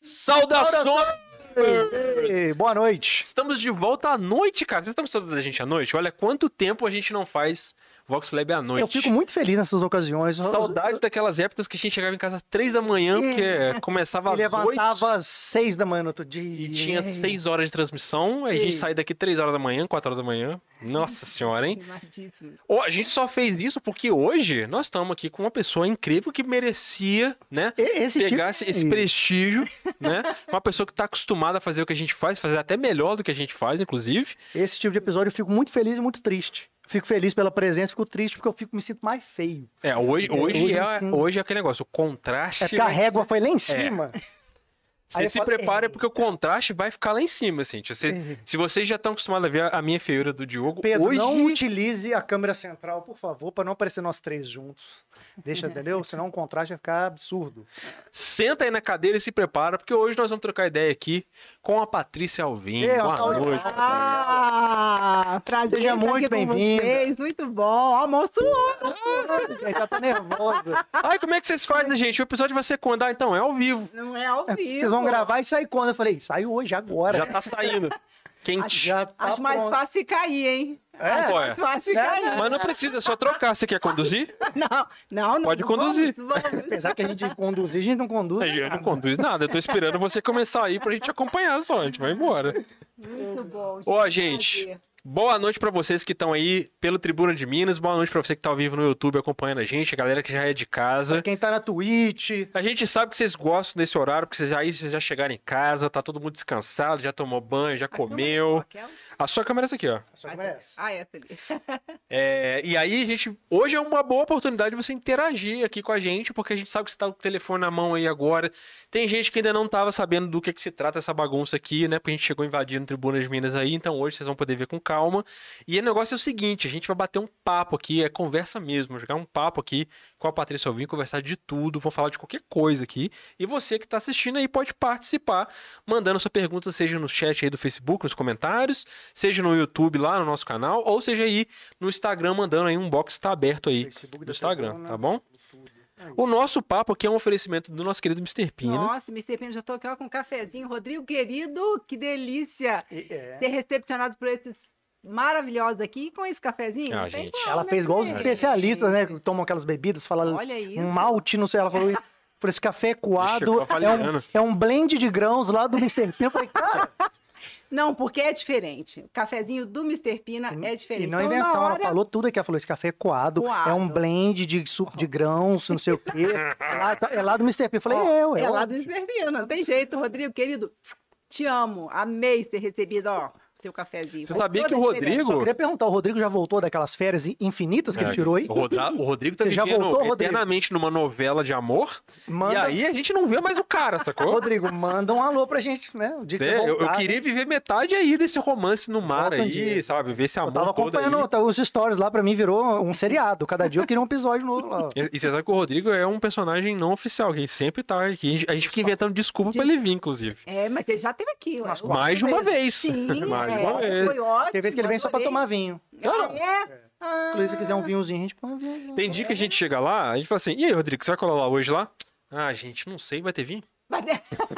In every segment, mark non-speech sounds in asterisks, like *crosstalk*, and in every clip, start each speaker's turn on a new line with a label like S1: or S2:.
S1: Saudações!
S2: Ei, ei, boa noite.
S1: Estamos de volta à noite, cara. Vocês estão gostando da gente à noite? Olha quanto tempo a gente não faz Vox Lab à noite.
S2: Eu fico muito feliz nessas ocasiões.
S1: Saudades daquelas épocas que a gente chegava em casa às três da manhã, porque é, começava
S2: Eu
S1: às oito
S2: levantava é. às seis da manhã no outro dia.
S1: e tinha seis horas de transmissão. Aí a
S2: Ei.
S1: gente sai daqui três horas da manhã, quatro horas da manhã. Nossa senhora, hein?
S3: Queimadíssimos.
S1: Ó, A gente só fez isso porque hoje nós estamos aqui com uma pessoa incrível que merecia, né?
S2: E- Esse
S1: pegar esse,
S2: tipo...
S1: esse prestígio,
S2: *laughs*
S1: né? Uma pessoa que tá acostumada a fazer o que a gente faz, fazer até melhor do que a gente faz, inclusive.
S2: Esse tipo de episódio eu fico muito feliz e muito triste. Fico feliz pela presença, fico triste porque eu fico, me sinto mais feio.
S1: É, hoje,
S2: Entendeu?
S1: hoje,
S2: Hoje,
S1: é,
S2: assim,
S1: hoje é aquele negócio, o contraste.
S2: É porque a
S1: vai-
S2: régua foi lá em cima. Aí
S1: Você
S2: eu
S1: se
S2: falo,
S1: prepara
S2: "É".
S1: porque o contraste vai ficar lá em cima, assim. Tipo, você- se vocês já estão acostumados a ver a- a minha feiura do Diogo,
S2: *laughs* Pedro,
S1: hoje...
S2: não utilize a câmera central, por favor, para não aparecer nós três juntos.
S1: *laughs*
S2: Deixa, entendeu? Senão o contraste vai ficar absurdo.
S1: Senta aí na cadeira e se prepara, porque hoje nós vamos trocar ideia aqui com a Patrícia Alvim.
S2: Ei, uma
S1: Boa
S2: salva de
S1: noite.
S2: palmas.
S1: Patrícia.
S3: Ah, prazer
S2: Seja
S3: estar aqui
S2: muito
S3: com
S2: bem-vinda.
S3: vocês, Muito bom. Almoço
S2: Ele já tá nervosa.
S1: Ai, como é que vocês fazem, gente? O episódio vai ser quando? Ah, então, é ao vivo.
S3: não é ao vivo.
S2: Vocês vão gravar e sair quando? Eu falei, sai hoje, agora.
S1: Já tá saindo. Quente.
S2: Já tá
S3: Acho mais
S2: pronto.
S3: fácil ficar aí, hein?
S2: É?
S3: Acho
S1: Ué.
S3: mais fácil ficar aí.
S1: Mas não precisa, é só trocar. Você quer conduzir?
S3: Não, não, não.
S1: Pode conduzir.
S3: Vamos, vamos.
S2: Apesar que a gente conduzir, a gente não conduz.
S1: É,
S2: né,
S1: Eu não conduz nada, eu tô esperando você começar aí pra gente acompanhar só, a gente vai embora.
S3: Muito bom.
S1: Ó, gente.
S3: prazer.
S1: Boa noite pra vocês que estão aí pelo Tribuna de Minas, boa noite pra você que tá ao vivo no YouTube acompanhando a gente, a galera que já é de casa.
S2: Quem tá na Twitch,
S1: A gente sabe que vocês gostam desse horário, porque vocês, aí vocês já chegaram em casa, tá todo mundo descansado, já tomou banho, já
S3: A câmera
S1: comeu.
S3: é
S2: um
S3: aquela?
S1: A sua câmera é essa aqui, ó.
S2: só que não é essa.
S3: Ah, essa ali.
S1: É, e aí, a gente, hoje é uma boa oportunidade de você interagir aqui com a gente, porque a gente sabe que você tá com o telefone na mão aí agora. Tem gente que ainda não tava sabendo do que, que se trata essa bagunça aqui, né? Porque a gente chegou invadindo Tribuna de Minas aí, então hoje vocês vão poder ver com calma. E o negócio é o seguinte: a gente vai bater um papo aqui, é conversa mesmo, jogar um papo aqui com a Patrícia Alvim, conversar de tudo, vão falar de qualquer coisa aqui. E você que tá assistindo aí pode participar, mandando sua pergunta, seja no chat aí do Facebook, nos comentários, seja no YouTube lá no nosso canal, ou seja aí no Instagram mandando aí um box tá aberto aí
S2: Facebook
S1: do
S2: da
S1: Instagram,
S2: Tribuna,
S1: tá bom?
S2: né? tudo. Aí.
S1: O nosso papo aqui é um oferecimento do nosso querido Mr. Pina.
S3: Nossa, Mr. Pino, já tô aqui ó, com um cafezinho. Rodrigo, querido, que delícia
S2: E- é.
S3: ser recepcionado por esses maravilhosos aqui com esse cafezinho.
S1: Ah,
S3: Não tem
S1: gente.
S3: como,
S2: Ela
S3: né,
S2: fez igual os
S3: gente?
S2: especialistas, né? Que tomam aquelas bebidas, fala
S3: Olha isso.
S2: um malte, não sei. Ela falou, por esse café coado
S1: eu falei,
S2: é um,
S1: Ana.
S2: é um blend de grãos lá do Mr. Sim. Eu falei,
S3: Tá
S2: cara,
S3: Não, porque é diferente. O cafezinho do Mr. Pina é diferente.
S2: e não é
S3: Então,
S2: invenção.
S3: na
S2: Ela
S3: hora-
S2: falou tudo aqui. Ela falou, esse café é coado, é um
S3: Coado.
S2: blend de suco de grãos, não sei o quê. É lá, é lá do Mr. P. Eu falei,
S3: Ó,
S2: é, ué,
S3: é lá do
S2: óbvio.
S3: Mr. Pina, não tem jeito, Rodrigo, querido. Te amo, amei ser recebido, ó, seu cafezinho.
S1: Você
S3: Faz
S1: sabia
S3: toda
S1: que o
S3: a diferença.
S2: Eu
S1: Rodrigo.
S2: queria perguntar, o Rodrigo já voltou daquelas férias infinitas que
S1: É,
S2: ele tirou aí?
S1: O, Rodra- o Rodrigo tá
S2: Você já
S1: vivendo
S2: voltou, Rodrigo?
S1: eternamente numa novela de amor.
S2: Manda,
S1: E aí a gente não vê mais o cara, sacou?
S2: Rodrigo, manda um alô pra gente, né? O dia que
S1: É,
S2: você
S1: eu- eu,
S2: voltar. né?
S1: queria viver metade aí desse romance no mar
S2: Volta um
S1: aí,
S2: dia.
S1: sabe? Ver esse
S2: Eu tava
S1: amor todo aí.
S2: acompanhando tá, os stories lá, pra mim virou um seriado. Cada dia eu queria um episódio novo
S1: *laughs*
S2: lá.
S1: E, e você sabe que o Rodrigo é um personagem não oficial, que ele sempre tá aqui. A gente, a gente fica inventando desculpa pra ele vir, inclusive.
S3: É, mas ele já teve aqui, ó.
S2: Mas
S3: algumas
S1: Mais de uma
S3: vezes.
S1: vez.
S3: Sim,
S1: *laughs* Mais de
S3: é,
S1: uma vez.
S3: Foi ótimo.
S2: Tem vezes que ele vem só pra
S3: adorei.
S2: tomar vinho.
S1: Claro.
S3: Ah, é? Ah,
S2: Inclusive, se quiser um vinhozinho, a gente põe um vinhozinho.
S1: Tem dia que a gente chega lá, a gente fala assim: e aí, Rodrigo, você vai colar lá hoje lá? Ah, gente, não sei, vai ter vinho?
S3: mas- *laughs*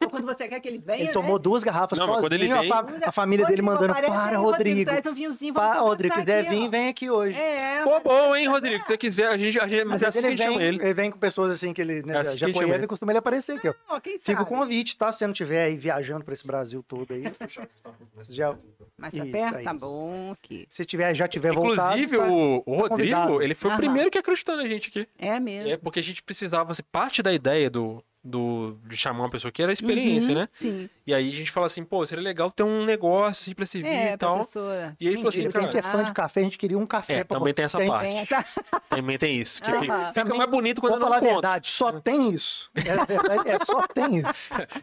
S3: então, quando você quer que ele venha,
S2: Ele
S3: né?
S2: tomou duas garrafas
S1: Não, mas quando
S2: sozinho,
S1: ele vem-
S2: a, fa- a família dele
S3: Rodrigo,
S2: mandando,
S3: aparece aí,
S2: para, Rodrigo.
S3: traz um vinhozinho, vamos
S2: Para, Rodrigo,
S3: conversar
S2: quiser
S3: aqui,
S2: vir,
S3: ó."
S2: vem aqui hoje.
S3: É,
S1: Pô, tá bom, hein, Rodrigo? Se você quiser, a gente, a gente, mas
S2: Mas
S1: é assim que a
S2: ele,
S1: gente
S2: vem,
S1: chama ele.
S2: ele vem com pessoas assim que ele né,
S1: É assim que a
S2: já
S1: gente chama
S2: conhece
S1: ele.
S2: e costuma ele aparecer aqui, ó.
S3: ó, quem
S2: Fica o
S3: sabe?
S2: convite, tá? Se você não estiver aí viajando pra esse Brasil todo
S3: *laughs*
S2: aí. já,
S3: Mas tá
S2: Isso,
S3: perto?
S2: é
S3: Tá
S2: isso.
S3: bom aqui.
S2: se tiver, já tiver voltado.
S1: Inclusive,
S2: tá?
S1: o, o Rodrigo,
S2: convidado.
S1: ele foi o
S3: Aham.
S1: primeiro que acreditou na gente aqui.
S3: É mesmo.
S1: É porque a gente precisava, assim, parte da ideia do, do, de chamar uma pessoa aqui era a experiência,
S3: Uhum,
S1: né?
S3: Sim.
S1: E aí a gente fala assim, pô, seria legal ter um negócio assim pra se vir
S3: É,
S1: e tal.
S3: professora.
S1: E ele falou assim,
S2: Ele
S1: cara,
S2: que é
S3: Ah."
S2: fã de café, a gente queria um café.
S1: É,
S2: pra
S1: também
S2: botar.
S1: tem essa
S2: Tem-
S1: parte.
S3: tá
S1: Também tem isso. Que
S3: Aham.
S1: fica, fica
S2: Também-
S1: mais bonito quando
S2: Vou
S1: não Né?
S2: falar a
S1: conta.
S2: verdade, só tem isso. É, verdade, é só tem
S1: *laughs*
S2: isso.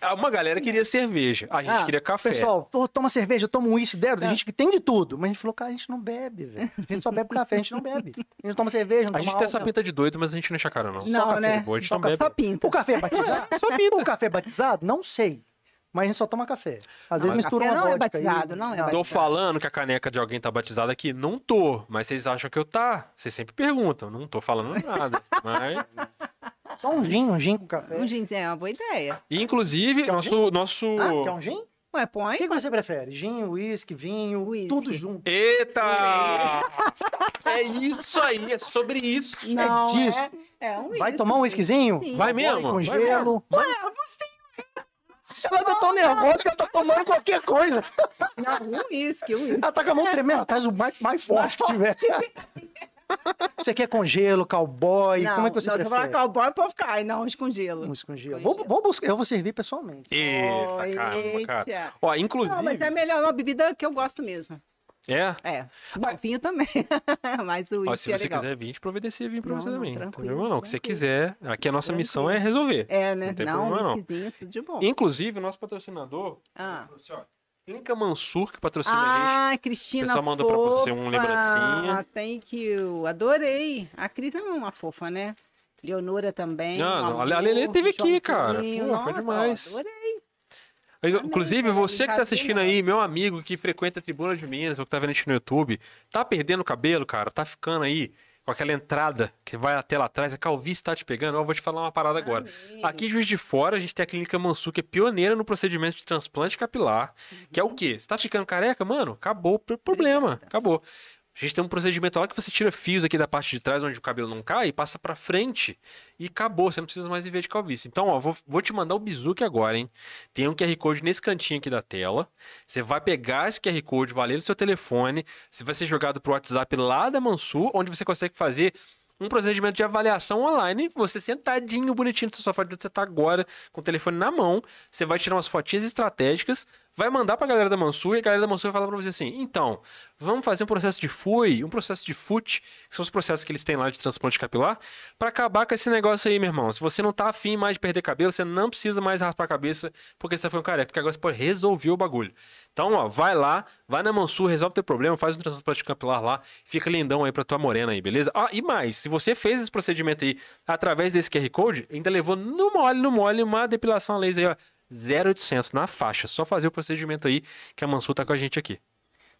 S1: Ah, Uma galera queria cerveja, a gente
S2: Ah,
S1: queria café.
S2: Pessoal, pô, toma cerveja, toma um isso,
S3: É.
S2: deram. Tem gente que tem de tudo. Mas a gente falou, cara, a gente não bebe, velho. A gente só bebe café, a gente não bebe. A gente toma cerveja,
S1: a
S2: não
S1: gente tá
S2: toma
S1: tem essa
S2: álcool.
S1: pinta de doido, mas a gente não enche a cara, não.
S3: Não,
S1: Só
S3: né?
S1: café, A gente
S2: Só
S1: não bebe.
S3: Só pinta.
S2: O café é batizado?
S1: *laughs*
S2: o café é batizado? Não sei. Mas a gente só toma café. Às vezes
S1: mas
S2: mistura
S3: café
S2: uma
S3: não é
S2: vodka aí.
S3: batizado, não é
S1: Tô
S3: batizado.
S1: falando que a caneca de alguém tá batizada aqui? Não
S3: *laughs*
S1: tô, mas vocês acham que eu tá? Vocês sempre perguntam, não tô falando nada. mas
S2: Só um gin, um gin com café.
S3: Um ginzinho é uma boa ideia.
S1: E, inclusive,
S2: Quer um
S1: nosso. nosso...
S2: Ah, quer um gin?
S3: Ué,
S2: O
S3: põe.
S2: que que você prefere? Gin, uísque, vinho,
S3: Uísque.
S2: tudo junto.
S1: Eita! é isso aí, é sobre isso.
S3: Não, é,
S2: disso.
S3: é um
S2: Vai
S3: uísque.
S2: tomar um uísquezinho?
S3: Sim.
S1: Vai
S2: Vai
S1: mesmo?
S2: com
S1: vai mesmo.
S2: gelo. Ela tá tão nervosa que ela tá tomando qualquer coisa.
S3: Não, um uísque, um uísque.
S2: Ela tá com a mão tremendo, ela traz o mais, mais forte que tivesse. Você quer é com gelo, cowboy?
S3: não,
S2: Como é que você
S3: não, se eu falar
S2: prefere?
S3: cowboy, o povo cai. Não, escongelo.
S2: Vamos com gelo.
S3: Com
S2: Vou,
S3: gelo.
S2: vou buscar, eu vou servir pessoalmente.
S1: Eita, caramba, cara. Ó, inclusive.
S3: Não, mas é melhor, é uma bebida que eu gosto mesmo.
S1: É.
S3: É. Bom, vinho também. *laughs* mas o
S1: Ó, se
S3: uísque é
S1: você
S3: legal.
S1: quiser vir, a gente providencia vir pra
S3: Não,
S1: você
S3: não,
S1: também. Não,
S3: tranquilo,
S1: problema não. O que você
S3: tranquilo.
S1: quiser. Aqui a nossa
S3: Tranquilo.
S1: missão é resolver.
S3: É, né?
S1: Não tem
S3: Não,
S1: problema, não.
S3: um whiskyzinho, tudo de bom.
S1: Inclusive, o nosso patrocinador.
S3: Ah.
S1: trouxe, ó, Clínica Mansur, que patrocina a gente.
S3: Ah, Cristina.
S1: O pessoal manda pra você um
S3: fofa.
S1: lembrancinha.
S3: Thank you. Adorei. A Cris é uma fofa, né? Leonora também.
S1: Ah,
S3: um
S1: não, a
S3: amor,
S1: Lelê teve aqui,
S3: Joãozinho.
S1: cara. Pô,
S3: Nossa,
S1: foi demais.
S3: ó, adorei.
S1: Aí,
S3: Amém,
S1: Inclusive,
S3: cara,
S1: você que tá
S3: Ricardo,
S1: assistindo
S3: né?
S1: aí, meu amigo que frequenta a Tribuna de Minas, ou que tá vendo a gente no YouTube, tá perdendo o cabelo, cara, tá ficando aí com aquela entrada que vai até lá atrás, a calvície tá te pegando, ó, eu vou te falar uma parada agora.
S3: Amém.
S1: Aqui em Juiz de Fora, a gente tem a Clínica Mansu, que é pioneira no procedimento de transplante capilar, que é o quê? Você tá ficando careca, mano? Acabou o pro- problema,
S3: Obrigada.
S1: acabou. A gente tem um procedimento lá que você tira fios aqui da parte de trás, onde o cabelo não cai, e passa pra frente e acabou. Você não precisa mais viver de calvície. Então, ó, vou, vou te mandar o bizuque agora, hein? Tem um QR Code nesse cantinho aqui da tela. Você vai pegar esse QR Code, vai ler no seu telefone, você vai ser jogado pro WhatsApp lá da Mansu, onde você consegue fazer um procedimento de avaliação online, você sentadinho, bonitinho no seu sofá de onde você tá agora, com o telefone na mão, você vai tirar umas fotinhas estratégicas, vai mandar pra galera da Mansur, e a galera da Mansur vai falar pra você assim, então, vamos fazer um processo de FUI, um processo de FUT, que são os processos que eles têm lá de transplante capilar, pra acabar com esse negócio aí, meu irmão. Se você não tá afim mais de perder cabelo, você não precisa mais raspar a cabeça, porque você tá ficando careca, porque agora você pode resolver o bagulho. Então, ó, vai lá, vai na Mansur, resolve teu problema, faz um transplante capilar lá, fica lindão aí pra tua morena aí, beleza? Ah, e mais, se você fez esse procedimento aí através desse QR Code, ainda levou no mole, no mole, uma depilação a laser aí, ó, 0800 na faixa. Só fazer o procedimento aí que a Mansur tá com a gente aqui.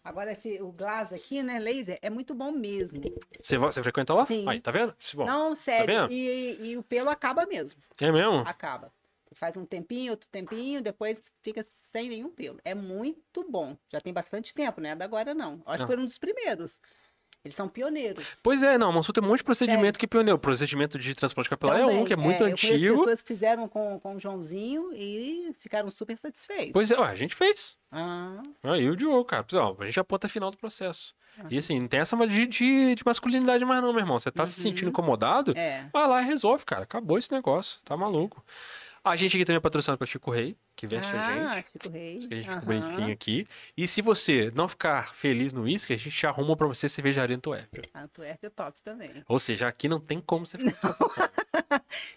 S3: Agora, esse, o Glass aqui, né, laser, é muito bom mesmo.
S1: Você, vai- você frequenta lá?
S3: Sim.
S1: Aí, tá vendo? Bom,
S3: Não, sério.
S1: vendo?
S3: e, e o pelo acaba mesmo.
S1: É mesmo?
S3: Acaba. Faz um tempinho, outro tempinho, depois fica sem nenhum pelo. É muito bom. Já tem bastante tempo, né? Da agora não. Acho
S1: Não.
S3: que foi um dos primeiros. Eles são pioneiros.
S1: Pois é, não, a Mansur tem um monte de procedimento que pioneiro. O procedimento de transplante capilar é um
S3: É. Também,
S1: que é muito
S3: eu conheço
S1: antigo.
S3: pessoas que fizeram com, com o Joãozinho e ficaram super satisfeitos.
S1: Pois é, ó, a gente fez.
S3: Ah,
S1: Aí o Diogo, cara. Ó, a gente aponta a final do processo.
S3: Uhum.
S1: E assim, não tem essa de, de, de masculinidade mais não, meu irmão. Você tá se
S3: Uhum.
S1: sentindo incomodado?
S3: é.
S1: Vai lá e resolve, cara. Acabou esse negócio. Tá maluco. A gente aqui também é patrocinado pelo Chico Rei, que veste a
S3: Ah,
S1: gente.
S3: Chico Rei.
S1: Por isso que a gente
S3: Aham.
S1: ficou bonitinho aqui. E se você não ficar feliz no uísque, a gente te arruma pra você cervejaria no Tuépio.
S3: Antuérpia é top também.
S1: Ou seja, aqui não tem como você ficar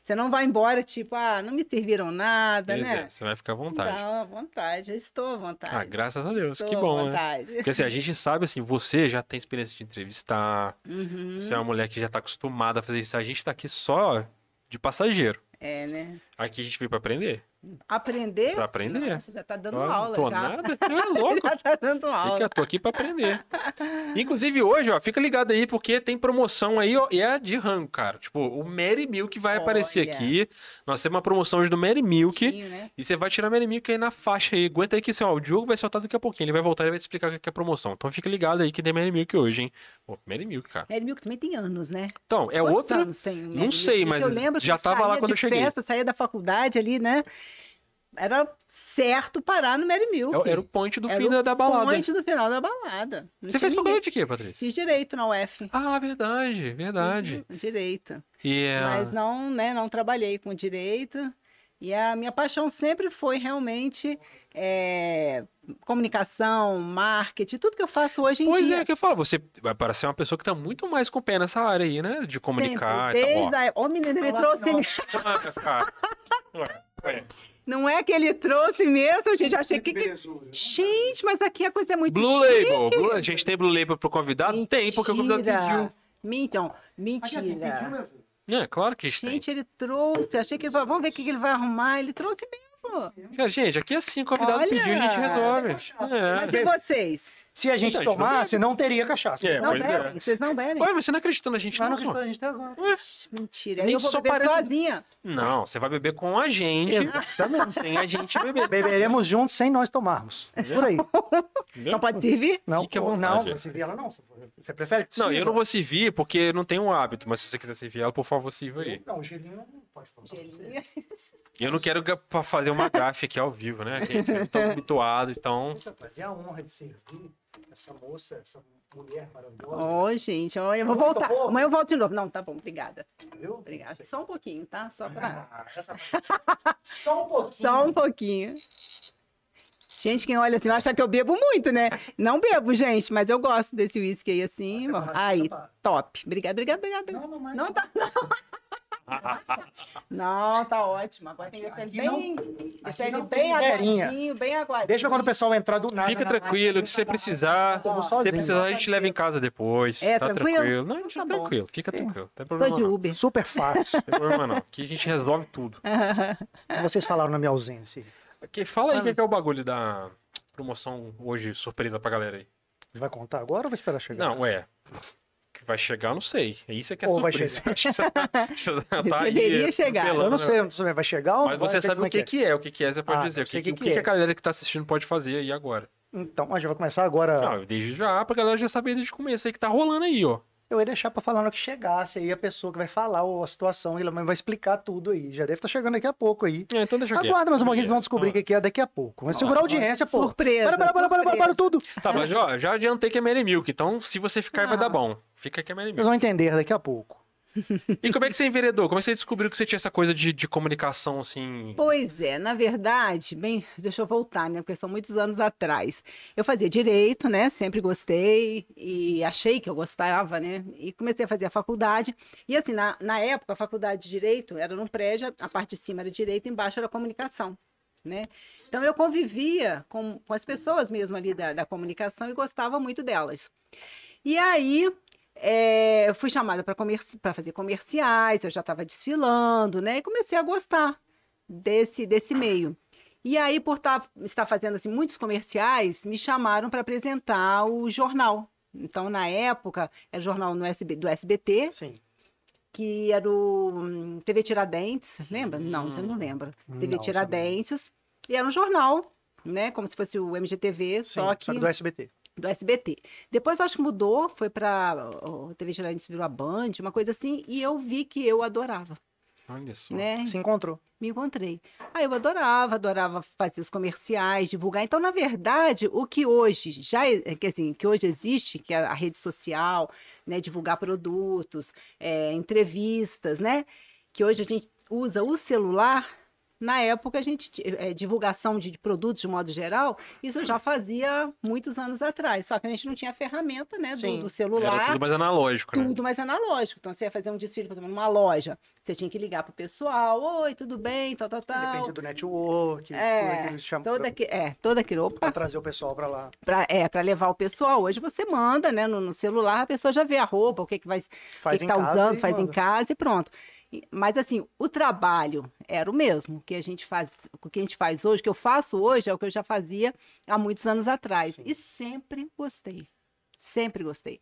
S3: Você não vai embora, tipo, ah, não me serviram nada,
S1: feliz.
S3: né?
S1: é. Você vai ficar à vontade.
S3: Não, à vontade. Eu estou à vontade.
S1: Ah, graças a Deus.
S3: estou
S1: Que
S3: à
S1: bom, né?
S3: vontade.
S1: Porque assim, a gente sabe, assim, você já tem experiência de entrevistar,
S3: Uhum.
S1: Você é uma mulher que já tá acostumada a fazer isso. A gente tá aqui só de passageiro.
S3: É, né?
S1: Aqui a gente veio pra aprender.
S3: Aprender?
S1: Pra aprender.
S3: Nossa, já tá dando
S1: Ó,
S3: aula,
S1: tô
S3: já. *laughs*
S1: nada, tu é louco.
S3: Já tá dando
S1: Tem que-
S3: aula.
S1: Eu tô aqui pra
S3: *laughs*
S1: aprender. Inclusive hoje, ó, fica ligado aí porque tem promoção aí, ó, e é de rango, cara. Tipo, o Mary Milk vai aparecer
S3: Olha.
S1: aqui. Nós temos uma promoção hoje do Mary Milk.
S3: Pouquinho, né?
S1: E você vai tirar Mary Milk aí na faixa aí. Aguenta aí que assim, ó, o Diogo vai soltar daqui a pouquinho. Ele vai voltar e vai te explicar o que é a promoção. Então fica ligado aí que tem Mary Milk hoje, hein? Pô, Mary Milk, cara.
S3: Mary Milk É, também tem anos, né?
S1: Então, é
S3: Quantos
S1: outra.
S3: anos tem o Mary
S1: não
S3: Milk?
S1: sei,
S3: Porque
S1: mas
S3: eu lembro
S1: já
S3: que
S1: tava lá
S3: saía
S1: quando
S3: de
S1: eu cheguei.
S3: Festa, saía da faculdade ali, né? Era certo parar no Mary Milk.
S1: é- Era o point do
S3: Era
S1: fim da, da balada.
S3: Antes do final da balada. Não
S1: Você
S3: tinha
S1: fez
S3: ninguém.
S1: faculdade de quê, Patrícia?
S3: Fiz direito na UF.
S1: Ah, verdade, verdade.
S3: Fiz Direito.
S1: E é,
S3: Uhum. Mas não, né, não trabalhei com direito. E a minha paixão sempre foi realmente é, comunicação, marketing, tudo que eu faço hoje em
S1: Pois
S3: dia.
S1: é, que eu falo, você vai parecer uma pessoa que tá muito mais com o pé nessa área aí, né? De comunicar
S3: Sempre,
S1: e
S3: desde
S1: tal.
S3: a... Ô, menino, ele
S2: Olá,
S3: trouxe.
S2: senhora.
S1: Ó, *laughs* Ah, cara. Ué, ué.
S3: Não é que ele trouxe mesmo, gente. Eu achei que. que- Gente, mas aqui a coisa é muito
S1: Blue Label. Blue- a gente tem Blue Label pro convidado? Tem, porque o convidado
S3: Mentira.
S1: pediu.
S3: Então,
S2: Aqui assim, pediu,
S3: mentira.
S2: meu filho.
S1: É, claro que a gente,
S3: Gente, ele trouxe. Eu achei que ele falou, vamos ver o que que ele vai arrumar. Ele trouxe mesmo.
S1: tem. Gente, aqui é assim, o convidado
S3: Olha.
S1: pediu, a gente resolve.
S2: Mas
S1: É.
S3: Mas e vocês?
S2: Se a gente
S1: Então, a gente não
S2: tomasse, não, teria cachaça.
S1: É,
S3: Não
S1: pois
S3: bebem, vocês não bebem.
S1: Ué, mas você não acredita na gente, não,
S2: Mas não
S1: senhor?
S2: acreditou a gente até agora.
S3: Ixi, Mentira,
S1: é. Nem
S3: eu vou
S1: só
S3: beber
S1: parece-
S3: sozinha.
S1: Não, você vai beber com a gente. Sem a gente beber.
S2: Beberemos juntos sem nós tomarmos. Por aí.
S1: entendeu?
S3: Não pode servir?
S2: Não,
S1: Fique à
S2: pô,
S1: vontade.
S2: não, você vê ela não. Você prefere? que
S1: Não,
S2: sirva?
S1: eu não vou servir porque não tenho o hábito, mas se você quiser servir ela, por favor, sirva aí.
S2: Não, o gelinho não pode colocar.
S3: Gelinha.
S1: E eu não quero ga- pra fazer uma gafe aqui ao vivo, né, gente? Eu não tô habituado, então.
S2: Isso, rapaz, é a honra de servir essa moça, essa mulher maravilhosa,
S3: Ó, gente, ó, eu vou
S2: Muito
S3: voltar.
S2: bom.
S3: Amanhã eu volto de novo. Não, tá bom, obrigada.
S2: viu?
S3: Obrigada. Só um pouquinho, tá? Só pra.
S2: Ah, essa- Só um pouquinho.
S3: Só um pouquinho. Gente, quem olha assim vai achar que eu bebo muito, né? Não bebo, gente, mas eu gosto desse uísque aí assim.
S2: Você
S3: ó.
S2: vai
S3: Aí,
S2: tapar.
S3: top. Obrigada, obrigada, obrigada.
S2: Não, não, mas...
S3: Não tá,
S1: ah,
S3: não, tá ótimo. Agora tem que deixar ele
S2: Aqui não-
S3: bem, deixar
S2: aqui
S3: ele
S2: não
S3: bem
S2: tem zerinha.
S3: aguadinho, bem aguadinho.
S2: Deixa quando o pessoal entrar do nada.
S1: Fica
S2: na- Tá
S1: tranquilo, que se você precisar.
S2: Tomo
S1: Se você
S2: sozinho.
S1: precisar, a gente leva em casa depois.
S3: É,
S1: tá
S3: tranquilo?
S1: tranquilo? Não, a gente
S3: Então
S1: tá
S3: tá bom.
S1: tranquilo, fica tranquilo. Não tem
S3: Tô
S1: problema
S3: de
S1: não. Não
S3: Uber.
S2: Super fácil.
S1: tem problema não. Que a gente resolve tudo.
S2: Vocês falaram na minha ausência.
S1: Ok, fala aí o que é que é o bagulho da promoção hoje, surpresa pra galera aí.
S2: Ele vai contar agora ou vai esperar chegar?
S1: Não, é. Que vai chegar, eu não sei. É isso que é
S2: Ou vai
S1: surpresa.
S2: chegar.
S1: Acho que *laughs* você tá- você tá aí
S3: Deveria chegar.
S1: apelando,
S2: Eu não
S1: né?
S2: sei, eu não sei, vai chegar ou
S1: Mas
S2: não vai,
S1: você sabe
S2: como
S1: o que, que é, o que, que é, você pode
S2: Ah,
S1: dizer.
S2: eu
S1: O
S2: sei
S1: que,
S2: o
S1: o
S2: que
S1: que,
S2: que
S1: que
S2: é.
S1: a galera que tá assistindo pode fazer aí agora.
S2: Então, ó, já vai começar agora.
S1: Não, desde já, pra galera já saber desde o começo aí que tá rolando aí, ó.
S2: Eu ia deixar pra falar na hora que chegasse aí a pessoa que vai falar ou a situação, ela vai explicar tudo aí. Já deve estar chegando daqui a pouco aí.
S1: É, então deixa aqui.
S2: Aguarda mais um pouquinho, vocês vão descobrir o que que é daqui a pouco. Vamos segurar a audiência, pô.
S3: Surpresa.
S2: Para, para, para, para, para, para tudo.
S1: Tá, mas ó, já adiantei que é Mary Milk, então se você ficar aí vai
S3: Ah.
S1: dar bom. Fica aqui é Mary
S2: Vocês
S1: Milk.
S2: vão entender daqui a pouco.
S1: E como é que você enveredou? Como é que você descobriu que você tinha essa coisa de, de comunicação, assim...
S3: Pois é, na verdade, bem, deixa eu voltar, né? Porque são muitos anos atrás. Eu fazia direito, né? Sempre gostei e achei que eu gostava, né? E comecei a fazer a faculdade. E assim, na, na época, a faculdade de direito era num prédio, a parte de cima era direito, embaixo era comunicação, né? Então eu convivia com, com as pessoas mesmo ali da, da comunicação e gostava muito delas. E aí. é, eu fui chamada para fazer comerciais, eu já estava desfilando, né? E comecei a gostar desse, desse meio. E aí, por tá- estar fazendo assim, muitos comerciais, me chamaram para apresentar o jornal. Então, na época, era o jornal no SB do SBT,
S2: Sim.
S3: que era o hum, TV Tiradentes, lembra? Não, você não
S1: Hum.
S3: lembra.
S2: Não,
S3: TV
S2: sabe?
S3: Tiradentes, e era um jornal, né? Como se fosse o MGTV,
S2: Sim,
S3: só que
S2: do SBT.
S3: do SBT. Depois eu acho que mudou, foi para o TV Tiradentes virou a Band, uma coisa assim, e eu vi que eu adorava,
S1: Olha só.
S3: né?
S2: Se encontrou.
S3: Me encontrei. Aí eu adorava, adorava fazer os comerciais, divulgar. Então, na verdade, o que hoje já, é- que assim, que hoje existe, que é a rede social, né, divulgar produtos, é, entrevistas, né, que hoje a gente usa o celular. Na época, a gente ti- é, divulgação de, de produtos de modo geral, isso eu já fazia muitos anos atrás. Só que a gente não tinha a ferramenta, né, do,
S2: Sim.
S3: do
S1: Era
S3: celular
S1: tudo mais analógico, né?
S3: tudo mais analógico. Então, você ia fazer um desfile, por exemplo, numa loja. Você tinha que ligar pro pessoal, oi, tudo bem, tal, tal, tal.
S2: Depende do network,
S3: Então, É,
S2: tudo que eles chamam
S3: Todo
S2: pra-
S3: aqui, é, todo aquilo.
S2: pra
S3: Opa,
S2: trazer o pessoal pra lá.
S3: pra, é, pra levar o pessoal. Hoje você manda, né, no, no celular, a pessoa já vê a roupa, o que que vai, o que
S2: Faz
S3: que
S2: em
S3: tá
S2: casa
S3: usando,
S2: e
S3: faz em
S2: manda.
S3: casa e pronto. E- Mas assim, o trabalho era o mesmo que a gente faz, o que a gente faz hoje, o que eu faço hoje é o que eu já fazia há muitos anos atrás
S2: Sim.
S3: e sempre gostei. Sempre gostei.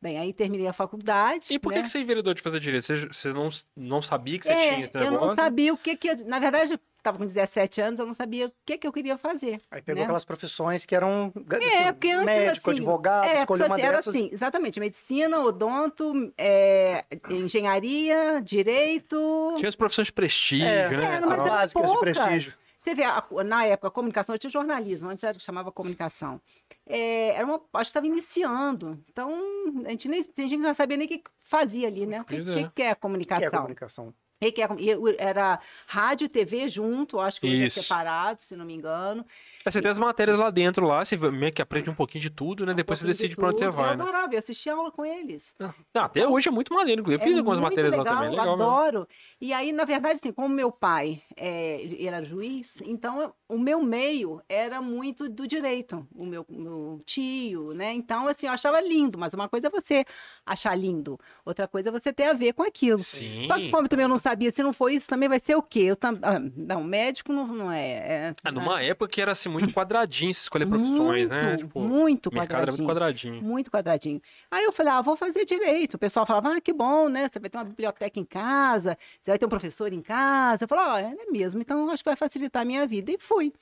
S3: Bem, aí terminei a faculdade,
S1: E por
S3: né?
S1: que, que você enveredou de fazer direito? Você, você não, não sabia que você
S3: É,
S1: tinha esse
S3: eu
S1: negócio?
S3: não sabia o que que... eu- Na verdade, eu estava com 17 anos, eu não sabia o que que eu queria fazer.
S2: Aí pegou
S3: né?
S2: aquelas profissões que eram
S3: É, porque antes,
S2: médico,
S3: assim,
S2: advogado,
S3: é,
S2: Ah, escolheu
S3: só
S2: uma
S3: era
S2: dessas.
S3: assim, exatamente, medicina, odonto, é, engenharia, direito...
S1: Tinha as profissões de prestígio,
S2: É,
S1: né?
S3: era, mas
S2: as
S3: eram
S2: básicas de
S3: poucas.
S2: prestígio.
S3: Você vê, a- na época, a comunicação, eu tinha jornalismo, antes era, chamava comunicação. É, era uma, acho que estava iniciando, então a gente, nem, tem gente que não sabia nem o que que fazia ali, né? O que,
S1: Pois
S3: que,
S1: é.
S3: que é
S2: Que é
S3: comunicação?
S2: comunicação.
S3: E que era- e o- Era rádio e TV junto, acho que hoje é
S1: Isso.
S3: separado, se não me engano.
S1: É, Você tem as matérias lá dentro, lá, você meio que aprende um pouquinho de tudo, né? Depois você
S3: Ouvindo
S1: decide pra onde você
S3: tudo. é
S1: vai,
S3: Eu
S1: né?
S3: adorava, eu assistia aula com eles.
S1: Ah, até hoje é muito maneiro. inclusive. Eu
S3: É
S1: fiz algumas
S3: muito
S1: matérias
S3: legal,
S1: lá também, legal né? mesmo.
S3: adoro. E aí, na verdade, assim, como meu pai é, ele era juiz, então eu- o meu meio era muito do direito, o meu, meu tio, né? Então, assim, eu achava lindo, mas uma coisa é você achar lindo, outra coisa é você ter a ver com aquilo.
S1: Sim.
S3: Só que como também eu não sabia se não for isso, também vai ser o quê? Eu tam... ah, não, médico não, não é. é
S1: Ah, numa época que era assim, muito quadradinho se escolher profissões, né?
S3: muito,
S1: Tipo, o
S3: muito
S1: mercado era muito
S3: quadradinho.
S1: quadradinho.
S3: Muito quadradinho. Aí eu falei, ah, vou fazer direito. O pessoal falava, ah, que bom, né? Você vai ter uma biblioteca em casa, você vai ter um professor em casa. Eu falei, ó, é mesmo, então acho que vai facilitar a minha vida. E fui.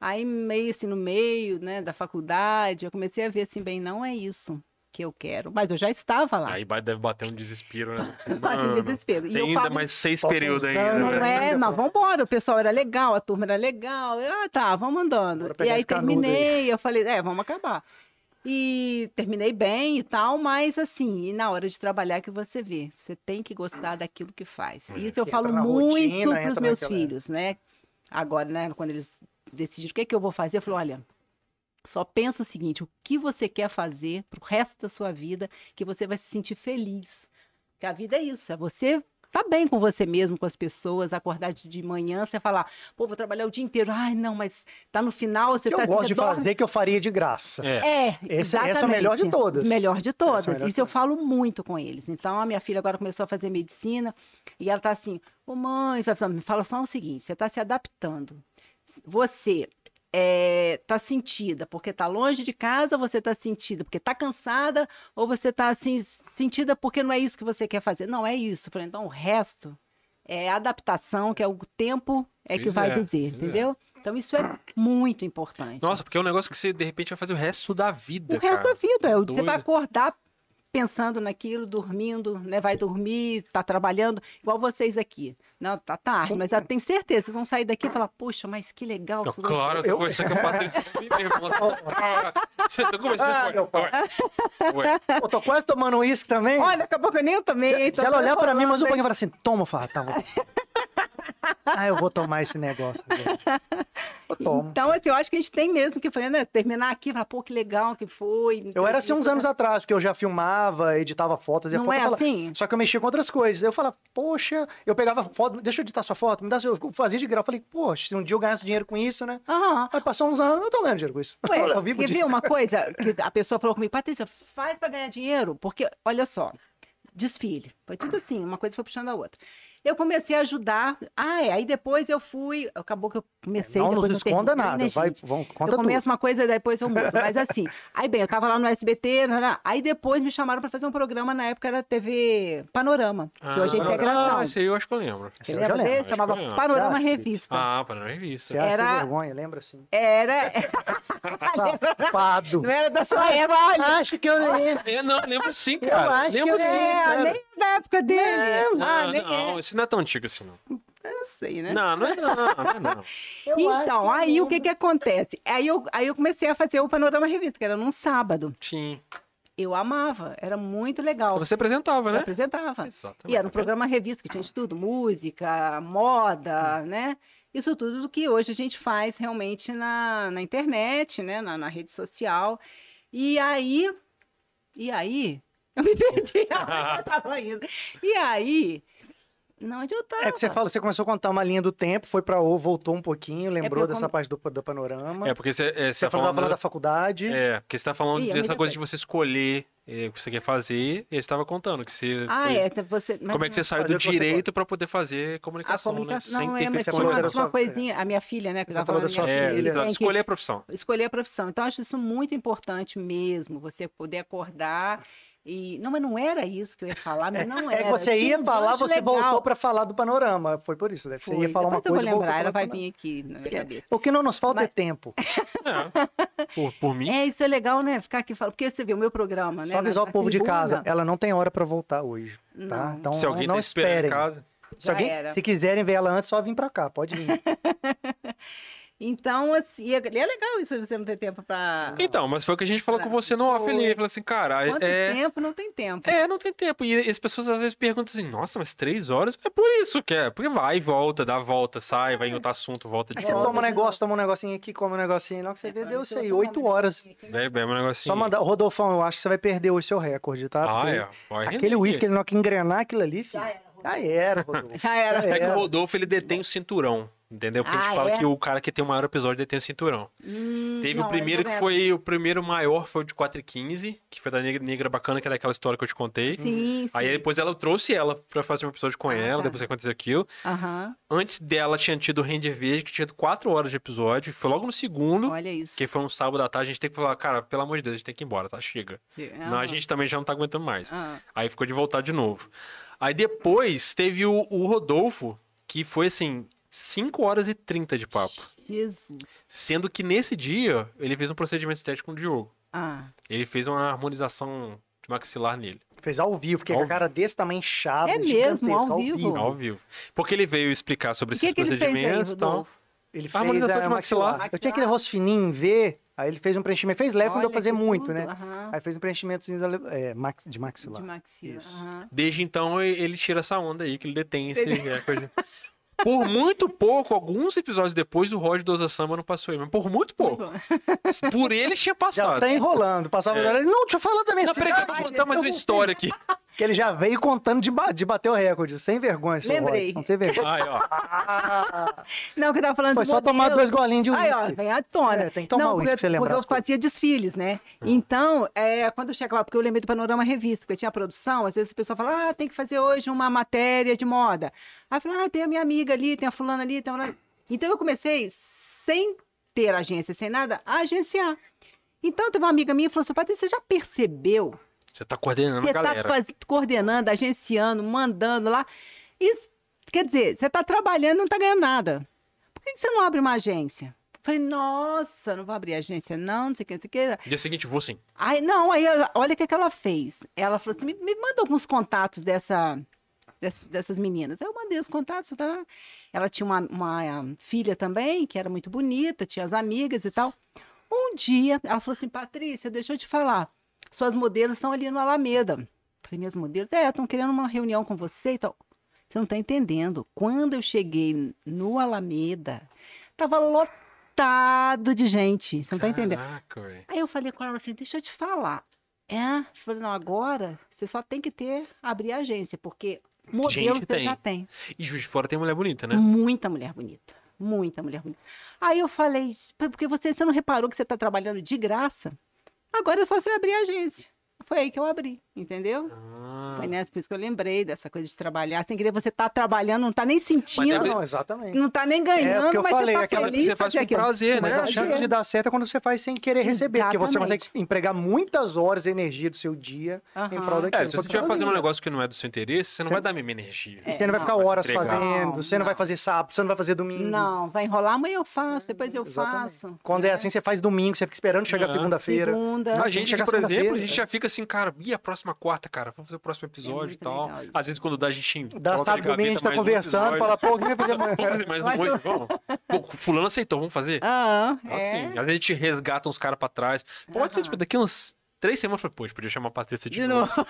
S3: Aí, meio assim, no meio, né, da faculdade, eu comecei a ver assim, bem, não é isso que eu quero. Mas eu já estava lá.
S1: Aí ba- deve bater um desespero, né? Assim,
S3: Bate um
S1: mano,
S3: desespero. E
S1: Tem
S3: eu
S1: ainda
S3: pago-
S1: mais seis
S2: Tô
S1: períodos
S2: pensando,
S1: ainda,
S2: né?
S1: né?
S3: Não é,
S2: Ainda
S3: mas
S2: foi.
S3: vambora, o pessoal era legal, a turma era legal. Eu, ah, tá, vamos andando.
S2: Bora
S3: E
S2: pegar
S3: aí
S2: esse canudo aí.
S3: terminei, eu falei, é, vamos acabar. E terminei bem e tal, mas assim, e na hora de trabalhar que você vê, você tem que gostar daquilo que faz.
S1: É.
S3: E Isso eu
S2: Que
S3: falo
S2: entra na
S3: muito
S2: rotina,
S3: para os
S2: entra
S3: meus
S2: naquela-
S3: filhos, né? Agora, né, quando eles decidiram o que, é que eu vou fazer, eu falo, olha, só pensa o seguinte, o que você quer fazer pro resto da sua vida, que você vai se sentir feliz. Porque a vida é isso, é você tá bem com você mesmo, com as pessoas, acordar de de manhã, você falar, pô, vou trabalhar o dia inteiro. Ai, não, mas tá no final, você
S2: que
S3: tá...
S2: eu gosto de
S3: dorme-
S2: fazer que eu faria de graça.
S1: É.
S3: É,
S2: Esse- essa é a
S3: exatamente.
S2: melhor de todas.
S3: Melhor de todas.
S2: Essa é a melhor de
S3: Isso eu falo muito com eles. Então, a minha filha agora começou a fazer medicina e ela tá assim, ô mãe, tá falando, me fala só o seguinte, você tá se adaptando. Você é, tá sentida porque tá longe de casa, você tá sentida porque tá cansada, ou você tá assim, sentida porque não é isso que você quer fazer. Não, é isso. Eu falei, então o resto é adaptação, que é o tempo é que
S1: Pois
S3: vai
S1: é,
S3: dizer,
S1: pois é.
S3: entendeu? Então, isso é muito importante.
S1: Nossa, porque é um negócio que você, de repente, vai fazer o resto da vida,
S3: O resto
S1: cara.
S3: da vida. é,
S1: Doido.
S3: Você vai acordar pensando naquilo, dormindo, né? Vai dormir, tá trabalhando, igual vocês aqui. Não, tá tarde, mas eu tenho certeza, vocês vão sair daqui e falar, poxa, mas que legal.
S1: Não,
S3: fulano."
S1: claro, eu tô
S2: Eu-
S1: conversando com a Patrícia primeiro. Você tá
S2: Ah,
S1: conversando
S2: meu
S1: com
S2: pai.
S1: ela. Ué, ué.
S2: Eu tô quase tomando um uísque também.
S3: Olha, daqui a pouco eu nem também. hein?
S2: se,
S3: Tô
S2: se ela olhar pra mim
S3: falando,
S2: mais um
S3: hein?
S2: pouquinho e falar assim, toma, Farra, tá
S3: *laughs*
S2: bom. ah, eu vou tomar esse negócio agora. Eu tomo.
S3: Então, assim, eu acho que a gente tem mesmo que fazer, né? Terminar aqui, falar, pô, que legal que foi.
S2: Eu era assim uns
S3: Então, isso, é
S2: anos atrás, porque eu já filmava, editava fotos, fazia
S3: Não
S2: foto. eu
S3: é
S2: falava-
S3: assim?
S2: Só que eu mexia com outras coisas. Eu falava, poxa, eu pegava foto, deixa eu editar sua foto, me dá seu. Eu fazia de grau. Eu falei, poxa, se um dia eu ganhasse dinheiro com isso, né?
S3: Aham.
S2: Aí passou uns anos, eu tô ganhando dinheiro com isso.
S3: Ué,
S2: eu vivo
S3: quer ver
S2: disso. *laughs*
S3: uma coisa que a pessoa falou comigo, Patrícia, faz pra ganhar dinheiro? Porque, olha só, desfile. Foi tudo assim, uma coisa foi puxando a outra. Eu comecei a ajudar. Ah, é. Aí depois eu fui. Acabou que eu comecei.
S2: Não
S3: depois
S2: nos
S3: eu
S2: esconda
S3: terminei,
S2: nada.
S3: né,
S2: Vai,
S3: gente?
S2: vão,
S3: eu
S2: conta tudo.
S3: começo uma coisa, depois eu mudo. Mas assim, aí bem, eu tava lá no SBT, né, né, aí depois me chamaram pra fazer um programa, na época era TV Panorama, que hoje é
S1: Ah,
S3: integração.
S1: Ah, esse aí eu acho que eu lembro.
S2: Esse eu
S3: Você
S2: já
S3: lembra
S2: lembro,
S3: desse?
S1: acho
S3: Chamava
S1: que eu lembro.
S3: Panorama
S2: Você acha?
S3: Revista.
S1: Ah, para na revista.
S2: Você acha
S3: Era-
S2: sem vergonha, lembra assim?
S3: Era. *laughs*
S2: Safado.
S3: Não era da
S2: Ah.
S3: sua época, olha.
S2: Acho que eu lembro.
S1: É, não, lembro sim, cara.
S2: acho que
S1: lembro
S2: eu-
S1: sim,
S3: É,
S1: sério.
S3: nem da época dele.
S1: Não,
S3: ah, nem
S1: não, esse não é tão antigo assim, não.
S3: é. Eu sei, né?
S1: Não, não é não, não, é não.
S3: então, aí o que que acontece? Aí eu, aí eu comecei a fazer o Panorama Revista, que era num sábado.
S1: Sim.
S3: Eu amava, era muito legal.
S1: Você apresentava,
S3: Eu
S1: né?
S3: apresentava.
S1: Exatamente.
S3: E era um programa revista que tinha de tudo, música,
S1: Hum.
S3: moda, né? Isso tudo do que hoje a gente faz realmente na, na internet, né? Na, na rede social. E aí, e aí, eu
S1: *laughs*
S3: me *laughs* perdi aonde eu tava indo. E aí, não onde eu tava?
S2: É porque você fala, você começou a contar uma linha do tempo, foi pra O, voltou um pouquinho, lembrou
S3: É eu
S2: dessa
S3: come-
S2: parte do, do panorama.
S1: É, porque você, é, você
S2: você
S1: tá
S2: falava
S1: falando.
S2: lá da faculdade.
S1: É, porque você tá
S3: Ih,
S1: falando
S3: amiga
S1: dessa coisa
S3: dele.
S1: de você escolher é, o que você quer fazer, e você tava contando que você.
S3: Ah,
S1: foi-
S3: é, tá- você... mas-
S1: Como é que você saiu
S2: Fazer
S1: do
S2: o que você
S1: direito pra poder fazer
S3: A
S1: comunicação,
S3: comunicação,
S1: né?
S3: não,
S1: Sem
S3: é,
S1: ter
S3: mas
S1: feito
S3: tinha
S2: falou
S3: uma,
S2: da
S1: coisa.
S3: tinha uma
S2: sua-
S3: coisinha, a minha filha, né, que eu
S2: Você
S3: tava
S2: falou
S3: falando
S2: da
S3: da minha
S2: sua
S1: É,
S2: filha.
S1: então,
S3: Tem que-
S1: escolher a
S3: *laughs*
S1: profissão.
S3: escolher a profissão. Então, eu acho isso muito importante mesmo, você poder acordar e... Não, mas não era isso que eu ia falar, mas não
S2: É
S3: era.
S2: que você
S3: Tinha
S2: ia
S3: um
S2: falar,
S3: gancho
S2: você
S3: legal.
S2: voltou pra falar do panorama. Foi por isso, né? Você
S3: Foi.
S2: ia falar uma
S3: Depois
S2: coisa
S3: eu vou
S2: voltou
S3: lembrar,
S2: pra
S3: ela vai
S2: falar.
S3: vir aqui na minha cabeça.
S2: O que não nos falta é
S3: Mas-
S2: tempo.
S1: É. Por, por mim,
S3: É, isso é legal, né? Ficar aqui falando. Porque você vê o meu programa, né?
S2: Só avisar
S3: na-
S2: o povo
S3: na
S2: de
S3: tribuna.
S2: casa, ela não tem hora pra voltar hoje, tá?
S3: Não,
S2: Então
S1: se alguém
S2: não
S1: tá esperando
S2: esperem.
S1: em casa.
S2: se,
S3: já
S2: alguém,
S3: era.
S2: se quiserem ver ela antes, só vir pra cá, pode
S3: *laughs*
S2: vir.
S3: Então, assim, é é legal isso, você não ter tempo pra...
S1: Então, mas foi o que a gente falou com você no off
S3: Ah. Foi.
S1: ali. Falou assim, cara,
S3: Quanto
S1: é.
S3: tempo? Não tem tempo.
S1: É, não tem tempo. E as pessoas às vezes perguntam assim, nossa, mas três horas? É por isso que é. Porque vai, volta, dá a volta, sai, vai em outro assunto, volta
S2: Aí
S1: de
S3: é
S2: você
S1: volta.
S2: toma um negócio, toma um negocinho aqui, come um negocinho. Não, que você vê,
S3: "Então,
S2: deu isso
S3: um
S2: aí, oito horas.
S1: Bebe, bebe um negocinho.
S2: Só mandar. Rodolfão, eu acho que você vai perder hoje seu recorde, tá?
S1: Ah,
S2: Porque
S1: é. Vai render.
S2: Aquele uísque, ele não quer engrenar aquilo ali, filho.
S3: Já era.
S2: Já era, Rodolfo.
S3: *laughs* Já era.
S1: É que o Rodolfo ele detém o cinturão. Entendeu? Porque a gente
S3: Ah,
S1: fala
S3: é?
S1: que o cara que tem o maior episódio detém o cinturão.
S3: Hum,
S1: Teve
S3: não,
S1: o primeiro
S3: eu
S1: que
S3: não
S1: foi. O primeiro maior foi o de 4,15, que foi da Negra, Negra Bacana, que é daquela história que eu te contei.
S3: lembro. Sim, sim.
S1: Aí depois ela trouxe ela pra fazer um episódio com
S3: Ah,
S1: ela,
S3: tá.
S1: depois que aconteceu aquilo.
S3: Aham,
S1: Antes dela tinha tido o Ranger Verde, que tinha tido 4 horas de episódio. que Foi logo no segundo,
S3: Olha isso.
S1: que foi um sábado à tarde. A gente tem que falar, cara, pelo amor de Deus, a gente tem que ir embora, tá? Chega. Não, a
S3: Aham, Ah,
S1: gente também já não tá aguentando mais.
S3: aham.
S1: Aí ficou de voltar de novo. Aí depois teve o, o Rodolfo, que foi assim, 5 horas e 30 de papo.
S3: Jesus.
S1: Sendo que nesse dia, ele fez um procedimento estético com o Diogo.
S3: Ah,
S1: Ele fez uma harmonização de maxilar nele,
S2: Fez ao vivo, fiquei
S1: Ao
S2: com a cara desse tamanho chado.
S3: É mesmo, ao
S2: gigantesco,
S3: vivo? Pô.
S1: ao vivo. Porque ele veio explicar sobre
S3: o
S1: esses
S3: que, que ele fez aí,
S1: procedimentos e tal.
S3: Rodolfo?
S2: Ele fez
S1: Harmonização
S2: é,
S1: de maxilar.
S2: Eu tinha aquele rosto fininho em V, aí ele fez um preenchimento. Fez leve, não deu
S3: Olha
S2: pra fazer
S3: que
S2: muito,
S3: tudo,
S2: né?
S3: aham,
S2: Aí fez um preenchimentozinho da le- é, max- de maxilar.
S3: De maxila.
S2: Isso.
S3: aham.
S1: Desde então, e- ele tira essa onda aí, que ele detém esse recorde. Por muito pouco, alguns episódios depois, o Roger do Osa Samba não passou aí. Mas por muito pouco.
S3: Muito bom.
S1: Por ele tinha
S2: Já
S1: passado.
S2: tá enrolando. Passava
S1: É.
S2: é. ele, não, deixa eu falar da minha
S1: Não, peraí, que eu
S2: cidade.
S1: vou contar mais uma história aqui.
S2: Que ele já veio contando de, ba- de bater o recorde. Sem vergonha, seu
S3: Lembrei.
S2: Rodson, Sem
S3: *laughs*
S2: vergonha.
S1: Aí, ó.
S2: Ah,
S3: Não, que eu tava falando
S2: foi
S3: do
S2: só tomar
S3: modelo.
S2: dois golinhos de
S3: Aí, ó,
S2: uísque.
S3: vem à tona.
S2: É, tem que tomar
S3: não,
S2: uísque
S3: porque-
S2: pra você lembrar
S3: Porque eu
S2: as coisas. Hum.
S3: fazia desfiles, né? Então, é, quando eu chego lá, porque eu lembrei do Panorama Revista, porque eu tinha produção, às vezes o pessoal fala, ah, tem que fazer hoje uma matéria de moda. Aí eu falo, ah, tem a minha amiga ali, tem a fulana ali, tem a fulana... Então, eu comecei, sem ter agência, sem nada, a agenciar. Então, teve uma amiga minha que falou assim, Patrícia, você já percebeu
S1: Você tá coordenando
S3: você
S1: a
S3: está
S1: galera.
S3: coordenando, agenciando, mandando lá. Isso, quer dizer, você está trabalhando e não está ganhando nada. Por que que você não abre uma agência? Eu Falei, nossa, não vou abrir agência, não, não sei o que, não sei o que.
S1: Dia seguinte, vou sim.
S3: Aí, não, aí ela- olha o que, que ela fez. Ela falou assim: me, me manda alguns contatos dessa, dess- dessas meninas. Aí eu mandei os contatos. Tá? Ela tinha uma, uma, ah, filha também, que era muito bonita, tinha as amigas e tal. Um dia, ela falou assim: Patrícia, deixa eu te falar. Suas modelos estão ali no Alameda. Falei, minhas modelos? É, estão querendo uma reunião com você e tal. Você não está entendendo. Quando eu cheguei no Alameda, tava lotado de gente. Você não está entendendo.
S1: Caraca, velho.
S3: Aí eu falei com ela assim, deixa eu te falar. É, falei, não, agora você só tem que ter, abrir a agência, porque modelo
S1: Gente
S3: você
S1: tem.
S3: já tem.
S1: E Juiz de Fora tem mulher bonita, né?
S3: Muita mulher bonita, muita mulher bonita. Aí eu falei, porque você, você não reparou que você está trabalhando de graça? Agora é só você abrir a agência. Foi aí que eu abri, entendeu?
S1: Ah.
S3: Foi nessa, por isso que eu lembrei dessa coisa de trabalhar. Sem querer, você tá trabalhando, não tá nem
S1: Mas
S2: Ah,
S1: deve-
S3: sentindo,
S2: não, exatamente.
S3: não tá nem
S2: É,
S3: ganhando,
S2: porque eu
S3: mas
S2: falei,
S3: você tá
S2: aquela-
S3: feliz
S1: você
S3: de
S1: faz
S3: fazer
S1: com
S3: aquilo.
S1: prazer, né?
S2: Mas a
S3: Acho
S2: chance
S3: que-
S2: de dar certo é quando você faz sem querer receber, porque você
S3: Exatamente.
S2: consegue empregar muitas horas e energia do seu dia em
S3: Aham.
S2: prol daquilo.
S1: É, se você
S2: Enquanto
S1: vai fazer um
S2: sozinho.
S1: negócio que não é do seu interesse, você não
S2: Você-
S1: vai dar a mesma energia.
S3: É,
S2: Você não vai
S3: não,
S2: ficar
S1: vai se
S2: horas
S1: entregar.
S2: fazendo, você não vai
S3: Não.
S2: fazer sábado, você não vai fazer domingo.
S3: Não, vai enrolar, amanhã eu faço, depois eu
S2: Uhum. Exatamente.
S3: faço.
S2: Quando é
S3: né?
S2: assim, você faz domingo, você fica esperando chegar
S1: É.
S2: segunda-feira.
S3: Segunda. né?
S1: A
S2: Não,
S1: gente,
S2: chega
S1: aqui, por
S2: segunda-feira,
S1: exemplo, a gente
S2: é.
S1: já fica assim, cara, e a próxima quarta, cara? Vamos fazer o próximo episódio e
S3: É muito
S1: tal.
S3: legal isso.
S1: Às vezes, quando dá, a gente.
S2: Dá
S1: coloca de
S2: sábado, domingo, a gente
S1: gaveta
S2: tá
S1: mais um
S2: conversando,
S1: episódio.
S2: fala, pô, o que vai
S3: *laughs*
S2: fazer amanhã?
S1: Vamos fazer mais um
S3: Vai
S1: monte,
S3: fazer.
S1: vamos. Pô, fulano aceitou, vamos fazer?
S3: Ah,
S1: Assim,
S3: é.
S1: às vezes a gente resgata uns caras pra trás. Pode ser,
S3: Aham.
S1: tipo, daqui uns três semanas, eu falei, pô, a gente podia chamar a Patrícia de,
S3: De
S1: novo.
S3: novo.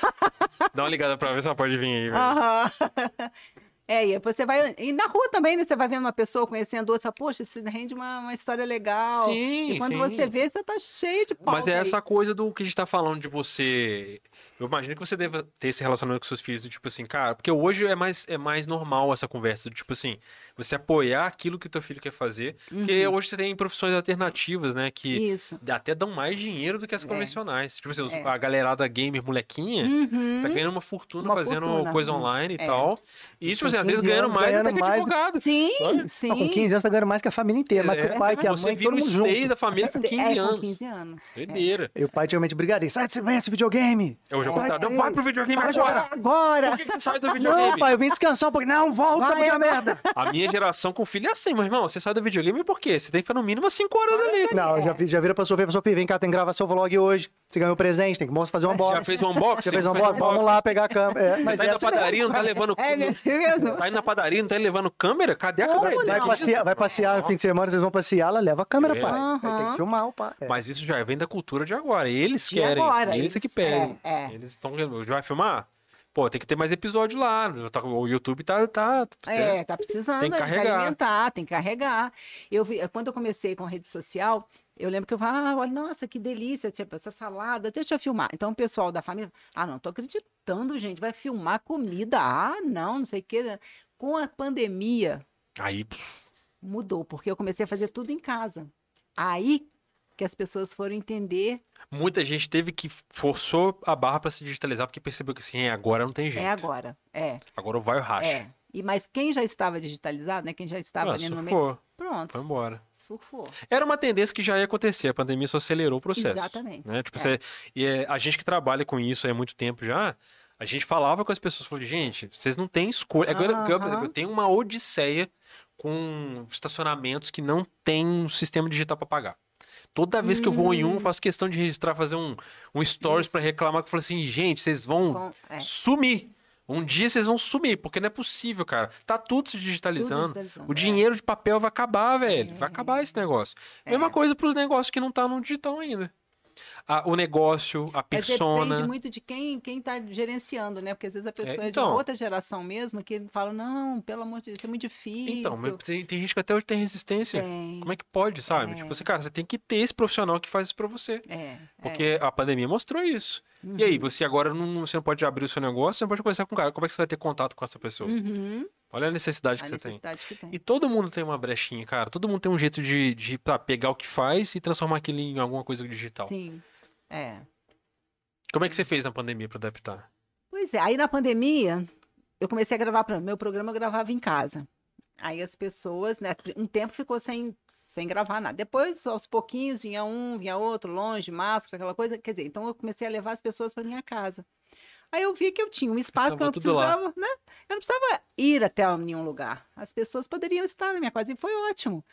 S3: Ah,
S1: Dá uma ligada pra ver se ela pode vir aí, velho.
S3: Aham. *laughs* É, e você vai. E na rua também, né? Você vai vendo uma pessoa conhecendo outra, você fala, poxa, isso rende uma, uma história legal.
S1: Sim,
S3: e quando
S1: sim.
S3: você vê, você tá cheio de pau.
S1: Mas é essa coisa do que a gente tá falando de você. Eu imagino que você deva ter esse relacionamento com seus filhos, do tipo assim, cara, porque hoje é mais, é mais normal essa conversa, do tipo assim, você apoiar aquilo que o teu filho quer fazer. Porque hoje você tem profissões alternativas, né? Que
S3: Uhum. Isso.
S1: até dão mais dinheiro do que as
S3: É.
S1: convencionais. Tipo assim, os-
S3: É.
S1: a galerada gamer molequinha.
S3: Uhum.
S1: Tá ganhando uma fortuna
S3: Uma
S1: fazendo
S3: fortuna,
S1: coisa
S3: uhum.
S1: online e
S3: É.
S1: tal. E, tipo assim, às
S2: 15
S1: vezes ganhando
S2: anos,
S1: mais
S2: ganhando
S1: até que
S2: mais.
S1: advogado.
S3: Sim,
S1: Olha,
S3: sim.
S2: Não, com 15 anos, tá ganhando mais que a família inteira, mais que
S1: É.
S2: o pai, que a
S1: Você
S2: mãe,
S1: vira
S2: todo
S1: o
S2: mundo
S1: stay
S2: junto.
S1: da família com 15
S3: é,
S1: anos.
S3: Com 15 anos. É.
S1: Doideira.
S2: E o pai geralmente brigaria, sai desse vai esse videogame!
S1: Eu já
S2: É.
S1: vou falar, não vai pro videogame
S2: Vai
S1: agora!
S2: jogar agora!
S1: Por que, que sai do
S2: Não,
S1: videogame?
S2: pai, eu vim descansar um pouquinho. Não, volta,
S3: Vai,
S2: puta merda!
S1: a minha geração com filho é assim, meu irmão. Você sai do videogame por quê? Você tem que ficar no mínimo 5 horas ali.
S2: Não, já, vi- já vira pra Sofia, Sofia, vem cá, tem que gravar seu vlog hoje. Você ganhou presente, tem que mostrar fazer um
S1: Já
S2: box.
S1: fez um unboxing?
S2: Você fez um
S1: Faz
S2: box? Vamos lá pegar a câmera. É,
S1: Você
S2: mas
S1: tá indo na
S2: essa-
S1: padaria, não tá levando.
S3: É mesmo. é mesmo.
S1: Tá indo na padaria, não tá levando câmera? Cadê a
S3: Como
S1: câmera? Tá
S2: vai
S3: não?
S2: passear, vai passear no fim de semana, vocês vão passear, ela leva a câmera,
S1: É.
S2: pai. Aí Tem
S3: Aham.
S2: que filmar o pai. É.
S1: Mas isso já vem da cultura de agora. Eles
S3: De
S1: querem.
S3: agora,
S1: eles é que
S3: eles-
S1: pedem.
S3: é, é.
S1: Eles estão. Vai filmar? Pô, tem que ter mais episódio lá. tá- O YouTube tá. tá
S3: É, tá precisando
S1: Tem que
S3: né, de
S1: carregar.
S3: alimentar, tem que carregar. Eu vi, quando eu comecei com rede social, Eu lembro que eu falava, ah, olha, nossa, que delícia, tipo, essa salada, deixa eu filmar. Então o pessoal da família, ah, não, tô acreditando, gente, vai filmar comida, ah, não, não sei o quê. Com a pandemia,
S1: Aí,
S3: mudou, porque eu comecei a fazer tudo em casa. Aí que as pessoas foram entender,
S1: muita gente teve que forçou a barra pra se digitalizar porque percebeu que assim, é, agora não tem jeito.
S3: é agora. É,
S1: Agora ou vai ou racha.
S3: é. E, mas quem já estava digitalizado, né? Quem já estava
S1: Ah,
S3: ali no meio.
S1: surfou,
S3: Pronto,
S1: foi embora.
S3: surfou.
S1: Era uma tendência que já ia acontecer, a pandemia só acelerou o processo.
S3: Exatamente.
S1: né? Tipo,
S3: É.
S1: você- e é, a gente que trabalha com isso aí há muito tempo já, a gente falava com as pessoas, falou, gente, vocês não têm escolha. Agora, eu, por
S3: Aham.
S1: exemplo, eu tenho uma odisseia com estacionamentos que não tem um sistema digital para pagar. Toda vez que eu vou em um, eu faço questão de registrar, fazer um, um stories
S3: Hum. Isso.
S1: para reclamar, que eu falo assim, gente, vocês vão
S3: Bom, é,
S1: sumir. Um dia vocês vão sumir, porque não é possível, cara. Tá tudo se
S3: tudo
S1: digitalizando.
S3: digitalizando,
S1: O
S3: é.
S1: dinheiro de papel vai acabar, velho. Vai
S3: É.
S1: acabar esse negócio.
S3: É.
S1: Mesma coisa pros negócios que não tá no digital ainda. A- o negócio, a
S3: Mas
S1: persona.
S3: depende muito de quem quem tá gerenciando, né? Porque às vezes a pessoa é,
S1: então.
S3: de outra geração mesmo que fala, não, pelo amor de Deus, isso é muito difícil.
S1: Então, mas tem, tem gente que até hoje tem resistência.
S3: Tem,
S1: Como é que pode, sabe?
S3: É.
S1: Tipo assim, cara, você tem que ter esse profissional que faz isso pra você.
S3: é, Uhum.
S1: Porque a pandemia mostrou isso. E aí, você agora não, você não pode abrir o seu negócio, você não pode conversar com o cara. Como é que você vai ter contato com essa
S3: é.
S1: pessoa?
S3: Uhum,
S1: Olha a necessidade
S3: a
S1: que você tem.
S3: necessidade que tem.
S1: E todo mundo tem uma brechinha, cara. Todo mundo tem um jeito de, de tá, pegar o que faz e transformar aquilo em alguma coisa digital.
S3: Sim. É.
S1: Como é que você fez na pandemia pra adaptar?
S3: Pois é, aí na pandemia, eu comecei a gravar, pra- meu programa eu gravava em casa. Aí as pessoas, né, um tempo ficou sem, sem gravar nada. Depois, aos pouquinhos, vinha um, vinha outro, longe, máscara, aquela coisa. Quer dizer, então eu comecei a levar as pessoas para minha casa. Aí eu vi que eu tinha um espaço que eu
S1: Tava
S3: não
S1: tudo lá.
S3: precisava, né? Eu não precisava ir até nenhum lugar. As pessoas poderiam estar na minha casa e foi ótimo.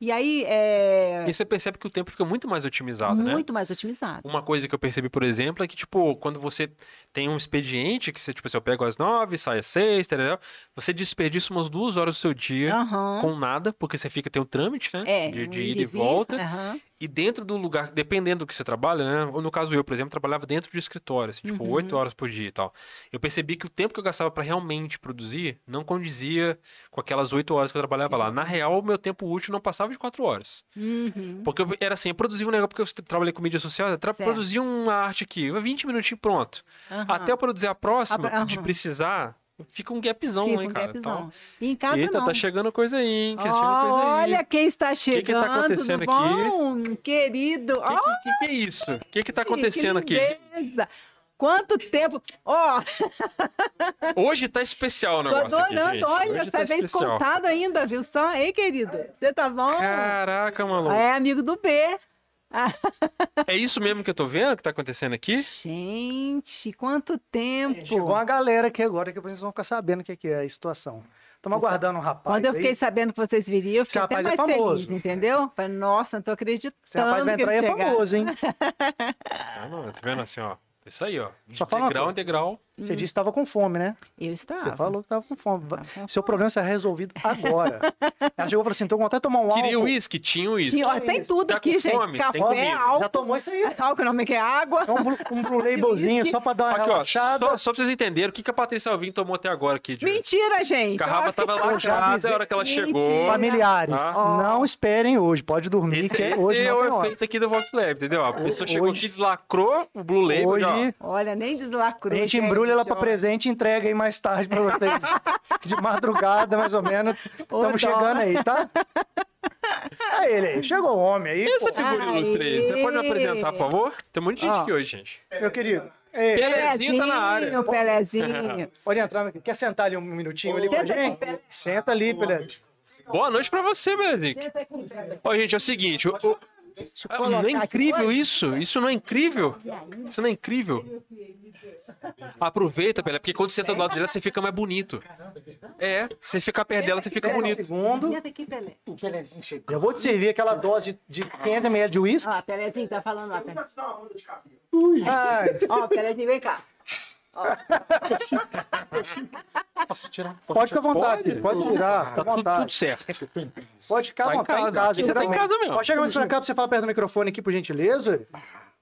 S3: E aí é
S1: E você percebe que o tempo fica muito mais otimizado, né?
S3: muito mais otimizado.
S1: Uma coisa que eu percebi, por exemplo, é que, tipo, quando você tem um expediente, que você, tipo, assim, eu pego às nove, saio às seis, tarará, você desperdiça umas duas horas do seu dia
S3: Aham.
S1: com nada, porque você fica, tem um trâmite, né?
S3: É,
S1: de
S3: um
S1: de
S3: ir
S1: ida e
S3: vir,
S1: volta.
S3: aham.
S1: E dentro do lugar, dependendo do que você trabalha, né? Ou no caso eu, por exemplo, trabalhava dentro de escritório, assim, tipo,
S3: Uhum.
S1: oito horas por dia e tal. Eu percebi que o tempo que eu gastava pra realmente produzir não condizia com aquelas oito horas que eu trabalhava lá. Na real, o meu tempo útil não passava de quatro horas.
S3: Uhum.
S1: Porque eu, era assim, eu produzia um negócio, porque eu tra- trabalhei com mídia social, eu tra-
S3: Certo.
S1: produzia uma arte aqui, 20 minutinhos pronto.
S3: Aham.
S1: Até eu produzir a próxima,
S3: Aham.
S1: de precisar, fica um gapzão,
S3: Fica
S1: hein,
S3: um
S1: cara.
S3: gapzão.
S1: Então,
S3: E em casa
S1: eita,
S3: não.
S1: tá chegando coisa aí, hein? que tá
S3: Ó,
S1: chegando coisa aí.
S3: olha quem está
S1: que
S3: chegando.
S1: que tá acontecendo
S3: tudo bom? querido.
S1: O que,
S3: Olha,
S1: que- que- que é isso? O que, que tá acontecendo
S3: que
S1: aqui?
S3: lindeza. Quanto tempo? Ó,
S1: Hoje tá especial o
S3: tô
S1: negócio aqui,
S3: adorando.
S1: gente.
S3: Olha,
S1: Hoje
S3: você
S1: tá
S3: vem
S1: especial.
S3: descontado ainda, viu só? Ei, querido, você tá bom?
S1: Caraca, maluco.
S3: É amigo do B.
S1: É isso mesmo que eu tô vendo que tá acontecendo aqui?
S3: Gente, quanto tempo.
S2: Chegou uma galera aqui agora que vocês vão ficar sabendo o que que é a situação. Estamos
S3: Você
S2: aguardando um rapaz.
S3: Quando eu fiquei
S2: aí.
S3: sabendo que vocês viriam, eu
S2: Esse
S3: fiquei até
S2: rapaz é
S3: mais feliz,
S2: famoso.
S3: entendeu? Falei, nossa, não tô acreditando
S2: Esse rapaz vai
S3: que
S2: entrar aí,
S3: eles
S2: é
S3: chegaram.
S2: famoso, hein?
S1: Ah, não, tá vendo assim, ó. Isso aí, ó. De
S2: Só fala uma
S1: degrau em
S2: coisa.
S1: degrau.
S3: Hum.
S2: Você disse que estava com fome, né?
S3: Eu estava.
S2: Você falou que estava com fome. Va-
S3: Tava com
S2: Seu problema será resolvido agora.
S3: *laughs*
S2: Ela chegou e falou assim: tô com vontade de tomar um álcool.
S1: Queria uísque? Tinha uísque.
S3: Sim, ó, tem tudo
S1: Tá com
S3: aqui, gente.
S1: fome? Tem
S3: Café,
S1: comida.
S2: Já
S3: álcool.
S2: tomou isso *laughs* aí?
S3: Álcool não, que é água.
S2: É um, blu- um blue labelzinho só pra dar uma
S1: Aqui, ó.
S2: relaxada.
S1: Só, só pra vocês entenderem, o que, que a Patrícia Alvim tomou até agora aqui, de...
S3: Mentira, gente.
S1: A garrafa tava
S2: já
S1: largada
S2: avisei.
S1: a hora que ela
S3: Mentira.
S1: chegou.
S2: Familiares,
S1: Ah.
S2: não esperem hoje. Pode dormir,
S1: Esse,
S2: que
S1: esse
S2: hoje
S1: é
S2: não tem
S1: o
S2: hora.
S1: efeito aqui do Vox Lab, entendeu? A pessoa chegou
S2: hoje-
S1: aqui, deslacrou o Blue Label. já, ó.
S2: Hoje
S3: Olha, nem
S2: a
S3: deslacrou.
S2: gente embrulha ela pra
S3: olha.
S2: presente e entrega aí mais tarde pra vocês. De madrugada, mais ou menos.
S3: Ô, dó.
S2: Estamos chegando aí, tá? Aí ele aí. Chegou o homem aí.
S1: Essa
S2: pô.
S1: figura ilustre aí, você pode me apresentar, por favor? Tem um monte de gente
S3: Ó.
S1: aqui hoje, gente.
S2: Meu querido. Ei,
S1: Pelezinho tá na área. *laughs*
S3: Pelezinho.
S2: pode entrar, meu querido. Quer sentar ali um minutinho ali com a
S3: Senta aqui,
S2: gente? Senta ali, Pelé.
S1: Boa noite pra você, Belezinho.
S3: Senta aqui, Pelezinho.
S1: Ó, gente, é o seguinte. o- o- Ah, não é incrível isso? Isso não é incrível? Isso não é incrível? Aproveita, Pelé, porque quando você tá do lado dela, você fica mais bonito. É, você ficar perto dela, você fica
S2: Espera um
S1: bonito.
S2: segundo.
S3: Senta aqui, Pelé.
S2: Eu vou te servir aquela dose de, de 500 ml de uísque.
S3: Ó, Pelezinho tá falando lá. Pele.
S2: Ai,
S3: Ó, Pelezinho, vem cá.
S4: Posso tirar?
S2: pode ficar à vontade, pode, tirar.
S1: Tá
S2: Fica à
S1: tudo, tudo
S2: vontade.
S1: certo.
S2: Pode ficar à
S1: Tá em
S2: vontade
S1: casa. Você tá em
S2: vai-
S1: casa mesmo.
S2: Pode chegar mais pra cá pra você falar perto do microfone aqui, por gentileza.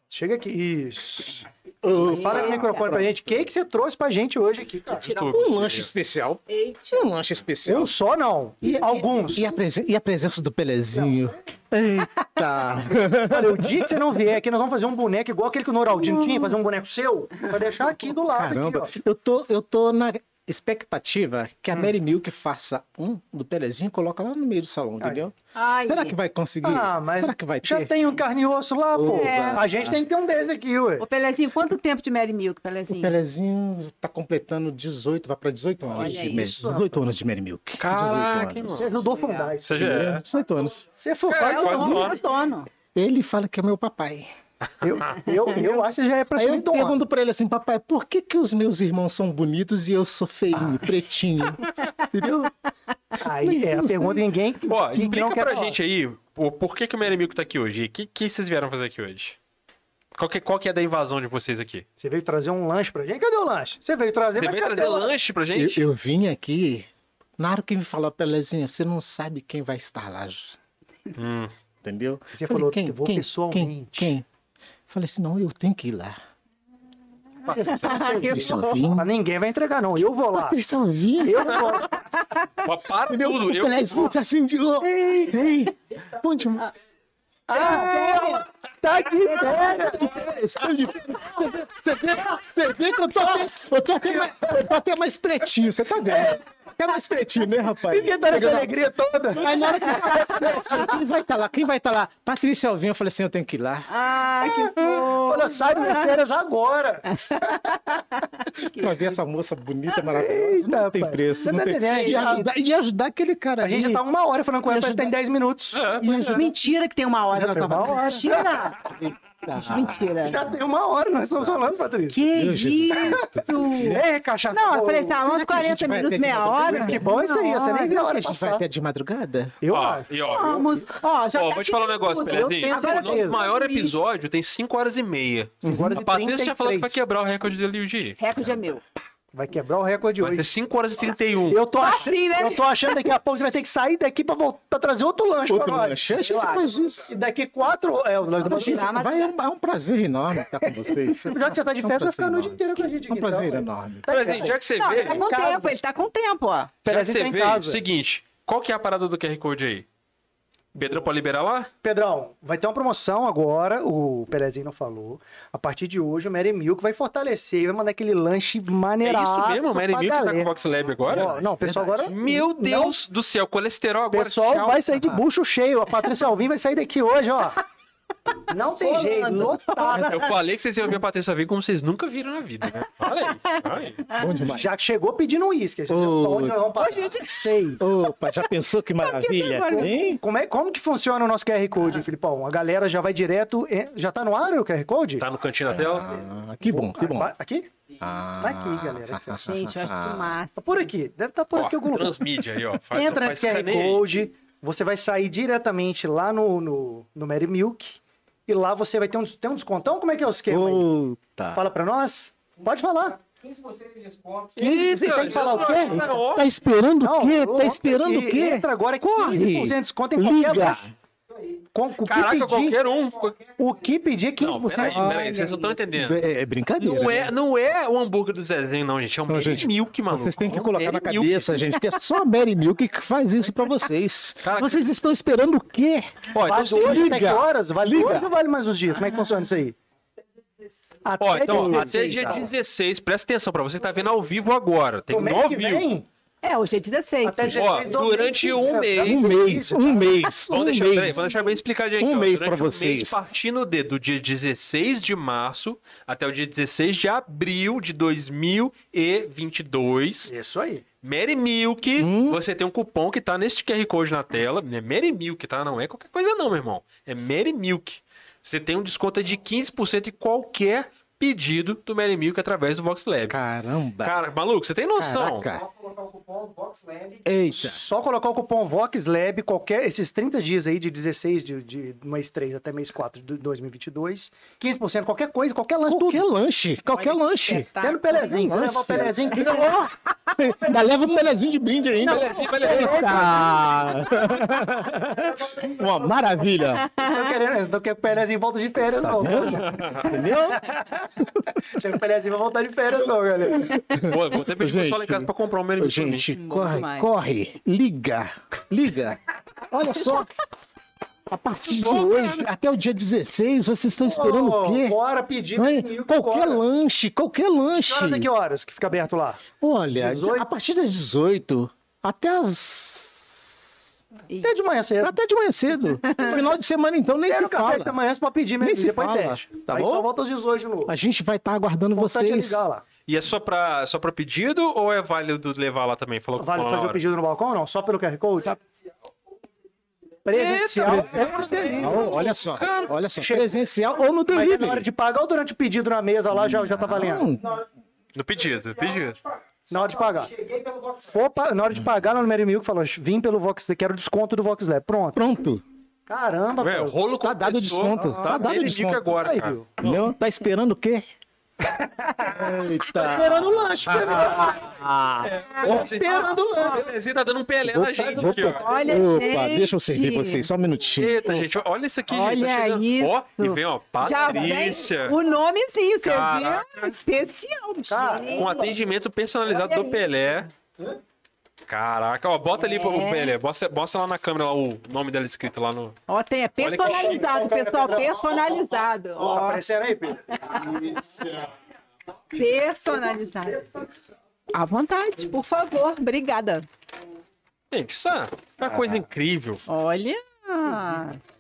S2: Chega aqui. Isso. Ô, fala no microfone pra gente. O que, que você trouxe pra gente hoje aqui, cara?
S4: Um lanche especial.
S3: Eita.
S4: Um lanche especial.
S2: Um só não.
S4: E-
S2: Alguns.
S4: E a, presen- e a presença do Pelezinho. Eita!
S2: Olha, o dia que você não vier aqui, nós vamos fazer um boneco igual aquele que o Noraldinho tinha, fazer um boneco seu, pra deixar aqui do lado.
S4: Caramba,
S2: Aqui,
S4: eu, tô, eu tô na expectativa que a Mary Milk faça um do Pelezinho e coloca lá no meio do salão, entendeu?
S3: Ai,
S4: Será que vai conseguir?
S2: Ah, mas
S4: Será que vai ter?
S2: Já tem um carne e osso lá, pô.
S4: É.
S2: A gente tem que ter um desse aqui, ué.
S3: Ô, Pelezinho, quanto tempo de Mary Milk,
S4: O
S3: Pelezinho?
S4: Pelezinho tá completando 18, vai pra 18 anos.
S3: Olha
S4: de
S3: isso,
S4: Mary-
S2: rapaz.
S4: 18 anos de Mary Milk.
S1: Caraca,
S4: 18
S1: hein,
S4: anos.
S2: Você ajudou a fundar isso.
S1: Você já é.
S4: 18 anos.
S2: Você então. for
S1: É,
S2: pai,
S3: É o
S1: quase
S2: eu,
S1: um
S3: dono
S1: ano.
S3: dono.
S4: Ele fala que é meu papai.
S2: eu, eu, eu acho que já é pra
S4: Aí
S2: ser
S4: eu
S2: dono.
S4: pergunto pra ele assim, papai, por que que os meus irmãos são bonitos e eu sou
S1: Ah.
S4: feinho,
S1: *laughs*
S4: pretinho? Entendeu?
S2: Aí é a pergunta de ninguém.
S1: Ó,
S2: ninguém
S1: explica
S2: quer
S1: pra
S2: falar.
S1: gente aí o porquê que o meu inimigo tá aqui hoje. O que, que vocês vieram fazer aqui hoje? Qual que, qual que é da invasão de vocês aqui?
S2: Você veio trazer um lanche pra gente? Cadê o lanche? Você veio trazer,
S1: Você
S2: mas
S1: veio
S2: cadê
S1: trazer
S2: o lanche?
S1: lanche pra
S4: Eu,
S1: gente?
S4: eu vim aqui, na hora que me falou, Pelezinho, você não sabe quem vai estar lá,
S1: Hum,
S4: entendeu?
S2: Você
S4: Falei,
S2: falou que eu vou
S4: Quem?
S2: pessoalmente.
S4: quem? Falei assim, não, eu tenho que ir lá.
S1: Ah,
S3: Eu
S4: Eles só
S3: vou.
S4: vim.
S2: Mas ninguém vai entregar, não. Eu vou lá.
S4: Eles só vim.
S2: Eu vou lá.
S1: pa- para
S4: Entendeu?
S1: tudo.
S4: o tá
S1: Eu,
S4: Pelezinho se acendiu. Ei, ei. Bom demais.
S2: Ah, tá de férias.
S4: Estou de- Você vê, você vê que eu tô, até, eu, tô até mais, tá eu tô até mais pretinho, você tá vendo? Até mais pretinho, né, rapaz?
S2: Ninguém tá nessa alegria
S4: *laughs*
S2: toda.
S4: Aí na hora que assim, quem vai estar lá? Quem vai estar lá? Patrícia Alvinho, eu falei assim, eu tenho que ir lá.
S3: Ai, que fofo.
S2: Olha, sai das férias agora.
S4: Pra ver essa moça bonita, maravilhosa.
S2: Eita,
S4: não tem
S2: rapaz.
S4: preço.
S2: Você
S4: Não
S2: tá
S4: tem...
S2: entendendo?
S4: E, ajudar, e ajudar aquele cara
S2: A gente já
S4: ali.
S2: tá uma hora falando com ela,
S4: Me
S2: parece que tem 10 minutos.
S1: É,
S4: E ajudar-
S3: Mentira que tem uma hora.
S2: Já
S3: nós
S2: tem
S3: tava-
S2: uma hora. Tá.
S3: Mentira! Mentira.
S2: Já tem uma hora, nós
S1: É.
S2: estamos falando, Patrícia.
S3: Que
S4: Meu Jesus.
S3: isso!
S2: É, cachaça.
S3: Não, eu falei, tá,
S4: Será que
S3: uns
S4: a gente
S3: 40
S4: vai
S3: minutos,
S4: ter de
S3: meia
S4: madrugada?
S3: hora. né?
S2: Que bom é isso aí, você nem viu a
S4: Será que
S2: hora
S4: a gente
S2: passar.
S4: né? vai até de madrugada?
S2: Eu
S1: ó,
S2: acho. Ah,
S1: e ó, eu-
S3: Vamos. Ó, já
S1: Ó,
S3: tá
S1: vou te falar um
S3: aqui
S1: negócio,
S3: tudo.
S1: Pelezinho.
S3: Eu
S1: Esse
S3: penso
S1: é O
S3: agora
S1: nosso
S2: mesmo.
S1: maior
S3: Sim.
S1: episódio tem 5 horas e meia.
S2: horas
S1: A
S2: e
S1: Patrícia já falou que vai
S2: 33.
S1: quebrar o recorde dele o G.
S3: Recorde é meu.
S2: Vai quebrar o recorde
S1: Vai ter
S2: hoje.
S1: 5 horas e 31.
S2: Eu tô, ach...
S3: Assim, né?
S2: eu tô achando daqui a pouco você vai ter que sair daqui pra voltar pra trazer outro lanche
S4: Outro
S2: pra nós.
S4: lanche. A gente
S3: eu
S4: faz isso.
S2: E daqui quatro. É, nós
S3: Vamos
S2: gente,
S3: tirar, mas-
S4: Vai, é um, é um prazer enorme estar com vocês.
S2: *laughs* Já que você tá de
S4: É
S2: festa,
S4: um
S2: vai
S4: prazer
S2: ficar a noite
S4: enorme.
S2: inteira com a gente
S4: É um
S2: aqui,
S4: prazer
S2: então.
S4: enorme.
S1: Pelezinho, já que você
S3: Não,
S1: veio,
S3: ele tá com
S2: Casa.
S3: tempo, ele tá com tempo, ó.
S1: já que
S2: Pelezinho
S1: você
S2: tá em
S1: veio,
S2: casa.
S1: seguinte, qual que é a parada do QR Code aí? Pedro pode liberar lá?
S2: Pedrão, vai ter uma promoção agora, o Perezinho não falou. A partir de hoje, o Mary Milk vai fortalecer, vai mandar aquele lanche
S1: É
S2: maneiraço.
S1: isso mesmo? Mary
S2: pra
S1: Milk tá com
S2: galera.
S1: o Vox Lab agora?
S2: Ó, não, o pessoal agora.
S1: Meu Deus do céu, colesterol
S2: O
S1: agora.
S2: pessoal
S1: tchau.
S2: vai sair de bucho cheio. A Patrícia Alvim vai sair daqui hoje, *laughs* ó. Não tem
S3: Rolando.
S2: jeito, lotada.
S1: Eu falei que vocês iam ver a Patrícia vir como vocês nunca viram na vida, né? Olha aí, olha aí.
S4: Bom demais.
S2: Já que chegou pedindo um uísque. entendeu? Pra Onde nós vamos parar?
S1: *laughs*
S2: Sei.
S4: Opa, já pensou que maravilha?
S3: agora?
S4: Hein?
S2: Como, é, como que funciona o nosso QR Code, hein, Filipão? A galera já vai direto. é, Já tá no ar o QR Code?
S1: Tá no cantinho da tela?
S4: Ah, que bom, que bom. Ah,
S2: Ah, Aqui? Tá aqui, galera. Aqui, ó.
S3: Gente, eu acho que o
S2: Tá
S3: máximo.
S2: por aqui. Deve estar por
S1: ah, Ó,
S2: aqui algum lugar.
S1: transmídia aí, ó. Faz,
S2: Entra
S1: faz
S2: nesse QR
S1: escaneio aí.
S2: Code, você vai sair diretamente lá no, no, no Mary Milk. E lá você vai ter um, des- tem um descontão? Como é que é o esquema? aí?
S4: Puta.
S2: Fala pra nós? Pode falar.
S5: 15% de desconto.
S1: Eita,
S2: Você tem que falar o
S1: Jesus,
S2: quê?
S1: tá ótimo.
S4: Tá esperando o quê?
S2: ô,
S4: Tá esperando o
S2: e-
S4: quê?
S2: Entra agora, é
S4: Corre.
S2: 15% de desconto em qualquer
S4: Liga.
S2: loja. Com, com o, que
S1: Caraca,
S2: pedir,
S1: qualquer um.
S2: o que pedir é 15%.
S1: Não, peraí, peraí,
S2: Olha
S1: vocês não estão entendendo.
S4: É, é brincadeira.
S1: Não é,
S4: né?
S1: não é o hambúrguer do Zezinho, não, gente. É um
S4: Não,
S1: Mary
S4: gente,
S1: Milk, mano.
S4: Vocês têm que
S1: É um
S4: colocar na
S1: Mary Milk.
S4: cabeça, gente, que é só a Mary Milk que faz isso pra vocês.
S1: Cara,
S4: vocês estão esperando o quê?
S1: Ó, então,
S2: Faz
S1: se
S2: hoje,
S1: liga.
S2: até que horas? Vale
S4: Liga.
S2: hoje ou vale mais uns dias? Como é que funciona isso aí? Até
S1: Ó, então, ó, até
S2: 16,
S1: dia
S2: tá?
S1: 16, presta atenção, pra você que tá vendo ao vivo agora. Tem
S2: Como
S1: no
S2: é
S1: ao
S2: que
S1: vivo.
S2: vem?
S3: É, hoje é 16.
S2: Até dia-
S1: Ó,
S2: 16 do
S1: durante
S2: mês,
S1: um
S2: né?
S1: mês.
S4: Um mês, um mês, um
S1: Vamos deixar, peraí,
S4: mês.
S1: vamos deixar bem explicadinho aqui.
S4: Um
S1: ó.
S4: mês
S1: Durante
S4: pra vocês.
S1: mês, partindo de, do dia 16 de março até o dia 16 de abril de 2022.
S2: Isso aí.
S1: Mary Milk,
S4: Hum?
S1: você tem um cupom que tá nesse QR Code na tela. É Mary Milk, tá? Não é qualquer coisa não, meu irmão. É Mary Milk. Você tem um desconto de 15% em qualquer pedido do Mary Milk através do Vox Lab.
S4: Caramba.
S1: Cara, maluco, você tem noção?
S4: Caraca.
S5: Só colocar o cupom VOXLAB.
S4: Eita.
S2: Só colocar o cupom VOXLAB, qualquer, esses 30 dias aí, de 16 de, de mês 3 até mês 4 de 2022, 15%, qualquer coisa, qualquer lanche,
S4: Qualquer
S2: tudo.
S4: lanche, qualquer
S5: é
S4: lanche.
S3: Tá.
S2: Até no Pelezinho, você
S4: Lanche.
S2: levar o Pelezinho. *laughs*
S4: né? Ainda leva um pelezinho de brinde ainda.
S1: Belezinha, belezinha.
S4: *laughs* Eita. Uma maravilha.
S2: Estão querendo, não quer que o Pelezinho volta de férias, não.
S4: Tá Entendeu?
S2: *laughs* Chega que o Pelezinho vai voltar de férias, não, galera.
S4: Tá
S1: Pô, vou até pedir pro pessoal lá em
S4: Gente.
S1: casa pra comprar um Mary Milk. pra mim.
S4: Gente,
S3: Bom
S4: corre,
S3: demais.
S4: corre. Liga, liga. Olha só. A partir de
S1: bom,
S4: hoje, até o dia 16, vocês estão esperando o quê?
S2: Bora pedir
S4: Hein?
S2: mil que
S4: Qualquer
S2: bora.
S4: lanche, qualquer
S2: Que
S4: lanche.
S2: horas é que horas que fica aberto lá?
S4: Olha,
S2: 18?
S4: a partir das 18 até as.
S2: Até É de manhã cedo.
S4: Até de
S2: *laughs*
S4: manhã cedo. Final de semana, então, nem
S2: Quero
S4: Tá, se
S2: café
S4: fala.
S2: da manhã, você pode pedir
S4: Nem
S2: mesmo.
S4: se
S2: Depois
S4: fala,
S2: teste.
S4: tá
S2: Aí
S4: bom?
S2: só volta às 18 de novo.
S4: A gente vai estar aguardando
S2: Importante é
S4: vocês.
S2: ligar lá.
S1: E é só pra, só pra pedido ou é válido levar lá também? Falou
S2: Vale
S1: falou na
S2: fazer o
S1: hora.
S2: pedido no balcão ou não? Só pelo QR Code? Presencial ou no delivery.
S4: Ó, olha só,
S1: Cara,
S4: olha só.
S2: chega.
S4: Presencial ou no
S2: Mas é na
S4: delivery.
S2: hora de pagar ou durante o pedido na mesa lá já, já tá valendo?
S4: Não,
S1: No pedido, no pedido.
S2: Na hora de pagar.
S5: Cheguei pelo Vox
S2: For pa- Na hora de pagar, lá no Mary Milk falou: vim pelo Vox, quero desconto do Vox Lab. Pronto.
S4: Pronto.
S2: Caramba,
S1: Ué,
S2: pô.
S1: É, rolo
S4: Tá dado
S1: compressor,
S4: desconto, tá dado
S1: ele
S4: desconto.
S1: dica agora,
S2: Aí,
S1: cara.
S2: viu?
S4: Não, tá esperando o quê? Tá Eita.
S2: Esperando o lanche, esperando o lanche.
S1: O Pezinho tá dando um pelé na gente
S4: Opa,
S1: aqui, ó.
S3: Olha,
S4: Opa,
S3: gente.
S4: deixa eu servir vocês, só um minutinho.
S1: Eita, gente, olha isso aqui, gente. tá
S3: Olha
S1: chegando.
S3: isso.
S1: Ó, e vem, ó,
S3: Já vem
S1: Patrícia.
S3: o nomezinho, você
S1: Caraca.
S3: viu? Especial, gente.
S1: Com atendimento personalizado do
S3: Olha aí.
S1: Pelé. Caraca, ó, bota ali pro pro
S3: É.
S1: Pelé. Mostra, mostra lá na câmera lá o nome dela escrito lá no.
S3: Ó, tem, é
S1: Olha que
S3: personalizado, pessoal, personalizado.
S2: Ó,
S3: Ó,
S2: aparecendo aí, Pedro.
S3: personalizado. À vontade, por favor. Obrigada.
S1: Gente, isso é uma coisa incrível,
S3: Olha.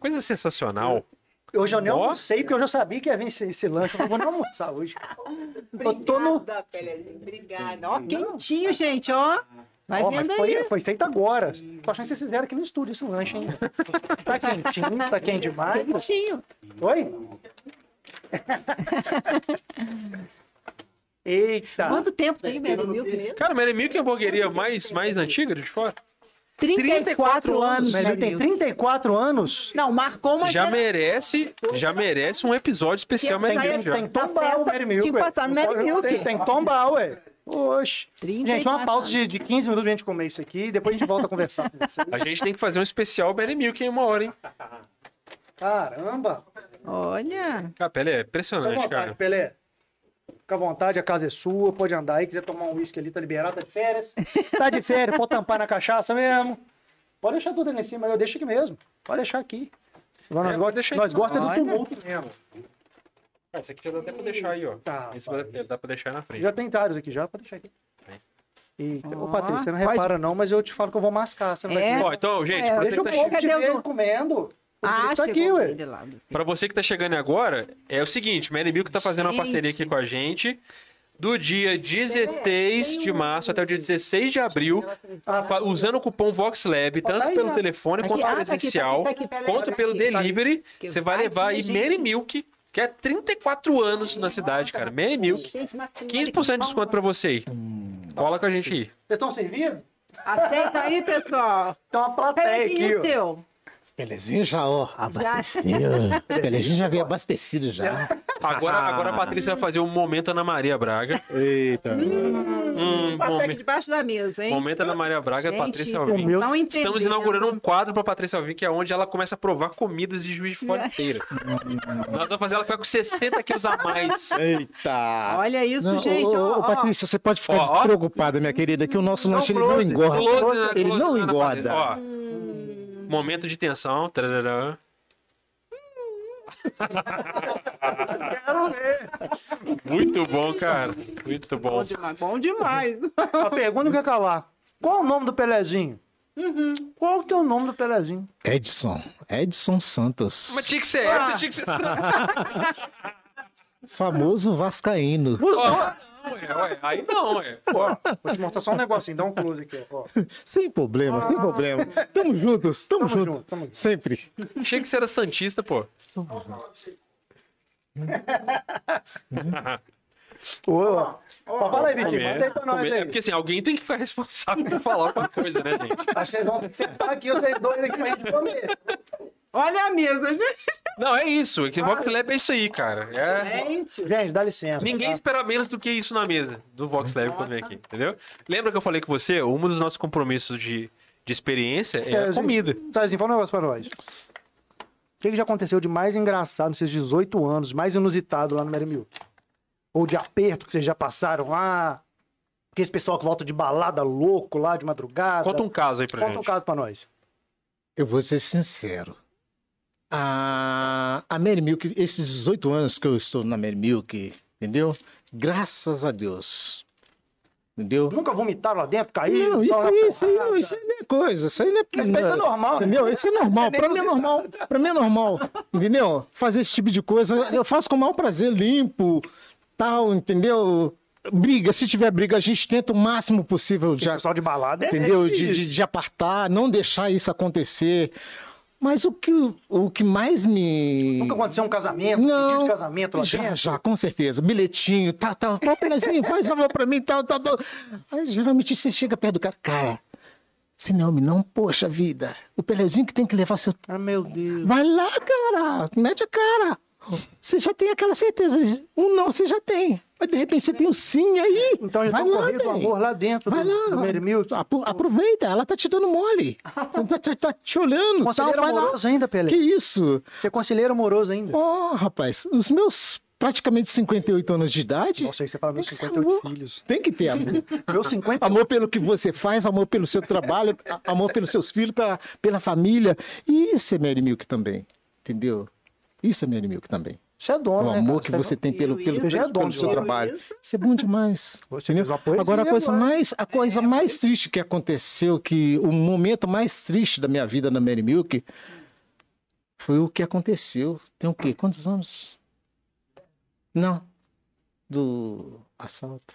S1: coisa sensacional.
S2: Hoje eu nem
S1: Ó.
S2: almocei, porque eu já sabia que ia vir esse, esse lanche. Eu não vou nem almoçar hoje,
S3: Tá
S2: cara. Eu tô no-
S3: Obrigada, Pelezinho. Obrigada. Ó, quentinho, gente, ó. Vai
S2: Ó, mas
S3: vendo
S2: foi,
S3: aí.
S2: foi feito agora. Tô achando que vocês fizeram aqui no estúdio esse lanche, hein? Tá quentinho, tá quente demais.
S3: Quentinho.
S2: Oi? *laughs* Eita!
S3: Quanto tempo tem Mary Milk mesmo?
S1: Cara, Mary Milk é a hamburgueria mais, mais antiga de fora?
S3: 34 anos,
S2: Mas ele
S3: Mary
S2: tem
S3: Milk.
S2: 34 anos?
S3: Não, marcou uma
S1: Já merece, já merece um episódio especial Mary Milk já.
S2: Tem que tombar o
S3: tá festa,
S2: Mary Milk.
S3: tinha que
S2: ué.
S3: passar no Mary
S2: Tem-
S3: Milk.
S2: Tem, tem que tombar, ué. Oxe.
S3: 34
S2: Gente, uma pausa
S3: anos.
S2: de, de 15 minutos pra gente comer isso aqui e depois a gente volta a conversar com vocês.
S1: A gente tem que fazer um especial Mary Milk em uma hora, hein?
S2: *laughs* Caramba!
S3: Olha.
S1: Cara, Pelé, é
S2: Fica à
S1: impressionante,
S2: vontade,
S1: cara.
S2: Pelé. Fica à vontade, a casa é sua, pode andar aí. Quiser tomar um uísque ali, tá liberado, tá de férias. *laughs* Tá de férias, pode tampar na cachaça mesmo. Pode deixar tudo ali em cima, eu deixo aqui mesmo. Pode deixar aqui. Agora,
S1: É,
S2: nós
S1: deixa
S2: gosta
S1: aí.
S2: nós gosta do
S3: Olha.
S2: tumulto mesmo.
S1: Ah, Esse aqui já dá até pra deixar aí, ó.
S2: Tá,
S1: Esse é dá- já dá pra deixar aí na frente.
S2: Já tem vários aqui já, pode deixar aqui.
S1: Tem.
S2: Eita, ô
S3: Ó,
S2: Patrícia, você não
S3: pode.
S2: repara não, mas eu te falo que eu vou mascar, você não
S3: É.
S2: vai comer.
S1: Ó, então, gente,
S3: É,
S1: pra
S2: Deixa
S1: você
S2: o
S1: que tá
S3: chegando.
S2: povo te
S3: Cadê o
S2: ver
S3: do-
S2: comendo. O
S3: Ah,
S2: Felipe tá aqui,
S3: chegou
S2: ué.
S3: ele lá do-
S1: Pra você que tá chegando agora, é o seguinte, Mary Milk tá fazendo uma
S3: Gente.
S1: parceria aqui com a gente. Do dia 16
S3: tem
S1: de
S3: um-
S1: março até o dia 16 de abril,
S2: Ah,
S1: fa- usando o cupom VoxLab,
S2: tá
S1: tanto
S2: aí,
S1: pelo
S2: ó.
S1: telefone
S3: Aqui,
S1: quanto
S3: ah, tá aqui, tá
S1: presencial,
S3: aqui, tá aqui, pera aí,
S1: quanto
S3: pera
S1: pelo
S3: aí.
S1: delivery.
S3: Que
S1: Você vai
S3: vai
S1: levar aí
S3: vir,
S1: Mary
S3: gente.
S1: Milk, que é 34 anos na cidade, cara. Mary Milk,
S3: tá Gente, mas tem
S1: 15% de desconto pra você aí. Cola com a gente aí.
S2: Vocês estão servindo?
S3: Aceita aí, pessoal.
S2: Tem uma plateia aqui,
S3: Pelezinho
S2: ó.
S3: seu.
S4: Belezinha já, ó, abasteceu. Belezinha já veio abastecido já.
S1: Agora, agora
S3: Ah.
S1: a Patrícia vai fazer um momento Ana Maria
S3: *laughs*
S1: Braga.
S4: Eita.
S1: Um
S3: Passa aqui
S1: momen-
S3: debaixo da mesa, hein?
S1: momento Ana Maria Braga,
S3: Gente, é
S1: Patrícia
S3: vocês
S1: Alvim.
S2: meu-
S3: não
S1: Estamos
S3: entendendo.
S1: inaugurando um quadro pra Patrícia Alvim, que é onde ela começa a provar comidas de juiz de fora inteira. Nós vamos fazer ela ficar com 60 quilos a
S4: *laughs*
S1: mais.
S4: É. Eita.
S3: Olha isso,
S4: Não,
S3: gente.
S4: ô, ô,
S3: ó,
S4: ô,
S3: ó.
S4: Patrícia, você pode
S1: Ó,
S4: ficar
S1: ó.
S4: despreocupada, minha querida, que o nosso lanche ele não
S2: close,
S4: engorda.
S1: Close na-
S4: Ele
S1: close né,
S4: não
S1: na Ana
S4: engorda.
S1: Patrícia. Ó, momento de tensão. tarará.
S2: Quero *laughs* ver.
S1: Muito bom, cara. Muito
S3: Bom
S1: bom.
S3: demais. Bom demais.
S2: A pergunta que eu ia calar. Qual o nome do Pelezinho? Qual que é o nome do Pelezinho?
S4: Edson, Edson Santos,
S1: Mas tinha que ser essa, tinha que ser
S4: Ah.
S1: essa.
S4: famoso vascaíno.
S2: Os
S1: Ó,
S2: dois.
S1: não, ué, ué, Aí não, é.
S2: Ó, vou te mostrar só um negocinho, dá um close aqui, ó. ó.
S4: Sem problema, sem problema. Tamo juntos, tamo, junto.
S2: junto, tamo junto.
S4: Sempre.
S1: Achei que você era Santista, pô.
S2: Ó, ó, fala aí, Vitinho, manda aí
S1: Comer,
S2: pra nós
S1: comer. É
S2: aí.
S1: porque assim, alguém tem que ficar *laughs* responsável por falar alguma coisa, né, gente?
S2: Acho que vocês vão sentar aqui, vocês dois aqui pra gente comer.
S3: Olha a mesa, *laughs* gente.
S1: Não, é isso. Esse Vox Lab é isso aí, cara. É.
S3: Gente.
S2: Gente, dá licença.
S1: Ninguém
S2: tá?
S1: espera menos do que isso na mesa do Vox Lab quando vem aqui, entendeu? Lembra que eu falei com você? Um dos nossos compromissos de, de experiência é a
S2: Pelezinho,
S1: comida.
S2: Pelezinho, fala um negócio pra nós. O que, que já aconteceu de mais engraçado nos seus 18 anos, mais inusitado lá no Mary Milk? Ou de aperto que vocês já passaram lá? Que esse pessoal que volta de balada louco lá de madrugada.
S1: Conta um caso aí um pra
S2: Conta um
S1: gente.
S2: caso pra nós.
S4: Eu vou ser sincero. a, a Mary Milk, esses 18 anos que eu estou na Mary Milk, entendeu? Graças a Deus. Entendeu?
S2: Nunca vomitaram lá dentro, caíram.
S4: Não, isso,
S2: só na
S4: aí- isso, aí,
S2: porrada.
S4: isso aí não é coisa. Isso aí não é.
S2: Respeito é normal, né?
S4: Entendeu? Isso é normal.
S2: É
S4: pra mim é normal. Pra mim é normal. Entendeu? Fazer esse tipo de coisa. Eu faço com o maior prazer, limpo, tal, entendeu? Briga, se tiver briga, a gente tenta o máximo possível
S2: O
S4: já
S2: pessoal de balada é.
S4: entendeu?
S2: é
S4: De, de- de apartar, não deixar isso acontecer. Mas o que, o que mais me.
S2: Nunca aconteceu um casamento,
S4: Não.
S2: pedido de casamento lá
S4: Já,
S2: dentro.
S4: já, com certeza. Bilhetinho, tá, tal, tal. Pô, Penezinho, faz favor pra mim, tal, tal, tal. Aí, geralmente você chega perto do cara, cara. Se não, me não, poxa vida. O Pelezinho que tem que levar seu.
S2: Ah, meu Deus.
S4: Vai lá, cara. Mete a cara. Você já tem aquela certeza. Um não, você já tem. Mas de repente você tem um sim aí.
S2: Então já
S4: Vai
S2: tá
S4: lá,
S2: correndo o
S4: velho.
S2: amor lá dentro
S4: Vai
S2: do,
S4: lá,
S2: do
S4: vai.
S2: Mary Milk.
S4: Apro- Aproveita, ela tá te dando mole. tá, tá- tá te olhando. Tal,
S2: Conselheiro
S4: vai lá.
S2: amoroso ainda, Pelé.
S4: Que isso?
S2: Você é conselheiro amoroso ainda.
S4: Ó, rapaz, os meus praticamente 58 anos de idade.
S2: Nossa, aí você fala meus
S4: Esse
S2: 58
S4: amor.
S2: filhos.
S4: Tem que ter amor.
S2: Meus 50
S4: amor pelo que você faz, amor pelo seu trabalho, a- amor pelos seus filhos, pela, pela família. E isso é Mary Milk também. Entendeu? Isso é Mary Milk também.
S2: Você é dono,
S4: o
S2: né,
S4: amor
S2: cara?
S4: que você tem pelo,
S3: Eu
S4: pelo,
S3: isso,
S4: pelo,
S2: eu já dou um
S4: seu
S2: dinheiro.
S4: trabalho. Isso é bom demais.
S2: Você fez uma poesia
S4: Agora, a coisa,
S2: agora.
S4: mais, a coisa mais triste que aconteceu, que o momento mais triste da minha vida na Mary Milk foi o que aconteceu. Tem o quê? Quantos anos? Não. Do assalto.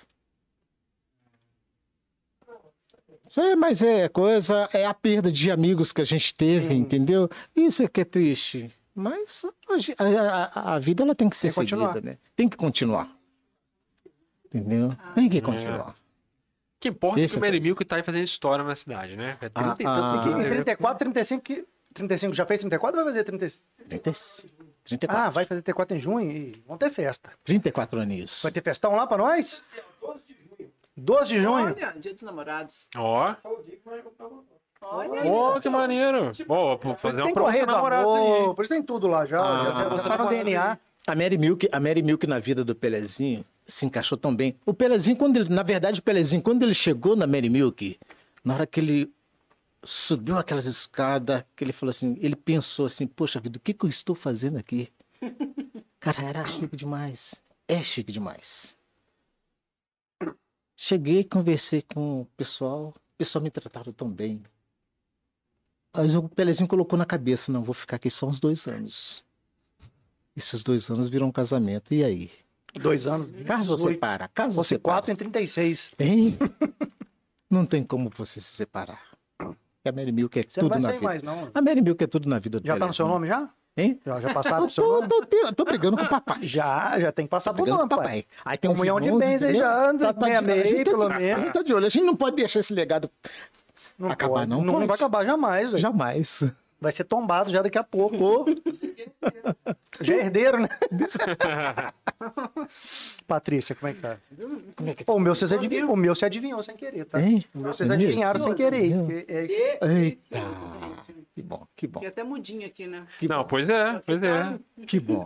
S4: Sei, mas é coisa, é a perda de amigos que a gente teve, entendeu? Isso é que é triste. Mas a ge- a, a- a vida ela tem que ser
S2: que continuar.
S4: seguida, né? Tem que continuar. Entendeu? Tem que continuar.
S1: O que importa é que
S4: Esse
S1: o
S4: é
S1: Mary
S4: isso.
S1: Milk tá aí fazendo história na cidade, né? É 30 e
S4: Ah,
S1: tantos
S4: ah.
S1: anos,
S2: Tem
S1: né?
S2: 34, 35 que... 35 já fez 34 vai fazer 35?
S4: 30, 34.
S2: Ah, vai fazer 34 em junho e vão ter festa.
S4: 34 aninhos.
S2: Vai ter festão lá pra nós? 12 de junho.
S3: Olha, dia dos namorados.
S1: Ó.
S5: Foi o dia que nós compramos.
S3: Olha.
S1: Ô, que maneiro. Ó, pô, fazer uma
S2: Tem
S1: promoção
S2: correio
S1: de
S2: do
S1: namorados aí.
S2: amor, por isso tem tudo lá já.
S4: Ah,
S2: já tá-
S1: promoção
S2: já tá no
S1: namorado
S2: DNA.
S1: aí.
S4: A Mary Milk, a Mary Milk na vida do Pelezinho se encaixou tão bem. O Pelezinho, quando ele, na verdade, o Pelezinho, quando ele chegou na Mary Milk, na hora que ele subiu aquelas escadas, que ele falou assim, ele pensou assim, poxa vida, o que, que eu estou fazendo aqui? Cara, era chique demais. É chique demais. Cheguei, conversei com o pessoal, o pessoal me trataram tão bem. Mas o Pelezinho colocou na cabeça, não, vou ficar aqui só uns dois anos. Esses dois anos viram um casamento. E aí?
S2: Dois anos.
S4: Casa ou
S2: 18.
S4: separa? Casa ou
S2: Você
S4: separa?
S2: 4 em 36.
S4: Hein? *laughs* não tem como você se separar. E a Mary Milk é
S2: Você não vai
S4: tudo na
S2: sair
S4: vida.
S2: mais, não.
S4: A Mary Milk é tudo na vida do
S2: Já tá no seu
S4: Terezinha.
S2: nome já?
S4: Hein?
S2: Já,
S4: *laughs*
S2: já passaram
S4: Eu
S2: pro seu nome?
S4: tô, tô, te- tô brigando com
S2: *laughs*
S4: o papai.
S2: Já, já tem que passar pro
S4: Brigando com
S2: nome,
S4: o
S2: papai.
S4: Tá papai. Aí tem uns
S2: Comunhão de
S4: irmãos,
S2: bens aí
S4: entendeu?
S2: já anda,
S4: de- a
S2: meia-meia,
S4: gente tá de-
S2: pelo menos.
S4: A gente tá de olho. A gente não pode deixar esse legado
S2: Não
S4: Acabar
S2: pode.
S4: não
S2: Não,
S4: pode.
S2: vai acabar jamais, velho.
S4: jamais.
S2: Vai ser tombado já daqui a pouco.
S4: *laughs*
S2: Ô, já é herdeiro, né? Patrícia, como é que tá?
S4: Como é que
S2: Pô, o, meu, você adivinhou, o meu você adivinhou sem querer, tá?
S4: Hein?
S2: O meu vocês
S4: Não é
S2: adivinharam
S4: isso?
S2: sem querer.
S4: Não.
S2: que é isso.
S4: Eita! Que bom, que bom.
S3: Fiquei até mudinho aqui, né?
S4: Que
S1: Não,
S4: bom,
S1: pois é, pois é.
S4: que bom.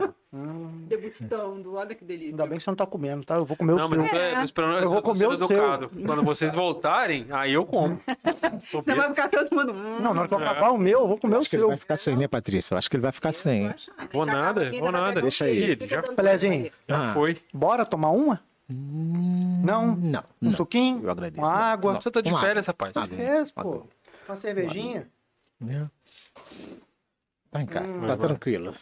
S3: Degustando, olha que delícia.
S2: Hum. Ainda bem que você não tá comendo, tá? Eu vou comer
S1: Não,
S2: o
S1: mas eu
S2: seu.
S1: tô, eu tô esperando
S2: Eu vou
S1: tô sendo
S2: comer o seu.
S1: educado. Quando vocês voltarem, aí eu
S2: *laughs*
S1: como. Sou
S3: Você vai
S1: besta.
S3: ficar todo mundo. hum,
S2: Não, na hora que eu acabar o meu, eu vou comer o
S4: Acho que ele
S2: seu.
S4: vai ficar sem, né, Patrícia? Eu acho que ele vai ficar sem.
S3: achar, né?
S1: Vou
S3: Já
S1: nada,
S3: acaba aqui,
S1: vou
S3: ainda vai
S1: nada.
S3: pegar um
S4: Deixa aí.
S3: filho, fica
S1: Já-
S3: dando
S2: Pelezinho.
S4: Ah.
S1: Já foi.
S2: Bora tomar uma? Não?
S4: Não, não.
S2: Um suquinho?
S4: Eu agradeço.
S2: Uma
S4: Não,
S2: água?
S4: não.
S1: Você tá de
S4: Uma
S1: férias, rapaz.
S4: água, uma
S2: É,
S4: água,
S2: pô. Uma cervejinha?
S4: né? Tá em casa,
S1: Hum.
S4: tá tranquilo.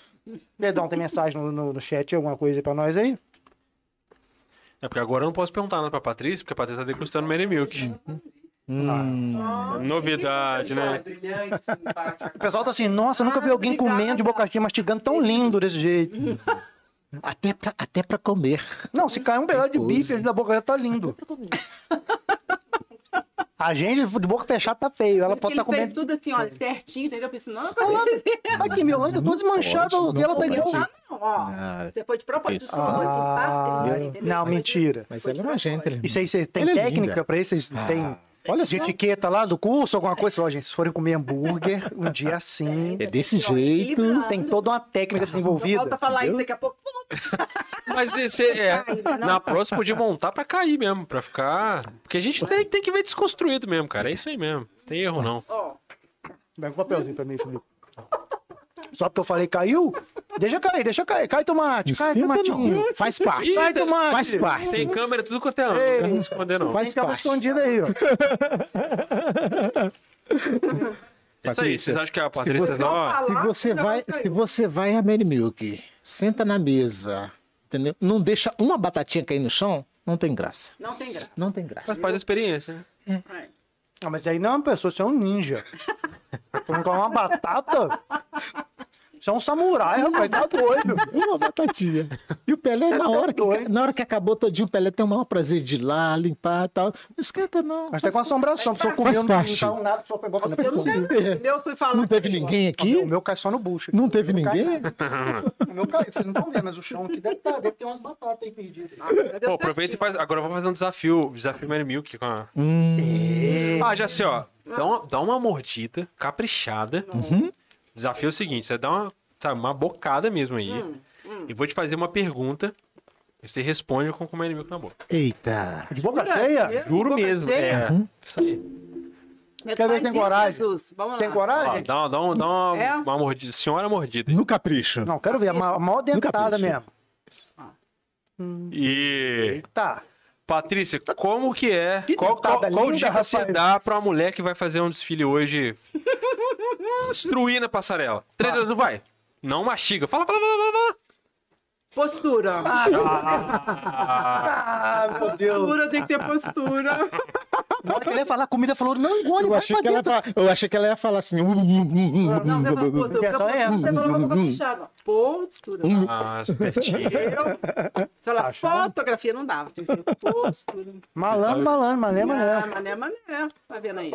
S2: Verdão, tem mensagem no, no, no chat, alguma coisa aí pra nós aí?
S1: É porque agora eu não posso perguntar nada pra Patrícia, porque a Patrícia tá degustando Mary Milk.
S4: Hum.
S3: Ah,
S1: Novidade,
S5: Ah,
S1: né?
S5: brilhante, simpático.
S2: O pessoal tá assim, nossa, nunca vi
S3: Ah,
S2: alguém
S3: obrigada.
S2: comendo de boca cheia, mastigando tão lindo desse jeito.
S4: Até, pra, até pra comer.
S2: Não, se cair um pedaço de
S4: Coisa.
S2: bife ali da boca já tá lindo. A gente de boca fechada tá feio. Ela
S3: Por isso
S2: pode
S3: que
S2: estar
S3: ele
S2: tá
S3: fez
S2: comendo.
S3: tudo assim, olha, certinho, entendeu? Eu pensei, não,
S2: Aqui, meu lanche, eu tô
S4: Não
S2: desmanchado.
S4: pode,
S2: e ela tá
S4: não
S2: igual.
S4: pode.
S3: não, ó.
S4: Ah,
S3: Você foi de propósito,
S4: Isso.
S3: só uma coisa
S2: Ah,
S3: simpática,
S4: eu-
S3: entendeu? assim,
S2: não,
S3: Foi de-
S2: mentira.
S4: mas ela é uma gente. né?
S2: Isso aí, você tem
S4: Ela é
S2: técnica
S4: linda.
S2: pra isso? Vocês
S4: Ah,
S2: têm
S4: Olha
S2: de
S4: só.
S2: etiqueta lá do curso, alguma coisa? Ó, gente, se forem comer hambúrguer, um
S3: *laughs*
S2: dia assim.
S4: É desse
S3: Olha,
S4: jeito.
S3: equilibrado.
S2: Tem toda uma técnica
S3: Então, volta
S2: desenvolvida.
S3: a falar isso
S4: entendeu?
S3: daqui a pouco.
S1: Mas você, é,
S3: Ai, não.
S1: na próxima podia montar pra cair mesmo, pra ficar. Porque a gente tem, tem que ver desconstruído mesmo, cara. É isso aí mesmo. Não tem erro, não.
S3: Ó,
S2: Pega um papelzinho pra mim, Felipe. Só porque eu falei caiu? Deixa cair, deixa cair. Cai tomate, cai
S4: Esquenta
S2: tomatinho.
S4: não. Faz parte.
S2: Cai tomate.
S4: Faz parte.
S1: Tem câmera tudo quanto é ano, não quero me esconder não.
S2: Tem
S4: Faz
S2: cama
S4: parte.
S2: escondida aí, ó.
S1: É Isso aí, vocês acham que a Patrícia...
S4: você-
S1: Ó,
S4: Se você vai, se você vai é a Mary Milk, senta na mesa, entendeu? Não deixa uma batatinha cair no chão, não tem graça.
S3: Não tem graça.
S4: Não tem graça.
S1: Mas faz a experiência, né?
S2: Ah, mas aí não é uma pessoa, você é um ninja. Tu não come uma batata? Você é um samurai, rapaz, tá doido.
S4: Uma batatinha. E o Pelé, na hora, que,
S2: doido.
S4: na hora que acabou todinho, o Pelé tem o maior prazer de ir lá, limpar e tal. Não esquenta, não.
S2: Mas tá com assombração, porque eu
S4: Faz
S2: comi, eu não
S4: parte.
S2: tava nada, só foi igual fazer
S4: Faz
S2: pescoço.
S4: parte.
S3: O meu fui falar.
S4: Não teve ninguém aqui?
S2: O meu cai só no bucho. aqui.
S4: Não teve
S2: O meu cai-
S4: ninguém?
S2: O *laughs* meu cai, vocês não estão vendo, mas o chão aqui deve, tá, deve ter umas batatas aí perdidas.
S1: Pô, aproveita e faz... Agora eu vou fazer um desafio, desafio Mary Milk com a...
S2: Hum.
S1: Ah, já sei, ó. Dá uma, dá uma mordida caprichada.
S2: Uhum.
S1: Desafio é o seguinte, você dá uma, sabe, uma bocada mesmo aí.
S2: Hum,
S1: E vou te fazer uma pergunta. E você responde com o Mary Milk na boca.
S4: Eita.
S2: De boca cheia?
S1: Juro mesmo. É, isso aí.
S2: Quer ver se tem coragem?
S3: Vamos lá.
S2: Tem
S1: Ó,
S2: coragem?
S1: dá, uma- dá uma- dá uma,
S3: É?
S1: uma mordida. Senhora mordida.
S4: No capricho.
S2: Não, quero ver, a ma- a maior dentada
S4: capricho.
S2: mesmo.
S1: E.
S2: Tá.
S1: Patrícia, como que é?
S2: Que
S1: qual qual,
S2: dentada
S1: qual
S2: linda,
S1: dica você
S2: rapaz.
S1: dá pra uma mulher que vai fazer um desfile
S2: *laughs*
S1: hoje? Destruir na passarela. Três vezes, vai. Não mastiga. Fala, fala, fala, fala. fala.
S3: Postura.
S2: Ah, meu Deus.
S3: postura, tem que ter postura.
S2: Na hora que ele ia falar comida, falou, não engole,
S4: Eu
S2: vai
S4: achei,
S2: pra
S4: que ela ia
S2: dentro.
S4: falar, eu achei que ela ia falar assim. hum,
S3: Não, não, não, postura. Porque
S2: Quer só
S3: postura,
S2: essa? Hum.
S3: você falou com a boca fechada. Postura.
S1: Ah, espertinho.
S3: Se ela
S2: Tá achando?
S3: fotografia, não dava. Tinha que ser postura.
S2: Malandro, malandro, É mané,
S3: Ah,
S2: mané.
S3: mané, mané. Tá vendo aí?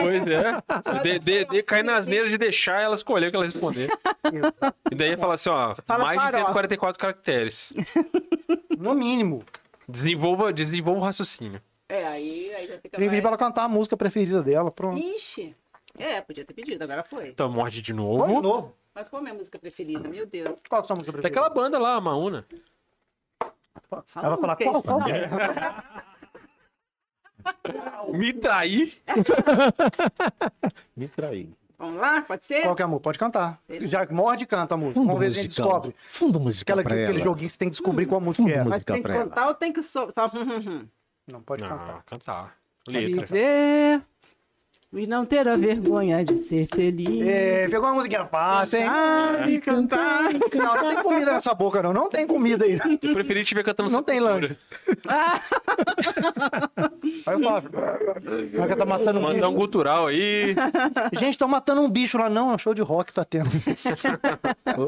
S1: Pois é. De, de, de cair nas neiras de deixar ela escolher o que ela responder. E daí fala assim, ó,
S3: Fala
S1: mais de
S3: farofa.
S1: 144 caracteres.
S2: No mínimo.
S1: Desenvolva, desenvolva o raciocínio.
S3: É, aí, aí já
S2: Tem
S3: fica
S2: que pedir pra
S3: mais...
S2: ela cantar a música preferida dela, pronto.
S3: Ixi. É, podia ter pedido, agora foi.
S1: Então, morde de
S2: Põe de
S1: novo.
S2: novo.
S3: Mas qual é a minha música preferida? Meu Deus.
S2: Qual que é a sua música preferida?
S1: Daquela banda lá, a Mauna.
S3: Fala
S2: Ela tá vai falar
S3: uma música aí.
S2: qual? qual?
S4: É.
S1: Me daí.
S4: Me traí.
S3: Vamos lá? Pode ser?
S2: Qual que é amor? Pode cantar. Já morde e canta a música.
S4: Fundo
S2: Vamos ver se a gente
S4: musical.
S2: descobre.
S4: Fundo musical
S2: Aquela,
S4: pra
S2: aquele
S4: ela.
S2: joguinho que você tem que descobrir qual música
S4: Fundo
S2: é.
S4: musical Ah.
S3: Tem que
S4: pra ela.
S3: cantar ou tem que só... só... hum, hum, hum?
S2: Não, pode
S1: Não,
S2: cantar.
S1: cantar.
S3: Pode
S1: Letra.
S3: ver e não ter a vergonha de ser feliz.
S2: É, pegou uma musiquinha fácil, hein?
S3: Ah, e cantar.
S2: Não, não tem comida nessa boca, não. Não tem comida aí.
S4: Então
S1: Eu preferi te ver cantando
S2: Não tem
S1: Sepultura.
S3: ah.
S2: Aí eu falo. Como é que tá matando um
S1: Mandar um
S2: bicho?
S1: gutural aí.
S2: Gente, tão matando um bicho lá, não. É um show de rock que tá
S4: *laughs*
S2: tendo.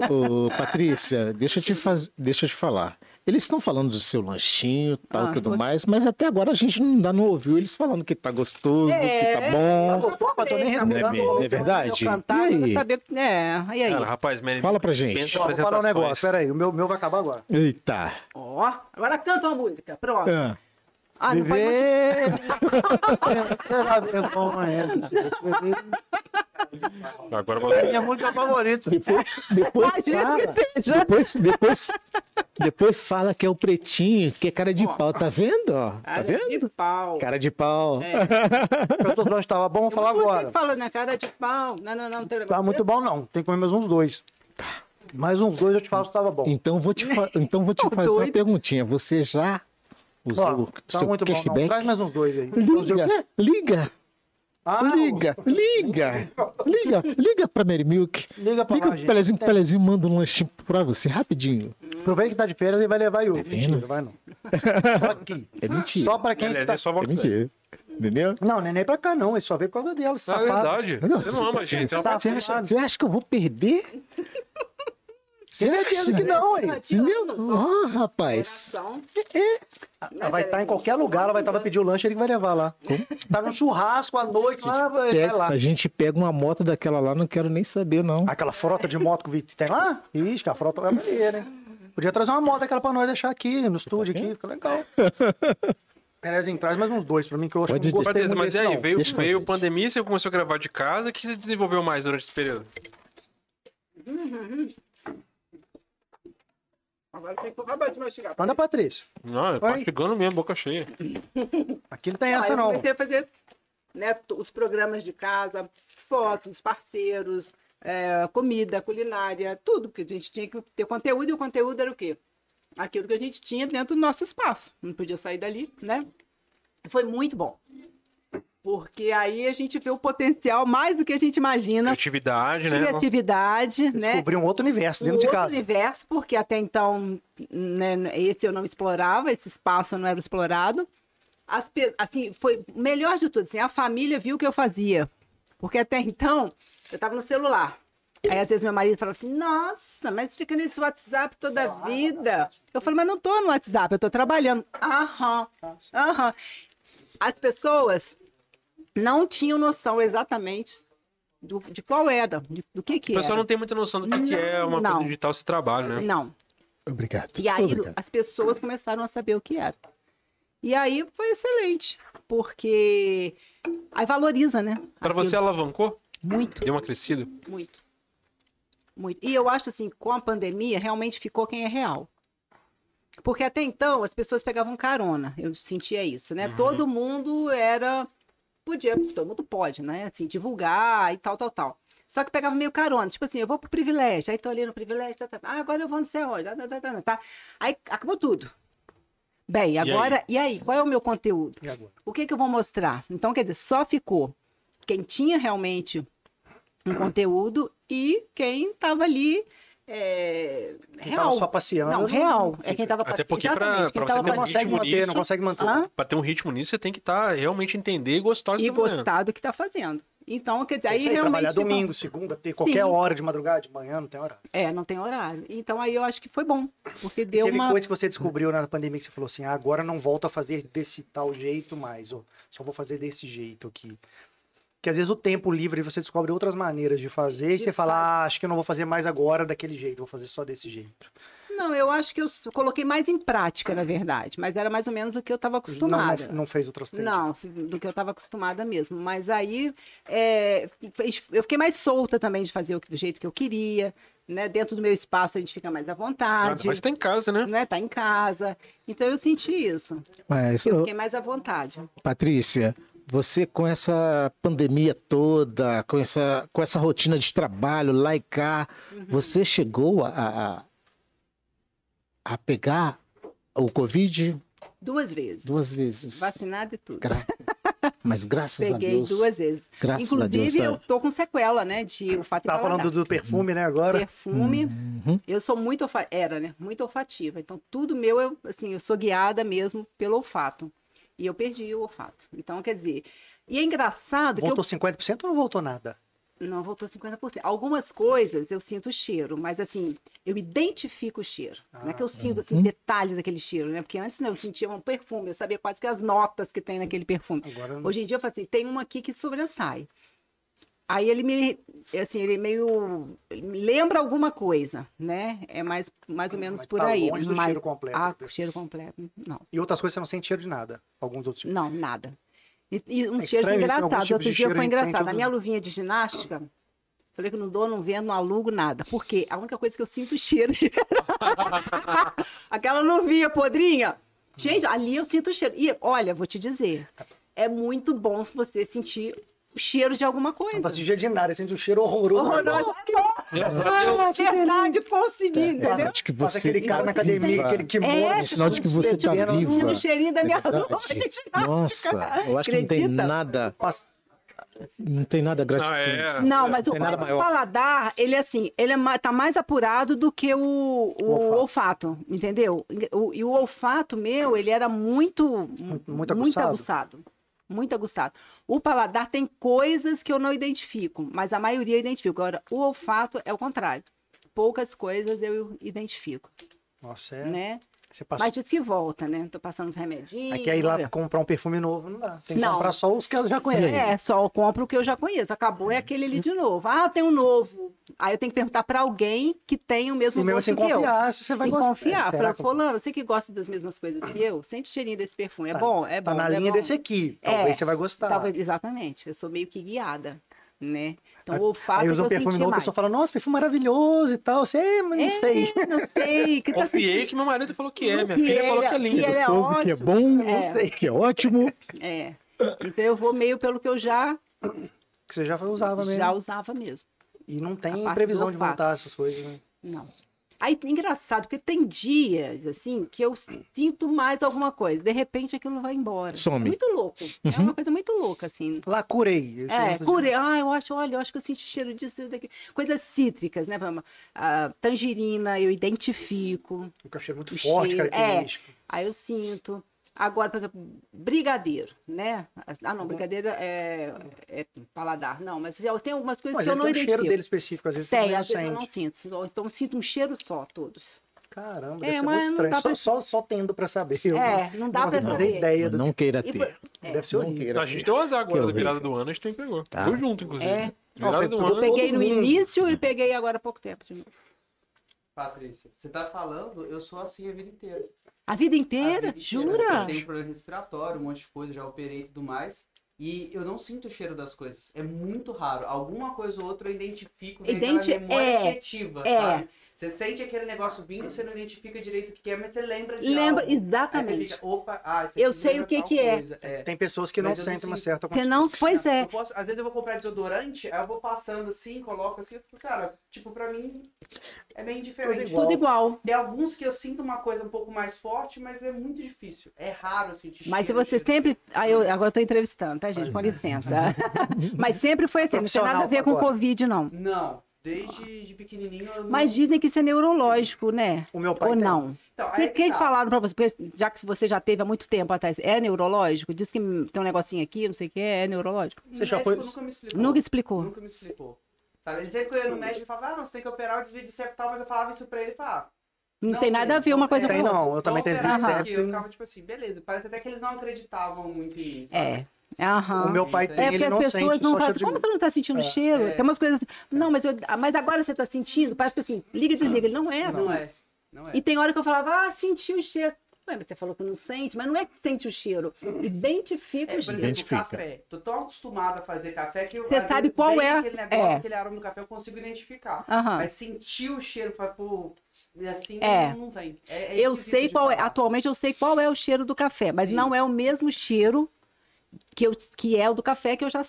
S4: Ô, ô, Patrícia, deixa eu te, faz... deixa eu te falar. Eles estão falando do seu lanchinho tal,
S3: Ah,
S4: tudo
S3: vou-
S4: mais, mas até agora a gente não, ainda não ouviu eles falando que tá gostoso, que tá
S3: É,
S4: bom.
S2: Opa, tô nem
S4: Não é,
S2: respirando.
S4: bem- não é verdade?
S3: Se eu
S4: E
S3: cantar, eu vou
S4: aí?
S3: saber... É, e aí?
S1: Cara, rapaz, Mary,
S4: Fala pra gente.
S1: dispensa
S2: Ó, Vou falar um
S1: apresentações.
S2: negócio, peraí. O meu, meu vai acabar agora.
S4: Eita.
S3: Ó, agora canta uma música. Pronto.
S4: Ah,
S3: Ah, não pode mostrar.
S2: Viver.
S4: é
S2: Será vergonha.
S1: Agora eu vou...
S4: É
S2: Minha música favorita.
S4: depois, depois, fala,
S2: *laughs*
S4: depois, depois, depois fala que é o pretinho, que é cara de pau, tá vendo? ó? Tá
S3: Cara de
S4: vendo?
S3: pau.
S4: Cara de pau.
S2: É. Eu tô longe, tava bom, vou falar
S3: Você
S2: agora.
S3: que fala na né? cara de pau. Não, não, não. não tem
S2: Tá muito bom, não. Tem que comer mais uns dois.
S3: Tá.
S2: Mais uns dois eu te falo se tava bom.
S4: Então vou te, fa- então vou te
S3: Tô
S4: fazer uma
S3: doido.
S4: perguntinha. Você já usou
S2: Ó,
S4: o
S2: tá
S4: seu
S2: muito bom, não.
S4: cashback?
S2: Traz mais uns dois aí.
S4: Liga, liga,
S2: Ah,
S4: liga, liga, liga, liga pra Mary Milk.
S2: Liga pra
S4: Liga
S2: lá,
S4: pro
S2: gente.
S4: Pelezinho, pro Pelezinho manda um lanchinho pra você, rapidinho.
S2: Aproveita que tá de férias e vai levar eu. Mentira, vai não. Só aqui.
S4: É mentira.
S2: Só pra quem
S1: Aliás,
S2: tá...
S1: é só
S4: É
S1: você.
S4: mentira. Entendeu?
S2: Não, é nem nem pra cá, não. Ele só veio por causa dela, esse
S1: Não, é
S2: safado.
S1: verdade.
S4: Não,
S1: Você não ama, gente. é Você não
S2: Tá
S4: Você acha,
S2: afirmado.
S4: você acha que eu
S2: *laughs*
S4: vou perder? Você acha?
S2: Certeza que não, hein?
S4: Entendeu? Ó, rapaz.
S3: Coração.
S2: Ela vai
S3: é
S2: estar em qualquer lugar, ela vai estar, vai pedir o lanche, ele que vai levar lá. Tá num churrasco à noite,
S4: Ah,
S2: lá, vai vai
S4: Pega-
S2: lá.
S4: a gente pega uma moto daquela lá, não quero nem saber, não.
S2: Aquela frota de moto que o Vitor tem lá? Ixi, que a frota é maneira, hein? Podia trazer uma moto daquela pra nós deixar aqui,
S4: tá
S2: no estúdio aqui, fica
S4: *laughs*
S2: legal. Pelezinho, traz mais uns dois pra mim, que eu acho
S4: Pode
S2: que não
S4: deixar.
S2: gostei
S1: Patrícia,
S2: muito
S1: mas e
S2: desse,
S1: aí?
S2: não.
S1: Veio,
S4: Deixa com a
S1: veio
S4: gente.
S1: pandemia, você começou a gravar de casa. O que você desenvolveu mais durante esse período?
S3: Agora tem que acabar de mastigar.
S2: Manda, Patrícia.
S1: Não, tá chegando mesmo, boca cheia.
S2: Aqui não tem
S3: Aí
S2: essa,
S3: Ah, eu
S2: não.
S3: comecei a fazer né, t- os programas de casa, fotos dos parceiros, eh, comida, culinária, tudo, porque a gente tinha que ter conteúdo, e o conteúdo era o quê? Aquilo que a gente tinha dentro do nosso espaço. Não podia sair dali, né? Foi muito bom. Porque aí a gente vê o potencial mais do que a gente imagina.
S1: Criatividade, né?
S3: Criatividade, né?
S2: Descobri um outro universo dentro
S3: um
S2: de
S3: outro
S2: casa.
S3: universo, porque até então né, esse eu não explorava, esse espaço não era explorado. As pe- assim, foi o melhor de tudo, assim, a família viu o que eu fazia. Porque até então eu estava no celular. Aí às vezes meu marido falava assim: "Nossa, mas fica nesse WhatsApp toda a vida". Eu falo: "Mas não tô no WhatsApp, eu tô trabalhando". Aham. Aham. As pessoas não tinham noção exatamente do- de qual era, de- do que que
S1: O pessoal
S3: era.
S1: não tem muita noção do que, que é uma
S3: Não.
S1: coisa digital se trabalho, né?
S3: Não.
S4: Obrigado.
S3: E aí
S4: Obrigado.
S3: as pessoas começaram a saber o que era. E aí foi excelente, porque aí valoriza, né?
S1: Pra
S3: aquilo.
S1: você alavancou?
S3: Muito,
S1: Deu uma crescida?
S3: muito. Muito. E eu acho assim, com a pandemia, realmente ficou quem é real. Porque até então as pessoas pegavam carona, eu sentia isso, né?
S1: Uhum.
S3: Todo mundo era. Podia, todo mundo pode, né? Assim, divulgar e tal, tal, tal. Só que pegava meio carona. Tipo assim, eu vou pro privilégio, aí tô ali no privilégio, tá, tá, tá. Ah, agora eu vou não sei onde, tá, tá, tá, tá, tá. Aí acabou tudo. Bem,
S1: aí?
S3: agora, e aí? Qual é o meu conteúdo?
S2: E agora?
S3: o que, que eu vou mostrar? Então, quer dizer, só ficou quem tinha realmente um conteúdo e quem estava ali é,
S2: Quem tava
S3: real.
S2: só passeando.
S3: Não, real. É quem estava
S1: Até porque pra- pra você
S2: Não,
S1: ter um
S2: consegue
S1: ritmo
S2: manter, não
S1: nisso.
S2: consegue manter.
S3: Hã?
S1: Pra ter um ritmo nisso, você tem que estar realmente entender e gostar do
S3: e
S1: seu trabalho.
S3: gostar do que está fazendo. Então, quer dizer,
S2: Tem
S3: aí
S2: que sair,
S3: realmente.
S2: trabalhar
S3: ficou-
S2: domingo, segunda, ter
S3: Sim.
S2: qualquer hora de madrugada, de manhã, não tem hora.
S3: É, não tem horário. Então, aí eu acho que foi bom, porque deu
S2: Teve
S3: uma.
S2: coisa que você descobriu na pandemia que você falou assim, ah, agora não volto a fazer desse tal jeito mais, ou só vou fazer desse jeito aqui. Porque às vezes o tempo livre você descobre outras maneiras de fazer e
S3: De
S2: você fala,
S3: fazer.
S2: ah, acho que eu não vou fazer mais agora daquele jeito, vou fazer só desse jeito.
S3: Não, eu acho que eu s- coloquei mais em prática, na verdade, mas era mais ou menos o que eu estava
S2: Não, não,
S3: acostumada.
S2: não fez outras coisas.
S3: Não, fi- do que eu estava acostumada mesmo. Mas aí é, fez- eu fiquei mais solta também de fazer o que- do jeito que eu queria. Né? Dentro do meu espaço a gente fica mais à
S1: Ah,
S3: vontade.
S1: mas tá em casa, né?
S3: né? Tá em casa. Então eu senti isso.
S4: Mas,
S3: Eu
S4: ô,
S3: fiquei mais à vontade.
S4: Patrícia, você com essa pandemia toda, com essa, com essa rotina de trabalho lá e cá,
S3: Uhum.
S4: você chegou a, a, a pegar o Covid
S3: Duas vezes.
S4: duas vezes.
S3: Vacinada e tudo.
S4: Gra- Mas graças a
S3: Peguei
S4: Deus.
S3: duas vezes.
S4: Graças
S3: Inclusive,
S4: a
S3: eu
S4: Deus. tá? é.
S3: tô com sequela, né? De olfato e
S2: Tava
S3: paladar.
S2: falando do perfume, né, agora?
S3: perfume.
S4: Uhum.
S3: Eu sou muito olfa... era, né? Muito olfativa. Então tudo meu eu assim, eu sou guiada mesmo pelo olfato. E eu perdi o olfato. Então quer dizer, e é engraçado
S2: Voltou 50% ou não voltou nada?
S3: que eu não voltou 50%. Algumas coisas eu sinto o cheiro, mas assim, eu identifico o cheiro. não é que eu sinto assim
S4: Uhum.
S3: detalhes daquele cheiro, né? Porque antes né, eu sentia um perfume, eu sabia quase que as notas que tem naquele perfume.
S2: Agora não.
S3: Hoje em dia eu falo assim, tem um aqui que sobressai. Aí ele me, assim, ele meio ele me lembra alguma coisa, né? É mais, mais ou menos
S2: Mas
S3: por
S2: tá
S3: aí.
S2: longe do
S3: mas
S2: cheiro completo. né?
S3: ah, o cheiro completo, não,
S2: E outras coisas você não sente cheiro de nada. Alguns outros tipos.
S3: não, nada. E, e um
S2: Tipo,
S3: uns
S2: É
S3: cheiros
S2: estranho isso, alguns
S3: engraçados.
S2: tipos
S3: Outro
S2: de
S3: dia
S2: cheiro
S3: foi
S2: a gente sente
S3: engraçado. Na
S2: outros-
S3: minha luvinha de ginástica, falei que não dou, não vendo, não alugo nada. Porque a única coisa que eu sinto o cheiro. de- *laughs* Aquela luvinha podrinha. Gente, ali eu sinto o cheiro. E olha, vou te dizer, é muito bom você sentir o cheiro de alguma coisa.
S2: Não tá cheiro de nada, sente um cheiro horroroso.
S3: Horroroso.
S1: Graças a Deus.
S3: Ah, é verdade, consegui, entendeu?
S4: Sinal de que
S2: Faz
S4: você
S2: aquele cara na
S4: tá
S2: academia,
S4: viva.
S2: aquele kimono.
S3: É,
S2: que
S4: Sinal de que você tá
S2: vendo-
S4: viva.
S3: O cheirinho da minha
S4: *laughs* É verdade.
S2: *laughs*
S3: luva de ginástica.
S4: Nossa, eu acho que não tem
S3: Acredita?
S4: nada,
S2: Passa-
S4: não tem nada
S1: Ah,
S4: gratificante.
S1: é.
S3: Não, mas o,
S4: tem nada
S3: mas o
S4: maior.
S3: paladar, ele é assim, ele é ma- tá mais apurado do que o, o, olfato.
S2: olfato.
S3: entendeu? O- e o olfato meu, ele era muito muito,
S2: aguçado?
S3: aguçado. Muito aguçado. O paladar tem coisas que eu não identifico, mas a maioria eu identifico. Agora, o olfato é o contrário. Poucas coisas eu identifico,
S2: Nossa, é.
S3: né?
S2: Você passou.
S3: Mas diz que volta, né? Tô passando os remedinhos.
S2: Aqui É aí lá
S3: vamos ver.
S2: comprar um perfume novo não dá. Tem que
S3: Não.
S2: comprar só os que ela já conhece.
S3: É, só eu compro o que eu já conheço. Acabou, é
S2: Uhum.
S3: aquele ali de novo. Ah, tem um novo. Aí eu tenho que perguntar pra alguém que tem o mesmo
S2: E mesmo
S3: gosto
S2: assim,
S3: que eu.
S2: confiar, se você vai
S3: e
S2: gostar.
S3: confiar.
S2: Será
S3: Falar,
S2: que-
S3: fulano, você que gosta das mesmas coisas que eu, sente o cheirinho desse perfume. É
S2: Tá-
S3: bom, é
S2: Tá
S3: bom.
S2: na
S3: é
S2: linha
S3: bom.
S2: desse aqui. tá.
S3: É,
S2: Talvez você vai gostar.
S3: Talvez, exatamente. Eu sou meio que guiada, né? Então,
S2: Aí-
S3: o olfato
S2: Aí
S3: que
S2: usa um
S3: eu
S2: perfume
S3: senti
S2: novo, a
S3: mais.
S2: pessoa fala, nossa, perfume maravilhoso e tal. Você, mas não
S3: É,
S2: sei. *laughs*
S3: Não sei. Que tá
S1: Confiei
S3: sentindo-
S1: que meu marido falou que é, minha
S3: Que
S1: filha
S3: ele-
S1: falou que é
S3: que
S1: lindo.
S3: ele é
S4: Gostoso, que é
S3: ótimo.
S4: bom,
S3: É.
S4: que
S2: *laughs*
S4: é ótimo.
S3: É. Então eu vou meio pelo que eu já
S2: Que você já usava mesmo.
S3: já usava mesmo.
S2: E não tem
S3: A parte
S2: previsão
S3: do
S2: de
S3: olfato.
S2: voltar essas coisas, né?
S3: Não. Aí, engraçado, porque tem dias, assim, que eu sinto mais alguma coisa. De repente, aquilo vai embora.
S4: Some.
S3: É muito louco. É
S4: Uhum.
S3: uma coisa muito louca, assim.
S2: Lá curei. Esse
S3: É,
S2: outro dia.
S3: curei. Ah, eu acho, olha, eu acho que eu senti cheiro disso, daqui. Coisas cítricas, né? Pamela? Ah, tangerina, eu identifico.
S2: Um cheiro muito
S3: O
S2: forte,
S3: cheiro, é.
S2: característico.
S3: Aí eu sinto. Agora, por exemplo, brigadeiro, né? Ah,
S2: Uhum.
S3: não, brigadeiro é, é paladar. Não, mas eu tenho algumas coisas
S2: Mas
S3: que eu
S2: ele
S3: não
S2: tem um
S3: identifico.
S2: cheiro dele específico, às vezes você
S3: Tem,
S2: não
S3: às vezes eu
S2: sente.
S3: não sinto. Então eu sinto um cheiro só, todos.
S2: Caramba,
S3: É,
S2: deve ser
S3: mas
S2: muito
S3: não
S2: estranho.
S3: dá
S2: Só,
S3: pra-
S2: só, só tendo pra saber. Eu não-
S3: É, não dá
S2: não
S3: pra
S2: faço
S3: saber.
S2: ideia do
S4: Não queira
S3: E
S4: ter.
S3: foi-
S2: que deve ser
S4: Não
S2: horrível.
S4: queira
S1: Então, A gente deu azar
S4: Que
S1: agora da
S4: horrível.
S1: virada do ano, a gente tem pegou.
S4: Tá.
S1: Foi junto, inclusive.
S3: É.
S1: Virada
S2: Ó,
S1: do
S2: pegou-
S3: Eu
S1: ano.
S3: peguei no
S2: mundo.
S3: início e peguei agora há pouco tempo de novo.
S5: Patrícia, você tá falando, eu sou assim a vida inteira.
S3: A vida inteira?
S5: A vida
S3: Jura?
S5: Eu tenho problema respiratório, um monte de coisa, já operei e tudo mais. E eu não sinto o cheiro das coisas. É muito raro. Alguma coisa ou outra eu identifico, vem
S3: Identi-
S5: aquela memória
S3: é,
S5: afetiva,
S3: é.
S5: sabe? Você sente aquele negócio vindo, você não identifica direito o que que é, mas você lembra de
S3: Lembra,
S5: algo. Aí você
S3: exatamente.
S5: fica, opa, ah, isso
S3: Eu
S5: aqui
S3: sei
S5: lembra
S3: o que
S5: tal
S3: que é.
S5: coisa. É.
S2: Tem pessoas que não
S5: Mas eu não
S2: sentem uma
S5: sinto.
S2: certa
S3: Você
S2: quantidade.
S3: não, pois
S5: Eu
S3: é.
S5: posso- às vezes eu vou comprar desodorante, aí eu vou passando assim, coloco assim, eu fico, cara, tipo, pra mim é bem diferente.
S3: Tudo igual.
S5: Tem alguns que eu sinto uma coisa um pouco mais forte, mas é muito difícil. É raro eu sentir
S3: Mas se
S5: cheiro,
S3: você
S5: cheiro.
S3: sempre. Ah, eu, agora eu tô entrevistando, tá, gente? Com
S5: é.
S3: licença. *laughs* Mas sempre foi assim, não tem nada a ver com
S2: Profissional agora.
S3: Covid, não.
S5: Não, desde de pequenininho eu não...
S3: Mas dizem que isso é neurológico, né?
S2: O meu pai
S3: Ou
S2: tem.
S3: não?
S5: Então,
S3: O que,
S5: aí que
S3: que
S5: tá.
S3: falaram pra você? Porque já que você já teve há muito tempo atrás, é neurológico? Diz que tem um negocinho aqui, não sei o que, é neurológico?
S5: O
S2: Você já
S5: Um médico
S2: foi-
S5: Nunca me explicou.
S3: Nunca explicou.
S5: Nunca me explicou. Sabe? Ele sempre que eu ia no médico, ele falava, ah, não, você tem que operar o desvio de septal, mas eu falava isso pra ele e falava, ah,
S3: Não,
S5: Não
S3: tem
S5: sei,
S3: nada a ver uma
S5: não
S3: coisa
S5: tem,
S3: com
S2: Tem
S3: outra.
S2: não, eu também
S5: vou
S2: tenho
S5: operar isso aqui. Eu
S2: certo.
S5: ficava tipo assim, beleza. Parece até que eles não acreditavam muito em isso.
S3: É. Aham.
S2: O meu pai
S5: É,
S2: tem,
S3: É, porque
S2: ele não
S3: as
S2: sente,
S3: pessoas não
S2: só
S3: falam
S2: cheiro
S3: assim,
S2: de
S3: como você não tá sentindo
S2: É.
S3: cheiro?
S5: É.
S3: Tem umas coisas assim, não, mas, eu, ah, mas agora você tá sentindo? Parece que assim, liga e desliga. Ele não é assim.
S5: Não é. Não é.
S3: E tem hora que eu falava, ah, senti o cheiro. Ué, mas você falou que não sente, mas não é que sente o cheiro. Identifica
S5: É,
S3: o
S5: por
S3: cheiro.
S5: exemplo,
S4: Identifica.
S5: café. Tô tão acostumada a fazer café que eu
S3: Você
S5: às
S3: sabe
S5: vezes,
S3: qual
S5: vem
S3: é.
S5: aquele negócio,
S3: É.
S5: aquele aroma do café, eu consigo identificar.
S3: Aham.
S5: Mas sentir o cheiro, falar, pô, assim
S3: Ah. É.
S5: não, não vem. É- é
S3: eu
S2: tipo
S5: esquisito
S3: sei
S5: de
S3: qual é,
S5: falar.
S3: atualmente eu sei qual é o cheiro do café, mas
S5: Sim.
S3: não é o mesmo cheiro que, eu, que é o do café que eu já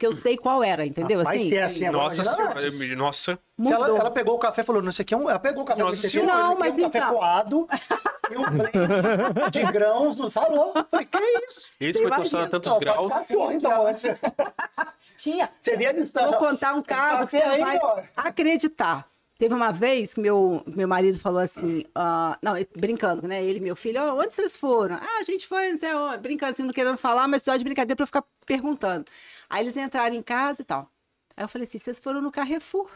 S3: que eu sei qual era, entendeu?
S2: Mas
S3: Assim,
S2: se é assim, agora,
S1: Nossa,
S2: imagina
S1: senhora,
S2: antes.
S1: eu- nossa.
S2: Se ela,
S3: mudou.
S2: ela pegou o café e falou, não, isso aqui é um. Ela pegou o café
S1: Nossa
S2: isso aqui é um-
S3: senhora.
S2: isso aqui é um
S3: Não, mas
S2: café
S3: então.
S2: coado e um blend de grãos. Não falou. Eu Falei, que isso?
S1: Esse
S3: Você
S1: foi
S3: imagina.
S1: tostado a tantos
S2: Não,
S1: graus.
S2: faz cachorro, então, antes.
S3: Tinha.
S2: Você vê a
S3: Vou
S2: distância.
S3: contar um caso que
S2: assim, café
S3: você
S2: aí,
S3: vai
S2: ó.
S3: acreditar. Teve uma vez que meu, meu marido falou assim, ah, não, ele- brincando, né? Ele e meu filho, "Ó, onde vocês foram? Ah, a gente foi, não sei onde, brincando assim, não querendo falar, mas só de brincadeira pra eu ficar perguntando. Aí eles entraram em casa e tal. Aí eu falei assim, vocês foram no Carrefour.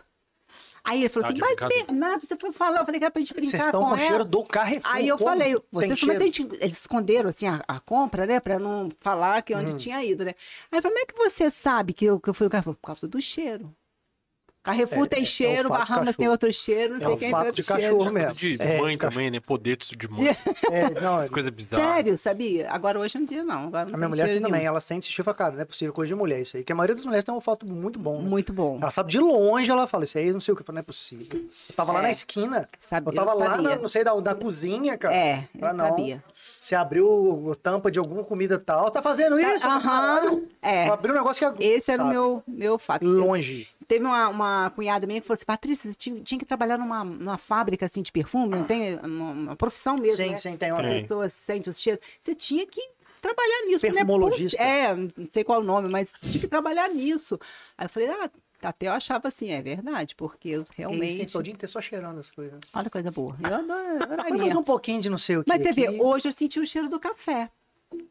S3: Aí ele falou
S1: Tá
S3: assim,
S1: de
S3: mas
S1: brincadeira.
S3: Bernardo, você foi falar, eu falei que era pra gente
S2: Vocês
S3: brincar
S2: estão com
S3: com
S2: o cheiro
S3: ela.
S2: do Carrefour.
S3: Aí eu
S2: como?
S3: falei, vocês
S2: tem
S3: mas
S2: cheiro.
S3: a gente- eles esconderam assim a, a compra, né? Pra não falar que
S2: Hum.
S3: onde tinha ido, né? Aí eu falei, como é que você sabe que eu, que eu fui no Carrefour? Por causa do cheiro. Carrefour
S2: É, é, é
S3: tem
S2: o
S3: cheiro,
S2: fato de
S3: Bahamas tem
S2: cachorro.
S3: outro cheiro, não
S2: É
S3: sei
S2: o
S3: quem
S2: fato
S3: tem outro
S2: de
S3: cheiro.
S2: cachorro.
S1: Coisa
S2: mesmo.
S1: de
S2: É,
S1: mãe
S2: cachorro.
S1: também, né? Poder disso de mãe.
S2: *laughs* É, não, é-
S1: Coisa bizarra.
S3: Sério, sabia? Agora hoje em dia não.
S2: A
S3: Agora não tem
S2: minha mulher assim
S3: cheiro
S2: também,
S3: nenhum.
S2: ela sente esse cheiro e fala, cara, não é possível, coisa de mulher isso aí. Que a maioria das mulheres tem um olfato muito bom. né?
S3: Muito bom.
S2: Ela sabe de longe, ela fala, isso aí não sei o que, eu falo, não é possível. Eu tava lá
S3: É.
S2: na esquina,
S3: Sabia,
S2: eu tava lá,
S3: sabia.
S2: na, não sei, da, da cozinha, cara.
S3: É, eu
S2: Ah, não.
S3: sabia.
S2: Você abriu o- tampa de alguma comida tal, tá fazendo isso?
S3: Aham,
S2: caralho.
S3: é.
S2: Abriu um negócio que é...
S3: Esse era o
S2: sabe?
S3: meu, meu
S2: É.
S3: fato.
S2: Longe.
S3: Teve uma, uma cunhada minha que falou assim, Patrícia, você tinha, tinha que trabalhar numa, numa fábrica assim de perfume, não tem uma, uma profissão mesmo,
S2: Sim,
S3: né?
S2: sim, tem uma...
S3: a
S1: Tem.
S3: pessoa sente os cheiros. Você tinha que trabalhar nisso. né?
S2: Perfumologista.
S3: É, não sei qual o nome, mas tinha que trabalhar nisso. Aí eu falei, ah, até eu achava assim, é verdade, porque eu
S2: Eles têm
S3: realmente.
S2: todo dia inteiro só cheirando as coisas.
S3: Olha que coisa boa. Eu adoro-
S2: *laughs* Mas mais
S3: adoraria.
S2: um pouquinho de não sei o que
S3: Mas você vê,
S2: aqui.
S3: hoje eu senti o cheiro do café.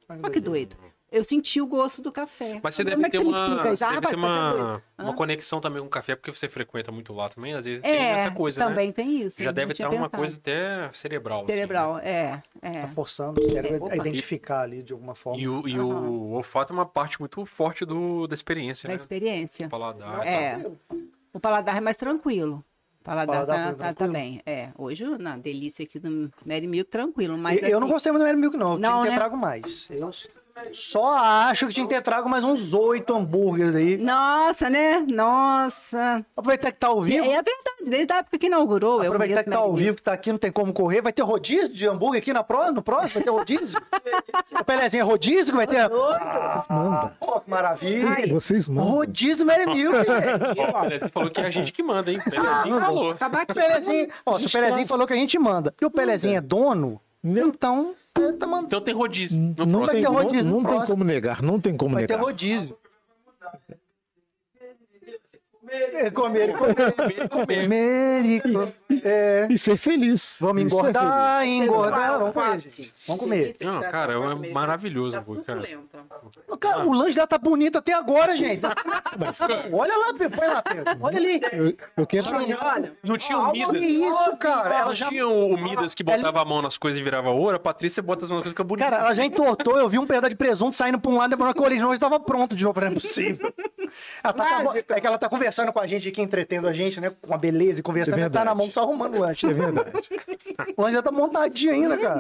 S3: Olha que doido. Eu senti o gosto do café.
S1: Mas você
S3: Como
S1: deve
S3: é que
S1: ter
S3: você me
S1: uma,
S3: explica isso?
S1: você
S3: Ah,
S1: deve
S3: vai
S1: ter
S3: fazer doido.
S1: uma,
S3: Hã?
S1: uma conexão também com o café, porque você frequenta muito lá também, às vezes tem
S3: É,
S1: essa coisa, né?
S3: também tem isso.
S1: Já
S3: eu
S1: deve
S3: não
S1: estar
S3: tinha
S1: uma
S3: pensado.
S1: coisa até cerebral. assim,
S3: Cerebral, é,
S2: Tá
S3: é.
S2: forçando o
S3: É,
S2: cérebro
S3: opa.
S2: a identificar ali de alguma
S1: né?
S2: forma.
S1: E, o, e o-
S3: Aham.
S1: o olfato é uma parte muito forte do, da experiência,
S3: Da
S1: né?
S3: experiência.
S1: O paladar. e
S3: É.
S1: tal.
S3: O paladar é mais tranquilo. O paladar,
S2: Paladar
S3: tá,
S2: mais
S3: tá-
S2: tranquilo?
S3: também. É, hoje na delícia aqui do Mary Milk, tranquilo. Mas
S2: eu eu não
S3: assim,
S2: gostei muito do Mary Milk, não. Eu
S3: Não,
S2: tinha que ter
S3: né?
S2: trago mais. Eu, Só acho que tinha que ter trago mais uns oito hambúrgueres aí.
S3: Nossa, né? Nossa.
S2: Aproveitar que tá ao
S3: É
S2: vivo.
S3: verdade, desde a época que inaugurou. eu
S2: Aproveitar
S3: conheço
S2: que tá ao
S3: Mary
S2: vivo, que tá aqui, não tem como correr. Vai ter rodízio de hambúrguer aqui na pró- no próximo? Vai ter rodízio? o Pelezinho é rodízio que vai ter?
S4: Vocês mandam.
S2: Pô, que maravilha.
S3: Ai.
S4: Vocês mandam.
S2: Rodízio do Mary Milk, gente.
S1: Você falou que é a gente que manda, hein? Você
S2: Ah,
S1: nem falou.
S3: Acabar
S2: O
S3: com
S2: Pelezinho, ó, se o Pelezinho falou que a gente manda. E o Pelezinho é dono,
S4: Não,
S2: então é, tá mandando.
S1: Então tem rodízio. No
S4: não
S1: próximo.
S4: tem,
S2: ter
S4: não-
S2: rodízio no
S4: não tem
S2: próximo.
S4: como negar, não tem como
S2: Vai ter
S4: negar.
S2: rodízio. É, comer, comer,
S1: Comer, é comer.
S2: comer. É.
S4: E ser feliz.
S2: Vamos
S4: E ser
S2: engordar,
S4: feliz.
S2: engordar. Vamos comer,
S3: alface.
S2: gente. Vamos comer.
S1: Não, cara, é maravilhoso.
S3: Tá
S1: pô, cara.
S3: suculenta.
S2: O cara- o lanche dela tá bonito até agora, gente.
S4: Mas-
S2: Olha lá, Pedro. Põe lá, Pedro. Olha ali.
S4: Eu, eu quero.
S3: Olha,
S1: Não tinha
S2: Olha
S1: o
S2: que
S1: Midas.
S2: isso, cara. Ela
S1: Não
S2: já...
S1: tinha o o Midas que botava a mão nas coisas e virava ouro. A Patrícia bota as mãos nas coisas e fica bonita.
S2: Cara, ela já entortou, eu vi um pedaço de presunto saindo pra um lado e depois na corrigão, hoje tava pronto de novo, não é possível. Ela tá com a-
S3: Mágico.
S2: é que ela tá conversando com a gente aqui, entretendo a gente, né? Com a beleza e conversando,
S4: É
S2: ela tá na
S4: verdade.
S2: mão só arrumando o lanche.
S4: É verdade.
S2: O lanche já tá montadinho ainda, cara.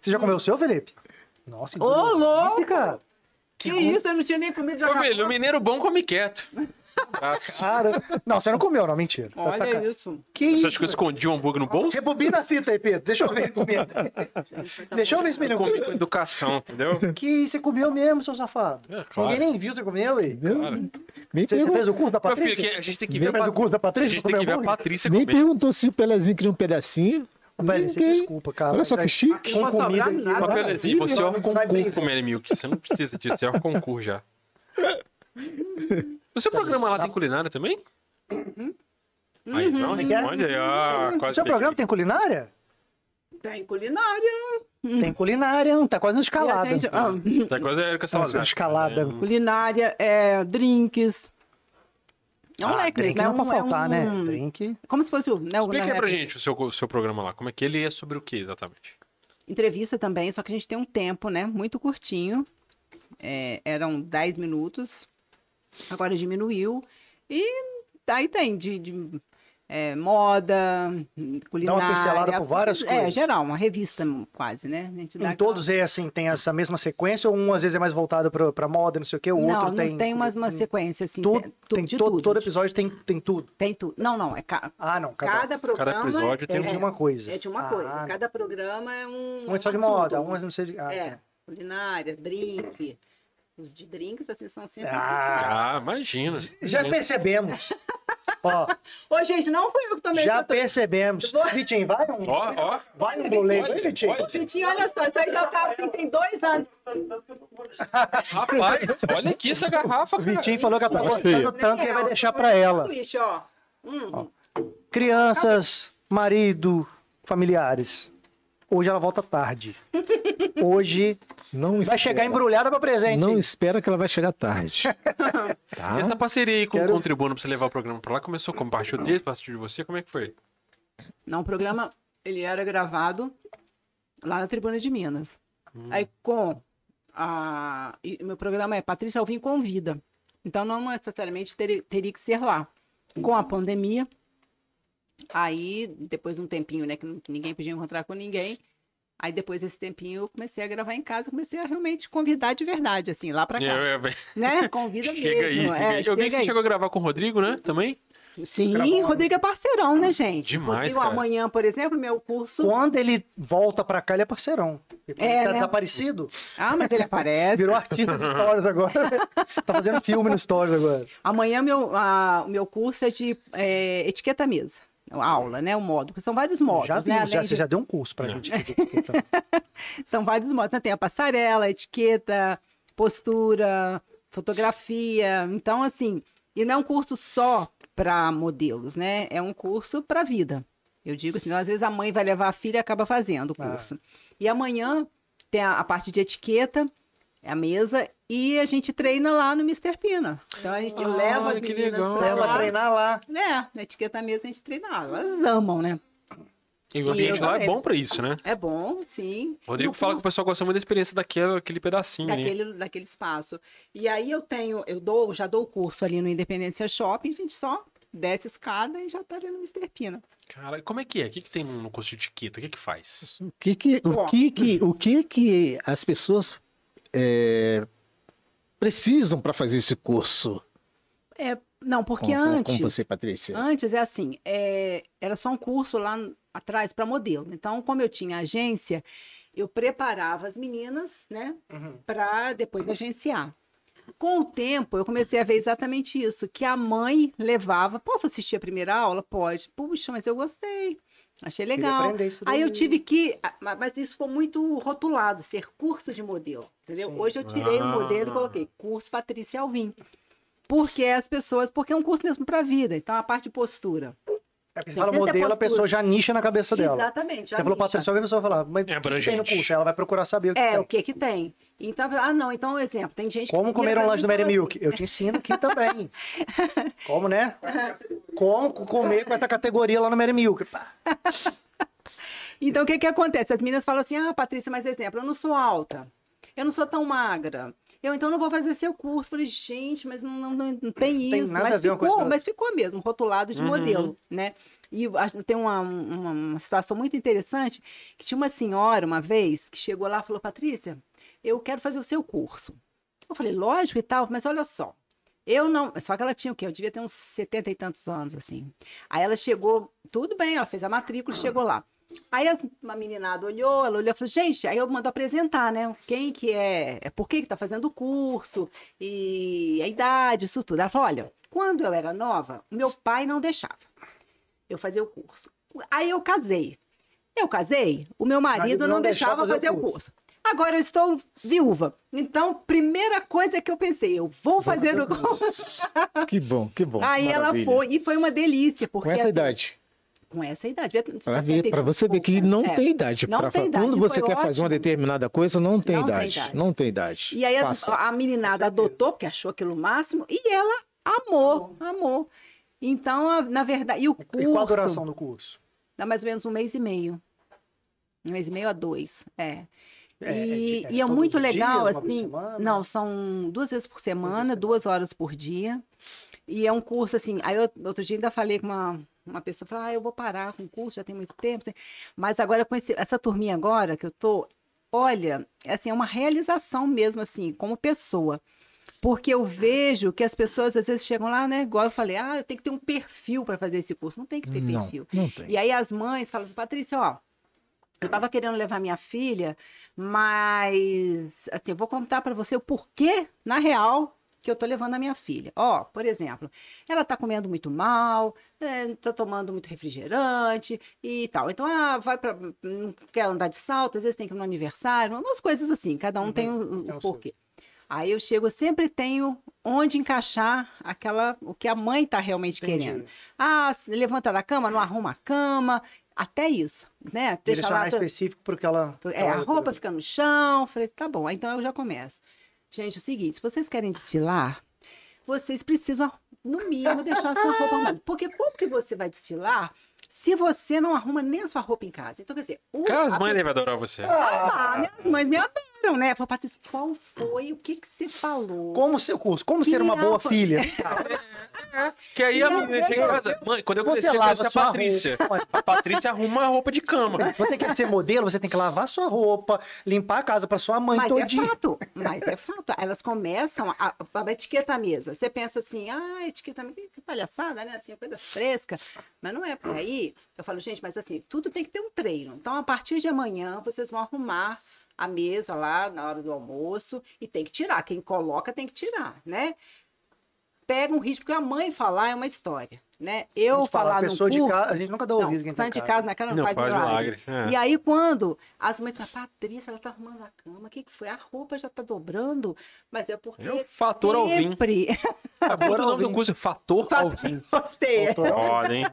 S2: Você já comeu o seu, Felipe? Nossa, que
S3: Uhum. Ô,
S2: delícia,
S3: louco!
S2: cara.
S3: que, isso? Eu não tinha nem comido já.
S1: Ô, velho, o mineiro bom come
S2: *laughs*
S1: quieto. Ah,
S2: Cara... Não, você não comeu, não, mentira. Tá de
S3: Olha
S2: sacanagem.
S3: isso.
S2: Que
S1: Você
S2: isso?
S1: acha que eu escondi o hambúrguer no bolso?
S2: Rebobina a fita aí, Pedro. Deixa eu ver ele comendo. Deixa eu ver esse
S1: Eu
S2: menino.
S1: comi com educação,
S2: *laughs*
S1: entendeu?
S2: Que você comeu mesmo, seu safado.
S1: É, claro.
S2: Ninguém nem viu você comeu, ué.
S1: Cara.
S4: Nem,
S2: Você, você
S4: pergun-
S2: fez o curso da
S1: Meu filho,
S2: Patrícia?
S1: que a gente tem que
S2: Você
S1: ver
S2: fez o
S1: a
S2: curso da
S1: a
S2: Patrícia?
S1: gente
S2: pra
S1: tem que
S2: comer
S1: ver a
S2: hambúrguer?
S1: Patrícia
S4: nem
S1: comer.
S4: perguntou se o Pelezinho queria um pedacinho.
S2: Mas você
S4: Ok.
S2: desculpa, cara.
S4: Olha só
S2: mas
S4: que
S2: é-
S4: chique.
S2: Com
S3: Não vai
S2: comida
S3: sobrar
S2: aqui,
S3: nada.
S2: uma
S1: Pelezinho,
S2: maravilha.
S1: você é um
S2: Não vai
S1: concurso
S2: brincar.
S1: com o Mary Milk. Você não precisa disso, você é um concurso já. O seu programa lá tem culinária também? Aí, não, responde aí. Ah,
S2: Uhum. O
S1: quase
S2: seu
S1: peguei.
S2: programa tem culinária?
S3: Tem culinária.
S2: Tem culinária, tá quase uma escalada.
S3: E a gente- ah,
S1: Tá quase a Erika Salazar.
S2: escalada.
S1: né?
S3: culinária, é, drinks. É um
S2: Ah,
S3: leque,
S2: drink
S3: né?
S2: não
S3: Um-
S2: pra
S3: é
S2: faltar, né?
S3: um-
S2: Drink.
S3: Como se fosse o. Né, o-
S1: Explica
S3: na
S1: aí pra
S3: época-
S1: gente o seu, o seu programa lá. Como é que ele é sobre o que exatamente?
S3: entrevista também, só que a gente tem um tempo, né? Muito curtinho. É, eram 10 minutos. Agora diminuiu. E aí tem de, de, é, moda, culinária.
S2: pincelada por várias
S3: É,
S2: coisas.
S3: geral, uma revista quase, né? A gente dá
S2: Em
S3: aquela-
S2: todos é assim, tem essa mesma sequência, ou um às vezes é mais voltado pra, pra moda, não sei o quê, o
S3: não,
S2: outro
S3: não
S2: tem. um
S3: tem, uma, uma sequência assim,
S2: tudo-
S3: tem, tu-
S2: tem
S3: de
S2: todo,
S3: tudo.
S2: todo episódio tem, tem tudo.
S3: Tem tudo. Não, não, é ca-
S2: Ah, não, cada,
S3: cada programa
S1: Cada episódio tem
S2: é de
S1: um.
S2: uma coisa.
S3: é de uma
S2: Ah,
S3: coisa. Cada programa é um
S2: Um é só de
S3: um
S2: moda,
S3: assunto.
S2: um é não sei de. Ah,
S3: É, culinária, drink. Os de drinks, assim, são sempre.
S2: Ah,
S1: Ah, imagina.
S2: já
S1: Imagina.
S3: *laughs*
S2: percebemos. Ó,
S3: Ô, gente, não fui eu que tomei
S2: já
S3: essa to-
S2: percebemos.
S3: Vou-
S2: Vitinho, vai um.
S1: Ó, ó.
S2: Vai um goleiro, vai,
S1: Olha,
S2: Vitinho.
S1: olha.
S3: Vitinho, olha só, isso aí já tá assim, tem dois anos.
S1: Rapaz, olha aqui essa garrafa,
S2: O
S1: cara.
S2: Vitinho falou que ela tá
S4: Achei.
S2: gostando tanto que ele vai deixar pra ela.
S3: Sanduíche, ó. Hum,
S2: Crianças, marido, familiares. Hoje ela volta tarde. Hoje
S4: Não
S2: vai
S4: espera.
S2: chegar embrulhada pra presente.
S4: Não espera que ela vai
S2: *laughs*
S4: chegar tarde.
S1: E
S4: Tá?
S1: Essa parceria aí com
S2: Quero-
S1: o Contribuno pra você levar o programa pra lá, começou como partiu dele, partiu de você, como é que foi?
S3: Não, o programa, ele era gravado lá na Tribuna de Minas.
S1: Hum.
S3: Aí com a... e meu programa é Patrícia Alvim Convida. Então, não necessariamente ter- teria que ser lá. Com
S1: Uhum.
S3: a pandemia, aí, depois de um tempinho, né, que não- ninguém podia encontrar com ninguém, aí depois desse tempinho eu comecei a gravar em casa, comecei a realmente convidar de verdade, assim, lá pra cá.
S1: Eu- eu-
S3: né? Convida
S1: É. Chega aí.
S3: mesmo.
S1: chega
S3: é,
S1: aí. eu vi que você
S3: aí.
S1: chegou a gravar com o Rodrigo, né? Também?
S3: Sim, Rodrigo é parceirão, né, gente?
S1: Demais,
S3: Rodrigo,
S1: cara.
S3: amanhã, por exemplo, meu curso.
S2: Quando ele volta pra cá, ele é parceirão. E quando
S3: É,
S2: ele tá
S3: né?
S2: desaparecido,
S3: Ah, mas ele aparece.
S2: virou artista de stories agora. *laughs* tá fazendo filme no stories agora.
S3: Amanhã meu, a- o meu curso é de é, etiqueta à mesa. A aula, né? O modo. Porque são vários modos,
S2: Tá. já
S3: né?
S2: vimos, já,
S3: Além
S2: você
S3: de-
S2: já deu um curso pra
S1: Não.
S2: gente.
S3: São vários modos. né? Tem a passarela, a etiqueta, postura, fotografia. Então, assim, e não é um curso só para modelos, né? É um curso para vida. Eu digo assim, às vezes a mãe vai levar a filha e acaba fazendo o
S2: Ah.
S3: curso. E amanhã tem a, a parte de etiqueta, é a mesa, e a gente treina lá no Mr. Pina. Então a gente, eu
S1: Ah,
S3: levo as
S1: que
S3: meninas
S1: legal.
S3: pra
S2: Ela
S3: lá.
S2: treinar lá.
S3: É, na etiqueta à mesa a gente treina lá. Elas amam, né?
S1: E o ambiente
S3: eu
S1: lá é
S3: também.
S1: bom pra isso, né?
S3: É bom, sim.
S1: O Rodrigo
S3: E o
S1: fala que o
S3: curso-
S1: pessoal gosta muito da experiência daquele aquele pedacinho ali.
S3: daquele, daquele espaço. E aí eu tenho, eu dou, já dou o curso ali no Independência Shopping, a gente só desce a escada e já tá ali no Mr. Pina.
S1: Cara, como é que é? O que, que tem no curso de etiqueta? O que que faz?
S4: O que que, o que que, o que que as pessoas é, precisam para fazer esse curso.
S3: Não, porque
S4: como, como-
S3: antes.
S4: como você, Patrícia.
S3: Antes é assim, é, era só um curso lá n- atrás para modelo. Então, como eu tinha agência, eu preparava as meninas, né,
S2: Uhum.
S3: para depois agenciar. Com o tempo, eu comecei a ver exatamente isso, que a mãe levava, posso assistir a primeira aula? Pode. Puxa, mas eu gostei. Achei
S2: Queria
S3: legal.
S2: aprender isso
S3: Aí eu
S2: daí.
S3: tive que, ah, ma- mas isso foi muito rotulado, ser curso de modelo, entendeu?
S2: Sim.
S3: Hoje eu tirei o
S1: Ah.
S3: modelo e coloquei curso Patrícia Alvim. Porque as pessoas, porque é um curso mesmo para a vida, então a parte de postura.
S2: É porque você
S3: Tem
S2: fala
S3: que ter
S2: modelo, a
S3: postura.
S2: pessoa já nicha na cabeça dela.
S3: Exatamente. já
S2: Você falou
S3: nicha.
S2: Patrícia, alguém a pessoa vai falar, mas o
S1: É
S2: que que tem no
S1: abrangente.
S2: curso? Ela vai procurar saber o que
S3: É,
S2: tem.
S3: o que que tem? Então, ah, não, então, um exemplo, tem gente que
S2: Como
S3: vira
S2: comer um
S3: pra
S2: lanche
S3: mim
S2: do
S3: e fala
S2: Mary
S3: assim,
S2: Milk? Eu te ensino aqui
S3: *laughs*
S2: também. Como, né? Como comer com essa categoria lá no Mary Milk? Pá.
S3: Então, o que que acontece? As meninas falam assim, ah, Patrícia, mas exemplo, eu não sou alta, eu não sou tão magra, eu então não vou fazer seu curso. Falei, gente, mas não, não, não- não tem isso.
S2: Tem nada
S3: mas,
S2: a ver uma
S3: ficou,
S2: coisa com a
S3: mas ficou mesmo, rotulado de
S1: Uhum.
S3: modelo, né? E eu acho- tem uma, uma, uma situação muito interessante, que tinha uma senhora, uma vez, que chegou lá e falou, Patrícia, eu quero fazer o seu curso. Eu falei, lógico e tal, mas olha só, eu não. Só que ela tinha o quê? Eu devia ter uns setenta e tantos anos, assim. Aí ela chegou, tudo bem, ela fez a matrícula, chegou lá. Aí as, uma meninada olhou, ela olhou e falou, gente, aí eu mando apresentar, né? Quem que é, é por que que tá fazendo o curso, e a idade, isso tudo. Ela falou, olha, quando eu era nova, meu pai não deixava eu fazer o curso. Aí eu casei. Eu casei, o meu marido,
S2: Marido
S3: não,
S2: não
S3: deixava
S2: deixava
S3: fazer o curso. Agora eu estou viúva. Então, primeira coisa que eu pensei, eu vou fazer o curso.
S4: Que bom, que bom.
S3: Aí ela
S4: maravilha.
S3: foi, e foi uma delícia, porque
S4: Com essa
S3: assim,
S4: idade.
S3: com essa idade,
S4: Pra, ver, pra você ver que não
S3: É.
S4: tem idade.
S3: Não
S4: pra
S3: tem
S4: fa-
S3: idade,
S4: Quando
S3: foi
S4: você quer fazer uma
S3: ótimo.
S4: determinada coisa, não tem,
S3: Não tem
S4: idade.
S3: idade.
S4: Não tem idade.
S3: É. E aí as-
S4: Passa.
S3: a
S2: é
S3: meninada adotou, porque achou aquilo o máximo, e ela amou, amou. Então, a- na verdade, e o curso,
S2: E qual a duração do curso?
S3: dá mais ou menos um mês e meio. Um mês e meio a dois, é. E e é,
S2: todos
S3: muito
S2: os dias,
S3: legal,
S2: uma vez por
S3: assim.
S2: semana?
S3: Não, são duas vezes por semana,
S2: semana.
S3: duas horas por dia. E é um curso, assim. Aí eu, outro dia ainda falei com uma, uma pessoa, falei, ah, eu vou parar com o curso, já tem muito tempo. assim. Mas agora com esse- essa turminha agora que eu tô, olha, é assim, é uma realização mesmo, assim, como pessoa. Porque eu vejo que as pessoas às vezes chegam lá, né? Igual eu falei, ah, eu tenho que ter um perfil para fazer esse curso. Não tem Ah, que ter
S4: Não,
S3: perfil.
S4: não tem.
S3: E aí as mães falam, assim, Patrícia, ó, eu tava querendo levar minha filha, mas assim, eu vou contar pra você o porquê, na real, que eu tô levando a minha filha. Ó, por exemplo, ela tá comendo muito mal, é, tá tomando muito refrigerante e tal. Então, ah, vai pra. não quer andar de salto, às vezes tem que ir no aniversário, umas coisas assim, cada um
S2: Uhum,
S3: tem o,
S2: é
S3: o
S2: o seu.
S3: porquê. Aí eu chego, eu sempre tenho onde encaixar aquela o que a mãe tá realmente
S2: Entendi.
S3: querendo. Ah, se levanta da cama, não arruma a cama, até isso, né? Deixa
S2: Direcionar
S3: lá, tá-
S2: específico para aquela...
S3: é, a roupa fica no chão, falei, tá bom, aí então eu já começo. Gente, é o seguinte, se vocês querem desfilar, vocês precisam, no mínimo, deixar a sua roupa arrumada. Porque como que você vai desfilar se você não arruma nem a sua roupa em casa? Então, quer dizer, o,
S1: Cara, as
S3: a
S1: mães devem adorar você.
S3: ah, minhas mães me adoram, né? Falei, Patrícia, qual foi? O que que você falou?
S2: Como seu curso? Como ser uma boa
S3: Pirava.
S2: filha?
S1: Que aí a
S3: Não,
S1: menina chega em casa. Mãe, quando eu
S2: Você
S1: crescer, eu
S2: lava
S1: quero ser é a
S2: sua
S1: Patrícia. A Patrícia arruma a roupa de cama.
S2: Se você quer ser modelo, você tem que lavar sua roupa, limpar a casa para sua mãe
S3: Mas
S2: todo
S3: é
S2: dia.
S3: fato, mas é fato. Elas começam a, a etiqueta à mesa. Você pensa assim, ah, etiqueta à mesa, que palhaçada, né? Assim, coisa fresca. Mas não é por aí. Eu falo, gente, mas assim, tudo tem que ter um treino. Então, a partir de amanhã, vocês vão arrumar a mesa lá na hora do almoço e tem que tirar. Quem coloca tem que tirar, né? Pega um risco, porque a mãe falar é uma história, né?
S2: A
S3: Eu
S2: gente fala,
S3: falar
S2: a
S3: no
S2: pessoa
S3: curso...
S2: de casa, a gente nunca dá ouvido quem
S3: Não,
S2: tá
S3: santo de casa na cara não, faz milagre.
S1: é.
S3: E aí, quando as mães falam, Patrícia, ela tá arrumando a cama, o que, que foi? A roupa já tá dobrando, mas é porque.
S1: É o fator Alvim.
S3: sempre... *laughs*
S1: Agora o nome do curso é Fator
S3: Fator-
S1: Alvim.
S3: Gostei,
S1: Olha, hein?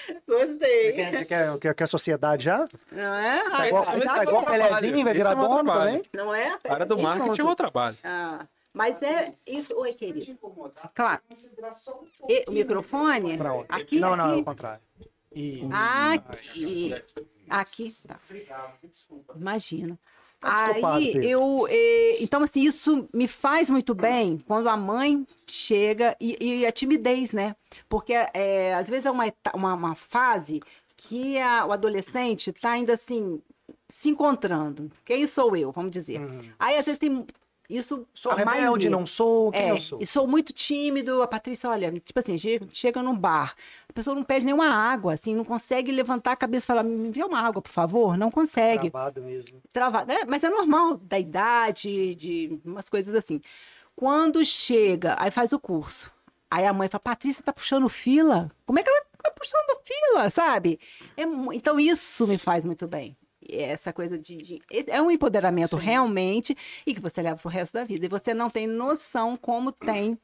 S2: É que é a
S3: gostei.
S2: gente quer, quer, quer sociedade já?
S3: Não
S1: Tá
S3: é? Ai,
S2: igual,
S1: esse
S2: tá
S1: é meu
S2: igual o Pelezinho,
S1: trabalho.
S2: vai virar
S1: Esse é meu
S2: dono
S1: trabalho.
S2: também?
S3: Não é?
S1: A área do
S3: Sim,
S1: marketing é
S3: pronto.
S1: meu trabalho.
S3: Ah, mas é isso. Oi, querido.
S5: querido.
S3: Claro.
S5: um né,
S3: E- o microfone?
S2: Pra onde?
S3: Aqui?
S2: não, não, é
S3: aqui? Ah,
S2: o contrário. E...
S3: Aqui. Aqui. Tá.
S5: Obrigado, desculpa.
S3: Imagina.
S2: Tá desculpado,
S3: Aí
S2: Pedro.
S3: eu. eh, então, assim, isso me faz muito bem quando a mãe chega e, e a timidez, né? Porque eh, às vezes é uma, eta- uma, uma fase que a- o adolescente tá ainda assim se encontrando. Quem sou eu, vamos dizer.
S2: Uhum.
S3: Aí às vezes tem Isso
S2: Sou
S3: a
S2: rebelde,
S3: maioria.
S2: não sou quem
S3: É,
S2: eu sou.
S3: e sou muito tímido. A Patrícia, olha, tipo assim, che- chega num bar, a pessoa não pede nenhuma água, assim, não consegue levantar a cabeça e falar, me envia uma água, por favor. Não consegue.
S2: Travado mesmo.
S3: Travada. É, mas é normal, da idade, de umas coisas assim. Quando chega, aí faz o curso. Aí a mãe fala, Patrícia tá puxando fila? Como é que ela tá puxando fila, sabe? É mu- então isso me faz muito bem. E Essa coisa de, de- esse É um empoderamento
S2: Sim.
S3: realmente e que você leva pro resto da vida. E você não tem noção como tem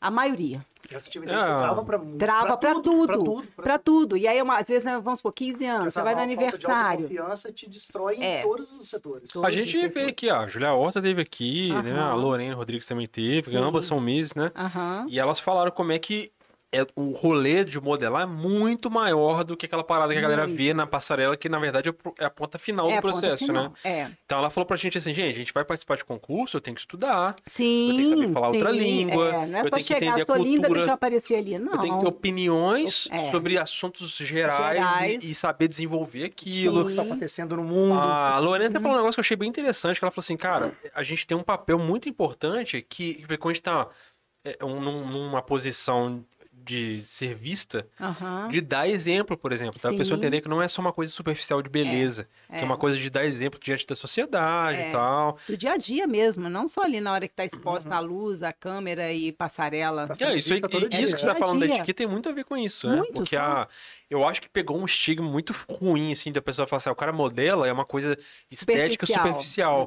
S3: a maioria.
S2: Essa atividade
S1: Ah.
S2: tipo trava pra mu-
S3: Trava pra tudo.
S2: Pra tudo. pra
S3: Pra tudo. E aí, uma- às vezes, né, vamos supor, 15 anos, você vai no
S2: Essa falta de
S3: aniversário.
S2: autoconfiança te destrói em
S3: É.
S2: todos os setores.
S3: Todos
S1: A gente
S3: os
S1: veio aqui, ó, a Julia Horta teve aqui, né?
S3: Aham.
S1: A Lorena Rodrigues também teve,
S3: Sim.
S1: ambas são Miss, né?
S3: Aham.
S1: E elas falaram como é que é, o rolê de modelar é muito maior do que aquela parada que a galera
S3: Muito.
S1: vê na passarela, que na verdade é o pro- é a ponta final
S3: É
S1: do
S3: a ponta
S1: processo,
S3: final.
S1: né?
S3: É.
S1: Então ela falou pra gente assim, gente, a gente vai participar de concurso, eu tenho que estudar,
S3: Sim.
S1: Eu tenho que saber falar outra
S3: sim,
S1: língua,
S3: É,
S1: eu
S3: não é só
S1: tenho que
S3: chegar,
S1: entender a
S3: tô linda,
S1: cultura,
S3: deixa eu aparecer ali. Não.
S1: eu tenho que ter opiniões
S3: É.
S1: sobre assuntos gerais,
S3: Gerais.
S1: E, e saber desenvolver aquilo.
S2: Tá acontecendo no
S3: Uhum.
S2: mundo.
S1: A Lorena até falou um negócio que eu achei bem interessante, que ela falou assim, cara, a gente tem um papel muito importante que, que quando a gente tá é, um- num- numa posição de ser vista,
S3: Aham,
S1: de dar exemplo, por exemplo. Da
S3: Ah. Sim.
S1: pessoa entender que não é só uma coisa superficial de beleza, que é.
S3: é.
S1: uma coisa de dar exemplo diante da sociedade e
S3: É.
S1: tal.
S3: Do dia a dia mesmo, não só ali na hora que tá exposta
S1: Uhum.
S3: a luz, a câmera e passarela.
S2: Tá sendo
S1: É, isso, aí,
S2: vista todo
S1: e-
S2: dia,
S1: isso que você tá
S3: né?
S1: falando da
S3: Dia a dia.
S1: etiqueta tem muito a ver com isso, né?
S3: Muito,
S1: Porque
S3: só.
S1: a, eu acho que pegou um estigma muito ruim, assim, da pessoa falar assim, "Ah, o cara modela é uma coisa estética superficial.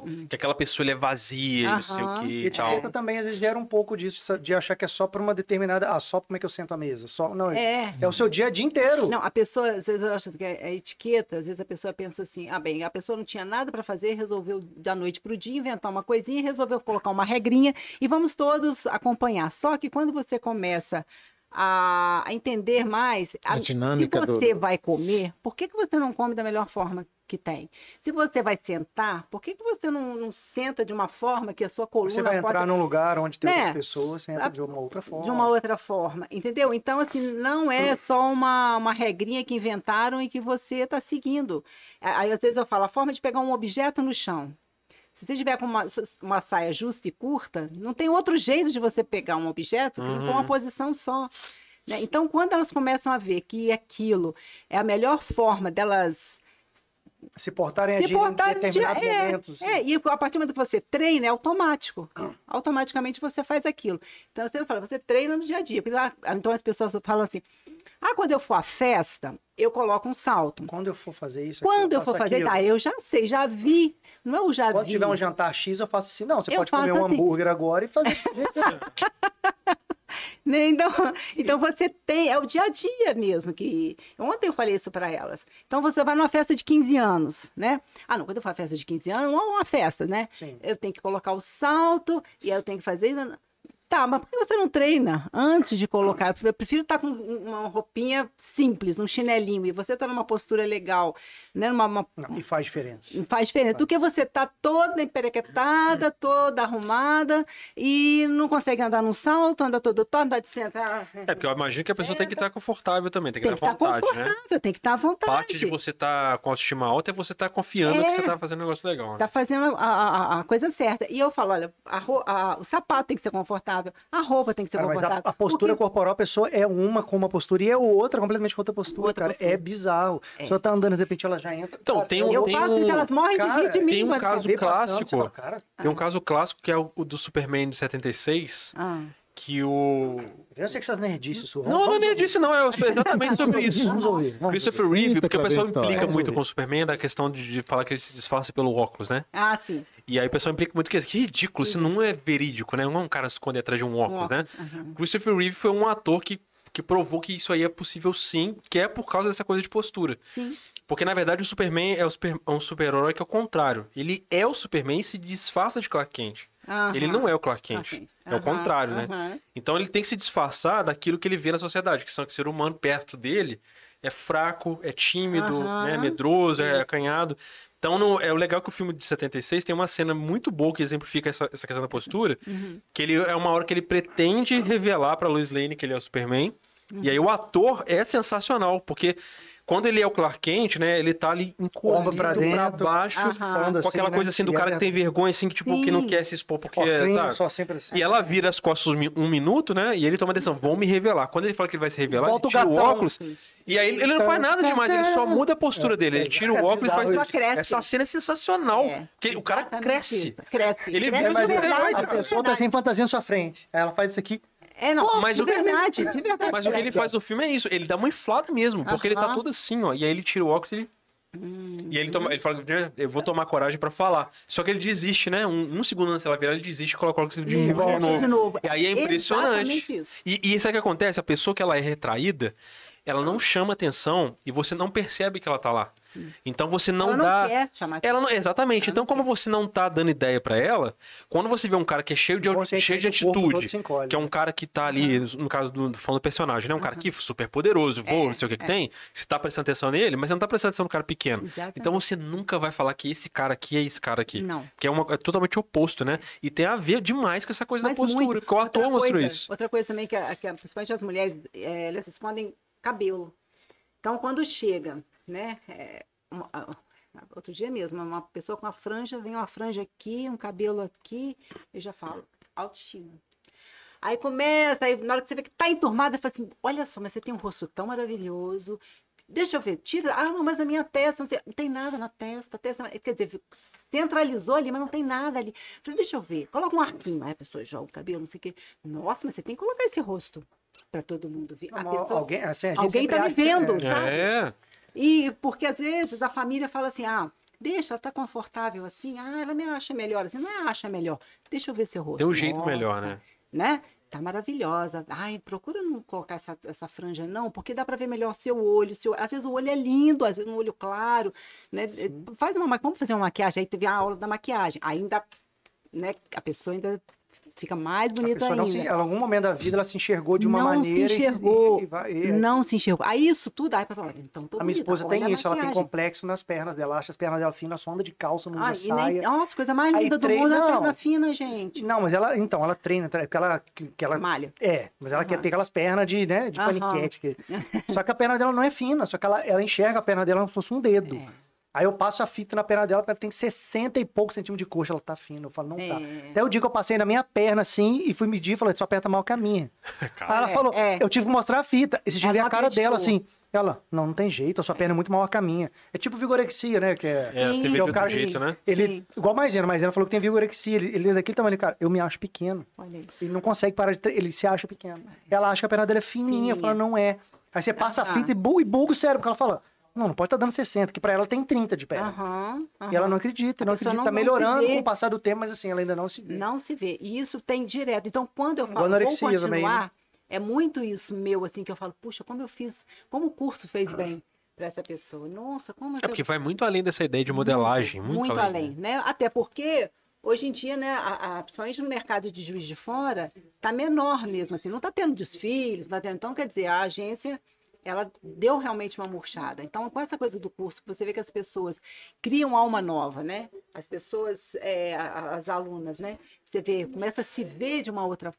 S3: Superficial. Uhum.
S1: Que aquela pessoa ele é vazia, e não sei o
S3: Aham.
S1: que
S2: E
S1: e tal.
S2: etiqueta também às vezes gera um pouco disso, de achar que é só pra uma determinada. Ah, só como é que eu sento à mesa. Só... Não, é...
S3: É.
S2: é o seu dia a dia inteiro.
S3: Não, a pessoa, às vezes, acha que é, é etiqueta, às vezes a pessoa pensa assim, ah, bem, a pessoa não tinha nada para fazer, resolveu da noite para o dia inventar uma coisinha, resolveu colocar uma regrinha e vamos todos acompanhar. Só que quando você começa a a entender mais,
S4: A
S3: a-
S4: dinâmica
S3: se
S4: do-
S3: você vai comer, por que, que você não come da melhor forma que tem? Se você vai sentar, por que, que você não, não senta de uma forma que a sua coluna
S2: Você vai
S3: possa
S2: entrar num lugar onde tem
S3: Né?
S2: outras pessoas, você entra
S3: Ah,
S2: de uma outra forma.
S3: de uma outra forma, entendeu? Então, assim, não é só uma, uma regrinha que inventaram e que você está seguindo. A- Aí, às vezes, eu falo, a forma de pegar um objeto no chão. Se você tiver com uma, uma saia justa e curta, não tem outro jeito de você pegar um objeto que não for uma
S1: Uhum.
S3: posição só. né? Então, quando elas começam a ver que aquilo é a melhor forma delas
S2: Se portarem a
S3: Se
S2: dia
S3: portarem
S2: em determinados
S3: dia- é,
S2: momentos.
S3: é, e a partir do momento que você treina, é automático.
S2: Ah.
S3: Automaticamente você faz aquilo. Então, eu sempre falo, você treina no dia a dia. Porque lá- Então, as pessoas falam assim, ah, quando eu for à festa, eu coloco um salto.
S2: Quando eu for fazer isso. aqui,
S3: Quando eu for
S2: faço
S3: fazer,
S2: aquilo.
S3: tá, eu já sei, já vi. Não é o já
S2: Quando
S3: vi. *laughs*
S2: tiver um jantar X, eu faço assim. Não, você
S3: Eu
S2: pode comer
S3: faço
S2: um
S3: assim.
S2: hambúrguer agora e fazer desse jeito.
S3: *laughs* Né? Então, então você tem, é o dia a dia mesmo que. Ontem eu falei isso para elas. Então você vai numa festa de 15 anos, né? Ah, não, quando eu for à festa de 15 anos, não é uma festa, né?
S2: Sim.
S3: eu tenho que colocar o salto e aí eu tenho que fazer. Tá, mas por que você não treina antes de colocar? Eu prefiro estar com uma roupinha simples, um chinelinho, e você tá numa postura legal, né? Numa, uma-
S2: Não, e faz diferença.
S3: Faz diferença. Do que você tá toda emperequetada, toda arrumada e não consegue andar num salto, anda todo torto, andar de sentar.
S1: É, porque eu imagino que a pessoa tem que estar confortável também, tem que
S3: Tem que
S1: estar à
S3: estar
S1: vontade, né?
S3: confortável, tem que estar à vontade.
S1: Parte de você né? estar com autoestima alta é você estar confiando que
S3: É.
S1: você tá fazendo um negócio legal. né?
S3: Tá fazendo a, a- a- a coisa certa. E eu falo, olha, a ro- a- o sapato tem que ser confortável, a roupa tem que ser
S2: Cara, mas a,
S3: confortável.
S2: a postura corporal, a pessoa é uma com uma postura e é outra completamente com outra postura,
S3: Outra
S2: cara.
S3: postura.
S2: É bizarro.
S3: É.
S2: Se ela tá andando, de repente ela já entra.
S1: Então,
S2: cara,
S1: tem
S2: ela
S1: um-
S3: Eu
S1: tem
S3: faço isso, elas morrem de
S2: Cara,
S3: rir de mim.
S1: tem um
S3: mas-
S1: caso-
S2: vê passando,
S1: clássico.
S2: você fala, cara,
S1: Tem um caso clássico que é o o do Superman de 76,
S3: Ah,
S1: que o.
S2: eu sei que essas nerdices, isso.
S1: Não, não é nem disso, não. É exatamente sobre isso. é
S2: Vamos ouvir. vamos ouvir.
S1: Christopher Reeve,
S4: Sinta
S1: porque o
S4: que lá
S1: pessoal
S4: vem a história.
S1: implica
S4: Vamos
S1: muito
S4: ouvir.
S1: com o Superman da questão de, de falar que ele se disfarça pelo óculos, né?
S3: ah, sim.
S1: E aí o pessoal implica muito que, que ridículo, isso não é verídico, né? Não é um cara se esconder atrás de um
S3: Um
S1: óculos, né?
S3: óculos, aham.
S1: Christopher Reeve foi um ator que, que provou que isso aí é possível sim, que é por causa dessa coisa de postura.
S3: Sim.
S1: Porque, na verdade, o Superman é, o super- é um super-herói que é o contrário. Ele é o Superman e se disfarça de Clark Kent. Ele não é o Clark Kent. É o contrário, né? Então ele tem que se disfarçar daquilo que ele vê na sociedade, que são que o ser humano perto dele é fraco, é tímido,
S3: Aham.
S1: né, medroso, é
S3: Isso.
S1: acanhado. Então no- é o legal que o filme de 76 tem uma cena muito boa que exemplifica essa, essa
S3: Uhum.
S1: questão da postura, que ele é uma hora que ele pretende revelar pra Lois Lane que ele é o Superman. E aí o ator é sensacional, porque quando ele é o Clark Kent, né, ele tá ali encolhido
S2: pra
S1: pra,
S2: dentro.
S1: baixo,
S3: Aham.
S1: com aquela
S2: né,
S1: coisa assim do cara que tem vergonha, assim, que tipo, que não
S3: Sim.
S1: quer se expor porque,
S2: vergonha.
S1: sabe?
S2: é Só sempre assim.
S1: E é ela vira as costas um mi- um minuto, né? E ele toma a decisão, vão me revelar. Quando ele fala que ele vai se revelar,
S2: Volta o
S1: ele tira o,
S2: gatão.
S1: óculos. E aí ele ele não faz nada demais, ele só muda a postura dele. Ele tira o óculos e
S2: É, bizarro
S1: faz.
S2: isso.
S3: Só cresce.
S1: Essa cena é sensacional.
S3: É,
S1: Porque o cara
S3: exatamente
S1: cresce.
S3: isso. Cresce.
S1: Ele
S3: cresce
S1: vira
S3: de
S1: um super-herói,
S2: A
S3: É verdade.
S1: cara.
S2: pessoa tá sem fantasia na sua frente. Aí ela faz isso aqui.
S3: É, não,
S1: Mas
S3: de
S1: o-
S3: verdade, de verdade.
S1: Mas o que ele faz no filme é isso, ele dá uma inflada mesmo, porque ele tá
S3: Aham.
S1: todo assim, ó. E aí ele tira o óculos e ele.
S2: Hum.
S1: E aí ele, toma, ele fala, "Né, eu vou tomar coragem pra falar. Só que ele desiste, né? Um, um segundo antes dela virar, ele desiste e coloca o óculos de novo.
S2: volta.
S3: de novo.
S1: E aí é impressionante.
S3: Exatamente isso.
S1: E, e sabe o que acontece? A pessoa que ela é retraída, ela não chama atenção e você não percebe que ela tá lá.
S3: Sim.
S1: Então você não
S3: Ela
S1: dá.
S3: não quer chamar
S1: Ela não- exatamente.
S3: Ela
S1: então,
S3: não
S1: como você não tá dando ideia pra ela, quando você vê um cara que é cheio de, cheio de
S2: Conscientemente, o corpo todo
S1: atitude,
S2: se encolhe.
S1: que é um cara que tá ali, no caso do do- falando do personagem, né? Um cara que super poderoso, voa,
S3: É,
S1: não sei o que que tem, você tá prestando atenção nele, mas você não tá prestando atenção no cara pequeno.
S3: Exatamente.
S1: Então você nunca vai falar que esse cara aqui é esse cara aqui.
S3: Não.
S1: Porque é, uma, é totalmente oposto, né? E tem a ver demais com essa coisa
S3: Mas
S1: da postura,
S3: muito.
S1: porque o ator
S3: Outra
S1: mostrou
S3: coisa-
S1: isso.
S3: Outra coisa também que, a- que a- principalmente as mulheres, eh, elas respondem cabelo. Então, quando chega, né? eh, uma- a- a- outro dia mesmo, uma pessoa com uma franja, vem uma franja aqui, um cabelo aqui, eu já falo, autoestima. Aí começa, aí na hora que você vê que tá enturmada, fala assim, olha só, mas você tem um rosto tão maravilhoso. Deixa eu ver, tira. Ah, não, mas a minha testa, não, sei, não tem nada na testa, a testa. Quer dizer, centralizou ali, mas não tem nada ali. Falei, deixa eu ver, coloca um arquinho. Aí a pessoa joga o cabelo, não sei o quê. Nossa, mas você tem que colocar esse rosto pra todo mundo ver. A
S2: Não,
S3: pessoa-
S2: Alguém, assim, a gente
S3: alguém
S2: sempre
S3: tá me
S2: acha que-
S3: vendo,
S2: é.
S3: sabe?
S1: É.
S3: E porque às vezes a família fala assim, ah, deixa, ela tá confortável assim, ah, ela me acha melhor assim, não é acha melhor, deixa eu ver seu rosto.
S1: Tem um jeito
S3: Nossa,
S1: melhor, né?
S3: Né? Tá maravilhosa. Ai, procura não colocar essa, essa franja não, porque dá pra ver melhor seu olho, seu, às vezes o olho é lindo, às vezes um olho claro, né? Faz uma, ma- vamos fazer uma maquiagem, aí teve a aula da maquiagem, ainda, né, a pessoa ainda fica mais
S2: A
S3: bonita
S2: pessoa
S3: ainda
S2: não se, ela, em algum momento da vida ela se enxergou de uma
S3: Não se
S2: maneira. e
S3: enxergou.
S2: E, vai- e-
S3: não se enxergou. Aí isso tudo, aí a pessoa, fala, então
S2: a
S3: tô
S2: minha
S3: bonita,
S2: esposa
S3: olha
S2: tem
S3: a
S2: isso, ela tem
S3: maquiagem.
S2: complexo nas pernas dela, acha as pernas dela finas, só anda de calça, não usa
S3: Ah, e
S2: saia.
S3: nem, nossa, coisa mais
S2: Aí
S3: linda do
S2: treina-
S3: mundo é a
S2: não.
S3: perna fina, gente.
S2: Não, mas ela, então, ela treina, tre- porque ela, que, que ela
S3: Malha.
S2: é, mas ela quer
S3: Aham.
S2: ter aquelas pernas de, né, de
S3: Aham.
S2: paniquete.
S3: *laughs*
S2: que- Só que a perna dela não é fina, só que ela, ela enxerga a perna dela como se fosse um dedo.
S3: É.
S2: Aí eu passo a fita na perna dela, ela tem 60 e poucos centímetros de coxa, ela tá fina. Eu falo, não tá.
S3: É.
S2: Até o dia que eu passei na minha perna, assim, e fui medir, falei, sua perna tá maior que a minha. Aí ela
S3: É,
S2: falou,
S3: é.
S2: eu tive que mostrar a fita. E se
S3: Ela
S2: tiver a
S3: não
S2: cara dela, assim,
S3: acreditou.
S2: ela, não, não tem jeito, a sua perna é muito maior que a minha. É tipo vigorexia, né, que é...
S1: É, você
S3: Sim.
S1: vê de
S2: Eu
S1: outro
S2: quero-
S1: jeito, né?
S2: Ele,
S3: Sim.
S2: igual a Maisena, a Maisena falou que tem vigorexia, ele, ele é daquele tamanho, cara, eu me acho pequeno.
S3: Olha isso.
S2: Ele não consegue parar de. tre- Ele se acha pequeno. Ela acha que a perna dele é fininha.
S3: Fininha.
S2: Fala, não é. Aí você passa a
S3: Aham.
S2: fita e, bu, e buga o cérebro, porque ela fala: Não, não pode estar dando 60, que pra ela tem 30 de perna.
S3: Aham, aham.
S2: é. E ela não acredita,
S3: A
S2: não
S3: pessoa
S2: acredita.
S3: não-
S2: tá
S3: não se
S2: melhorando
S3: vê.
S2: com o passar do tempo, mas assim, ela ainda não se vê.
S3: Não se vê. E isso tem direto. Então, quando eu
S2: Igual
S3: falo, vou
S2: anorexia
S3: continuar,
S2: também, né?
S3: é muito isso meu, assim, que eu falo, puxa, como eu fiz, como o curso fez
S2: Ah.
S3: bem pra essa pessoa. Nossa, como
S1: É
S3: que eu
S1: porque vai muito além dessa ideia de modelagem, muito,
S3: muito
S1: além.
S3: além, né? Até porque hoje em dia, né, a- a- principalmente no mercado de Juiz de Fora, tá menor mesmo, assim, não tá tendo desfiles, não tá tendo, então quer dizer, a agência ela deu realmente uma murchada. Então, com essa coisa do curso, você vê que as pessoas criam alma nova, né? As pessoas, é, a- a- as alunas, né? Você vê, começa a se ver de uma outra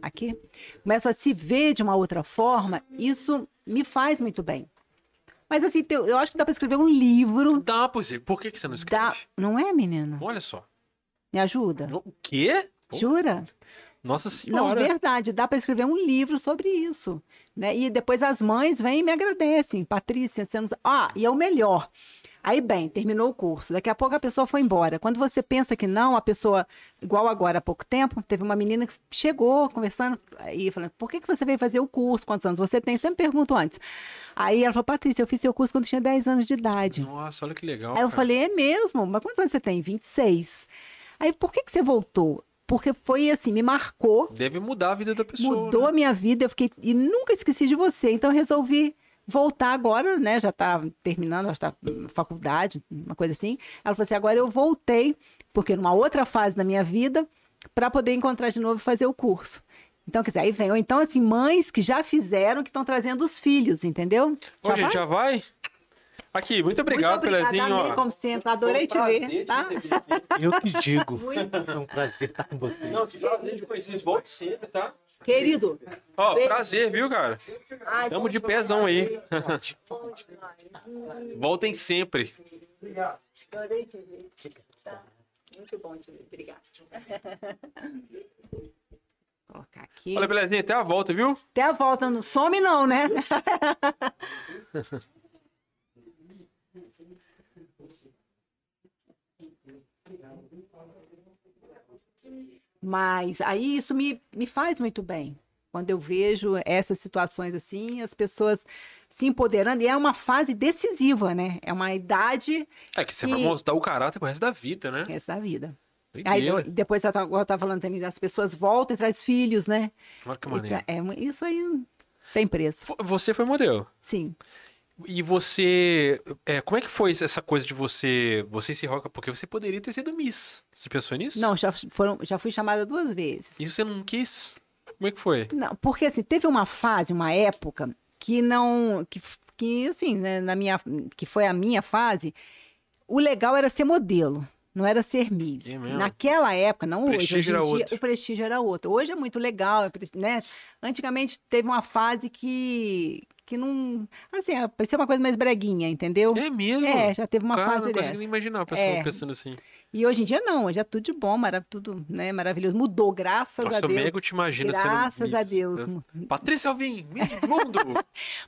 S3: aqui, começa a se ver de uma outra forma. Isso me faz muito bem. Mas assim, teu- eu acho que dá para escrever um livro
S1: Dá, pois é. Por que, que você não escreve?
S3: Dá- Não é, menina?
S1: Olha só.
S3: Me ajuda?
S1: O quê? Pô,
S3: Jura?
S1: Nossa
S3: Não,
S1: senhora.
S3: verdade. Dá para escrever um livro sobre isso. Né? E depois as mães vêm e me agradecem. Patrícia, você não... sa- Ah, e é o melhor. Aí, bem, terminou o curso. Daqui a pouco a pessoa foi embora. Quando você pensa que não, a pessoa, igual agora há pouco tempo, teve uma menina que chegou conversando e falando: por que, que você veio fazer o curso? Quantos anos você tem? Sempre pergunto antes. Aí ela falou: Patrícia, eu fiz seu curso quando tinha 10 anos de idade.
S1: Nossa, olha que legal.
S3: Aí eu
S1: cara.
S3: falei, é mesmo? Mas quantos anos você tem? 26. Aí, por que, que você voltou? Porque foi assim, me marcou,
S1: Deve mudar a vida da pessoa.
S3: mudou
S1: né?
S3: a minha vida, eu fiquei e nunca esqueci de você. Então eu resolvi voltar agora, né? Já tá terminando, já tá hum, faculdade, uma coisa assim. Ela falou assim: agora eu voltei, porque numa outra fase da minha vida, para poder encontrar de novo e fazer o curso. Então, quer dizer, aí vem. Ou então, assim, mães que já fizeram, que estão trazendo os filhos, entendeu?
S1: Ô, gente, já vai? Aqui, muito obrigado,
S3: Muito obrigada,
S1: Pelezinho.
S3: amei,
S1: ó.
S3: como sempre. Adorei te ver, tá? *laughs*
S4: Eu que digo.
S3: Muito.
S4: Foi um prazer estar com vocês.
S1: Não, se prazer de conhecer, volte sempre, tá?
S3: Querido.
S1: Ó, prazer, viu, cara?
S6: Ai,
S1: Tamo de pezão aí. *laughs* Voltem sempre.
S2: Obrigado.
S6: Adorei te ver. Tá. Muito bom te ver. Obrigada.
S3: Colocar aqui.
S1: Olha, belezinha, até a volta, viu?
S3: Até a volta, não some não, né? *laughs* Mas aí isso me, me faz muito bem. Quando eu vejo essas situações assim, as pessoas se empoderando, e é uma fase decisiva, né? É uma idade
S1: É que você
S3: E-
S1: vai mostrar o caráter pro resto da vida, né?
S3: que é essa da vida. Aí
S1: Doideira.
S3: de- depois, eu tava- eu tava falando também, as pessoas voltam e traz filhos, né?
S1: Olha que
S3: E
S1: maneiro.
S3: tá- é mu- isso aí não tem preço.
S1: Fo- Você foi modelo.
S3: Sim.
S1: E você. é, como é que foi essa coisa de você. Você se roca? Porque você poderia ter sido Miss. Você pensou nisso?
S3: Não, já, f- foram, já fui chamada duas vezes.
S1: E você não quis? Como é que foi?
S3: Não, porque assim, teve uma fase, uma época que não. que, f- que assim, né, na minha, que foi a minha fase, o legal era ser modelo. Não era ser Miss.
S1: É mesmo?
S3: Naquela época, não
S1: O
S3: hoje. hoje
S1: prestígio
S3: em
S1: era
S3: dia,
S1: outro.
S3: O prestígio era outro. Hoje é muito legal, é pres- né? Antigamente teve uma fase que, que não. Assim, parecia uma coisa mais breguinha, entendeu?
S1: É mesmo?
S3: É, já teve uma
S1: Cara,
S3: fase
S1: não consigo
S3: dessa.
S1: nem imaginar o pessoal
S3: É.
S1: pensando assim.
S3: E hoje em dia não, hoje é tudo de bom, mara- tudo né, maravilhoso. Mudou, graças
S1: Nossa,
S3: a
S1: eu
S3: Deus.
S1: mega te imagino sendo
S3: Graças a
S1: Miss,
S3: Deus.
S1: né? Patrícia Alvim, Miss *laughs* Mundo!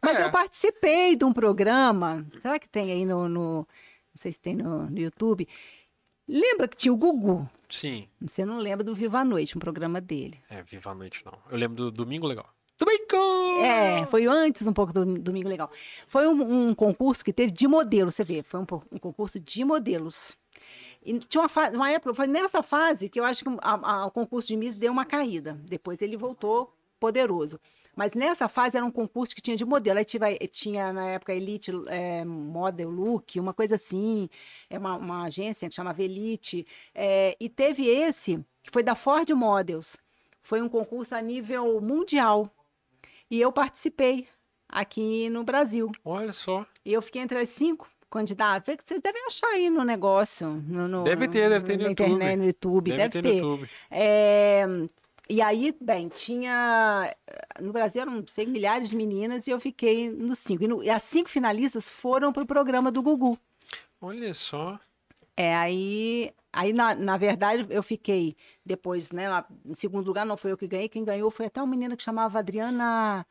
S3: Mas
S1: É.
S3: eu participei de um programa, será que tem aí no, no- não sei se tem no, no YouTube. Lembra que tinha o Gugu?
S1: Sim,
S3: Você não lembra do Viva a Noite, um programa dele.
S1: é, viva a noite não. Eu lembro do Domingo Legal. Domingo!
S3: É, foi antes um pouco do Domingo Legal. Foi um, um concurso que teve de modelo, você vê, foi um, po- um concurso de modelos. E tinha uma, fa- uma época, foi nessa fase que eu acho que a- a- o concurso de Miss deu uma caída. Depois ele voltou poderoso. Mas nessa fase era um concurso que tinha de modelo. Aí tive a- tinha na época Elite é, Model Look, uma coisa assim. É uma, uma agência que chamava Elite. É, e teve esse, que foi da Ford Models. Foi um concurso a nível mundial. E eu participei aqui no Brasil.
S1: Olha só.
S3: E eu fiquei entre as cinco candidatas. Vê que Vocês devem achar aí no negócio. No, no-
S1: Deve ter, deve ter no
S3: na
S1: YouTube.
S3: internet, no YouTube. Deve,
S1: ter
S3: ter.
S1: no YouTube.
S3: É, E aí, bem, tinha. No Brasil eram sei, milhares de meninas e eu fiquei nos cinco. E, no- e as cinco finalistas foram para o programa do Gugu.
S1: Olha só.
S3: É, aí, aí na, na verdade, eu fiquei depois, né, lá em segundo lugar, não foi eu que ganhei, quem ganhou foi até uma menina que chamava Adriana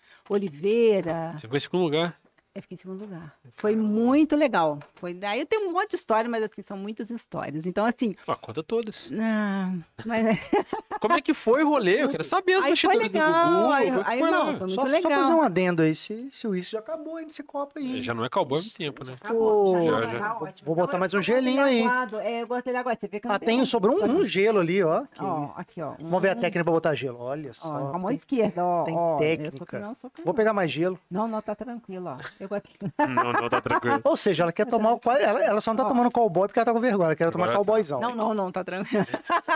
S3: Oliveira.
S1: Você ficou em segundo lugar.
S3: Eu fiquei em segundo lugar. Foi muito legal. Foi... Aí eu tenho um monte de história, mas assim, são muitas histórias. Então, assim.
S1: Ah, conta todas.
S3: ah, mas- *laughs*
S1: Como é que foi o rolê? Eu quero saber os
S3: Aí foi
S1: bastidores do
S3: legal,
S1: Gugu.
S3: aí-
S1: como é que
S3: aí
S1: foi lá?
S3: não, foi muito
S2: Só, só
S3: legal.
S2: fazer um adendo aí, se, se o isso já acabou aí nesse copo aí.
S1: Já não é cowboy há muito tempo, né?
S2: Pô,
S1: Já, já.
S6: Tá ótimo.
S2: Vou botar mais um gelinho aí.
S3: Aguado, É, eu gosto dele aguado. Você vê que eu não
S2: Ah, tem, sobrou um, um gelo ali, ó. Que-
S3: Ó, aqui, ó. um-
S2: Vamos ver a técnica pra botar gelo. Olha
S3: Ó, tá
S2: só.
S3: com a mão
S2: Tem-
S3: esquerda, ó.
S2: tem
S3: ó, eu sou
S2: técnica.
S3: que não, sou que
S2: Vou
S3: não.
S2: pegar mais gelo.
S3: Não, não, tá tranquilo, ó. Eu gosto.
S1: *laughs* Não, não, tá tranquilo.
S2: Ou seja, ela quer tomar o. qual- Ela, ela só não tá
S3: Ó.
S2: tomando cowboy porque ela tá com vergonha. Ela quer tomar
S1: Agora tá.
S2: cowboyzão.
S3: Não, não, não, tá tranquilo.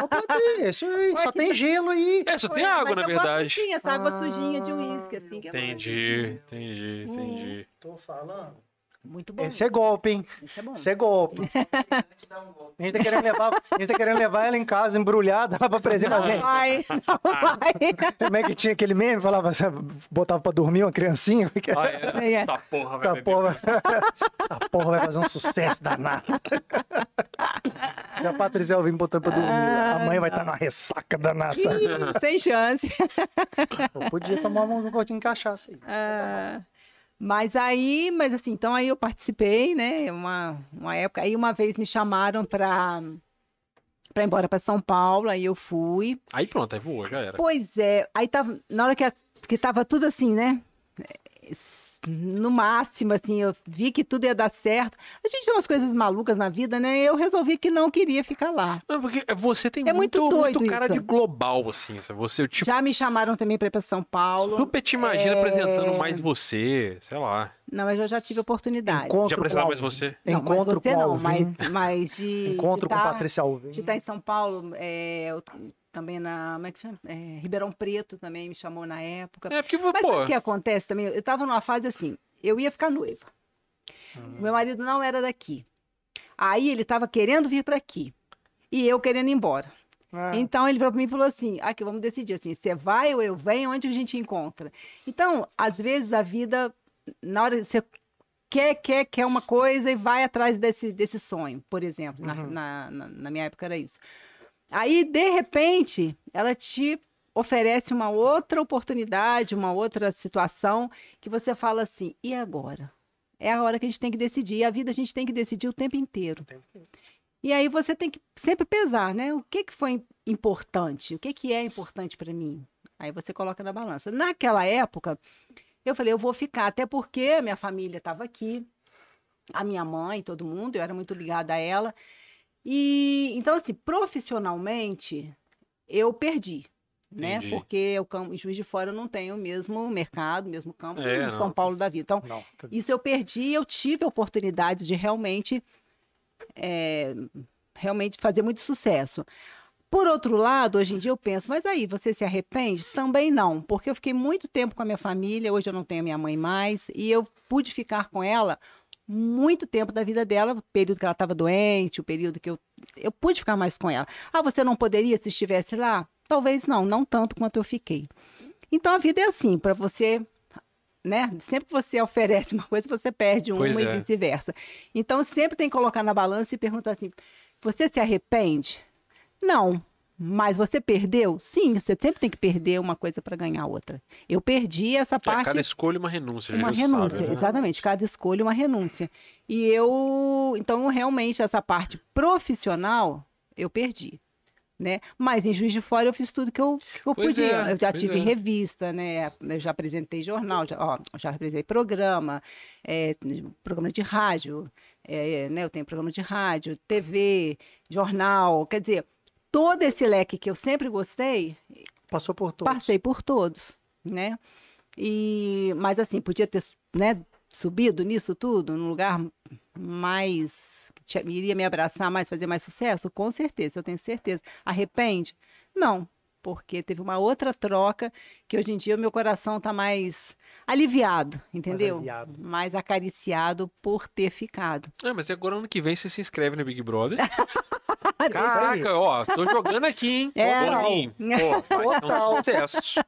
S2: Ô,
S3: *laughs*
S2: Patrícia, isso aí,
S3: Ué,
S2: só
S3: que
S2: tem
S3: tá-
S2: gelo aí.
S1: É, só tem
S3: Mas
S1: água, na
S3: eu gosto
S1: verdade.
S3: assim, essa água sujinha de
S2: Ah,
S3: uísque, assim. Que é
S1: Entendi, entendi, entendi.
S2: Tô falando.
S3: Muito bom.
S2: Esse é golpe, hein?
S3: Isso é bom.
S2: Esse é golpe.
S5: Te dá um golpe.
S2: A gente tá querendo levar, a gente tá querendo levar ela em casa, embrulhada, lá pra
S3: né,
S2: presente. Mas,
S3: *laughs*
S2: gente,
S3: Vai, não vai.
S2: como é que tinha aquele meme? Falava, assim, botava pra dormir uma criancinha.
S3: Hum.
S2: Porque
S1: Ah,
S3: *laughs*
S1: é, essa porra vai
S2: essa,
S1: beber.
S2: porra, *laughs* essa porra vai fazer um sucesso danado. Já a Patrícia Alvim botando pra dormir. a mãe vai estar numa ressaca danada. sabe?
S3: Ih, Sem chance.
S2: Eu podia tomar um gotinho de cachaça aí.
S3: Ah, Mas aí, mas assim, então aí eu participei, né? Uma, uma época. Aí uma vez me chamaram pra, pra ir embora pra São Paulo, aí eu fui.
S1: Aí pronto, aí voou, já
S2: Tá.
S1: era.
S3: Pois é, aí tava. Na hora que, a- que tava tudo assim, né? No máximo, assim, eu vi que tudo ia dar certo. A gente tem umas coisas malucas na vida, né? Eu resolvi que não queria ficar lá.
S1: Não, porque você tem
S3: É
S1: muito,
S3: muito
S1: muito,
S3: doido
S1: cara
S3: isso.
S1: de global, assim. sabe? Você, tipo,
S3: Já me chamaram também pra ir pra São Paulo.
S1: super te imagina apresentando
S3: É.
S1: mais você, sei lá.
S3: Não, mas eu já tive
S2: Ah,
S3: oportunidade.
S1: Já
S2: Encontro com
S1: apresentar mais
S2: Alvim.
S1: você.
S3: Não, mas
S2: Encontro
S3: você
S2: com
S3: não,
S2: Alvim.
S3: mas, mas de.
S2: Encontro com
S3: de tá-
S2: Patrícia Alvim.
S3: De estar em São Paulo, é, eu- também na. Como é que chama? É, Ribeirão Preto também me chamou na época.
S1: É, porque,
S3: Mas sabe
S1: pô,
S3: o que acontece também? Eu estava numa fase assim, eu ia ficar noiva. Meu marido não era daqui. Aí ele estava querendo vir para aqui. E eu querendo ir embora.
S2: Ah,
S3: Então ele virou pra mim e falou assim: aqui, vamos decidir assim, você vai ou eu venho, onde que a gente encontra? Então, às vezes a vida, na hora que você quer, quer, quer uma coisa e vai atrás desse, desse sonho, por exemplo. Na,
S2: Uhum.
S3: na- na- na minha época era isso. Aí, de repente, ela te oferece uma outra oportunidade, uma outra situação que você fala assim: e agora? É a hora que a gente tem que decidir. E a vida a gente tem que decidir o tempo inteiro. E aí você tem que sempre pesar, né? O que, que foi importante? O que, que é importante para mim? Aí você coloca na balança. Naquela época, eu falei, eu vou ficar, até porque a minha família estava aqui, a minha mãe, todo mundo, eu era muito ligada a ela. E então, assim, profissionalmente, eu perdi. Né?
S1: Entendi.
S3: Porque o campo, em Juiz de Fora eu não tenho o mesmo mercado, o mesmo campo,
S1: É,
S3: o São
S1: não.
S3: Paulo da vida. Então,
S2: não. tá
S3: isso eu perdi, eu tive a oportunidade de realmente é, realmente fazer muito sucesso. Por outro lado, hoje em dia eu penso, mas aí você se arrepende? Também não, porque eu fiquei muito tempo com a minha família, hoje eu não tenho a minha mãe mais, e eu pude ficar com ela muito tempo da vida dela, o período que ela estava doente, o período que eu eu pude ficar mais com ela. Ah, você não poderia se estivesse lá? Talvez não, não tanto quanto eu fiquei. Então a vida é assim, para você, né? Sempre que você *laughs* oferece uma coisa, você perde uma
S1: Pois
S3: e
S1: é.
S3: vice-versa. Então sempre tem que colocar na balança e perguntar assim: você se arrepende? Não. Mas você perdeu? Sim, você sempre tem que perder uma coisa para ganhar outra. Eu perdi essa
S1: É,
S3: parte
S1: cada escolha uma renúncia.
S3: uma
S1: Jesus
S3: renúncia,
S1: sabe, né?
S3: exatamente. Cada escolha uma renúncia. E eu, então, realmente, essa parte profissional, eu perdi. Né? Mas em Juiz de Fora eu fiz tudo que eu, que eu
S1: Pois
S3: podia.
S1: é,
S3: eu já
S1: pois
S3: tive
S1: é.
S3: revista, né? eu já apresentei jornal, já, ó, já apresentei programa, é, programa de rádio, é, né? eu tenho programa de rádio, TV, jornal. Quer dizer, todo esse leque que eu sempre gostei,
S2: Passou por todos.
S3: Passei por todos, né? E, mas assim, podia ter né, subido nisso tudo, num lugar mais. que tinha- iria me abraçar mais, fazer mais sucesso? Com certeza, eu tenho certeza. Arrepende? Não, porque teve uma outra troca que hoje em dia o meu coração tá mais aliviado, entendeu?
S2: aliviado.
S3: mais acariciado por ter ficado.
S1: É, mas e agora ano que vem você se inscreve no Big Brother.
S2: aí.
S1: Caraca, ó, tô jogando aqui, hein?
S3: É,
S1: Ô,
S3: não.
S1: Boninho, Pô, vai ser um sucesso.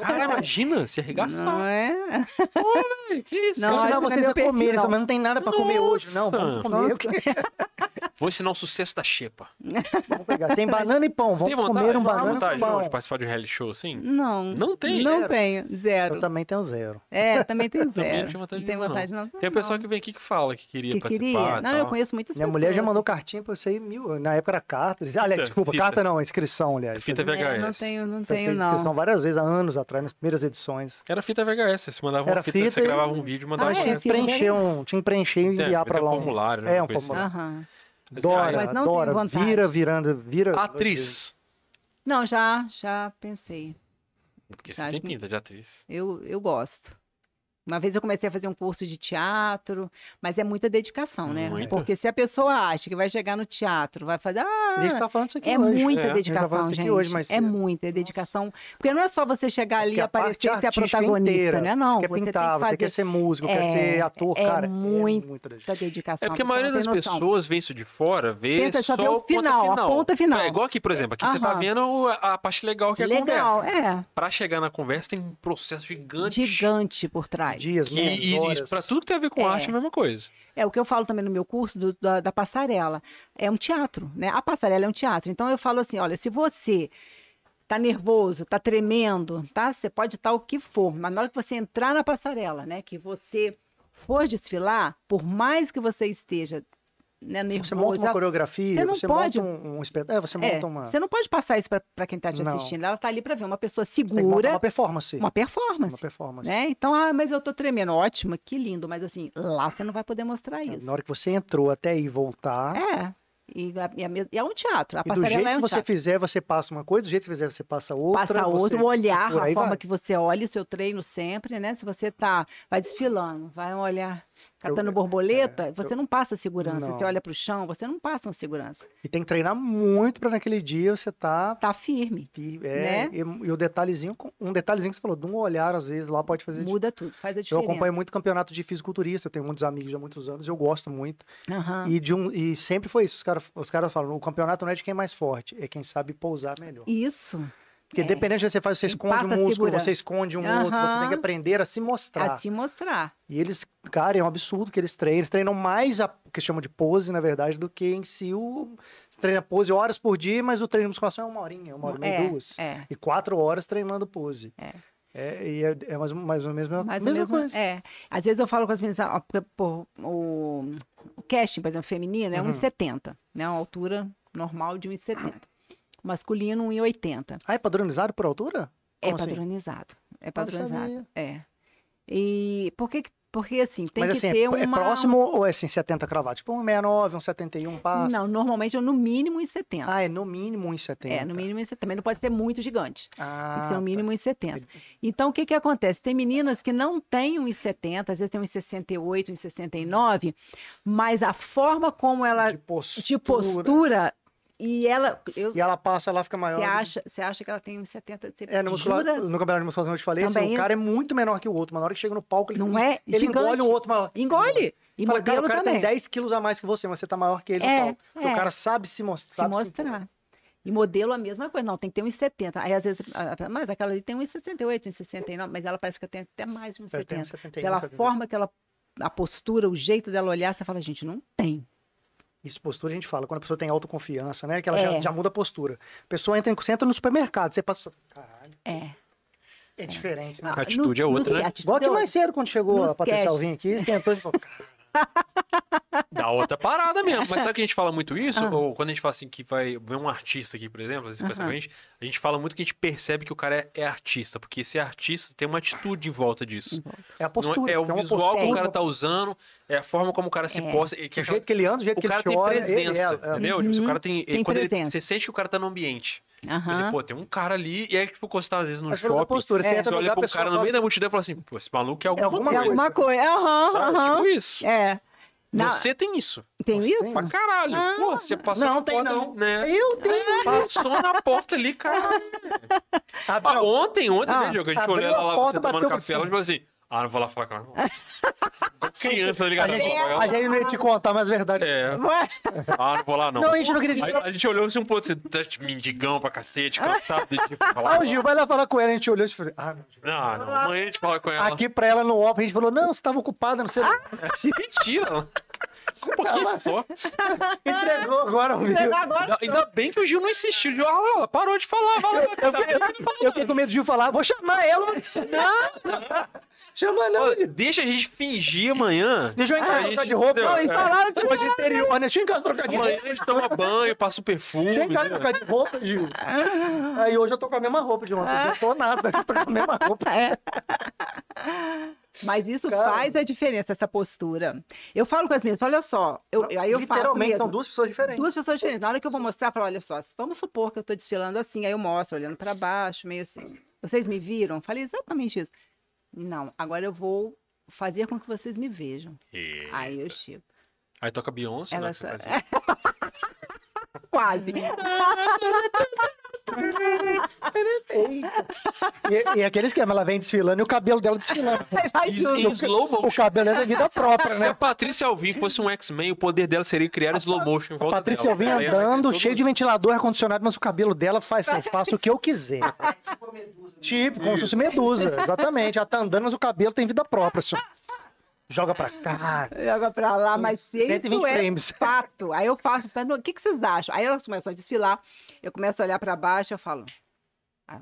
S1: Cara, imagina se
S3: Não
S1: arregaçar.
S3: é?
S1: velho, Que isso,
S2: Eu vou
S3: Não,
S1: cara?
S2: ensinar
S3: acho
S2: vocês
S3: que não é
S2: a
S3: meu
S2: comerem,
S3: perfil,
S2: mas não tem nada pra comer hoje, não. Vamos
S1: Nossa.
S2: comer, porque-
S1: Vou ensinar o sucesso da Xepa.
S2: vamos pegar. *laughs* Tem banana e pão, vamos
S1: Tem vontade,
S2: comer um
S1: Tem
S2: banana
S1: vontade
S2: e
S1: não,
S2: pão.
S1: de participar de um reality show assim?
S3: Não.
S1: Não tem.
S3: Não
S1: zero.
S3: tenho, zero.
S2: Eu também tenho zero.
S3: É, também tem
S1: *laughs* Também
S3: zero.
S1: não tinha vontade
S3: Não tem
S1: nenhuma, não.
S3: vontade, não.
S1: Tem o
S3: Não.
S1: pessoal que vem aqui que fala que queria
S3: que
S1: participar.
S3: queria.
S1: e
S3: Não, eu
S1: tal.
S3: conheço muitas
S2: Minha
S3: pessoas.
S2: mulher já mandou cartinha pra eu sei mil. Na época era carta. é Aliás,
S1: Fita,
S2: desculpa,
S1: fita.
S2: carta não, inscrição, aliás.
S1: Fita
S2: Eu
S1: VHS.
S3: É, não tenho, não
S2: fiz
S3: tenho,
S2: inscrição
S3: não.
S2: várias vezes, há anos atrás, nas primeiras edições.
S1: Era fita VHS, você mandava
S2: Era
S1: uma fita,
S2: fita
S1: você
S2: e-
S1: gravava um vídeo e mandava
S3: Ah,
S2: Então,
S1: uma
S3: é,
S2: tinha
S1: fita.
S2: que preencher um, tinha que preencher e
S1: Tem,
S2: enviar pra
S1: tem
S2: lá.
S1: um formulário, né,
S2: É, um
S1: coisa assim. ah, é.
S2: formulário.
S3: Aham.
S2: Dora,
S3: Mas não tenho
S2: Dora,
S3: vontade.
S2: vira, virando, vira.
S1: Atriz.
S3: Não, já, já pensei.
S1: Porque
S3: Já
S1: você tem
S3: acho-
S1: pinta de atriz.
S3: Eu, eu gosto. Uma vez eu comecei a fazer um curso de teatro, mas é muita dedicação, né?
S1: Muita.
S3: Porque se a pessoa acha que vai chegar no teatro, vai fazer.
S2: A gente
S3: Ah,
S2: tá falando isso aqui
S3: é
S2: hoje.
S3: muita
S1: É. A gente
S2: tá
S3: dedicação,
S2: falando isso
S3: gente.
S2: aqui hoje mais
S3: é
S2: cedo.
S3: muita é dedicação. Porque não é só você chegar ali
S2: Porque
S3: e
S2: a
S3: aparecer
S2: parte
S3: e ser a
S2: artística
S3: protagonista,
S2: inteira,
S3: né? Não,
S2: Você quer
S3: você
S2: pintar,
S3: tem que
S2: você quer
S3: fazer
S2: ser músico, quer
S3: É,
S2: ser ator,
S3: é
S2: cara.
S3: muito- tá
S2: muita dedicação.
S3: muita dedicação.
S1: É porque a
S3: pessoa
S1: maioria
S3: não
S1: das
S3: tem noção.
S1: pessoas vê isso de fora, vê
S3: Pensa
S1: só,
S3: só ver o
S1: a ponta
S3: final, a ponta final.
S1: É igual aqui, por exemplo, aqui você tá
S3: Aham.
S1: vendo o- a parte legal que é a conversa.
S3: Legal, é.
S1: Pra chegar na conversa tem um processo gigante.
S3: Gigante por trás.
S2: Dias, né?
S1: Que, e, e
S2: meses,
S1: isso, pra
S2: horas.
S1: tudo que tem a ver com
S3: É.
S1: arte é a mesma coisa.
S3: É o que eu falo também no meu curso do- da, da passarela. É um teatro, né? A passarela é um teatro. Então eu falo assim, olha, se você tá nervoso, tá tremendo, tá? Você pode estar o que for, mas na hora que você entrar na passarela, né? Que você for desfilar, por mais que você esteja né,
S2: Você monta
S3: nervoso,
S2: uma coreografia,
S3: Você não
S2: você
S3: pode-
S2: monta um, um espetáculo. É, você monta
S3: é,
S2: uma.
S3: você não pode passar isso para quem tá te
S2: Não.
S3: assistindo. Ela tá ali para ver uma pessoa
S2: você tem que montar uma
S3: segura,
S2: performance.
S3: uma performance.
S2: Uma performance.
S3: né? Então, ah, mas eu tô tremendo. Ótimo, que lindo. Mas assim, lá você não vai poder mostrar isso.
S2: Na hora que você entrou até aí voltar.
S3: É. E, a- e a mes- e é um teatro. A
S2: tá. E do jeito
S3: passarela é
S2: que
S3: um
S2: você
S3: teatro.
S2: fizer, você passa uma coisa, do jeito que fizer, você passa outra.
S3: Passa
S2: você- é
S3: outro, o olhar,
S2: por
S3: a
S2: aí
S3: forma
S2: vai.
S3: que você olha, o seu treino sempre, né? Se você tá, vai desfilando, vai olhar. catando
S2: Eu-
S3: borboleta, você não passa segurança.
S2: Não.
S3: Você olha pro chão, você não passa um segurança.
S2: E tem que treinar muito pra naquele dia você tá.
S3: Tá firme.
S2: E, é,
S3: Né?
S2: e, e o detalhezinho, um detalhezinho que você falou, de um olhar, às vezes, lá pode fazer.
S3: Muda tudo, faz a
S2: Eu
S3: diferença.
S2: acompanho muito campeonato de fisiculturista, eu tenho muitos amigos já há muitos anos, eu gosto muito.
S3: Aham.
S2: E, de um, e sempre foi isso. Os caras os caras falam: o campeonato não é de quem é mais forte, é quem sabe pousar melhor.
S3: Isso.
S2: Porque
S3: é.
S2: dependendo de onde você faz, você
S3: Quem
S2: esconde
S3: passa
S2: um músculo,
S3: segurança.
S2: você esconde um outro, você tem que
S3: Aham.
S2: aprender a se mostrar.
S3: A te mostrar.
S2: E eles, cara, é um absurdo que eles treinam. Eles treinam mais a, o que chamam de pose, na verdade, do que em si o. Você treina pose horas por dia, mas o treino de musculação é uma horinha, uma hora e meia,
S3: é,
S2: duas.
S3: é.
S2: E quatro horas treinando pose.
S3: É.
S2: É, e é, é mais, mais ou menos a
S3: Mas
S2: mesma
S3: mesmo,
S2: coisa.
S3: É. Às vezes eu falo com as meninas, ó, porque, pô, o, o casting, por exemplo, feminino é
S2: Uhum.
S3: 1,70, né? Uma altura normal de 1,70. O Masculino, 1,80.
S2: Ah, é padronizado por altura?
S3: É
S2: Como assim?
S3: padronizado. É
S2: não
S3: padronizado.
S2: sabia.
S3: É. E por que que- porque assim, tem
S2: mas
S3: que
S2: assim, é
S3: ter
S2: pr-
S3: uma... um
S2: é próximo ou é assim, 70 cravado? Tipo um 69, um 71 passa?
S3: Não, normalmente é no mínimo 1,70.
S2: Ah, tá. é no mínimo 1,70.
S3: é, no mínimo 1,70. Também não pode ser muito gigante.
S2: Ah,
S3: Tem que ser no
S2: tá.
S3: mínimo 1,70. Então, o que que acontece? Tem meninas que não têm 1,70, às vezes tem 1,68, 1,69, mas a forma como ela
S2: de postura.
S3: de postura e ela eu,
S2: E ela passa, ela fica maior.
S3: você acha, você acha que ela tem 1,70, você
S2: É, no, muscula...
S3: jura?
S2: no campeonato de musculação eu te falei, assim,
S3: Também
S2: o
S3: é.
S2: cara é muito menor que o outro, mas na hora que chega no palco, ele,
S3: Não é?
S2: ele
S3: Gigante.
S2: engole o outro maior.
S3: Engole. E
S2: Fala, cara,
S3: modelo
S2: o cara
S3: também.
S2: tem 10 quilos a mais que você, mas você tá maior que ele
S3: É,
S2: no palco. Porque
S3: é.
S2: O cara sabe se mostrar.
S3: se
S2: sabe
S3: mostrar. E modelo a mesma coisa. Não, tem que ter 1,70. Aí às vezes, a- a- mas aquela ali tem 1,68, 1,69, mas ela parece que tem até mais de
S2: impor. Tem
S3: 1,70.
S2: 71,
S3: Pela
S2: 72.
S3: forma que ela a postura, o jeito dela olhar, você fala, gente, não tem.
S2: Isso, postura a gente fala, quando a pessoa tem autoconfiança, né? Que ela já,
S3: É.
S2: já muda a postura. A pessoa entra, em- você entra no supermercado, você passa. Caralho,
S3: É.
S2: é diferente, né?
S3: Ah,
S1: atitude é
S3: nos-
S1: outra,
S3: nos-
S1: né?
S3: a atitude
S2: Igual aqui
S3: é
S2: mais cedo, quando chegou
S3: Nos
S2: a Patrícia
S3: cash.
S2: Alvim aqui, tentou e falou, "Cara,
S1: Dá outra parada mesmo. Mas sabe que a gente fala muito isso?
S3: *laughs* Ah.
S1: Ou quando a gente fala assim que vai ver um artista aqui, por exemplo, às vezes conversa com a gente, a gente fala muito que a gente percebe que o cara é, é artista, porque ser artista tem uma atitude em volta disso.
S3: outra.
S2: é
S1: Não
S2: a
S1: é-
S2: postura.
S1: é, o
S2: tem uma
S1: visual que o
S2: postura,
S1: cara tá usando, é a forma como o cara se
S3: É.
S1: posta. e que
S2: O
S1: aquela-
S2: jeito que ele anda, o jeito
S1: o
S2: que
S1: cara
S2: ele te
S1: tem
S2: olha. ele- é,
S1: presença,
S2: ela- ela-
S1: entendeu? Tipo, se o
S3: Uhum.
S1: cara tem.
S3: Tem
S1: quando ele-
S3: presença.
S1: você sente que o cara tá no ambiente. Tipo assim,
S3: Aham.
S1: pô, tem um cara ali, e aí, tipo, quando você tá às vezes no
S2: Mas falando da
S1: shopping,
S2: postura, você
S1: você,
S2: entra no
S1: olha
S2: lugar,
S1: pra um
S2: a pessoa
S1: cara no
S2: fala
S1: meio da multidão e fala assim, pô, esse maluco é alguma,
S2: alguma
S3: É
S1: coisa.
S3: alguma coisa. Aham,
S1: sabe?
S3: aham.
S1: Tipo isso.
S3: É. Na-
S1: Você tem isso.
S3: Tem
S2: Você
S3: isso?
S2: tem
S1: Pra caralho.
S3: Ah,
S1: pô, você passou
S2: não,
S1: na
S2: tem
S1: porta
S2: não.
S1: ali, né?
S2: "Ah, Eu tenho.
S1: Passou na porta ali, cara.
S2: Ah,
S1: Ah,
S2: não,
S1: ontem, ontem,
S3: Ah,
S1: né, Diogo? A gente
S2: abriu
S1: olhou
S2: a
S1: ela lá,
S2: porta,
S1: você tomando
S2: bateu,
S1: café, ela tipo assim, ah, não vou lá falar com ela. não." Com Criança, tá ligado?
S2: A gente,
S1: Ela-
S2: a gente não ia te contar, mas é verdade.
S1: É, ah, não vou lá não.
S2: Não, a gente não queria te
S1: Aí
S2: falar.
S1: a gente olhou assim um pouco, você tá tipo, mendigão pra
S3: *laughs*
S1: cacete, cansado de tipo,
S2: Ah,
S1: falar.
S2: o Gil, vai lá falar com ela. A gente olhou e falou, ah, não, Gil.
S1: Não, não, amanhã a gente fala com ela.
S2: Aqui pra ela no off, a gente falou, não, você tava ocupada, não sei.
S1: Mentira.
S2: Tá
S1: Um pouquinho só.
S2: Entregou agora, o Gil.
S3: Pegou agora.
S1: Ainda- Ainda bem que o Gil não insistiu. Gil, ah, lá, ela parou de falar. Vai lá, tá vendo?
S2: Eu fiquei com medo do Gil falar, vou chamar ela. *laughs* Não, chama não,
S1: Ó,
S2: Gil.
S1: Deixa a gente fingir amanhã.
S2: Deixa eu
S1: a
S2: encarar
S1: gente
S2: trocar de roupa.
S1: deu-
S2: Não, e
S1: é.
S2: falaram que hoje é interior, né? Deixa eu encarar trocar de roupa.
S1: Amanhã a gente toma banho, passa o perfume.
S2: Deixa eu encarar
S1: né?
S2: trocar de roupa, *laughs* Gil. Aí hoje eu tô com a mesma roupa de ontem. Eu não tô nada, eu tô com a mesma roupa.
S3: *laughs* É. Mas isso
S2: Cara.
S3: faz a diferença, essa postura. Eu falo com as minhas, olha só, eu, eu- aí eu faço
S2: Literalmente,
S3: mesmo.
S2: são duas pessoas diferentes.
S3: Duas pessoas diferentes. Na hora que eu vou mostrar, eu falo, olha só, vamos supor que eu estou desfilando assim, aí eu mostro, olhando para baixo, meio assim. Vocês me viram? Falei exatamente isso. Não, agora eu vou fazer com que vocês me vejam.
S1: E-
S3: Aí eu chego.
S1: Aí toca Beyoncé,
S3: Ela
S1: né? que você
S3: só-
S2: É
S1: faz isso.
S3: *laughs* Quase.
S2: Ah, né? Eita. E, e aquele esquema, ela vem desfilando e o cabelo dela desfilando.
S3: Você vai
S1: Em,
S3: junto.
S1: em slow
S2: *laughs*
S1: motion.
S2: O cabelo dela é vida própria,
S1: Se a
S2: né?
S1: Patrícia Alvim fosse um X-Men, o poder dela seria criar slow motion em volta
S2: Patrícia
S1: dela.
S2: vem
S1: Ela ia meter
S2: andando,
S1: todo
S2: cheio é de ventilador, ar-condicionado, mas o cabelo dela faz assim, eu faço o que eu quiser.
S5: É tipo a *laughs* medusa. né?
S2: Tipo, como se
S1: *laughs*
S2: fosse medusa, exatamente. Ela tá andando, mas o cabelo tem vida própria. Só. Joga pra cá.
S3: Joga pra lá, mas se
S2: 120
S3: isso é
S2: frames.
S3: fato. Aí eu faço, falo, "Não, o que, que vocês acham? Aí elas começam a desfilar, eu começo a olhar pra baixo, eu falo, ah,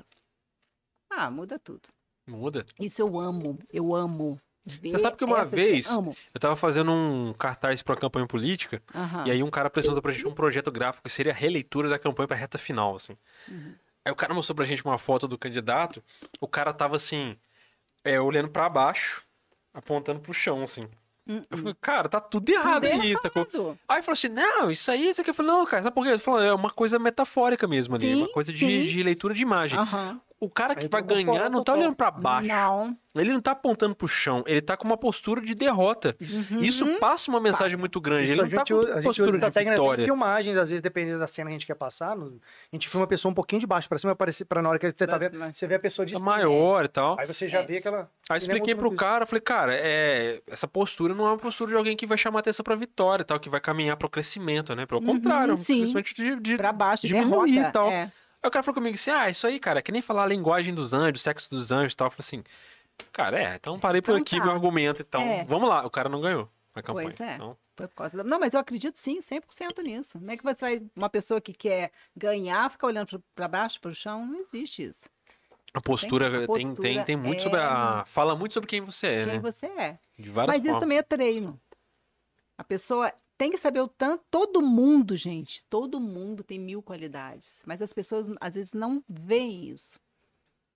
S3: ah, muda tudo.
S1: Muda.
S3: Isso eu amo, eu amo. ver
S1: sabe que uma
S3: essa di-
S1: vez-
S3: Amo.
S1: Eu tava fazendo um cartaz pra campanha política,
S3: Aham.
S1: e aí um cara apresentou pra gente um projeto gráfico que seria a releitura da campanha pra reta final, assim.
S3: Uhum.
S1: Aí o cara mostrou pra gente uma foto do candidato, o cara tava assim, é, olhando pra baixo, apontando pro chão, assim.
S3: Hum,
S1: Eu falei, cara, tá tudo errado
S3: Tudo
S1: aí, sacou?
S3: tudo.
S1: Aí falou assim, não, isso aí, isso aqui. Eu falei, não, cara, sabe por quê? Ele falou, é uma coisa metafórica mesmo ali,
S3: Sim,
S1: uma coisa
S3: sim.
S1: de, de leitura de imagem.
S3: Aham.
S1: o cara que
S2: Aí
S1: vai
S2: tem um
S1: ganhar não tá
S2: popó.
S1: olhando pra baixo.
S3: Não.
S1: Ele não tá apontando pro chão, ele tá com uma postura de derrota.
S3: Uhum.
S1: Isso passa uma mensagem muito grande.
S2: Isso
S1: ele não tá com
S2: usa- a gente usa
S1: postura de
S2: estratégia, né? Tem
S1: vitória.
S2: filmagens, às vezes, dependendo da cena que a gente quer passar, nos- a gente filma a pessoa um pouquinho de baixo pra cima, aparecer pra na hora que você tá vendo, você vê a pessoa de
S1: Tá
S2: cima.
S1: maior e tal.
S2: Aí você já vê aquela...
S1: Aí
S2: Ele é
S1: expliquei
S2: muito
S1: pro
S2: difícil.
S1: cara, falei, cara, é, essa postura não é uma postura de alguém que vai chamar atenção pra vitória e tal, que vai caminhar pro crescimento, né? Pelo
S3: Uhum,
S1: contrário,
S3: sim.
S1: simplesmente de, de...
S3: Pra baixo,
S1: Diminuir então.
S3: derrota.
S1: e tal.
S3: É.
S1: Aí o cara falou comigo assim, ah, isso aí, cara, é que nem falar a linguagem dos anjos, sexo dos anjos e tal. Eu falei assim, cara, é, então parei por
S3: Então
S1: aqui
S3: tá.
S1: meu argumento, então,
S3: É.
S1: vamos lá. O cara não ganhou a campanha.
S3: Pois é.
S1: Então,
S3: Foi por causa da... Não, mas eu acredito sim, 100% nisso. Como é que você vai. Uma pessoa que quer ganhar, ficar olhando pro- pra baixo, pro chão, não existe isso.
S1: a postura,
S3: a
S1: tem,
S3: postura
S1: tem, tem muito
S3: é-
S1: sobre a... Fala muito sobre quem você é,
S3: Quem
S1: né?
S3: você é.
S1: De várias
S3: mas isso
S1: formas.
S3: também é treino. A pessoa tem que saber o tanto. Todo mundo, gente, todo mundo tem mil qualidades. Mas as pessoas, às vezes, não veem isso.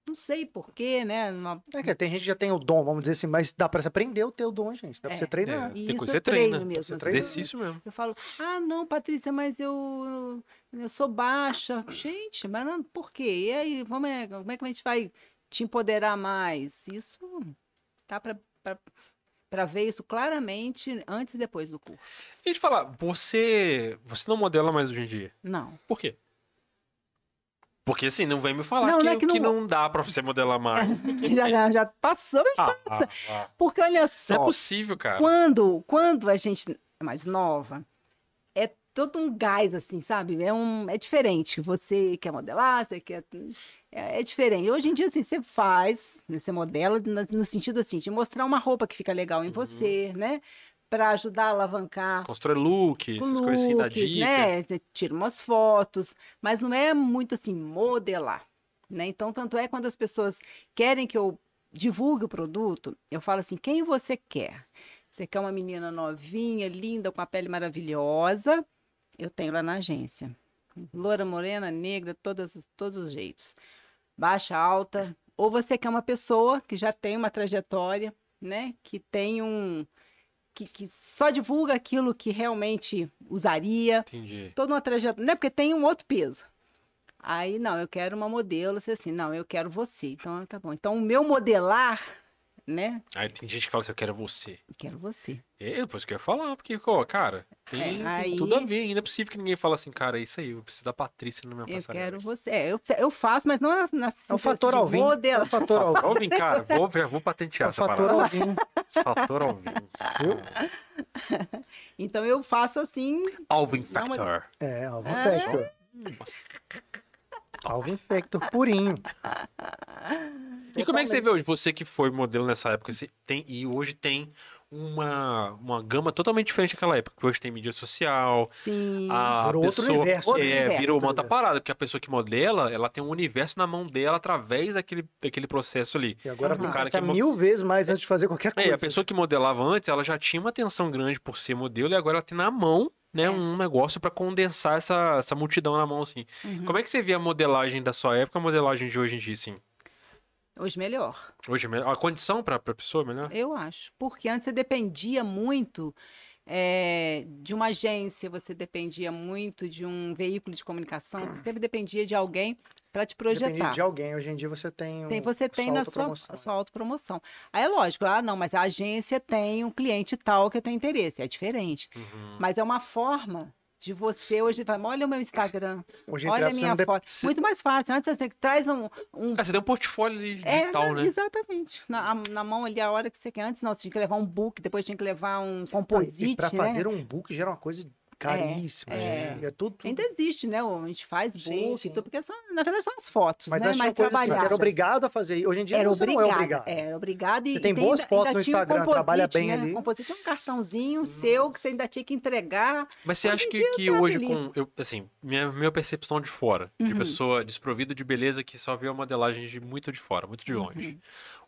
S3: Não sei porquê, né? Uma-
S2: É que tem gente que já tem o dom, vamos dizer assim, mas dá pra você aprender o teu dom, gente. Dá pra
S3: É.
S2: você treinar. um
S1: É,
S3: E
S1: tem
S3: isso
S1: coisa que
S3: é
S1: você treina,
S3: treino mesmo.
S2: você
S3: as
S2: treina.
S3: pessoas-
S1: Exercício mesmo.
S3: Eu falo, ah, não, Patrícia, mas eu, eu sou baixa. Gente, mas não, por quê? E aí, como é, como é que a gente vai te empoderar mais? Isso tá para ver isso claramente antes e depois do curso.
S1: E a gente fala, você, você não modela mais hoje em dia.
S3: Não.
S1: Por quê? Porque assim, não vem me falar
S3: Não,
S1: que,
S3: não é que
S1: que
S3: não-
S1: não dá pra você modelar
S3: *laughs*
S1: mais.
S3: já, já, já passou.
S1: Ah, ah, ah.
S3: Porque olha
S1: Não é
S3: só,
S1: possível, cara.
S3: quando, quando a gente é mais nova, é todo um gás, assim, sabe? É, um, é diferente. Você quer modelar, você quer. É, é diferente. Hoje em dia, assim, você faz, né, você modela na- no sentido assim, de mostrar uma roupa que fica legal em
S1: Uhum.
S3: você, né? Pra ajudar a alavancar
S1: Constrói look,
S3: com
S1: essas coisas assim, dá
S3: looks,
S1: dica.
S3: né? Você Tira umas fotos, mas não é muito assim, modelar. Né? Então, tanto é quando as pessoas querem que eu divulgue o produto, eu falo assim: quem você quer? Você quer uma menina novinha, linda, com a pele maravilhosa? Eu tenho lá na agência. Loura, morena, negra, todas, os- todos os jeitos. Baixa, alta. Ou você quer uma pessoa que já tem uma trajetória, né? Que tem um. Que, que só divulga aquilo que realmente usaria.
S1: Entendi.
S3: Toda uma trajetória. Né? Porque tem um outro peso. Aí, não, eu quero uma modelo, assim, assim, não, eu quero você. Então, tá bom. Então, o meu modelar, né?
S1: Aí tem gente que fala assim, eu quero você.
S3: Eu quero você.
S1: É, depois que eu ia falar, porque, ó, cara, tem,
S3: É,
S1: tem
S3: aí-
S1: tudo a ver. Ainda é possível que ninguém fala assim, cara, é isso aí, eu preciso da Patrícia na minha
S3: Eu
S1: passarela.
S3: quero você. É, eu, fe- eu faço, mas não na, na
S2: É um
S3: sensação
S2: fator
S3: de
S2: Alvin. É um
S3: modelar.
S1: *laughs*
S2: fator Alvin.
S1: Alvin, cara, vou, já vou
S2: É
S1: patentear
S2: um
S1: essa
S2: fator
S1: palavra.
S2: Alvin.
S1: Fator Alvin.
S3: Então eu faço assim.
S1: Alvin
S3: Não, mas-
S1: Factor.
S2: É, Alvin
S3: Ah.
S2: Factor. Alvin Factor purinho.
S1: E como é que você vê hoje? Você que foi modelo nessa época, você tem, e hoje tem uma, uma gama totalmente diferente daquela época. Porque hoje tem mídia social,
S3: Sim.
S1: a
S2: Virou outro
S1: pessoa
S2: universo,
S1: é,
S3: né? Outro
S1: virou uma
S2: universo.
S1: outra parada, porque a pessoa que modela, ela tem um universo na mão dela através daquele, daquele processo ali.
S2: E agora
S3: Aham.
S2: tem que
S1: Cara que
S2: pensar
S1: mo-
S2: mil vezes mais antes de fazer qualquer
S1: É,
S2: coisa.
S1: a pessoa que modelava antes, ela já tinha uma atenção grande por ser modelo e agora ela tem na mão, né,
S3: É.
S1: um negócio pra condensar essa, essa multidão na mão assim.
S3: Uhum.
S1: Como é que você vê a modelagem da sua época, e a modelagem de hoje em dia assim?
S3: Hoje melhor.
S1: Hoje é melhor- a condição pra pra pessoa é melhor?
S3: Eu acho, porque antes você dependia muito eh, de uma agência, você dependia muito de um veículo de comunicação, você sempre dependia de alguém para te
S2: Depende
S3: projetar.
S2: de alguém. Hoje em dia você tem um...
S3: Tem, você tem
S2: sua
S3: na sua,
S2: autopromoção,
S3: a sua autopromoção. Aí é lógico, ah, não, mas a agência tem um cliente tal que eu tenho interesse, é diferente.
S2: Hum.
S1: Uhum.
S3: Mas é uma forma de você hoje, vai, olha o meu Instagram,
S2: Hoje em dia
S3: olha a
S2: você
S3: minha
S2: não depende-
S3: foto.
S1: Se-
S3: Muito mais fácil, antes você traz um- um
S1: Ah, você tem um portfólio ali
S3: é,
S1: digital,
S3: não,
S1: né?
S3: exatamente. Na, a- na mão ali, a hora que você quer. Antes não, você tinha que levar um book, depois tinha que levar um
S2: Não, e-
S3: composite,
S2: E pra
S3: né?
S2: fazer um book gera uma coisa caríssima.
S3: é.
S2: gente. É, tudo. tudo-
S3: Ainda existe, né? o- A gente faz book,
S2: Sim,
S3: e
S2: sim.
S3: tudo, porque são, na verdade são as fotos,
S2: Mas
S3: né?
S2: antes
S3: Mais
S2: tinha coisas que é você
S3: trabalhadas.
S2: assim, era obrigado a fazer. Hoje em dia
S3: Era
S2: você
S3: obrigado.
S2: não é obrigado.
S3: Era obrigado. E,
S2: Você
S3: e
S2: tem boas
S3: ainda-
S2: fotos
S3: ainda
S2: no
S3: tinha o
S2: Instagram, trabalha
S3: composite,
S2: bem
S3: né?
S2: ali. Hum.
S3: O composite é um cartãozinho seu que você ainda tinha que entregar.
S1: Mas você
S3: Hoje
S1: acha
S3: em
S1: que,
S3: dia
S1: que
S3: tá
S1: hoje, com.
S3: bonito.
S1: Eu, assim, minha, minha percepção de fora, de
S3: Uhum.
S1: pessoa desprovida de beleza que só viu a modelagem de muito de fora, muito de longe.
S3: Uhum.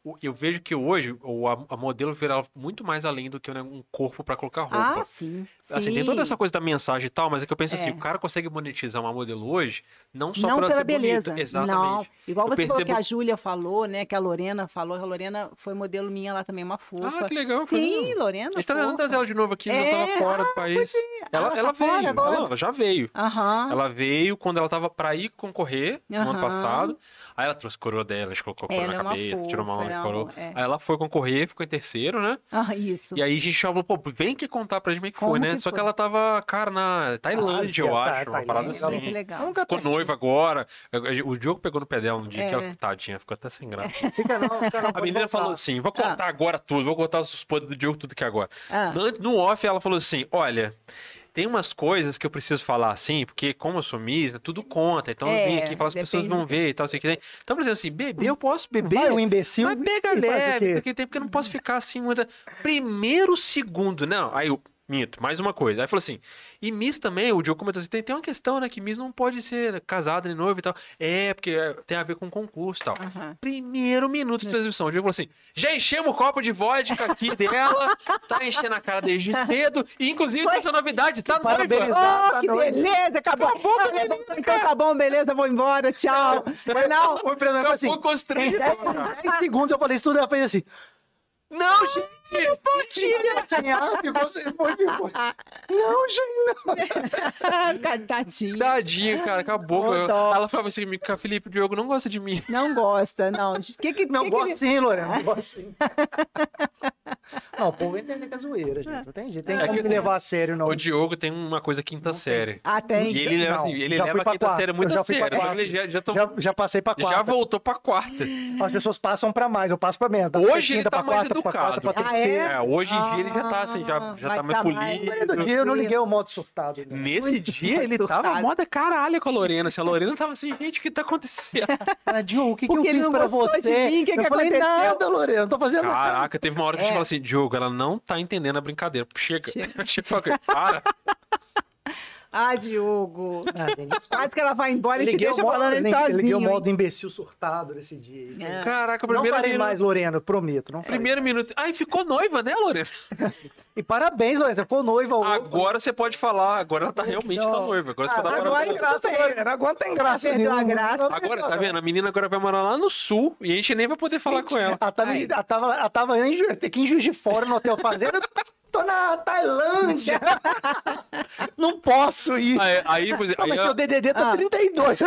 S1: o- eu vejo que hoje o, a, a modelo virava muito mais além do que né, um corpo pra colocar roupa.
S3: Ah, sim.
S1: Assim,
S3: sim.
S1: tem toda essa coisa da mensagem e tal, mas é que eu penso assim,
S3: É.
S1: o cara consegue monetizar uma modelo hoje, não só
S3: não
S1: por ela
S3: pela
S1: ser
S3: beleza.
S1: bonita. Exatamente.
S3: Não. Igual
S1: Eu
S3: você falou que
S1: percebo-
S3: a Júlia falou, né? Que a Lorena falou. A Lorena foi modelo minha lá também, uma fofa.
S1: Ah, que legal. foi mesmo.
S3: Sim, Lorena.
S1: A gente tá tentando
S3: fofa.
S1: trazer ela de novo aqui, mas
S3: É,
S1: ela tava fora do país. Ela,
S3: ela tá
S1: ela
S3: fora
S1: veio, ela,
S3: agora?
S1: não, ela já veio.
S3: Aham.
S1: Ela veio quando ela tava pra ir concorrer no ano
S3: Ah. Aham.
S1: passado. Aí ela trouxe coroa dela, ela colocou coroa
S3: Ela é
S1: na
S3: uma
S1: cabeça, tirou uma
S3: fofa,
S1: onda de
S3: ela é
S1: coroa.
S3: uma- é.
S1: Aí ela foi concorrer, ficou em terceiro, né?
S3: Ah, isso.
S1: E aí a gente falou, pô, vem que contar pra gente como é que foi,
S3: Como
S1: né?
S3: que
S1: Só que
S3: foi?
S1: ela tava, cara, na Tailândia,
S2: Ásia,
S1: eu acho,
S2: tá,
S1: uma
S2: Tailândia,
S1: parada
S3: é, muito
S1: assim.
S3: legal.
S1: Ficou noiva agora. O Diogo pegou no pé dela um dia que
S3: É.
S1: ela ficou tadinha, ficou até sem
S3: *laughs*
S1: graça.
S2: Fica não, fica não,
S1: A
S2: pode
S1: menina
S2: voltar.
S1: falou assim: vou
S3: Tá.
S1: contar agora tudo, vou contar os podres do Diogo tudo que é agora.
S3: Ah,
S1: No- No off, ela falou assim: olha, tem umas coisas que eu preciso falar assim, porque como eu sou Miss, né, tudo conta. Então eu vim
S3: É,
S1: aqui falar, as pessoas
S3: depende
S1: vão ver e tal, sei o que tem. Então, por exemplo, assim, beber, eu posso beber.
S2: Vai, o imbecil.
S1: mas pega
S2: e faz o
S1: leve,
S2: quê?
S1: isso aqui tem, porque eu não posso ficar assim muita. Primeiro, segundo, não. Aí eu. Minto, mais uma coisa. Aí falou assim: e Miss também, o Diogo comentou assim: tem, tem uma questão, né? Que Miss não pode ser casada nem noiva e tal. É, porque é, tem a ver com concurso e tal.
S3: aham.
S1: Primeiro minuto de transmissão. O Diego falou assim: já enchemos o copo de vodka aqui dela, tá enchendo a cara desde cedo, e inclusive tem essa novidade, tá noiva.
S2: Parabenizar.
S3: Oh, que
S1: tá
S3: beleza, acabou. Ah, então tá bom, beleza, vou
S1: *laughs*
S3: embora, tchau. Mas não,
S2: O Fernando falou assim,
S1: Acabou
S2: *laughs*
S1: constrangendo.
S2: 10 segundos eu falei isso tudo, ela fez assim.
S1: Não, gente!
S2: Tira! Sem ar, né?" "Ah, ficou sem foi, ficou. Não, gente.
S3: Tá, tadinha.
S1: Tadinha, cara, acabou.
S3: Ô, dó.
S1: Ela falava assim comigo, "Cara, Felipe, o Diogo não gosta de mim.
S3: Não gosta, não. Que que,
S2: Não
S3: que
S2: gosto
S3: que...
S2: sim, assim, Lorena. Não gosto sim. *laughs* Não, o povo entende que é zoeira, gente. Não tem jeito. Tem
S1: É
S2: que
S1: que-
S2: me levar a sério, não.
S1: O Diogo tem uma coisa quinta série.
S3: Ah, tem.
S1: E ele leva,
S2: Não,
S1: assim, ele
S2: já fui
S1: leva a
S2: pra
S1: quinta
S2: quarta.
S1: série
S2: Eu
S1: muito a
S2: já fui pra
S1: sério. só que
S2: quarta.
S1: Ele já, já, tô-
S2: Já, já passei pra
S1: já
S2: quarta.
S1: voltou pra quarta.
S2: As pessoas passam pra mais, eu passo pra menos. Da
S1: Hoje
S2: quinta
S1: ele tá
S2: pra
S1: mais
S2: quarta, pra quarta, pra
S1: educado.
S3: Ah,
S2: terceira.
S3: é?
S1: É, hoje em dia ele já tá assim, já, já
S3: Mas
S1: tá mais
S3: tá mais-
S1: polido.
S2: Todo dia eu não liguei o modo surtado. né? ainda.
S1: Nesse
S3: Muito
S1: dia ele tava
S3: surtado.
S1: moda caralho com a Lorena. Assim, a Lorena tava assim, gente, o que tá acontecendo?
S2: Ela, Diogo, Ah, o que, que eu
S3: Porque ele
S2: fiz
S3: não
S2: pra
S3: gostou de
S2: você?
S3: mim, o que
S2: eu
S3: que
S2: falei
S3: aconteceu?
S2: nada, Lorena, não tô fazendo nada.
S1: Caraca, teve uma hora que a gente falou assim, Diogo, ela não tá entendendo a brincadeira. Chega. *laughs*
S3: Chega.
S1: Chega. Chega. Para.
S3: Ah, Diogo.
S2: Ah, gente, desculpa.
S3: Quase que ela vai embora e te
S2: Liguei o
S3: deixa
S2: modo- tá
S3: falando ele
S2: liguei-
S3: sozinho.
S2: Liguei o
S3: hein?
S2: modo imbecil surtado nesse dia. aí.
S3: É.
S1: Caraca, o
S2: Não
S1: primeiro
S2: farei
S1: minuto.
S2: mais, Lorena, eu prometo. Não farei.
S1: Primeiro minuto. Ai, ficou noiva, né, Lorena?
S2: E parabéns, Lorena, você ficou noiva hoje.
S1: Agora você pode falar. Agora ela tá realmente tá
S2: Não.
S1: noiva. Agora você
S2: Ah,
S1: pode dar
S3: agora
S1: parabéns.
S3: ele tá-
S2: graça, Lorena. Agora tem graça.
S3: Perdeu a
S2: nenhuma.
S3: graça.
S1: Agora, tá vendo? A menina agora vai morar lá no sul e a gente nem vai poder falar com ela.
S2: Ela tava,
S3: Aí.
S2: ela tava, ela tava em Ju- aqui em Juiz de Fora, no hotel fazenda. Tô na
S1: *laughs*
S2: Tailândia. Não posso ir.
S1: Aí, aí, por exemplo,
S2: Não,
S1: aí
S2: mas
S1: ela-
S2: seu DDD tá
S3: Ah.
S2: *laughs* 32.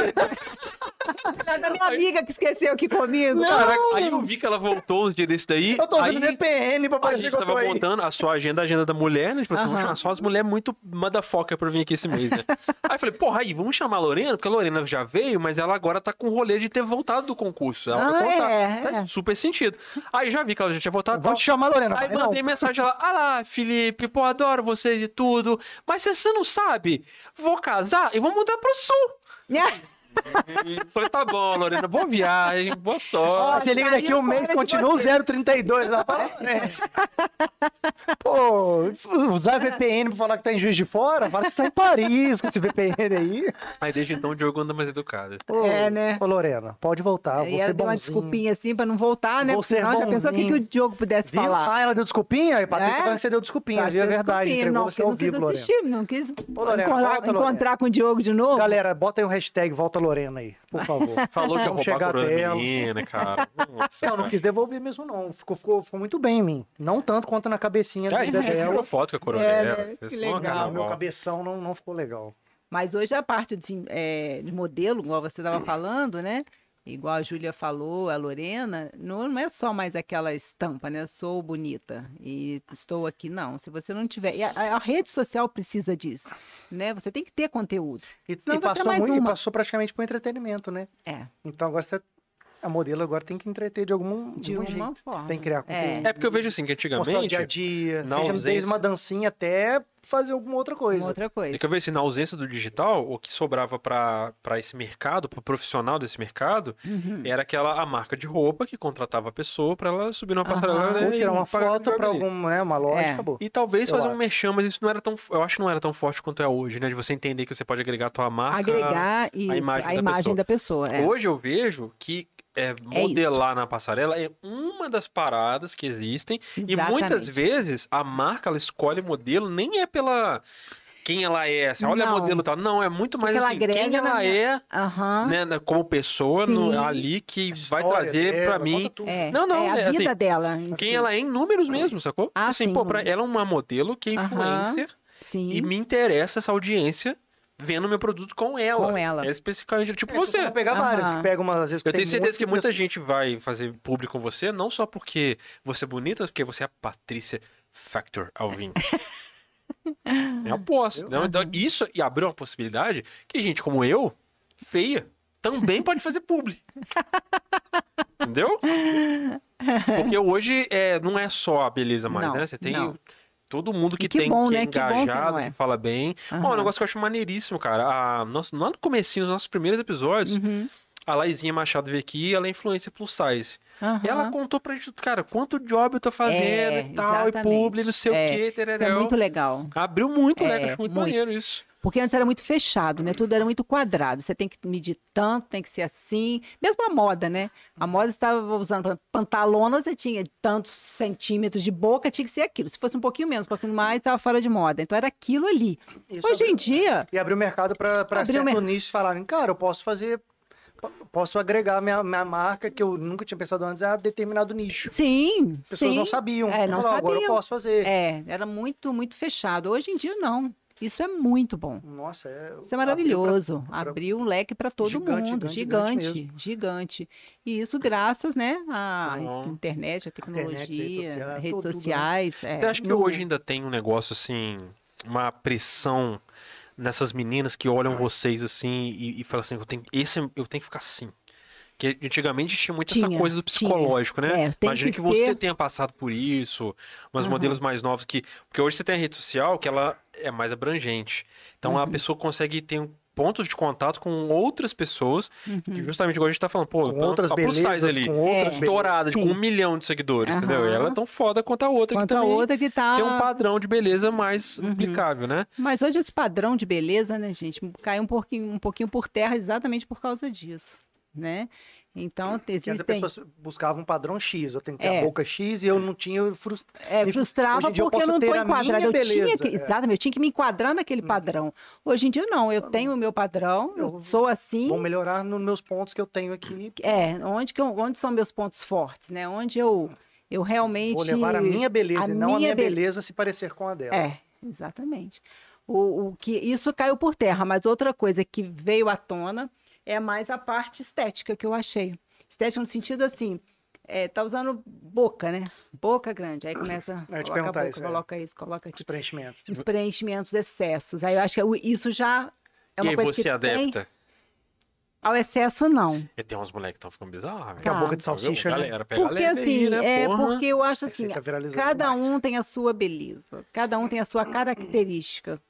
S3: Ah, Da minha amiga que esqueceu aqui comigo.
S2: Não.
S1: Caraca, aí eu vi que ela voltou uns dias desse daí.
S2: Eu tô
S1: aí...
S2: usando VPN pra
S1: A
S2: parecer
S1: gente
S2: que eu tô
S1: tava
S2: aí.
S1: montando a sua agenda, a agenda da mulher, né? A gente falou assim,
S3: Aham.
S1: "Ah, só as mulheres muito motherfucker pra eu vir aqui esse mês, né?
S2: *laughs*
S1: aí eu falei, porra, aí, vamos chamar a Lorena, porque a Lorena já veio, mas ela agora tá com o rolê de ter voltado do concurso. Ela vai
S3: Ah,
S1: contar.
S3: é,
S1: Tá
S3: é.
S1: super sentido. Aí já vi que ela já tinha voltado. tá e
S2: Vou
S1: tal.
S2: te chamar, Lorena.
S1: Aí
S2: Vai, não.
S1: mandei mensagem lá, ah lá, Felipe, pô, adoro vocês e tudo, mas se você não sabe, vou casar e vou mudar pro sul. E falei, tá bom, Lorena, boa viagem, boa
S2: Ah,
S1: sorte.
S2: você liga
S3: saiu
S2: daqui um
S3: fora
S2: mês,
S3: de
S2: continua o 032.
S3: *laughs*
S2: Ela fala, né?
S3: É.
S2: Pô, usar VPN pra falar que tá em Juiz de Fora? Fala que você tá em Paris com esse VPN aí.
S1: Aí desde então o Diogo anda mais educado.
S2: Ô,
S3: É, né?
S2: Ô, Lorena, pode voltar. eu
S3: E
S2: Vou
S3: ela
S2: ser
S3: deu uma
S2: Ah, é bonzinho.
S3: desculpinha assim pra não voltar, né?
S2: Vou
S3: Porque
S2: ser
S3: senão já pensou o que, que o
S2: bonzinho.
S3: Diogo pudesse
S2: Viu?
S3: falar.
S2: Ah, ela deu desculpinha? Aí, Patrícia,
S3: É?
S2: falando que você deu desculpinha.
S3: Acho
S2: Viu? É
S3: que eu
S2: verdade.
S3: desculpei,
S2: Entregou
S3: não,
S2: você
S3: porque
S2: ao
S3: não quis
S2: vivo, Lorena.
S3: assistir, não quis
S2: Lorena,
S3: encontrar,
S2: volta, Lorena.
S3: encontrar com o Diogo de novo.
S2: Galera, bota aí um hashtag Volta Lorena aí, por favor.
S3: *laughs*
S1: Falou que ia
S2: Vamos
S1: roubar a
S2: chegar
S1: coroa da
S2: dela.
S1: menina, cara. Nossa,
S2: Não, não quis devolver mesmo, não. Ficou, ficou, ficou muito bem em mim. Não tanto quanto na cabecinha
S1: Ah, a
S2: da
S1: gente tirou
S2: dela.
S1: foto com a coroa
S3: É,
S1: dela.
S3: né?
S1: Fez
S3: Que
S1: com o
S3: legal.
S2: Ah, meu
S1: carnaval.
S2: cabeção não, não ficou legal.
S3: Mas hoje a parte assim, é, de modelo, igual você estava falando, né? Igual a Júlia falou, a Lorena, não, não é só mais aquela estampa, né? Sou bonita e estou aqui, não. Se você não tiver. e a, a- a rede social precisa disso, né? Você tem que ter conteúdo.
S2: E,
S3: Senão
S2: e
S3: vai ter
S2: passou
S3: mais
S2: muito, e
S3: uma.
S2: passou praticamente pro entretenimento, né?
S3: É,
S2: Então agora você, a modelo agora tem que entreter de algum, de
S3: de
S2: algum
S3: uma
S2: jeito.
S3: forma.
S2: Tem que criar
S3: É.
S2: conteúdo.
S1: É porque eu vejo assim que
S2: Mostrar o dia a
S1: antigamente.
S2: dia,
S1: na
S2: seja
S1: ausência-
S2: desde uma dancinha até fazer alguma outra coisa.
S3: Uma outra coisa.
S1: É que eu vejo assim, na ausência do digital, o que sobrava pra pra esse mercado, pro profissional desse mercado,
S3: Uhum.
S1: era aquela a marca de roupa que contratava a pessoa pra ela subir numa passarela
S3: Aham.
S1: né,
S2: Ou
S1: e
S2: tirar uma
S1: pagar
S2: foto
S1: aquele
S2: pra
S1: jogo ali.
S2: algum, né, uma loja,
S3: É.
S2: acabou.
S1: E talvez
S2: Eu
S1: fazer um
S2: acho.
S1: merchan, mas isso não era tão. Eu acho que não era tão forte quanto é hoje, né? De você entender que você pode agregar a tua marca.
S3: Agregar isso, a
S1: imagem
S3: imagem,
S1: da pessoa.
S3: da pessoa. é.
S1: Hoje eu vejo que é, modelar na passarela é uma das paradas que existem. E muitas
S3: Exatamente.
S1: vezes a marca ela escolhe modelo nem é pela quem ela é, assim, olha
S3: Não.
S1: modelo e tal. Não, é muito mais
S3: Porque ela
S1: assim, quem
S3: agrega na
S1: ela é,
S3: Aham.
S1: né, na- como pessoa no-
S3: Sim.
S1: ali que vai
S2: História
S1: trazer
S2: dela,
S1: pra
S2: conta
S1: mim
S2: tudo.
S3: É,
S1: Não, não,
S3: é a
S1: é assim,
S3: vida dela. em
S1: quem
S3: si.
S1: ela é em números mesmo, sacou?
S3: Ah,
S1: assim,
S3: sim,
S1: pô, pra
S3: números.
S1: ela é uma modelo que é
S3: Aham.
S1: influencer
S3: Sim,
S1: e me interessa essa audiência vendo meu produto com ela.
S3: com ela.
S1: É especificamente, tipo
S2: É,
S1: você.
S2: Vou pegar
S3: Aham.
S2: várias. que Pega umas, às vezes,
S1: Eu tenho
S2: tem
S1: certeza
S2: muito
S1: que muita
S2: pessoa-
S1: gente vai fazer público com você, não só porque você é bonita, mas porque você é a Patrícia Factor
S3: *laughs*
S1: Alvin. eu aposto. né? Então, isso e abriu uma possibilidade que gente como eu, feia, também *laughs* pode fazer publi. Entendeu? Porque hoje é, não é só a beleza mais,
S3: Não,
S1: né? Você tem
S3: não.
S1: todo mundo que,
S3: que
S1: tem
S3: bom,
S1: que é
S3: né? Que bom que não
S1: engajado, que,
S3: é.
S1: fala bem. Ó, um
S3: Aham.
S1: negócio que eu acho maneiríssimo, cara. A, nosso, lá no comecinho, nos nossos primeiros episódios,
S3: Uhum.
S1: a Laizinha Machado veio aqui, ela é influencer plus size.
S3: Aham.
S1: Ela contou pra gente, cara, quanto job eu tô fazendo
S3: É,
S1: e tal, e
S3: exatamente.
S1: publi, não sei
S3: É,
S1: o quê,
S3: Isso é
S1: tereré.
S3: muito legal.
S1: Abriu muito, né?
S3: É,
S1: cara? Acho muito,
S3: muito.
S1: maneiro isso.
S3: Porque antes era muito fechado, né? Tudo era muito quadrado. Você tem que medir tanto, tem que ser assim. Mesmo a moda, né? A moda estava usando por exemplo, pantalona, você tinha tantos centímetros de boca, tinha que ser aquilo. Se fosse um pouquinho menos, um pouquinho mais, estava fora de moda. Então era aquilo ali.
S2: Isso
S3: Hoje
S1: é
S2: abriu-
S3: em dia,
S2: E abriu o mercado pra, pra
S3: Abriu o
S2: certo
S3: mer-
S2: nicho falarem, cara, eu posso fazer... po- Posso agregar minha, minha marca, que eu nunca tinha pensado antes, a determinado nicho.
S3: sim,
S2: As pessoas
S3: sim.
S2: não sabiam.
S3: É, não
S2: Falaram, Agora eu
S3: sabiam.
S2: posso fazer.
S3: É, era muito, muito fechado. Hoje em dia, não. Isso é muito bom.
S2: Nossa, é...
S3: Isso é
S2: abriu pra-
S3: maravilhoso. Abriu,
S2: pra-
S3: um leque para todo
S2: Gigante,
S3: mundo.
S2: gigante,
S3: Gigante,
S2: gigante
S3: gigante, E isso graças, né, à
S1: Uhum.
S3: internet, à tecnologia,
S2: redes sociais,
S3: redes
S2: tudo, né?
S3: sociais. é.
S1: Você acha que
S3: No-
S1: hoje ainda tem um negócio assim, uma pressão nessas meninas que olham
S3: Ah.
S1: vocês assim e, e falam assim, eu tenho, esse eu tenho que ficar assim. Porque antigamente tinha muito essa
S3: Tinha,
S1: coisa do
S3: tinha.
S1: psicológico, né?
S3: É, tem
S1: Imagino que,
S3: que
S1: você
S3: ser-
S1: tenha passado por isso, umas
S3: Aham.
S1: modelos mais novos que. Porque hoje você tem a rede social que ela é mais abrangente. Então
S3: Uhum.
S1: a pessoa consegue ter um- pontos de contato com outras pessoas,
S3: uhum. Hum.
S1: que justamente agora a gente tá falando, pô,
S2: Com outras
S1: a plus size
S2: belezas,
S1: ali,
S2: com outras
S3: É.
S2: belezas.
S1: estourada, de com
S3: Sim.
S1: um milhão de seguidores, entendeu? E ela é
S3: Aham.
S1: tão foda quanto a outra
S3: Quanto
S1: que
S3: a
S1: também
S3: outra Uhum. que tá.
S1: tem um padrão de beleza mais aplicável, né?
S3: Mas hoje esse padrão de beleza, né, gente, caiu um pouquinho, um pouquinho por terra exatamente por causa disso, né? Então
S2: Que as
S3: existem,
S2: pessoas buscavam um padrão X. Eu tenho que ter
S3: É.
S2: a boca X e eu não tinha... eu frus-
S3: É,
S2: Me- hoje
S3: frustrava
S2: em dia eu
S3: porque eu
S2: posso
S3: não
S2: ter
S3: tô
S2: a
S3: enquadrada.
S2: minha
S3: Eu tinha
S2: beleza,
S3: que,
S2: é. Uhum.
S3: exatamente, eu tinha que me enquadrar naquele padrão. Hoje em dia não, eu tenho o meu padrão,
S2: Eu
S3: eu sou assim.
S2: Vou melhorar nos meus pontos que eu tenho aqui.
S3: É, onde que eu- onde são meus pontos fortes, né? Onde eu eu realmente
S2: Vou levar a minha beleza,
S3: a
S2: e não a
S3: minha
S2: minha
S3: be-
S2: beleza se parecer com a dela.
S3: É, exatamente. O, o que isso caiu por terra, mas outra coisa que veio à tona é mais a parte estética que eu achei. Estética no sentido assim, é, tá usando boca, né? Boca grande, aí
S2: *coughs*
S3: começa
S2: Eu ia te
S3: coloca a
S2: perguntar
S3: boca,
S2: isso, é.
S3: coloca isso, coloca
S2: Os
S3: aqui.
S2: preenchimentos.
S3: os preenchimentos excessos. Aí eu acho que o- isso já é
S1: e
S3: uma
S1: aí
S3: coisa
S1: você
S3: que tem
S1: adepta.
S3: ao excesso não.
S1: E tem uns moleques que estão ficando bizarros,
S2: Porque a
S3: Tá.
S2: boca de salsicha, né?
S1: é um Galera, pega
S3: Porque
S1: leve aí,
S3: assim,
S1: né?
S3: é
S1: Porra.
S3: porque eu acho
S2: Esse
S3: assim,
S2: aí tá viralizando
S3: cada
S2: demais.
S3: um tem a sua beleza, cada um tem a sua
S1: Uhum.
S3: característica.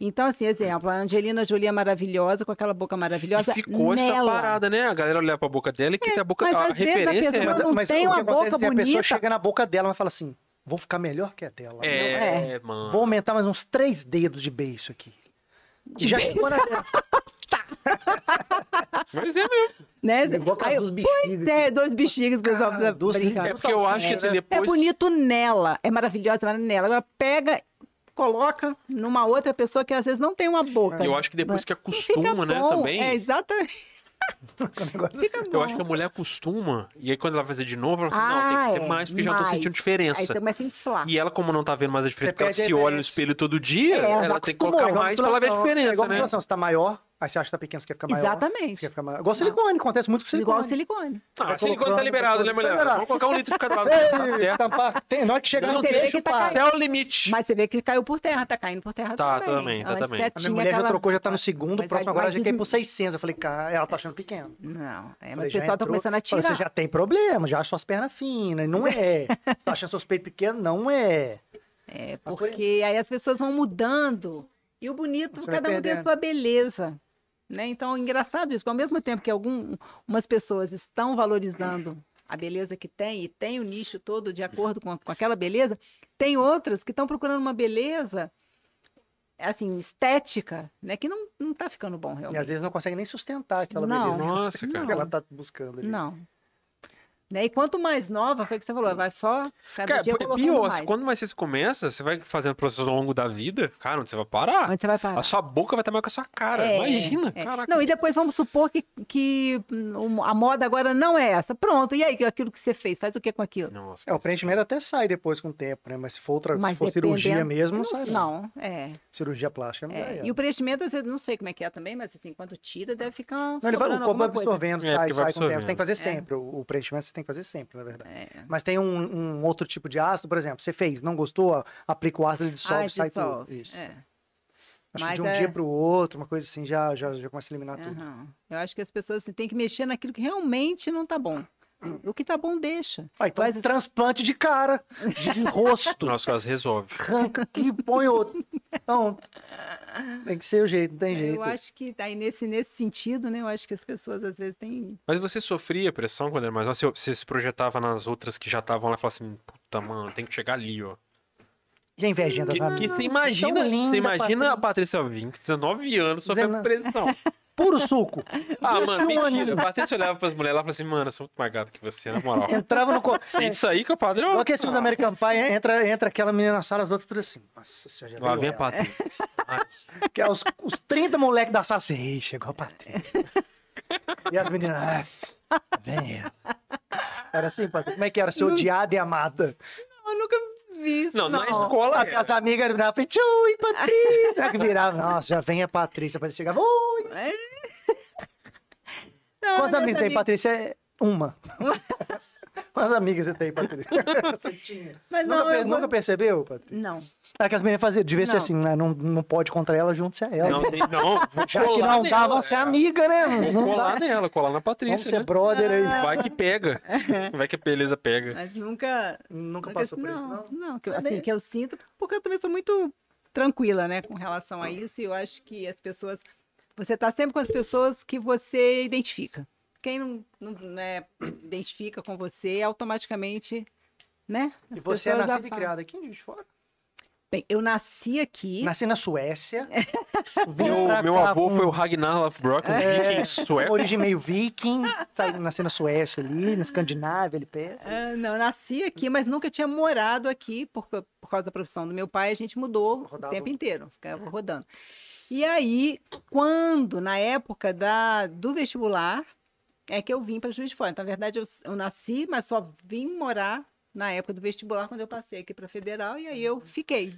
S3: Então assim, exemplo, a Angelina Jolie é maravilhosa com aquela boca
S1: E
S3: maravilhosa
S1: ficou essa
S3: nela. É,
S1: parada, né? A galera olhar pra boca dela e que tem a boca.
S3: mas
S1: A
S3: às vezes a
S1: referência é
S3: pessoa
S1: essa.
S3: não tem
S2: o que
S3: uma
S2: acontece
S3: boca
S2: é a pessoa
S3: bonita.
S2: chega na boca dela e fala assim, vou ficar melhor que a dela.
S1: É, mano.
S2: Vou aumentar mais uns três dedos de beiço aqui.
S3: De
S2: já chegou na
S1: Mas é mesmo.
S3: né?
S2: Igual com
S3: Aí, *laughs*
S2: dos bichinhos.
S3: pois é, dois bexigas, pessoal,
S2: Cara, dois
S1: É
S3: brincar.
S1: porque eu acho que assim,
S2: É
S3: É
S1: depois.
S3: bonito nela, é maravilhosa mas nela. Ela pega, coloca numa outra pessoa que às vezes não tem uma boca.
S1: Eu acho que depois que
S3: Fica
S1: acostuma, né?
S3: bom,
S1: Também.
S3: É, exatamente.
S2: com o negócio assim.
S3: Fica
S1: Eu
S3: bom.
S1: acho que é a mulher acostuma, e aí quando ela vai fazer de novo, ela fala assim, não, tem que
S3: Ah,
S1: ser
S3: é,
S1: mais, porque já tô
S3: mais.
S1: sentindo
S3: Aí assim,
S1: diferença.
S3: você tá. começa a inflar.
S1: E ela, como não tá vendo mais a diferença,
S2: Você
S1: porque ela
S2: perde a
S1: se olha no
S2: referência.
S1: espelho todo dia,
S3: É, ela já
S1: ela tem que colocar
S3: acostumou,
S1: mais pra ela ver a
S2: É
S1: diferença,
S2: igual
S1: né?
S2: musculação, você tá maior, aí você acha que tá pequeno, você quer ficar maior. Você quer
S3: Exatamente.
S2: ficar maior. Igual silicone, acontece muito com silicone.
S3: Igual silicone.
S1: Ah,
S2: vai
S1: silicone tá
S2: colocando,
S1: liberado, né,
S2: tá
S1: mulher?
S2: liberado.
S1: Vamos colocar um litro de cada
S3: *laughs*
S1: lado.
S2: Ei,
S1: Tá certo.
S2: tampar- tem, na hora que chegar
S1: Não
S2: no
S1: tem
S2: queixo,
S3: que tá
S2: para.
S1: Até o limite.
S3: Mas você vê que caiu por terra, tá caindo por terra
S1: Tá, também,
S3: também.
S1: tá
S3: Antes
S1: também.
S3: até
S2: A minha
S3: tinha
S2: mulher já
S3: aquela-
S2: trocou, já tá no segundo,
S3: Mas
S2: o próximo
S3: vai-
S2: agora
S3: vai
S2: já quer ir
S3: desmi-
S2: pro 600. Eu falei, cara, ela tá achando pequeno.
S3: Não, é, mas
S2: Falei,
S3: o
S2: já
S3: pessoal tá
S2: entrou.
S3: começando
S2: Falei,
S3: a tirar.
S2: Você já tem problema, já acha suas pernas finas.
S3: *laughs*
S2: Não é. Você tá achando seus peitos pequenos? Não é.
S3: É,
S2: Mas por-
S3: porque aí as pessoas vão mudando. E o bonito,
S2: Você vai
S3: cada um tem a
S2: perdendo.
S3: sua beleza. Né? Então, é engraçado isso, porque ao mesmo tempo que algumas pessoas estão valorizando a beleza que tem e tem o nicho todo de acordo com, a- com aquela beleza, tem outras que estão procurando uma beleza assim, estética, né? Que não, não tá ficando bom,
S2: E às
S3: realmente.
S2: vezes não consegue nem sustentar aquela
S3: Não.
S2: beleza.
S1: Nossa,
S2: que
S1: cara.
S2: Ela tá buscando ali.
S3: Não. Né? E quanto mais nova, foi o que você falou, vai só cada
S1: Cara,
S3: dia
S1: é
S3: colocando
S1: pior,
S3: mais.
S1: quando mais você começa, você vai fazendo processo ao longo da vida, cara, onde você vai parar?
S3: Onde você vai parar?
S1: A sua boca vai estar maior que a sua cara.
S3: É,
S1: Imagina,
S3: é.
S1: caraca.
S3: Não, e depois vamos supor que, que hum, a moda agora não é essa. Pronto, e aí aquilo que você fez? Faz o que com aquilo?
S1: Nossa,
S2: É, o
S1: cara,
S2: preenchimento até sai depois com o tempo, né? Mas se for outra, se
S3: Mas
S2: for cirurgia
S3: dependendo-
S2: mesmo, não sai. Não.
S3: Não, é.
S2: Cirurgia plástica não
S3: é.
S2: é.
S3: E o preenchimento, às vezes, não sei como é que é também, mas assim, quando tira, deve ficar.
S2: Não, ele vai, o
S3: sobrando
S2: corpo vai
S3: alguma coisa.
S2: absorvendo,
S1: É,
S2: sai,
S1: porque vai
S2: sai com o tempo. Você tem que fazer
S3: absorvendo.
S2: sempre. O, o preenchimento você tem que fazer sempre, na verdade.
S3: É.
S2: Mas tem um, um outro tipo de ácido, por exemplo, você fez, não gostou, ó, aplica o ácido, ele dissolve,
S3: Ah,
S2: sai tudo.
S3: dissolve,
S2: Isso.
S3: é.
S2: Acho que
S3: Mas
S2: de um
S3: é-
S2: dia para o outro, uma coisa assim, já, já, já começa a eliminar tá tudo.
S3: Aham. Eu acho que as pessoas assim, têm que mexer naquilo que realmente não tá bom. O que tá bom, deixa.
S2: Ah, então
S3: Mas-
S2: transplante de cara, de, de rosto,
S3: *laughs*
S1: Nosso caso resolve.
S2: arranca aqui, põe outro. Então, tem que ser o jeito, não tem jeito.
S3: É, Eu acho que aí nesse, nesse sentido, né? Eu acho que as pessoas às vezes têm.
S1: Mas você sofria pressão quando era mais nova? Você, você se projetava nas outras que já estavam lá e falava assim, puta, mano, tem que chegar ali, ó.
S2: E a invejinha da
S1: Que,
S2: família?
S1: que você imagina,
S2: linda,
S1: você imagina a Patrícia Vim, com 19 anos, sofrendo
S2: Dezenove.
S1: pressão.
S2: Puro suco.
S3: *laughs*
S1: Ah, mano,
S2: um
S1: mentira.
S2: aninho.
S1: A Patrícia olhava pras mulheres lá e falava assim, mano, eu sou muito mais gato que você, na moral.
S2: Entrava no... co-
S1: Se Isso aí que é o padrão.
S2: Igual aquele filme da American Pie, é, entra, entra aquela menina na sala, as outras tudo assim. Nossa senhora, já
S1: Lá
S2: veio
S1: vem a
S2: ela.
S1: Patrícia. Ai,
S2: Que é os, os 30 moleques da sala assim, "Ih, chegou a Patrícia. e as meninas, ah, vem ela. Era assim, Patrícia. Como é que era? Ser odiada e amada.
S3: Eu nunca vi
S2: *laughs*
S3: isso.
S1: Não, na escola é.
S2: As,
S1: era.
S2: as amigas viravam pra frente, ui, Patrícia. Que virava, nossa, já vem a Patrícia. A Patrícia chegava, ui. Quantas amigas tem, Patrícia? É Uma.
S3: *laughs*
S2: Quantas amigas você tem, Patrícia? Você tinha.
S3: Mas
S2: Nunca,
S3: não,
S2: per-
S3: eu
S2: nunca
S3: gosto-
S2: percebeu, Patrícia?
S3: Não.
S2: É que as meninas faziam, devia ser
S3: Não.
S2: assim, né? Não, não pode contra ela, junte-se a ela.
S1: Não, tem- não, vou
S2: Já que
S1: colar
S2: não dá,
S1: nela,
S2: vão ser
S1: é.
S2: amiga, né? Não dá.
S1: Colar nela, colar na
S2: Vamos
S1: Patrícia,
S2: ser
S1: né?
S2: brother aí.
S3: É.
S1: Vai que
S2: *laughs*
S1: pega. Vai que a beleza pega.
S3: Mas nunca. assim,
S2: Nunca
S3: não? Não, que eu, assim, que eu sinto, porque eu também sou muito tranquila, né, com relação a isso, e eu acho que as pessoas. Você tá sempre com as pessoas que você identifica. Quem não, não né, identifica com você, automaticamente, né?
S2: E
S3: as
S2: você é
S3: pessoas já
S2: nascido e
S3: falam.
S2: criado aqui em Juiz de Fora?
S3: Bem, eu nasci aqui.
S2: Nasci na Suécia.
S3: *laughs*
S2: Vim
S1: Meu,
S2: pra
S1: meu
S2: cá É, né?
S1: avô
S2: com
S1: foi o Ragnar Lothbrok, um
S3: É.
S1: viking sueco.
S2: Origem meio viking, sabe, nasci na Suécia ali, na Escandinávia, ali perto.
S3: Ah, não, eu nasci aqui, mas nunca tinha morado aqui, por, ca- por causa da profissão do meu pai, a gente mudou
S2: Rodava.
S3: o tempo inteiro, ficava rodando. E aí, quando, na época da, do vestibular, é que eu vim para Juiz de Fora. Então, na verdade, eu, s- eu nasci, mas só vim morar na época do vestibular, quando eu passei aqui para Federal, e aí eu fiquei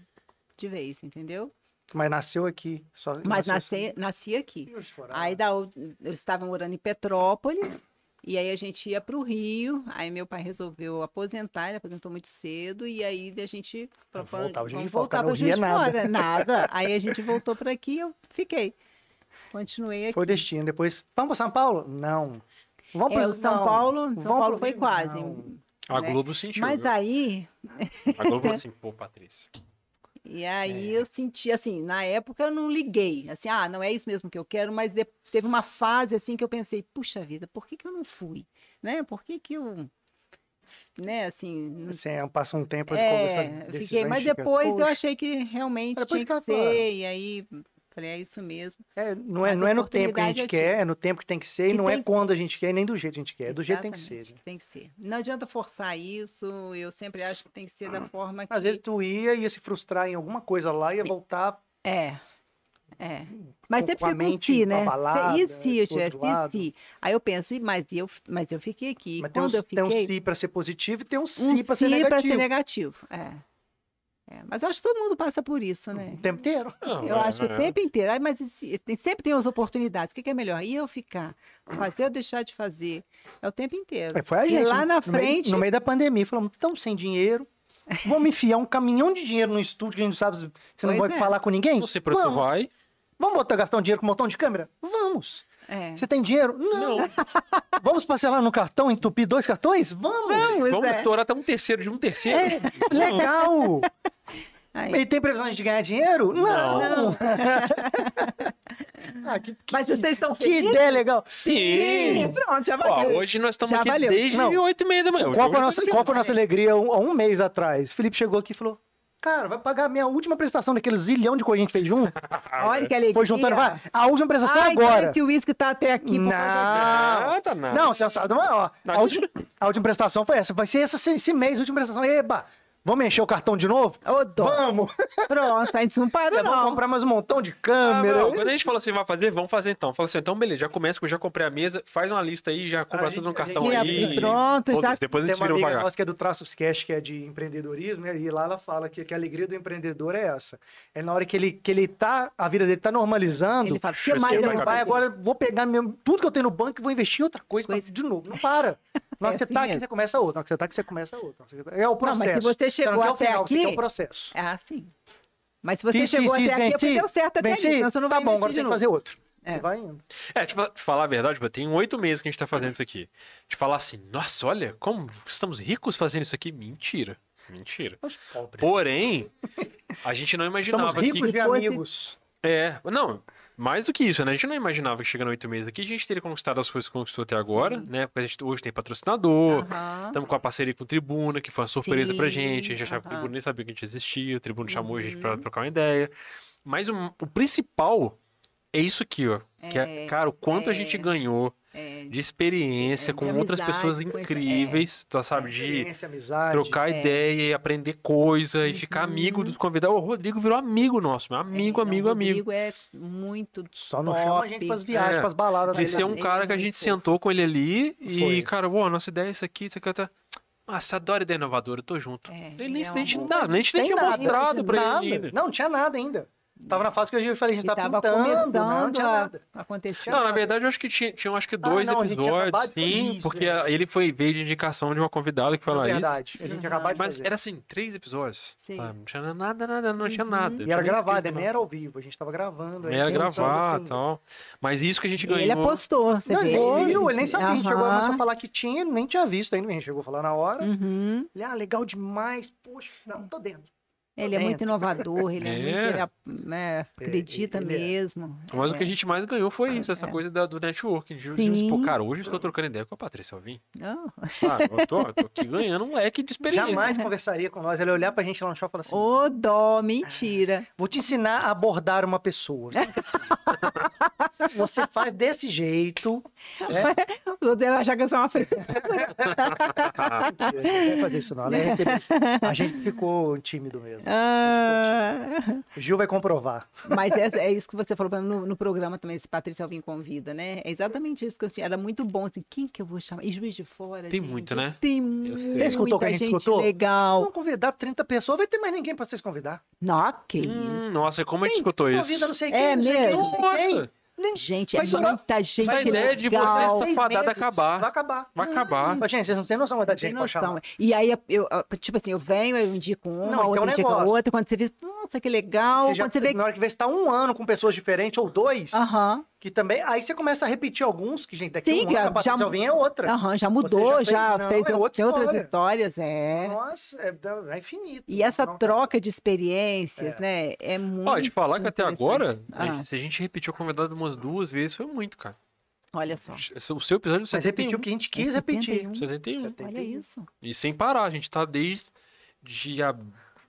S3: de vez, entendeu?
S2: Mas nasceu aqui. Só,
S3: Mas
S2: nasceu
S3: nasci, nasci aqui.
S2: em Juiz de Fora.
S3: Aí da, ou- eu estava morando em Petrópolis, e aí a gente ia para o Rio, aí meu pai resolveu aposentar, ele aposentou muito cedo, e aí a gente falou, "Pô,
S2: Voltar pra Juiz de
S3: vamos
S2: Fora,
S3: voltar
S2: cara,
S3: para
S2: não ria
S3: Juiz de
S2: é nada." *laughs*
S3: Fora, nada. Aí a gente voltou para aqui e eu fiquei. Continuei aqui.
S2: Foi o destino. Depois, vamos para São Paulo? Não. Vamos
S3: É,
S2: pra-
S3: o São
S2: não.
S3: Paulo, São
S2: Vamos
S3: Paulo
S2: pro
S3: foi
S2: Rio?
S3: quase.
S2: Não.
S1: A
S3: né?
S1: Globo sentiu.
S3: Mas
S1: viu?
S3: aí,
S1: A Globo
S2: *laughs*
S1: falou assim, pô, Patrícia.
S3: E aí
S2: É.
S3: eu senti, assim, na época eu não liguei, assim, ah, não é isso mesmo que eu quero, mas de- teve uma fase, assim, que eu pensei, puxa vida, por que que eu não fui? Né? Por que que eu, né, assim... não-
S2: Assim, passa um tempo de
S3: É,
S2: conversa.
S3: eu
S2: desses
S3: fiquei, mas
S2: antigos.
S3: depois eu
S2: Poxa.
S3: achei que realmente
S2: Mas depois
S3: tinha que
S2: que ela fala.
S3: ser, e aí falei, é isso mesmo.
S2: É, não é,
S3: Mas
S2: não
S3: a
S2: é no tempo que a gente
S3: oportunidade eu tive.
S2: quer, é no tempo que tem que ser, e
S3: Que
S2: não é
S3: tem-
S2: quando a gente quer, e nem do jeito que a gente quer. É do jeito que tem que ser.
S3: Exatamente,
S2: né?
S3: Tem que ser. Não adianta forçar isso, eu sempre acho que tem
S2: *clears throat*
S3: que ser da forma que...
S2: Às vezes tu ia, ia se frustrar em alguma coisa lá, ia voltar.
S3: É. É. Mas
S2: com-
S3: sempre
S2: com a
S3: fica um
S2: mente
S3: si, né?
S2: abalada,
S3: e se
S2: pro
S3: eu tivesse,
S2: outro lado?
S3: e se? Aí eu penso, e mas eu, mas eu fiquei aqui.
S2: Mas tem um,
S3: Quando eu
S2: tem um
S3: fiquei,
S2: si pra ser positivo e tem um si
S3: um
S2: pra ser
S3: si pra
S2: negativo.
S3: ser negativo. É. É, Mas eu acho que todo mundo passa por isso, né?
S2: O tempo inteiro.
S1: Não,
S3: Eu
S1: é,
S3: acho que o
S1: é.
S3: tempo inteiro. Ai, Mas e se- tem- sempre tem as oportunidades. O que, que é melhor? E eu ficar? Fazer ou deixar de fazer? É o tempo inteiro.
S2: Aí Foi a
S3: E
S2: gente.
S3: lá
S2: no
S3: na
S2: meio-
S3: frente-
S2: no meio da pandemia, falamos, tão sem dinheiro. Vamos enfiar um caminhão de dinheiro no estúdio que a gente não sabe se você não
S3: Pois
S2: vai
S3: é.
S2: falar com ninguém?
S1: Não sei pra onde tu
S2: Vamos.
S1: vai.
S2: Vamos botar, gastar um dinheiro com um montão de câmera? Vamos.
S3: É.
S2: Você tem dinheiro? *laughs* Não.
S1: Não,
S2: Vamos parcelar no cartão, entupir dois cartões?
S3: *laughs*
S2: Vamos.
S1: vamos
S3: é.
S1: estourar até um terceiro de um terceiro.
S2: É, legal.
S3: Aí.
S2: E tem previsões de ganhar dinheiro? Não.
S3: É. Não.
S2: *laughs*
S3: *laughs*
S2: Ah, que, que-
S3: Mas vocês estão
S2: que
S3: felizes?
S2: ideia legal.
S1: Sim!
S3: Pronto, já
S1: Ó,
S3: valeu.
S1: hoje nós estamos
S3: Já
S1: aqui
S3: valeu.
S1: desde
S2: Não.
S1: 8 e meia da manhã.
S2: Qual foi, a
S1: Hoje
S2: nossa,
S1: nós-
S2: qual foi a nossa alegria um- há um mês atrás? Felipe chegou aqui e falou: Cara, vai pagar a minha última prestação daqueles zilhão de coisa que a gente fez junto.
S3: Olha que alegria.
S2: é. Foi juntando, vai. A última prestação é
S3: Ai, então
S2: agora.
S3: esse uísque tá até aqui por causa disso.
S2: Não.
S1: Nada, tá nada.
S2: Ah. Não, você sabe, mas, ó,
S1: Não,
S2: a, última, a última prestação foi essa. Vai ser essa esse esse mês, a última prestação. Eba! Vamos encher o cartão de novo?
S3: Ô, dó.
S2: Vamos!
S3: Pronto, a gente não para,
S2: Ainda Vamos
S3: não.
S2: comprar mais um montão de
S1: Ah,
S2: câmera.
S1: não, Quando a gente fala assim, vai fazer, vamos fazer então. Fala assim, então beleza, já começa, porque eu já comprei a mesa, faz uma lista aí, já compra
S2: A
S1: tudo
S2: gente-
S1: no
S2: a
S1: cartão
S2: gente-
S1: aí.
S3: E pronto,
S1: Foda-se,
S3: já-
S1: Depois a
S2: Tem
S1: gente
S2: uma
S1: vira um
S2: amiga
S1: pagar.
S2: nossa que é do Traços Cash, que é de empreendedorismo, né? e lá ela fala que, que a alegria do empreendedor é essa. É na hora que ele, que ele tá, a vida dele tá normalizando,
S3: Ele
S2: ele
S3: fala, o que
S1: Isso
S3: mais um
S1: que
S3: eu
S1: vai cabeça.
S3: vou
S2: vai
S3: fazer?
S2: agora, vou pegar mesmo tudo que eu tenho no banco e vou investir em outra coisa, pra-
S3: Coisa.
S2: de novo. Não para.
S3: *laughs*
S2: Na hora que você
S3: É assim
S2: tá aqui,
S3: mesmo.
S2: você começa outra. Na hora que você tá aqui, você começa outra. É o
S3: mas se
S2: processo.
S3: você chegou
S2: não quer o
S3: até
S2: final, Você
S3: aqui-
S2: quer o processo.
S3: Ah, sim. Mas se você
S2: Fiz,
S3: chegou
S2: fiz,
S3: até
S2: fiz,
S3: aqui, é porque
S2: venci,
S3: deu certo até
S2: Venci?
S3: aqui, senão você não
S2: tá
S3: vai
S2: bom,
S3: investir
S2: agora
S3: de
S2: tem que
S3: novo.
S2: fazer outro.
S3: É.
S2: E vai indo.
S1: É, tipo, te falar a verdade, tipo, tem oito meses que a gente tá fazendo isso aqui. De falar assim, nossa, olha, como estamos ricos fazendo isso aqui. Mentira. Mentira.
S2: Os pobres.
S1: Porém, a gente não imaginava
S2: Estamos ricos
S1: que.
S2: de
S3: fosse-
S2: amigos.
S1: É, não, mais do que isso, né? A gente não imaginava que chegando a oito meses aqui, a gente teria conquistado as coisas que conquistou até agora, né? Porque a gente hoje tem patrocinador,
S3: Aham.
S1: Estamos com a parceria com o Tribuna, que foi uma surpresa pra
S3: Sim,
S1: gente. A gente achava que o
S3: aham. Uhum.
S1: Tribuna nem sabia que a gente existia. O Tribuna chamou a gente pra trocar uma ideia. Mas o, o principal é isso aqui, ó. Que é,
S3: É,
S1: cara, o quanto a gente ganhou
S3: É,
S1: de experiência
S3: É,
S1: com
S3: de
S1: outras
S3: amizade,
S1: pessoas
S3: com essa- é.
S1: incríveis, tá, sabe? De
S2: Experiência, amizade.
S1: trocar
S3: é. Uhum.
S1: ideia e aprender coisa e ficar amigo dos convidados. O Rodrigo virou amigo nosso, meu amigo,
S3: é,
S1: amigo,
S3: não, o
S1: amigo.
S3: Rodrigo é muito
S2: Só não chama a
S3: Top.
S2: gente pras viagens,
S1: É.
S2: pras baladas. né?
S1: Esse é um
S3: Ele
S1: cara
S3: é
S1: que a
S3: muito
S1: gente
S3: fofo.
S1: sentou com ele ali e,
S2: Foi.
S1: cara, pô, nossa ideia é isso aqui, isso aqui, tá... Nossa, adoro ideia inovadora, eu tô junto.
S3: É,
S1: ele
S3: ele
S1: nem,
S3: é
S1: se-
S3: um
S1: nem, tinha-
S3: amor.
S1: não, nem, tinha
S2: Tem nada,
S1: mostrado pra
S2: nada.
S1: ele ainda.
S2: Não, não tinha nada ainda. Tava na fase que eu falei, a gente
S3: Ele
S2: tá
S3: tava
S2: pintando, não, não
S3: começando
S2: tinha
S3: a-
S2: nada. Ah,
S3: aconteceu.
S1: Não, na verdade, eu acho que tinha, tinha acho que dois
S2: não, a gente tinha
S1: episódios,
S2: acabado de fazer
S1: sim,
S2: isso,
S1: porque
S2: né?
S1: a- ele foi veio de indicação de uma convidada que foi
S2: Na
S1: lá isso.
S2: verdade, a gente acabou de
S1: Mas
S2: fazer.
S1: era assim, três episódios.
S3: Sim.
S1: sabe? Não tinha nada, nada, não tinha
S3: Uhum.
S1: nada.
S2: E era gravado,
S1: é
S2: nem era ao vivo, a gente tava gravando. aí
S1: Era
S2: tinha noção,
S1: gravar e
S2: assim.
S1: tal. Mas isso que a gente ganhou.
S3: Ele é apostou, você
S2: Não,
S3: vê.
S2: ele viu, ele nem sabia, a gente chegou lá
S3: Aham.
S2: só falar que tinha, ele nem tinha visto ainda, a gente chegou a falar na hora.
S1: Hum.
S3: Uhum.
S2: Ele, ah, legal demais, poxa, não, tô dentro.
S3: Ele é muito
S2: Tá dentro.
S3: inovador, ele é,
S1: É.
S3: muito, ele é- é, acredita
S2: ele é.
S3: mesmo.
S1: Mas o que a
S3: É.
S1: gente mais ganhou foi isso, essa coisa da- do networking. De, de,
S3: Sim.
S1: pô, cara, hoje eu estou trocando ideia com a Patrícia Alvim.
S3: Ah,
S1: Sabe? Eu tô, eu tô
S3: *laughs*
S1: aqui ganhando um leque de experiência.
S2: Jamais conversaria com nós, ele ia olhar pra gente lá no show e falar assim,
S3: Ô, dó, mentira.
S2: Vou te ensinar a abordar uma
S3: *laughs*
S2: pessoa. Você não tem que- Você faz desse jeito. Né?
S3: Eu devo achar que eu sou uma fresca.
S1: Ah,
S2: Mentira, não vai fazer isso, não. Ela ia receber isso. A gente ficou tímido mesmo.
S3: Ah,
S2: O Gil vai comprovar.
S3: Mas é, é isso que você falou pra mim no, no programa também, esse Patrícia Alvim convida, né? É exatamente isso que eu senti. Era muito bom, assim, quem que eu vou chamar? E Juiz de Fora,
S1: Tem
S3: gente,
S1: muito, né?
S3: Tem
S1: Eu
S3: muita
S1: sei.
S2: Você escutou o que a gente
S3: gente
S2: escutou?
S3: legal.
S2: Vamos convidar 30 pessoas, vai ter mais ninguém pra vocês convidar.
S3: Não, que isso.
S1: Hum, nossa, como a gente
S2: Quem
S1: escutou
S2: Convida
S1: isso?
S2: não sei quem,
S3: É
S2: não sei quem,
S3: mesmo?
S2: não sei quem.
S1: Nossa,
S2: Nem
S3: Gente, é
S2: Mas só-
S3: muita gente
S1: a ideia de você
S3: legal.
S1: essa fadada
S2: meses,
S1: acabar.
S2: Vai acabar.
S1: vai acabar.
S2: Mas, gente, vocês é não têm noção da
S3: Tem
S2: gente pra
S3: noção.
S2: chamar.
S3: é. E aí, eu, eu- tipo assim, eu venho, eu indico uma,
S2: Não, então
S3: outra
S2: é um
S3: indica
S2: negócio.
S3: outra. Quando você vê, nossa, que legal.
S2: Você já-
S3: quando você vê. Ah.
S2: Na hora que vê, você tá um ano com pessoas diferentes, ou dois,
S3: Aham,
S2: que também. Aí você começa a repetir alguns, que, gente, daqui a
S3: Sim,
S2: um ano
S3: já-
S2: a Patrícia
S3: já-
S2: Alvim é outra.
S3: aham, já mudou,
S2: fez-
S3: já
S2: não,
S3: fez
S2: é outra
S3: tem outras
S2: história.
S3: histórias, é.
S2: Nossa, é, é infinito.
S3: E essa
S2: Não-
S3: troca de experiências,
S2: É.
S3: né? É muito.
S1: Ó, de falar que até agora,
S3: interessante.
S1: a gente-
S3: Ah.
S1: se a gente repetiu o convidado umas duas vezes, foi muito, cara.
S3: Olha só.
S1: O seu episódio é
S2: Tá. Mas repetiu
S1: 71.
S2: o que um? a gente quis
S3: É
S2: repetir.
S3: 71.
S1: 71.
S2: Setenta.
S3: Olha isso.
S1: E sem parar, a gente tá desde de ab-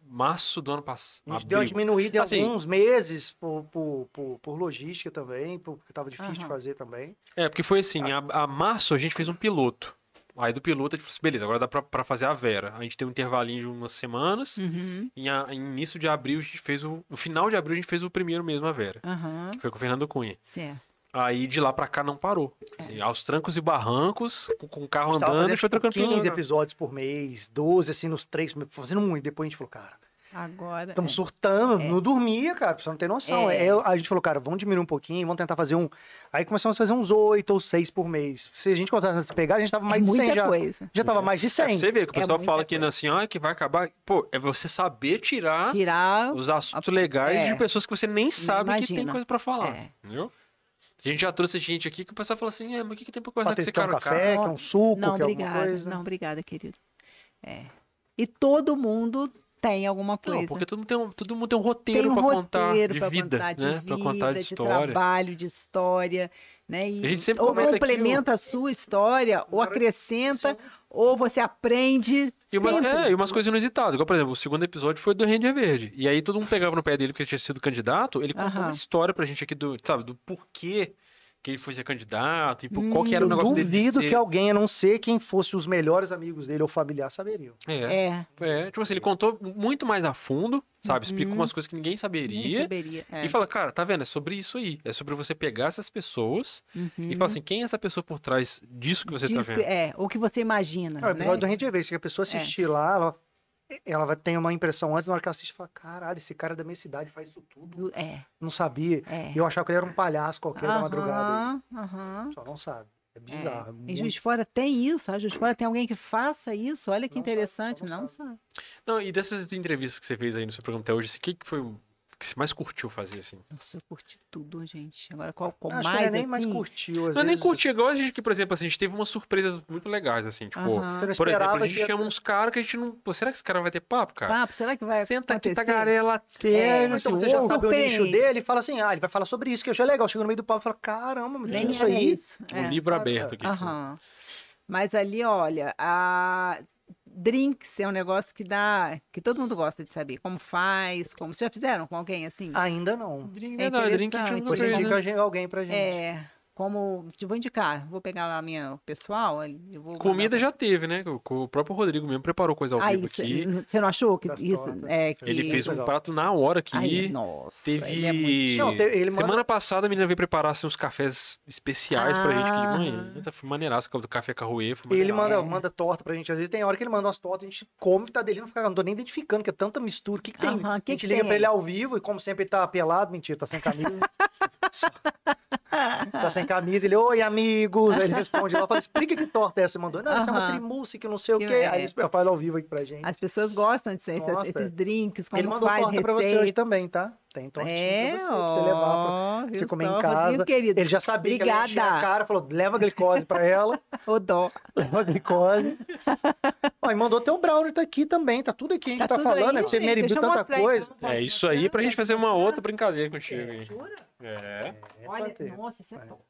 S1: março do ano
S2: A
S1: passado.
S2: gente deu uma diminuída em
S1: Assim-
S2: alguns meses por, por, por, por logística também, por- porque tava difícil de
S3: Aham.
S2: fazer também.
S1: É, porque foi assim,
S2: Ah.
S1: a, a março a gente fez um piloto. Aí do piloto a gente falou assim, beleza, agora dá pra, pra fazer a Vera. A gente teve um intervalinho de umas semanas.
S2: Hum.
S3: Uhum.
S1: Em, a- em início de abril a gente fez o... No final de abril a gente fez o primeiro mesmo, a Vera.
S3: Aham.
S1: Que foi com o Fernando Cunha.
S3: Certo.
S1: Aí de lá pra cá não parou.
S3: É.
S1: Assim, aos trancos e barrancos, com, com o carro
S2: a gente tava
S1: andando, a gente foi
S2: fazendo, tipo,
S1: trocando
S2: 15
S1: piloto.
S2: episódios por mês, 12, assim, nos três, primeiros, fazendo muito. Depois a gente falou, cara,
S3: Agora.
S2: estamos surtando, não dormia, cara, você não tem noção.
S3: É.
S2: É, a gente falou, cara, vamos diminuir um pouquinho, vamos tentar fazer um. Aí começamos a fazer uns 8 ou 6 por mês. Se a gente contasse pegar, a gente tava
S3: é
S2: mais de 100
S3: muita
S2: já.
S3: coisa.
S2: Já tava mais de
S1: É, pra
S2: 100.
S1: você vê que o
S3: É
S1: pessoal
S3: muita
S1: fala que assim, ah, que vai acabar. Pô, é você saber tirar
S3: Tirar.
S1: os assuntos legais
S3: é.
S1: de pessoas que você nem sabe que tem
S3: imagina.
S1: coisa pra falar.
S3: É.
S1: Entendeu? A gente já trouxe gente aqui que o pessoal fala assim: é, mas o que, que tem pra conversar com
S2: Patrícia
S1: esse
S2: quer
S1: cara?
S2: um
S1: cara?
S2: café, quer um suco,
S3: Não,
S1: é
S2: quer alguma
S3: obrigada.
S2: coisa.
S3: Não, obrigada, querido. É. E todo mundo tem alguma
S1: Não,
S3: coisa.
S1: porque todo mundo tem um, todo mundo tem um
S3: é. tem
S1: roteiro
S3: um
S1: pra
S3: roteiro
S1: contar de
S3: pra
S1: vida,
S3: contar de
S1: né?
S3: vida,
S1: pra contar de
S3: de,
S1: história.
S3: trabalho, de história, né? E,
S1: A gente sempre
S3: ou
S1: comenta aqui,
S3: complementa a sua história, ou
S2: Agora,
S3: acrescenta,
S2: Sim.
S3: ou você aprende.
S1: E umas,
S3: sempre.
S1: é, e umas coisas inusitadas. Igual, por exemplo, o segundo episódio foi do Ranger Verde. E aí todo mundo pegava no pé dele porque ele tinha sido candidato. Ele contou
S3: Aham.
S1: uma história pra gente aqui do, sabe, do porquê que ele foi ser candidato e por-
S3: Hum,
S1: qual que era
S2: Eu
S1: o negócio dele. de
S2: duvido
S1: ser-
S2: que alguém, a não ser quem fosse os melhores amigos dele ou familiar, saberiam.
S1: É,
S3: É.
S1: é, tipo assim, ele contou muito mais a fundo, sabe? Explicou
S3: Uhum.
S1: umas coisas que ninguém saberia.
S3: Saberia, é.
S1: E fala, cara, tá vendo? É sobre isso aí. É sobre você pegar essas pessoas e falar assim, quem é essa pessoa por trás disso que você
S3: Diz
S1: tá
S3: que-
S1: vendo?
S3: Uhum. É, ou que você imagina.
S2: É o episódio do
S3: né?
S2: Ranger Verde, se a pessoa assistir lá, ela, ela vai ter uma impressão antes, na hora que ela assiste, fala, caralho, esse cara é da minha cidade faz isso tudo.
S3: Do- É,
S2: Não sabia.
S3: é.
S2: E eu achava que ele era um palhaço qualquer da madrugada. aí.
S3: Aham, aham.
S2: Só não sabe. É bizarro. é
S3: Em
S2: muito-
S3: Juiz de Fora tem isso, a Juiz de Fora tem alguém que faça isso, olha que
S2: Não sabe,
S3: interessante.
S2: só não
S3: Não sabe.
S1: Não, e dessas entrevistas que você fez aí no seu programa até hoje, assim, o que que foi o que você mais curtiu fazer, assim?
S3: Nossa, eu curti tudo, gente. Agora, qual, qual
S2: Acho que
S3: mais?
S2: ele é nem mais
S3: assim?
S2: curtiu. às
S1: Não, é nem
S2: vezes.
S1: curti, igual a gente que, por exemplo, assim, a gente teve umas surpresas muito legais, assim, tipo,
S3: Aham.
S2: Você não
S1: por exemplo,
S2: esperava
S1: a gente
S2: que ia-
S1: chama uns caras que a gente não. Pô, será que esse cara vai ter papo, cara?
S3: Papo, será que vai
S1: Senta aqui, tá
S3: acontecer?
S1: tagarela
S3: É,
S1: até.
S3: então
S1: assim,
S2: Então, você já
S3: Uou,
S2: sabe o
S3: surpreende.
S2: nicho dele e fala assim, ah, ele vai falar sobre isso, que eu achei legal. Chega no meio do palco e fala, caramba, mas
S3: Nem
S2: tinha isso
S3: era
S2: aí.
S3: isso.
S1: um
S3: é.
S1: livro
S2: cara.
S1: aberto aqui. tipo.
S3: Aham. Mas ali, olha, a drinks é um negócio que dá, que todo mundo gosta de saber como faz, como vocês já fizeram com alguém assim?
S1: Ah,
S2: Ainda não.
S1: Drink,
S3: É
S1: verdade, drink a gente
S3: interessante,
S1: não
S2: Você
S3: né?
S1: fez, né?
S2: indica alguém- alguém pra gente.
S3: É, como te vou indicar, vou pegar lá minha o pessoal, eu vou mandar
S1: Comida
S3: pra-
S1: já teve, né? O- O próprio Rodrigo mesmo preparou coisa ao
S3: Ah,
S1: vivo
S3: isso,
S1: aqui.
S3: n- você não achou que
S2: Das
S3: isso
S2: tortas.
S3: é que
S1: Ele fez um
S2: Legal.
S1: prato na hora
S3: Ai,
S1: aqui.
S3: nossa, ele é muito-
S1: Teve.
S2: Não, te- ele manda-
S1: Semana passada a menina veio preparar assim, uns cafés especiais pra gente aqui de manhã.
S3: Ah.
S1: Então, Foi maneiraço, o café carroê. Foi
S2: E ele
S1: maneiraço.
S2: manda,
S3: É.
S2: manda torta pra gente. Às vezes tem hora que ele manda umas tortas, a gente come, tá delícia, não fica, não tô nem identificando, que é tanta mistura. O que, que tem?
S3: Aham,
S2: a
S3: que
S2: gente
S3: que
S2: liga
S3: tem?
S2: pra ele ao vivo e, como sempre, ele tá pelado, mentira, tá sem
S3: *laughs*
S2: camisa. tá sem camisa, ele, oi, amigos. Aí ele responde lá, fala, explica que torta é essa. Ele Mandou, não, essa é uma
S3: Aham.
S2: trimousse que não sei o
S3: Que
S2: quê.
S3: é.
S2: Aí ele fala ao vivo aqui pra gente.
S3: As pessoas gostam de esses,
S2: Nossa,
S3: esses drinks, como
S2: ele mandou
S3: faz
S2: torta pra você
S3: receita.
S2: hoje também, tá? Tem tortinha
S3: é,
S2: pra você, pra você levar. Pra...
S3: ó,
S2: você
S3: viu
S2: comer em
S3: só, Rodrigo,
S2: casa.
S3: querido,
S2: Ele já sabia que ela ia encher a é
S3: Obrigada.
S2: cara, falou, leva glicose pra ela.
S3: ô dó.
S2: Leva a glicose. *laughs* Ó, e mandou até o Brownie tá aqui também, tá tudo aqui, a gente
S3: Tá
S2: tá,
S3: tudo
S2: falando,
S3: aí,
S2: é porque
S3: gente,
S2: Meribil
S3: deixa
S6: tá
S3: eu
S2: tanta
S3: mostrar então. aí,
S2: coisa.
S1: É isso aí pra gente fazer uma outra brincadeira contigo aí.
S6: Jura?
S1: É.
S2: É,
S6: Olha,
S2: Patrícia.
S6: nossa, isso é top.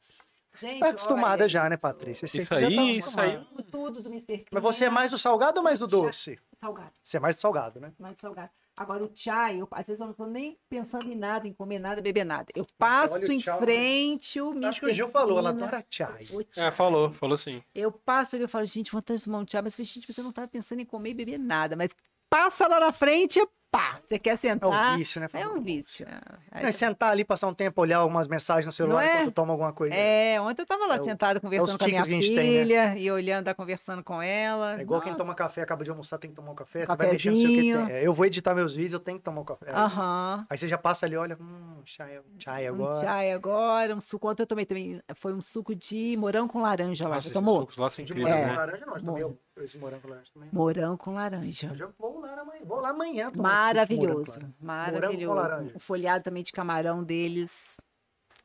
S6: Gente,
S2: Tá acostumada
S6: olha
S2: já, né,
S6: isso.
S2: Patrícia? Você
S1: Isso
S2: já tá
S1: aí, isso
S6: Eu
S2: acostumada.
S1: aí.
S6: amo tudo do Mr. Clean.
S2: Mas você é mais do salgado ou mais do doce?
S6: Salgado,
S2: Você é mais do salgado, né?
S6: mais salgado. Agora, o chai, eu, às vezes eu não tô nem pensando em nada, em comer nada, beber nada. Eu
S2: olha
S6: passo
S2: o
S6: em
S2: chai.
S6: frente o Mr.
S2: Acho que o Gil falou, ela
S6: Clean.
S2: adora chai.
S6: O chai.
S1: É, falou, falou sim.
S6: Eu passo ali, eu falo, gente, vontade de tomar um chá, mas eu falei, gente, você não tava pensando em comer e beber nada, mas passa lá na frente, pá, você quer
S2: É um
S6: sentar.
S2: vício, né?
S6: É um
S2: Fabrício?
S6: vício. é. Aí
S2: Não, e sentar ali, passar um tempo, olhar algumas mensagens no celular
S3: Não é?
S2: enquanto toma alguma coisa.
S3: É, ontem eu tava lá
S2: É o-
S3: sentada conversando com a minha
S2: tiques que a gente tem, né?
S3: filha e olhando, tá conversando com ela.
S2: É igual quem
S3: Nossa.
S2: toma café, acaba de almoçar, tem que tomar um café, você vai mexer no seu que
S3: cafezinho.
S2: tem. É, eu vou editar meus vídeos, eu tenho que tomar um café.
S3: Aham.
S2: Aí você já passa ali, olha, hum, chai, chai
S3: Um
S2: agora.
S3: chai agora, um suco. Ontem eu tomei também. Foi um suco de morango com laranja lá.
S1: Nossa,
S3: Tá, Você
S1: esses
S3: tomou?
S1: sucos lá são
S2: De
S3: é.
S1: incríveis,
S2: morango com
S1: né?
S2: laranja não, eu tomei o- esse morango com laranja também.
S3: Morango com laranja.
S2: Eu já vou lá amanhã, vou lá amanhã tomar suco de morango com
S3: Maravilhoso.
S2: laranja. Morango com
S3: Maravilhoso.
S2: laranja.
S3: O folhado também de camarão deles.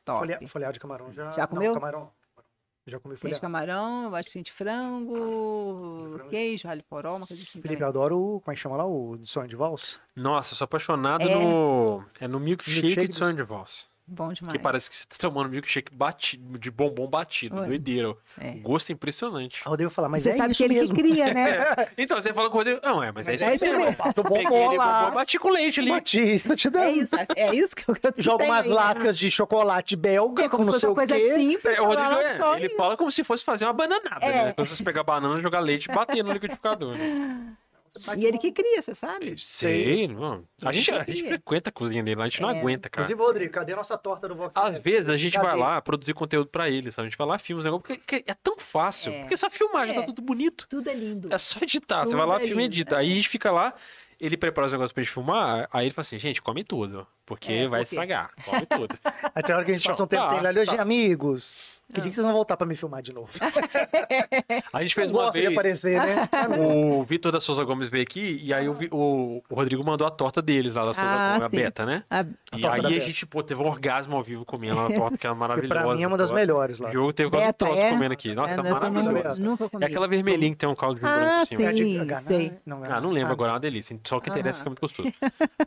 S3: Top.
S2: Folha, folhado de camarão já.
S3: Já comeu?
S2: Não, camarão. Já comi
S3: Tem de
S2: folhado.
S3: camarão, acho que tem de frango,
S2: frango.
S3: queijo, alho poró, uma coisa assim.
S2: Felipe,
S3: também.
S2: eu adoro o. Como é que chama lá? O de sonho de valsa?
S1: Nossa, eu sou apaixonado
S3: É.
S1: no. É no milkshake
S2: Milkshake
S1: de
S2: de-
S1: sonho de valsa.
S3: Bom
S1: Porque
S3: demais.
S1: parece que você tá tomando milkshake batido, de bombom batido,
S3: Ué.
S1: doideira.
S3: É.
S1: O gosto é impressionante.
S2: Ah, eu devo falar, mas
S3: Você
S2: é
S3: sabe
S2: isso
S3: que ele
S2: mesmo.
S3: que cria, né?
S2: *laughs*
S1: Então, você fala com o Rodrigo. Não, é, mas,
S2: Mas
S1: é isso mesmo.
S2: Pato bom,
S1: Peguei ele,
S2: lá.
S1: bombom, bati com leite ali.
S2: Batista te
S3: É
S2: dando.
S3: isso, é isso que eu que eu
S2: Joga
S3: tenho
S2: umas
S3: aí, né?
S2: lascas de chocolate belga
S3: É
S2: com
S3: como se
S2: não
S3: fosse
S2: sei
S3: uma
S2: o
S3: coisa
S2: quê.
S3: simples.
S1: É, o Rodrigo,
S3: ela
S1: é,
S3: só-
S1: ele fala como se fosse fazer uma bananada,
S3: É.
S1: né? Quando você pegar banana, jogar leite e bater no liquidificador. né?
S3: E ele que cria, você sabe?
S1: Sei, mano. A gente, a gente frequenta a cozinha dele lá, a gente não
S3: É.
S1: aguenta, cara.
S2: Inclusive, Rodrigo, cadê a nossa torta do Vox?
S1: Às vezes a gente vai
S2: Cadê?
S1: lá produzir conteúdo pra ele, sabe? A gente vai lá, filma os negócios, porque porque é tão fácil.
S3: É.
S1: Porque só filmar, já
S3: É.
S1: tá tudo bonito.
S3: Tudo é lindo.
S1: É só editar. Você
S3: Tudo
S1: vai lá,
S3: é
S1: filma e
S3: lindo,
S1: edita. Aí a gente fica lá, ele prepara os negócios pra gente filmar, aí ele fala assim, gente, come tudo. Porque
S3: É,
S1: vai
S3: por quê?
S1: estragar.
S3: *laughs*
S1: Come tudo.
S2: *laughs* Até a hora que a gente passa um tempo
S1: Tá,
S2: sem ele, olha, hoje,
S1: tá.
S2: amigos. Que
S3: Ah.
S2: dia que vocês vão voltar pra me filmar de
S3: *laughs*
S2: novo?
S1: A gente fez
S2: Não
S1: uma
S2: gosta de
S1: vez.
S2: aparecer, né?
S3: *laughs*
S1: O Vitor da Souza Gomes veio aqui e aí o, Vi- o- o Rodrigo mandou a torta deles lá da Souza
S3: Ah,
S1: Gomes, a
S3: sim.
S1: beta, né?
S3: A-
S1: E
S2: torta
S1: aí
S2: da
S1: a
S2: Beta.
S1: gente, pô, teve um orgasmo ao vivo comendo a
S3: *laughs*
S1: torta, que era
S2: Que
S1: maravilhosa.
S2: pra mim é uma das
S1: pô.
S2: melhores lá.
S1: O Diogo teve quase um
S3: Beta,
S1: troço
S3: é?
S1: comendo aqui. Nossa,
S3: é,
S1: tá
S3: nós também
S1: maravilhoso.
S3: Nunca comi.
S1: É aquela vermelhinha que tem um caldo de um
S3: Ah,
S1: branco por cima.
S2: É a de-
S3: Sim,
S2: Ganá-
S3: sei.
S2: Não, Ganá.
S1: Ah, não lembro
S2: Ah,
S3: *laughs*
S1: agora, é uma delícia. Só o que interessa é
S3: Aham.
S1: que é muito gostoso.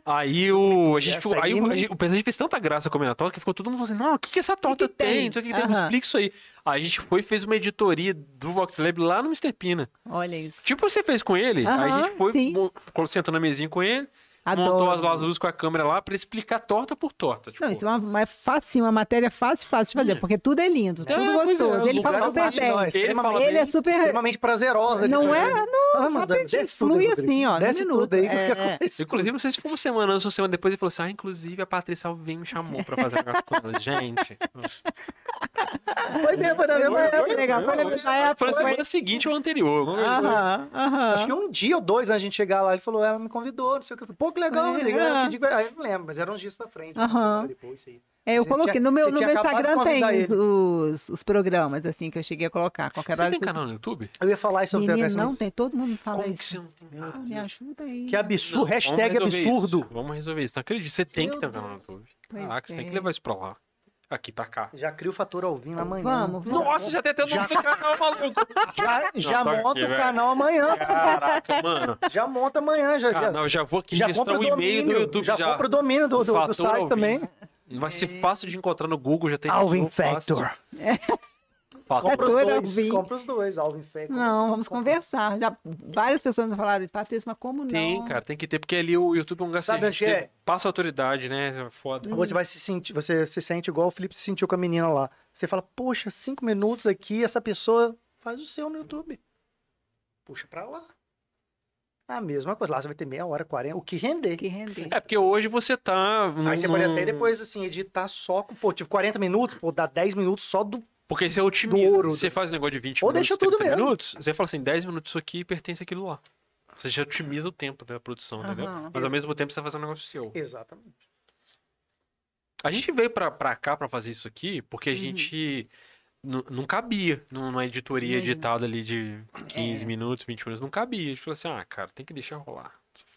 S1: Aí o. A gente,
S2: Essa aí
S1: aí Aí o,
S3: Uhum.
S1: a gente- o pessoal fez tanta graça comendo a torta que ficou todo mundo falando assim: não, o que, que essa torta
S3: que
S1: tem?
S3: tem?
S1: Não sei o que, que tem, me
S3: Aham.
S1: explica isso aí. Aí a gente foi e fez uma editoria do Vox Lab lá no Mr. Pina.
S3: Olha isso.
S1: Tipo você fez com ele, aí a
S3: Aham,
S1: gente foi,
S3: sim.
S1: mo- sentou na mesinha com ele, montou as,
S3: Adoro.
S1: as luzes com a câmera lá pra explicar torta por torta. Tipo,
S3: Não, isso é uma, uma é facinho, uma matéria fácil, fácil de fazer,
S1: Hum.
S3: porque tudo é lindo,
S1: É,
S3: tudo
S1: pois é,
S3: gostoso.
S1: o
S3: ele
S1: lugar
S3: fala
S1: é
S3: super
S1: fácil,
S2: não, é
S3: bem.
S1: ele fala
S2: extremamente,
S1: bem.
S3: Ele é super.
S2: extremamente prazerosa. de
S3: Não é?
S1: um
S2: fazer. Ah,
S3: Não,
S2: Madame,
S3: aprendi.
S2: desce tudo,
S3: Flui
S2: Rodrigo.
S3: assim, ó, no
S2: Desce tudo
S3: minuto.
S2: aí, que
S3: É,
S2: eu *laughs* quero
S3: é.
S2: conhecer.
S1: Inclusive, não sei se
S3: *laughs*
S1: foi uma semana antes ou uma semana depois, ele falou assim: ah, inclusive a Patrícia Alvim me chamou pra fazer um negócio com ela." *laughs* Gente.
S3: Foi mesmo,
S2: né?
S3: foi na mesma
S1: Foi,
S3: época,
S1: foi,
S3: legal. Foi na
S1: foi.
S3: mesma época.
S1: Ah, Foi na
S3: foi-
S1: semana seguinte ou anterior. alguma coisa assim.
S2: Ah,
S3: Aham, aham. É,
S2: Acho que um dia ou dois antes de a gente chegar lá, ele falou, ela me convidou, não sei o que. Eu falei, Pô, que legal,
S3: É,
S2: né? Legal,
S3: é.
S2: que dia que vai- Aí eu não lembro, mas eram uns dias pra frente. uma
S3: Aham.
S2: semana Depois, isso aí.
S3: É, eu
S2: Você
S3: coloquei.
S2: tinha-
S3: No meu,
S2: você
S3: no
S2: tinha
S3: meu
S2: acabado de
S3: Instagram tem
S2: convidar
S3: os, os, os programas, assim, que eu cheguei a colocar. Qualquer
S1: Você
S3: hora.
S1: tem
S3: você-
S1: canal no YouTube?
S2: Eu ia falar isso
S3: Menino,
S2: até
S3: não tem. Ah, Todo mundo me fala
S1: Como que
S3: isso.
S1: você não tem nada?
S3: Me ajuda aí.
S2: Que absurdo,
S1: Não,
S2: hashtag
S1: vamos resolver
S2: absurdo.
S1: isso. Vamos resolver isso. Não acredito. Você tem
S3: Meu
S1: que ter um canal no YouTube.
S3: Pois
S1: Caraca, você tem que
S3: é.
S1: levar isso pra lá. Aqui pra cá.
S2: Já cria o fator Alvin lá amanhã.
S3: Vamos, vamos.
S1: Nossa, já tem até o nome do
S2: *laughs*
S1: canal, maluco.
S2: Já, já
S1: tô aqui,
S2: monta
S1: velho.
S2: o canal amanhã.
S1: Caraca, mano.
S2: Já monta amanhã, *laughs* já.
S1: Ah,
S2: já,
S1: não, eu já vou aqui
S2: já
S1: registrar o e-mail do YouTube já.
S2: já compra o domínio do, do- do
S1: Fator
S2: site
S1: Alvin.
S2: também.
S1: Vai ser fácil de encontrar no Google, já tem
S2: Alvin
S1: fácil.
S2: Factor.
S1: Fator.
S2: Compra os
S3: Fator
S2: dois.
S3: Alvin.
S2: Compra os dois, Alvin Factor.
S3: Não, vamos
S2: Compra.
S3: conversar. Já várias pessoas me falaram isso. Patrícia, mas como não?
S1: Tem, cara, tem que ter, porque ali o YouTube é um lugar que
S2: Sabe
S1: você,
S2: onde é?
S1: você passa autoridade, né? Foda.
S2: Você vai se sentir, você se sente igual o Felipe se sentiu com a menina lá. Você fala, poxa, cinco minutos aqui, essa pessoa faz o seu no YouTube. Puxa pra lá. A mesma coisa, lá você vai ter meia hora, 40, o que render.
S3: Que Hum. render.
S1: É porque hoje você tá. num-
S2: Aí você pode
S1: num-
S2: até depois, assim, editar só com, pô, tive 40 minutos, pô, dá 10 minutos só do...
S1: Porque você otimiza.
S2: Do ouro.
S1: Você faz um negócio de 20
S2: Ou
S1: minutos,
S2: deixa tudo
S1: 30
S2: mesmo.
S1: minutos, você fala assim, 10 minutos isso aqui pertence àquilo lá. Você já otimiza o tempo da produção, entendeu?
S3: Aham.
S1: Mas ao mesmo tempo você vai fazer um negócio seu.
S2: Exatamente.
S1: A gente veio pra, pra cá pra fazer isso aqui porque
S3: Uhum.
S1: a gente nu- não cabia numa editoria
S3: Imagina.
S1: editada ali de
S3: É.
S1: 15 minutos, 20 minutos. Não cabia. A gente falou assim, ah, cara, tem que deixar rolar.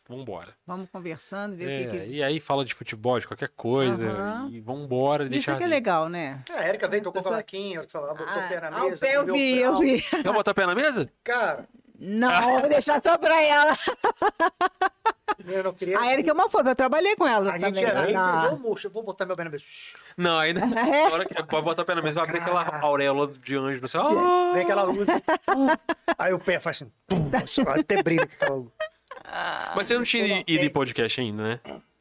S1: Vambora.
S3: Vamos conversando, ver o que
S1: É,
S3: que.
S1: e aí fala de futebol, de qualquer coisa.
S3: Aham.
S1: E vambora,
S3: Isso
S1: deixar.
S3: que é
S1: ali.
S3: legal, né?
S2: É, A Erika veio,
S3: As
S2: tocou
S3: pessoas-
S2: cavaquinho, sei lá, botou o pé na
S3: assim. ah, o
S2: mesa.
S3: pé eu
S2: comeu
S3: vi,
S2: o
S3: eu
S2: pau.
S3: vi.
S1: Quer botar o pé na mesa?
S2: Cara,
S3: Não, vou deixar só pra ela.
S2: *laughs* eu não queria...
S3: A Erika é uma fofa, eu trabalhei com ela
S2: A gente é
S3: também. Ah,
S2: era isso,
S3: na-
S2: eu vou, murcho, eu vou botar meu pé na mesa.
S1: Não,
S3: *laughs*
S1: ainda.
S3: É.
S1: Na hora que é, pode botar a pé na mesa, vai abrir aquela auréola de anjo no céu. Ah!
S2: Vem aquela luz. né? pum. aí o pé faz assim. pum, nossa, até brilha com aquela luz.
S1: Mas você não tinha ido em podcast ainda, né?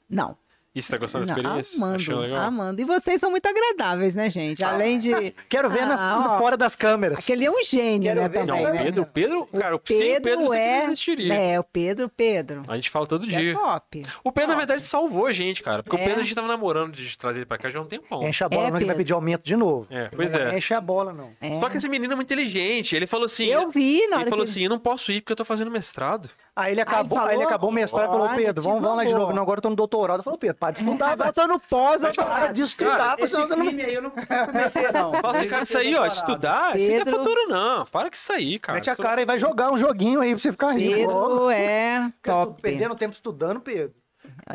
S3: Não.
S1: E você tá gostando da
S3: é- Não,
S1: experiência? Achou
S3: amando,
S1: legal?
S3: amando. E vocês são muito agradáveis, né,
S2: Ah.
S3: gente?
S2: *laughs*
S3: Além de.
S2: Quero ver na,
S3: Ah, ó.
S2: fora das câmeras.
S3: Aquele é um gênio,
S2: Quero
S3: né,
S2: ver
S1: Não,
S3: também,
S2: isso
S1: o
S2: aí,
S3: né?
S1: Pedro, Pedro, cara, sem o Pedro
S3: Pedro
S1: você
S3: é-
S1: não existiria.
S3: É, o Pedro, Pedro.
S1: A gente fala todo
S3: É
S1: dia.
S3: top.
S1: O Pedro, na verdade, salvou a gente, cara. Porque o
S3: É.
S1: Pedro a gente tava namorando de trazer ele pra cá já há um tempão.
S2: Enche a bola,
S3: É,
S2: não que vai
S3: Pedro.
S2: pedir aumento de novo.
S1: É, pois
S2: Não
S1: é.
S2: Enche a bola, não.
S3: É.
S1: Só que esse menino é muito inteligente. Ele falou assim.
S3: eu vi na
S1: Ele
S3: hora
S1: falou
S3: que...
S1: assim: eu não posso ir porque eu tô fazendo
S3: *laughs*
S1: mestrado.
S2: Aí ele acabou, aí ele
S3: falou?
S2: acabou o mestrado e falou,
S3: Olha,
S2: Pedro,
S3: te
S2: vamos, vamos lá de
S3: mandou.
S2: novo. Não, agora eu tô no doutorado. Eu falei, Pedro, para de estudar,
S3: Agora
S2: velho.
S3: eu tô no pós,
S2: Para de estudar, porque
S5: Esse
S2: senão você não...
S5: crime aí eu não vou cometer, não.
S3: *laughs*
S1: Fala assim, cara, isso
S3: um
S1: aí, ó, estudar, isso aí não é
S3: Pedro-
S1: futuro, não. Para com isso aí, cara.
S2: Mete a
S1: Isso-
S2: cara e vai jogar um joguinho aí pra você ficar rico. Ó,
S3: Pedro é
S2: fica estu-
S3: top.
S2: Perdendo tempo estudando, Pedro.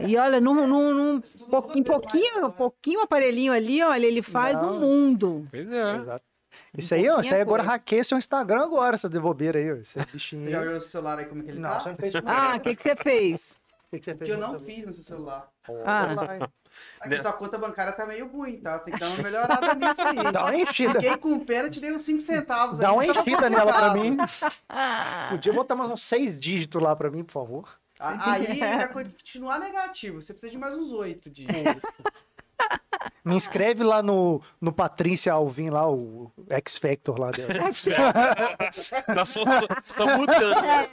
S3: E olha, num, num, num po- em pouquinho, pouquinho aparelhinho ali, olha, ele faz
S2: Não.
S3: um mundo.
S1: Pois é.
S2: Exato. Isso aí, ó, isso aí
S3: Um pouquinho
S2: agora
S3: coisa.
S2: hackeia seu Instagram agora, essa de bobeira aí, ó. Esse bichinho
S5: Você já
S2: aí.
S5: olhou o celular aí como é que ele
S2: Não,
S5: tá?
S2: só no
S5: *laughs*
S2: Facebook.
S3: Ah, o que, que você fez?
S2: O que, que você
S5: O
S2: fez?
S5: que eu não
S2: Marcelo?
S5: fiz nesse celular.
S3: Ah.
S2: Olha lá, hein.
S5: Aqui sua conta bancária tá meio ruim, tá? Tem
S3: *laughs*
S5: que dar uma melhorada nisso aí.
S2: Dá uma enchida.
S5: Fiquei com pena, te dei uns 5 centavos.
S2: Dá
S5: aí,
S2: uma
S5: tava
S2: enchida nela pra
S5: complicado.
S3: *laughs*
S2: mim.
S3: Ah,
S2: Podia botar mais uns seis dígitos lá pra mim, por favor.
S5: A- Aí vai continuar negativo. Você precisa de mais uns 8
S2: É.
S5: dias.
S2: Me inscreve lá no, no Patrícia Alvin, lá, o X Factor lá
S3: *laughs*
S2: dela.
S1: *laughs* Tá só, só mudando. né,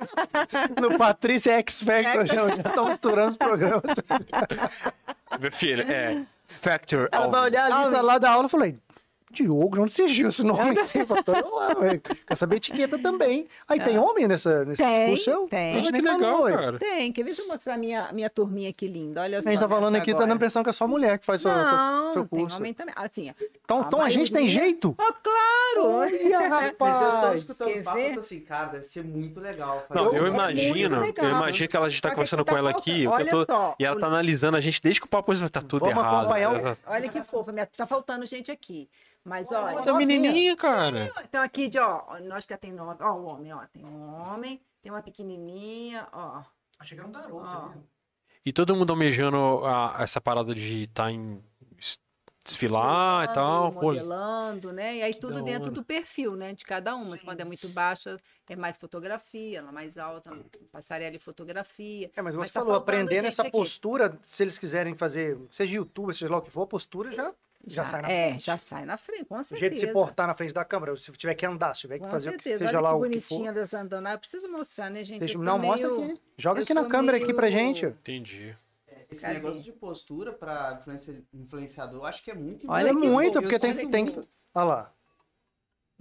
S2: No Patrícia X Factor, já, já tô misturando os programas.
S1: Meu filho, é. Factor.
S2: Ela vai
S1: Alvin.
S2: olhar a lista lá da aula e falei. Diogo, de onde surgiu esse nome? Eu falei, "Ué, ué, Quer saber etiqueta também. Aí tem homem nessa, nesse
S3: Tem,
S2: discurso seu?
S3: tem.
S2: A gente
S1: Olha
S2: nem
S1: que legal,
S2: falou, ué.
S1: cara.
S3: tem, quer ver? Deixa eu mostrar minha, minha turminha aqui linda. Olha só.
S2: A gente tá
S3: nessa
S2: falando aqui, tá
S3: agora.
S2: dando a impressão que é só mulher que faz seu, seu-
S3: Não,
S2: seu
S3: tem
S2: curso.
S3: homem também. Assim, ó.
S2: Então,
S3: A
S2: então a gente tem
S3: maioria-
S2: jeito?
S3: Ó, claro!
S2: Olha,
S5: Mas eu tô
S2: rapaz!
S5: escutando
S3: quer
S5: o papo, eu
S3: ver?
S5: tô assim, cara, deve ser muito legal.
S1: Não,
S5: fazer
S1: eu
S5: um-
S1: imagino,
S3: muito legal.
S1: eu imagino que ela a gente tá
S3: Só que
S1: conversando
S3: aqui
S1: com
S3: tá
S1: ela
S3: falta-
S1: aqui, eu
S3: olha
S1: tô-
S3: só,
S1: e ela
S3: o-
S1: tá analisando a gente desde que o papo tá tudo
S2: Vamos
S1: errado.
S2: acompanhar o-
S1: Ela-
S3: Olha que fofa, minha, tá faltando gente aqui. Mas
S2: Olha,
S3: olha.
S2: olha,
S1: Tá menininha, cara.
S3: Então aqui, de, ó, nós que tem nove, ó, o homem, ó, tem um homem, tem uma pequenininha, ó.
S2: Achei que era um
S3: Ó.
S2: garoto.
S1: E todo mundo almejando a- essa parada de estar em es-
S3: Ah,
S1: desfilar e tal. tá, Pô,
S3: Modelando, né? E aí tudo
S1: da
S3: dentro
S1: hora.
S3: do perfil, né? De cada uma. Mas Quando é muito baixa, é mais fotografia, ela é mais alta, passarela e fotografia.
S2: É, mas você
S3: Mas tá
S2: falou,
S3: faltando
S2: aprendendo
S3: gente
S2: essa
S3: aqui.
S2: postura, se eles quiserem fazer, seja youtuber, seja lá o que for, a postura já, já, sai na
S3: É,
S2: frente.
S3: já sai na frente, com
S2: O
S3: certeza.
S2: jeito de se portar na frente da câmera, se tiver que andar, se tiver que
S3: Com
S2: fazer o que
S3: certeza.
S2: seja
S3: Olha
S2: lá
S3: que
S2: o que
S3: bonitinha
S2: for.
S3: das andanas. Eu preciso mostrar, né, gente?
S2: seja-
S3: Eu sou
S2: não, mostra
S3: meio-
S2: aqui. Joga
S3: eu
S2: aqui na
S3: sou
S2: câmera aqui pra
S3: meio-
S2: gente.
S1: entendi.
S5: Esse
S3: Cadê?
S5: negócio de postura pra influencia- influenciador, eu acho que é muito
S2: Olha,
S5: importante.
S2: muito,
S5: Eu
S2: porque tem-
S5: sinto
S2: tem-
S5: muito.
S2: Olha lá.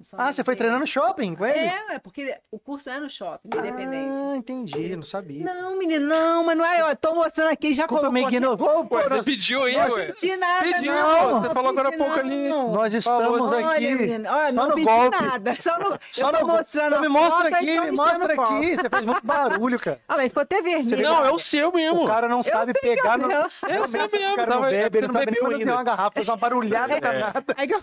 S3: São
S2: Ah, você foi
S3: independentes.
S2: treinando shopping com eles?
S3: É, é porque o curso é no shopping, independência.
S2: Ah, entendi, não sabia. é
S3: Não, menino, não, mas não é. Eu tô mostrando aqui, já
S2: Desculpa, me
S3: colocou aqui.
S2: ignorou. Ô, pô,
S1: Ué, você
S2: nós,
S1: pediu aí,
S3: Não
S1: ué.
S3: senti nada,
S1: Pediu,
S3: não.
S1: você falou agora há
S3: pedi
S1: pouco ali.
S3: não.
S2: nós
S1: Falou,
S2: estamos
S3: Olha,
S2: aqui.
S3: menino, olha,
S2: só
S3: não
S2: no
S3: pedi
S2: golpe.
S3: nada. Só no,
S2: Só
S3: eu tô
S2: no-
S3: mostrando
S2: Então me
S3: a
S2: mostra
S3: foto e
S2: aqui,
S3: só
S2: me
S3: mexendo
S2: mostra
S3: o pau.
S2: aqui. Você fez muito barulho, cara.
S3: Olha lá, ele ficou até vermelho.
S1: Não, é o seu mesmo.
S2: O cara não sabe pegar no.
S3: Eu-
S1: Eu
S2: Realmente,
S1: sei
S2: se
S1: mesmo,
S2: O cara
S1: tava-
S2: não
S1: é
S2: bebe,
S1: porque
S2: ele não
S1: não
S2: sabe nem
S1: bebeu
S2: quando tem
S1: ainda.
S2: uma garrafa, faz uma barulhada
S1: É.
S2: danada.
S3: Aí que eu
S1: É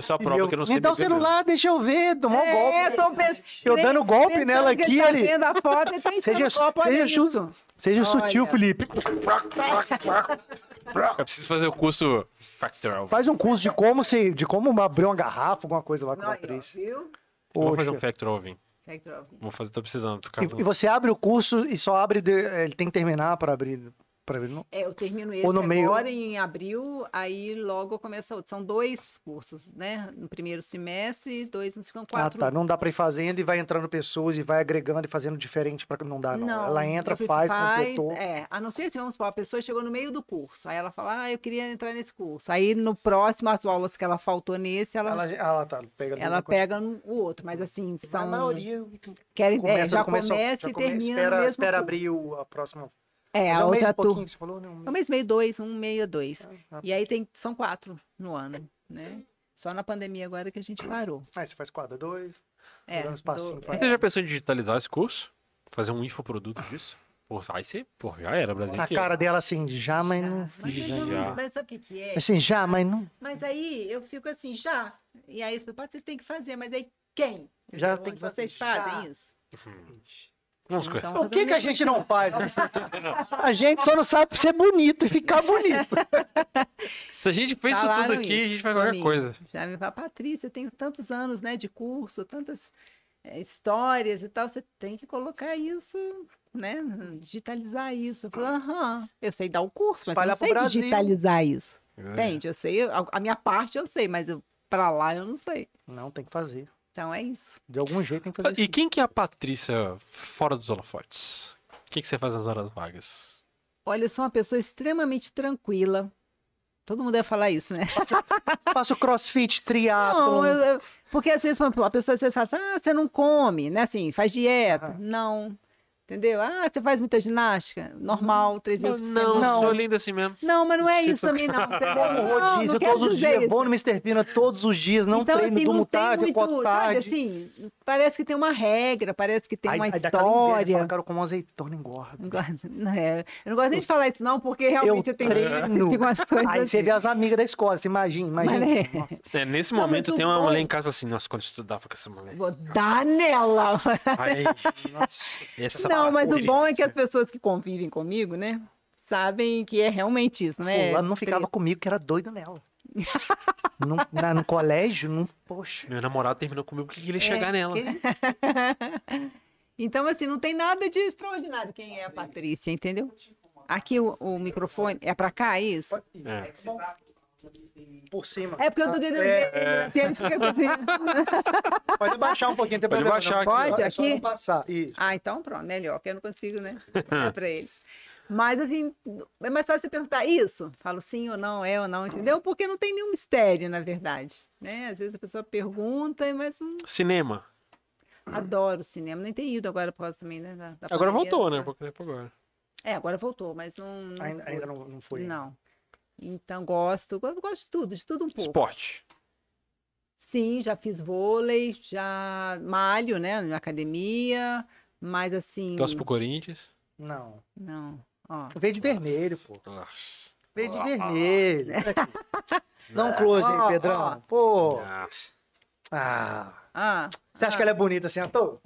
S1: só a
S2: E
S1: prova
S2: eu,
S1: que eu não sei
S2: Me dá o
S1: beber
S2: celular, deixa eu ver. Tomou um
S3: É,
S2: golpe.
S3: eu tô pensando.
S2: Eu dando golpe
S3: pensando
S2: nela
S3: que
S2: aqui,
S3: ele tá
S2: ele-
S3: vendo a foto, ele tá enchendo
S2: Seja,
S3: o copo, olha
S2: seja,
S3: isso.
S2: chu- seja sutil,
S3: Olha.
S2: Felipe.
S1: mesmo. Eu preciso fazer o curso Factorial.
S2: Faz um curso de como se, de como abrir uma garrafa, alguma coisa lá com
S3: Não,
S2: a
S3: aí, ó,
S2: atriz.
S3: viu?
S1: Eu Vou fazer um
S2: Poxa.
S1: Factorial, Vim.
S3: Segue, troca.
S1: Vou fazer, tô precisando. Por
S2: E,
S1: causa
S2: e
S1: do...
S2: você abre o curso e só abre. de- eh, ele tem que terminar para abrir. Pra abrir não? ah,
S3: É, eu termino esse
S2: Ou no meio.
S3: agora em abril, aí logo começa outro. São dois cursos, né? No primeiro semestre e dois no segundo. Quatro.
S2: Ah, tá. Não dá pra ir fazendo e vai entrando pessoas e vai agregando e fazendo diferente para não dá, Ah, não. Ela entra,
S3: eu fui-
S2: faz, completou.
S3: É, a não ser se vamos supor, a pessoa chegou no meio do curso, aí ela fala, ah, eu queria entrar nesse curso. Aí no próximo, as aulas que ela faltou nesse, ela,
S2: Ela,
S3: ela,
S2: ela tá, pega ali uma coisa.
S3: pega no- o outro. Mas assim,
S2: Mas A
S3: são.
S2: maioria
S3: querem,
S2: começa,
S3: é, já
S2: não
S3: começa,
S2: começa, já
S3: e
S2: come-
S3: termina.
S2: espera,
S3: no mesmo
S2: espera
S3: curso.
S2: abrir o, a próxima.
S3: É,
S2: Mas
S3: a
S2: um mês e
S3: outra
S2: pouquinho,
S3: turma.
S2: você falou, né? Um mês.
S3: É um mês e meio, dois, um meio, dois.
S2: Ah,
S3: E aí tem, são quatro no ano, né? Só na pandemia agora que a gente parou.
S2: ah, Aí você faz quadra dois.
S3: É,
S2: Dando espacinho,
S3: do-
S2: faz.
S1: Você já pensou em digitalizar esse curso? Fazer um infoproduto disso? Pô, aí você... Pô, já era, Brasil
S2: Na
S1: inteiro.
S2: cara dela assim, já, mas não.
S3: é, Mas,
S1: fiz,
S3: eu
S1: né,
S3: não-
S1: já.
S3: mas sabe o que, que é?
S2: Assim, já, mas não.
S3: Mas aí eu fico assim, já. E aí você pode, vocês têm que fazer, mas aí quem?
S2: Já
S3: Entendeu?
S2: tem que fazer,
S3: Vocês
S2: já.
S3: fazem isso?
S1: Vamos com
S3: Então-
S2: O que, que a gente não faz? né? A gente só não sabe ser bonito e ficar bonito.
S1: essa. Se a gente fez isso
S3: Falaram
S1: tudo aqui, a gente vai
S3: isso pra
S1: qualquer
S3: mim.
S1: coisa.
S3: Já me fala, Patrícia, eu tenho tantos anos né, de curso, tantas eh, histórias e tal, você tem que colocar isso, né? Digitalizar isso. Eu falo, aham, eu sei dar o curso, mas eu não
S2: Espalhar pro
S3: sei
S2: Brasil. É.
S3: digitalizar isso.
S1: Bem,
S3: Entende? Eu sei, a, a minha parte eu sei, mas eu, pra lá eu *laughs* não sei.
S2: Não, tem que fazer.
S3: Então é isso.
S2: De algum jeito tem que fazer
S1: E
S3: assim.
S2: isso.
S1: quem que é a Patrícia fora dos holofotes? O que, que você faz nas horas vagas?
S3: Olha, eu sou uma pessoa extremamente tranquila. Todo mundo ia falar isso, né?
S2: Faço crossfit, triatlo.
S3: Não, eu- eu- porque às vezes uma- a pessoa às vezes fala assim, ah, você não come, né? Assim, faz dieta.
S2: Aham.
S3: Não. Entendeu? Ah, você faz muita ginástica? Normal, três vezes por
S1: Não,
S3: semana.
S1: não,
S2: Não.
S1: sou linda assim mesmo.
S3: Não, mas não é
S1: Você
S3: isso
S1: tá-
S3: também, não.
S2: Como
S3: entendeu? Não, não
S2: um rodízio
S3: quero
S2: todos os
S3: dizer
S2: dias,
S3: isso.
S2: vou no Mr. Pina todos os dias, não
S3: então,
S2: treino
S3: assim,
S2: durmo
S3: não tem
S2: tarde,
S3: muito,
S2: acordo
S3: sabe,
S2: tarde.
S3: assim, parece que tem uma regra, parece que tem uma
S2: dá aquela inveja,
S3: história.
S2: Fala, cara, eu como azeitona engorda.
S3: Não gosto- não é, eu não gosto nem de falar isso, não, porque realmente eu, tenho
S2: treino.
S3: *laughs* fico umas coisas
S2: Aí você
S3: assim.
S2: vê as amigas da escola, você imagina, imagina.
S3: Mas é.
S2: Nossa.
S1: É, nesse
S3: Não,
S1: momento
S3: mas o
S1: tem uma
S3: bom- é
S1: mulher em casa assim, nossa, quando eu estudava com essa
S3: *laughs*
S1: mulher.
S3: Vou dar nela.
S1: Ai, nossa, essa
S3: não, mas o bom é que
S1: Patrícia.
S3: as pessoas que convivem comigo, né? Sabem que é realmente isso, né?
S2: Fulano não ficava comigo, que era doido
S3: *laughs*
S2: nela. Num- na- no colégio, não, poxa.
S1: Meu namorado terminou comigo porque
S3: É,
S1: ele ia chegar nela.
S2: que-
S3: Então, assim, não tem nada de extraordinário quem é a Patrícia, entendeu? Aqui o, o microfone é pra cá, é isso?
S1: É.
S5: É que você tá assim,
S2: Por cima.
S3: É porque eu tô querendo ver. se eles ficam assim.
S2: Pode baixar um pouquinho, não tem
S1: Pode baixar
S2: problema. não.
S1: aqui,
S3: ó.
S2: É só
S3: Aqui?
S2: não passar. Isso.
S3: Ah, então pronto, melhor, que eu não consigo, né? Olhar pra eles. Mas, assim, é mais fácil você perguntar isso. Falo sim ou não, é ou não, entendeu? Porque não tem nenhum mistério, na verdade. Né? Às vezes a pessoa pergunta, mas hum,
S1: Cinema.
S3: adoro cinema. Nem tenho ido agora por causa também, né? Da, da
S1: Agora
S3: pandemia,
S1: voltou,
S3: essa-
S1: né? Pouco tempo agora.
S3: É, agora voltou, mas não. não
S2: Ainda,
S3: fui.
S2: ainda não, não foi.
S3: Não. Então gosto, eu gosto de tudo, de tudo um pouco.
S1: Esporte.
S3: Sim, já fiz vôlei, já malho, né, na academia, mas assim,
S1: Torce pro Corinthians.
S2: Não.
S3: não, ó.
S2: Veio de vermelho, pô.
S1: Nossa.
S2: Veio
S1: ah,
S2: de vermelho. Dá um close
S3: Ó,
S2: aí, Pedrão.
S3: ó.
S2: Pô.
S1: Ah,
S2: Ah.
S3: Ah,
S2: Você acha que ela é bonita assim, Antô?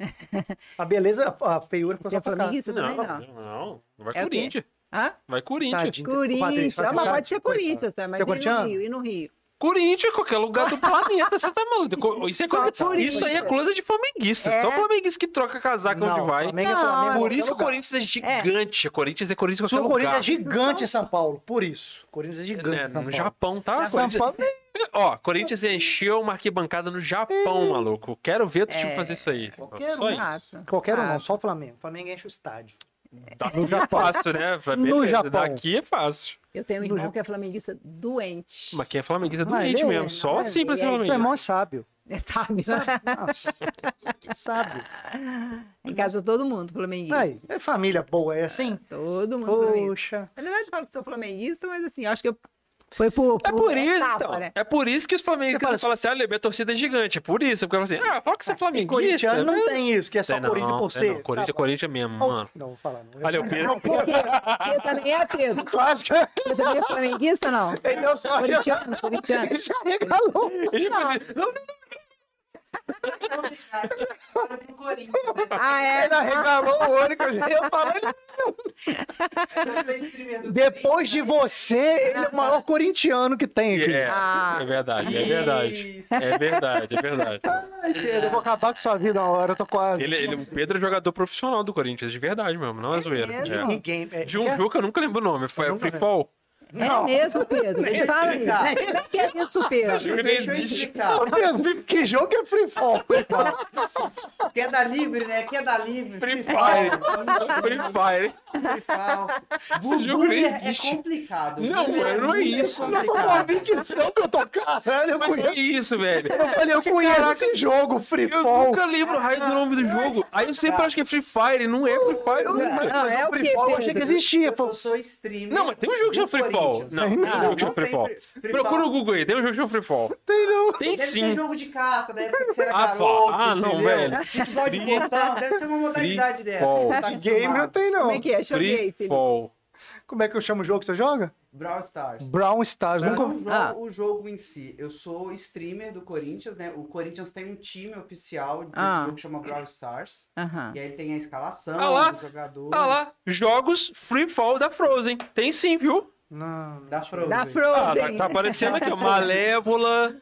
S2: A beleza, a a feiura ficou
S3: você é
S2: só pra cá.
S3: flamenguista
S1: não,
S3: também não?
S1: não, não. Vai
S3: É o quê?
S1: Corinthians.
S6: Hã?
S1: Vai Corinthians.
S2: Tadinho. O Patrick
S3: é
S6: Corinthians.
S2: faz
S6: Ah, mas
S2: um
S6: pode ser
S2: coitado.
S6: Corinthians,
S3: né,
S6: tá? Mas
S2: Você é
S6: e no
S2: corintiano?
S6: Rio, e no Rio.
S1: Corinthians, é qualquer lugar do planeta, você tá maluco. Co- Isso, é
S6: Só
S1: coisa, isso aí é
S6: Corinthians.
S1: coisa de flamenguista.
S6: É.
S1: Só flamenguista que troca casaco onde
S2: Não,
S1: vai.
S2: Flamengo é
S6: Não,
S2: Flamengo.
S1: Por isso que o
S2: qualquer lugar.
S1: Corinthians é gigante. Corinthians é Corinthians em
S2: Só
S1: qualquer
S2: o Corinthians
S1: lugar.
S2: é gigante em São Paulo, por isso. O Corinthians é gigante
S1: É,
S2: em São
S1: no
S2: Paulo.
S1: Japão, tá?
S2: São
S1: Corinthians-
S2: Paulo-
S1: Ó, Corinthians encheu uma arquibancada no Japão, maluco. Quero ver o time
S6: É.
S1: fazer isso aí.
S2: Qualquer
S1: Só
S2: um.
S1: isso.
S6: Massa.
S2: Qualquer um não,
S3: Ah,
S6: Massa.
S2: só o Flamengo. O Flamengo enche o estádio.
S1: Daqui é fácil, né?
S2: Tá No Japão.
S1: Daqui é fácil.
S6: Eu tenho um
S2: No
S6: irmão
S2: Japão.
S6: que é flamenguista doente.
S3: *laughs*
S1: Mas quem é flamenguista é
S2: Mas
S1: doente
S2: ele é,
S1: mesmo. Só
S6: não,
S1: assim pra ser
S2: Seu
S6: ele é-
S1: flamenguista.
S2: irmão é sábio.
S6: É, Sabe?
S2: Nossa, *laughs* sábio.
S6: em casa todo mundo flamenguista.
S2: Aí, é família boa, é assim?
S6: Todo mundo flamenguista.
S2: Poxa.
S6: Na verdade, eu falo que sou flamenguista, mas assim, eu acho que eu... foi por,
S1: É por isso,
S6: etapa,
S1: então.
S6: né?
S1: É por isso que os
S2: Você
S1: flamenguistas
S2: fala
S1: falam assim, olha, minha torcida é gigante. É por isso. Porque eu falo assim, ah, fala que você é
S2: E
S1: flamenguista.
S2: corintiano não tem isso, que é
S1: Tem
S2: só
S1: não,
S2: Corinthians por
S1: tem
S2: ser.
S1: não. Corinthians é
S2: Tá bom.
S1: Corinthians mesmo, mano.
S2: Não, vou falar. Não.
S1: Valeu, Pedro.
S6: Você também é, Pedro?
S2: *laughs* Quase que
S6: Você também é flamenguista, não?
S2: ele não sabe.
S6: Corintiano, corintiano.
S2: Ele já regalou.
S1: Ele fala assim,
S5: Cara do Corinthians.
S6: Ah, é?
S2: Ele arregalou o olho que eu já ia falar.
S5: Eu sou streamer
S2: *laughs*
S5: do
S2: Depois de você, ele é o maior corintiano que tem aqui.
S1: É,
S6: Ah.
S1: é verdade, é verdade.
S5: Isso.
S1: É verdade, é verdade.
S2: Ai, Pedro, eu vou acabar com sua vida uma hora, eu tô quase.
S1: Ele, ele- o Pedro é jogador profissional do Corinthians, de verdade mesmo, não é, zoeira.
S6: mesmo?
S1: É.
S2: Ninguém. é-
S1: De um
S2: quer-
S1: jogo que eu nunca lembro o nome, foi a
S2: nunca
S1: Free
S2: lembro.
S1: Fall.
S6: É
S2: Não.
S6: mesmo, Pedro? Me Fala aí. Como é que é isso, Pedro?
S1: Jogo nem
S5: Deixa eu
S1: existe.
S5: explicar.
S2: Pedro, que jogo é Free Fall?
S5: Quer dar livre, né? Quer dar livre.
S1: Free Fire. Free Fire.
S5: Free Fire. Bu-
S1: jogo nem
S5: Boomer é
S1: existe.
S5: complicado.
S1: Não,
S5: Boomer
S1: mano, não é
S5: muito
S1: isso.
S2: Não
S5: complicado.
S2: uma convicção que eu tô caralho, eu
S1: Mas
S2: conheço.
S1: que isso,
S4: É
S1: velho?
S2: Eu falei, eu conheço esse jogo, Free
S1: Eu
S2: Fall.
S1: nunca lembro o raio do nome do jogo. Aí eu sempre acho que é Free Fire, não é Free Fire. Não, é.
S6: Não, é o
S2: Free
S6: quê,
S2: Fall eu
S6: Pedro?
S2: achei que existia.
S5: Eu
S2: Falei,
S5: sou streamer.
S1: Não, mas tem um jogo que chama
S5: do
S1: Free Fall.
S5: Corinthians.
S1: Não, tem um jogo que chama
S5: não
S1: Free
S5: tem
S1: Fall.
S5: Free- Free
S1: Procura
S5: Fall.
S1: o Google aí, tem um jogo que chama Free Fall.
S2: Tem não.
S1: Tem
S5: Deve
S1: sim.
S5: ser jogo de carta, da época
S1: *laughs*
S5: que você era
S1: Ah, vá.
S5: garoto,
S1: Ah, não,
S5: entendeu?
S1: velho.
S5: Futebol de
S1: Free-
S5: botão, deve ser uma modalidade dessa.
S1: Fall.
S5: Você
S2: Game
S5: tá
S2: não
S5: acostumado.
S2: tem não.
S6: Como é que é? Joguei,
S1: Free
S6: Felipe.
S1: Fall.
S2: Como é que eu chamo o jogo que você joga?
S5: Brawl Stars.
S2: Brown Stars.
S5: Mas
S2: Nunca
S5: não jogo,
S6: Ah.
S5: o jogo em si. Eu sou streamer do Corinthians, né? O Corinthians tem um time oficial desse
S6: Ah.
S5: jogo que chama Brawl Stars.
S6: Aham.
S5: E aí ele tem a escalação,
S1: Ah lá,
S5: os jogadores.
S1: Tá lá, jogos Free Fall da Frozen. Tem sim, viu?
S2: Não.
S5: Da Frozen.
S6: Da
S1: Ah, tá,
S6: Frozen.
S1: tá aparecendo aqui, ó. Malévola.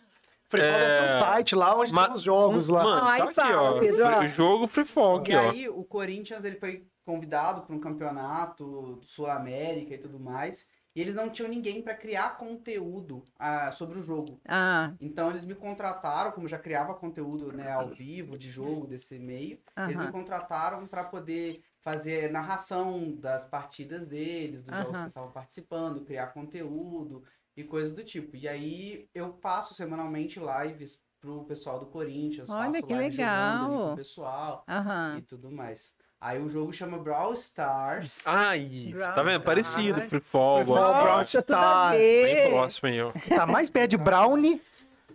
S2: Free Fall é o
S1: É.
S2: seu site lá onde
S1: Ma-
S2: tem os jogos lá.
S5: Ah,
S1: Mano,
S6: Ai,
S1: tá aqui,
S6: fala,
S1: ó.
S6: Pedro, ó.
S1: Free- Jogo Free Fall aqui,
S5: e
S1: ó.
S5: aí o Corinthians ele foi convidado para um campeonato sul-américa e tudo mais. E eles não tinham ninguém para criar conteúdo ah, sobre o jogo.
S6: Ah,
S5: Então eles me contrataram, como já criava conteúdo né, ao vivo de jogo desse meio, eles me
S6: aham.
S5: contrataram para poder fazer narração das partidas deles, dos jogos
S6: Aham.
S5: que estavam participando, criar conteúdo e coisas do tipo. E aí eu passo semanalmente lives pro pessoal do Corinthians,
S6: Olha,
S5: faço
S6: que
S5: live jogando ali com
S6: legal.
S5: o pessoal e
S6: Aham.
S5: tudo mais. Aí o jogo chama Brawl Stars.
S2: Ah,
S1: Ai, tá vendo?
S5: Ah,
S6: Brown
S1: Parecido,
S6: Stars.
S1: Free Fall.
S2: Free Fall,
S1: Brown
S2: Brown
S1: Stars.
S6: Nossa, tudo a
S2: Stars.
S1: Bem
S6: ver.
S1: próximo aí, ó.
S2: Tá mais perto de Brownie,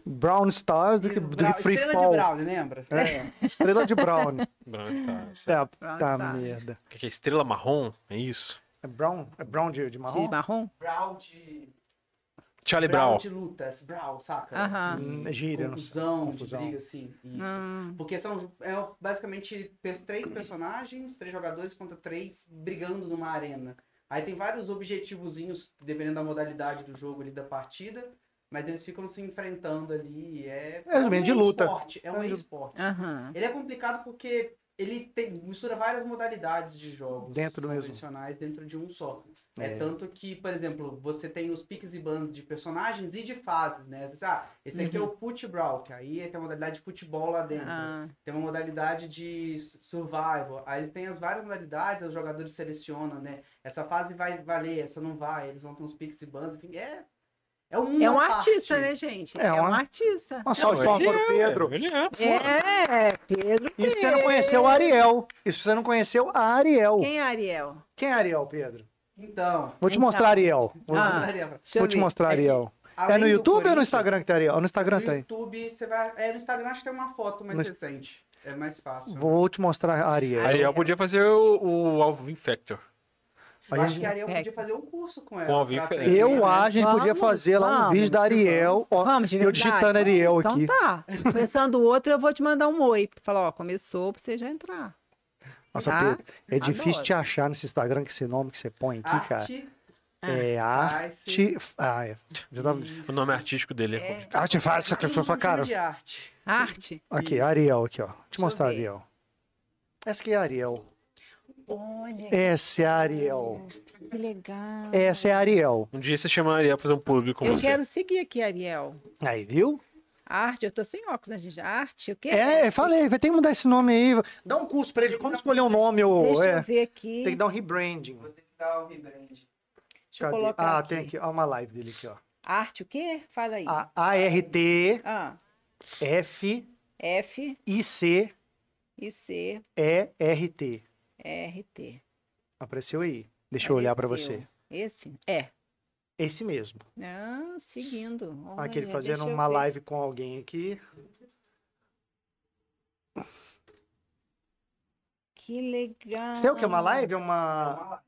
S2: Brown Stars do que,
S5: Isso,
S2: do
S5: Brawl-
S2: que Free
S5: Estrela
S2: Fall.
S5: de Brawl, lembra?
S2: É, estrela de Brown.
S1: Brown Stars.
S2: É,
S6: Brown
S2: tá
S6: Stars.
S2: merda.
S1: O Ah, que que é? Estrela marrom? É isso?
S2: É Brown, é brown de, de marrom?
S6: De marrom?
S5: Brawl de...
S1: Charlie Brown.
S5: Brawl de lutas, Brawl, saca?
S6: Aham.
S5: De
S2: Hum, gíria, não sei.
S5: confusão,
S2: Confusão.
S5: de briga, assim. Isso.
S6: Hum.
S5: Porque são é, basicamente pe- três personagens, três jogadores contra três brigando numa arena. Aí tem vários objetivozinhos, dependendo da modalidade do jogo ali, da partida. Mas eles ficam se enfrentando ali. É,
S2: É, bem de luta.
S5: esporte, É um
S2: É de-
S5: esporte.
S6: Aham.
S5: Ele é complicado porque ele tem- mistura várias modalidades de jogos
S2: Dentro do mesmo.
S5: convencionais dentro de um só. É.
S2: É.
S5: tanto que, por exemplo, você tem os piques e bans de personagens e de fases, né? Às vezes, ah, esse
S2: Uhum.
S5: aqui é o futebol, que aí tem uma modalidade de futebol lá dentro.
S6: Ah,
S5: Tem uma modalidade de su- survival. Aí eles têm as várias modalidades, aí os jogadores selecionam, né? Essa fase vai valer, essa não vai. Eles vão ter uns piques e bans, enfim. É, é um mundo
S6: É um
S5: à
S6: artista,
S5: parte.
S6: né, gente?
S2: É
S6: É
S2: uma-
S6: um artista.
S2: Uma salva
S1: Não, ele
S2: para o Pedro.
S1: Ele é, pô.
S6: É, Pedro.
S2: Isso você não conheceu a Ariel. Isso você não conheceu a Ariel. Quem,
S6: Quem é Ariel?
S2: é a Ariel, Pedro?
S5: Então.
S2: Vou te
S6: Então.
S2: mostrar a Ariel. Vou,
S5: *laughs*
S6: Ah, Deixa eu
S2: vou te
S6: ver.
S2: mostrar a
S5: É que-
S2: Ariel. É
S5: além
S2: no
S5: do
S2: YouTube ou no
S5: Corinthians-
S2: Instagram que tem a Ariel? No Instagram
S5: No
S2: tem.
S5: YouTube, você vai. É, no Instagram acho que tem uma foto mais
S2: No-
S5: recente. É mais fácil.
S2: Vou te mostrar a Ariel.
S1: Ariel podia fazer o, o Alvin Factor.
S2: A
S5: Eu acho
S2: gente-
S5: que a Ariel
S6: É.
S5: podia fazer um curso com ela.
S1: Com ao vivo, é.
S5: pra aprender,
S2: Eu
S5: né?
S2: acho que a gente podia
S6: Vamos,
S2: fazer lá um
S6: vamos,
S2: vídeo da Ariel. Ó,
S6: Vamos, de
S2: eu
S6: verdade.
S2: digitando Ariel
S6: Então
S2: aqui.
S3: tá. um
S6: tá. Começando o outro, eu vou te mandar um oi. Falar, ó, começou pra você já entrar.
S2: Nossa,
S3: Tá?
S2: Pedro, é
S3: Adoro.
S2: difícil te achar nesse Instagram que esse nome que você põe aqui, cara.
S5: Arte,
S3: Ah,
S2: É arte.
S5: arte.
S2: Ah, é. Já tava...
S1: O nome artístico dele é. complicado.
S2: Arte fácil, que eu falo, cara.
S5: tipo de arte.
S3: Arte.
S2: Aqui,
S5: Isso.
S2: Ariel, aqui, ó. Deixa eu
S3: eu
S2: mostrar,
S3: ver.
S2: Ariel. Essa aqui é Ariel.
S3: Olha,
S2: Essa é Ariel.
S3: que legal.
S2: Essa é Ariel.
S1: Um dia você chama a Ariel pra fazer um público com
S3: eu
S1: você.
S3: quero seguir aqui, Ariel.
S2: Aí, viu?
S3: Arte, eu tô sem óculos, né, gente? Arte, o quê?
S2: É, falei, vai ter que mudar esse nome aí. Dá um curso pra ele, como escolher um nome, ou
S3: Deixa
S2: é.
S3: eu ver aqui.
S2: Tem que dar um rebranding.
S5: Vou ter que dar o rebrand.
S3: Deixa eu
S2: Cadê?
S3: colocar
S2: Ah,
S3: aqui.
S2: tem aqui, Ah. ó, uma live dele aqui, ó.
S3: Arte, o quê? Fala aí.
S2: A A-R-T
S3: Ah,
S2: F
S3: F,
S2: I C
S3: I, C,
S2: E R T.
S3: R, T.
S2: Apareceu aí. Deixa eu olhar pra você.
S3: Apareceu. Esse? É.
S2: Esse mesmo.
S3: Ah, seguindo. Olha,
S2: Aqui ele fazendo
S3: deixa eu
S2: uma
S3: ver.
S2: live com alguém aqui.
S3: Que legal.
S2: Sei o que é uma live? É
S5: É
S2: uma
S5: uma live.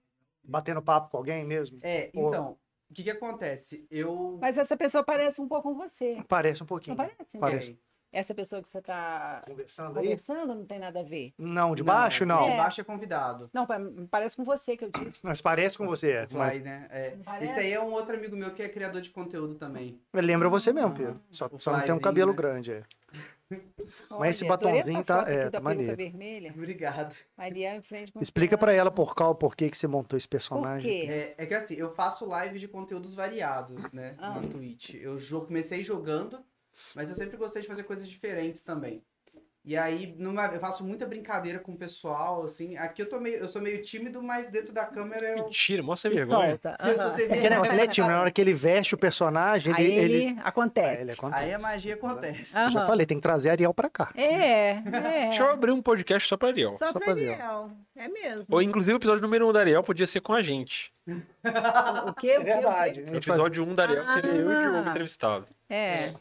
S2: batendo papo com alguém mesmo?
S5: É,
S2: Ou-
S5: então, o que que acontece? Eu.
S3: Mas essa pessoa parece um pouco com você.
S2: Parece um
S3: Não
S2: pouquinho.
S3: parece? né?
S2: Parece.
S5: É,
S3: Essa pessoa que você tá
S2: Conversando aí?
S3: conversando não tem nada a ver.
S2: Não, de baixo não.
S5: De
S3: É.
S5: baixo é convidado.
S3: Não, pa- parece com você que eu digo.
S2: Mas parece com você. é. Mas
S5: Fly, né? É.
S3: Não parece?
S5: Esse aí é um outro amigo meu que é criador de conteúdo também. *laughs*
S2: lembra você mesmo, Pedro. Só,
S5: O
S2: só não tem um
S5: flyzinho,
S2: cabelo
S5: né?
S2: grande. É.
S3: Olha,
S2: esse
S3: adorei essa
S2: batonzinho tá-
S3: foto aqui
S2: é,
S3: da
S2: tá
S3: peruca
S2: maneiro.
S3: vermelha.
S5: Obrigado.
S3: Maria em frente com
S2: Explica pra ela por qual, por que que você montou esse
S3: Por
S2: personagem.
S3: quê?
S5: É, é que assim, eu faço live de conteúdos variados, né?
S3: Ah.
S5: Na Twitch. Eu jo- comecei jogando, mas eu sempre gostei de fazer coisas diferentes também. E aí, numa- eu faço muita brincadeira com o pessoal, assim. Aqui eu tô meio, eu sou meio tímido, mas dentro da câmera eu.
S1: Mentira, mostra vergonha.
S3: Solta.
S5: Eu sou
S3: Aham.
S5: sem
S2: É que negócio, ele é
S5: vergonha.
S2: tímido. Na hora que ele veste o personagem, ele.
S3: Aí ele,
S2: ele... Ah,
S3: acontece.
S2: ele acontece.
S5: Aí a
S2: né?
S5: magia acontece.
S2: Eu Já
S3: Aham.
S2: falei, tem que trazer a Ariel pra cá.
S3: É,
S1: Deixa eu
S3: é.
S1: abrir um podcast só pra Ariel.
S3: Só,
S2: Uhum. só
S3: pra
S2: pra ver, ó.
S3: Ariel. É mesmo.
S1: Ou inclusive o episódio número 1 um da Ariel podia ser com a gente.
S3: O- O quê?
S2: É
S3: O quê? O quê?
S2: verdade. a
S1: O
S2: gente faz-
S1: episódio 1 um da Ariel seria eu e o Diogo
S3: Ah.
S1: entrevistado.
S3: É.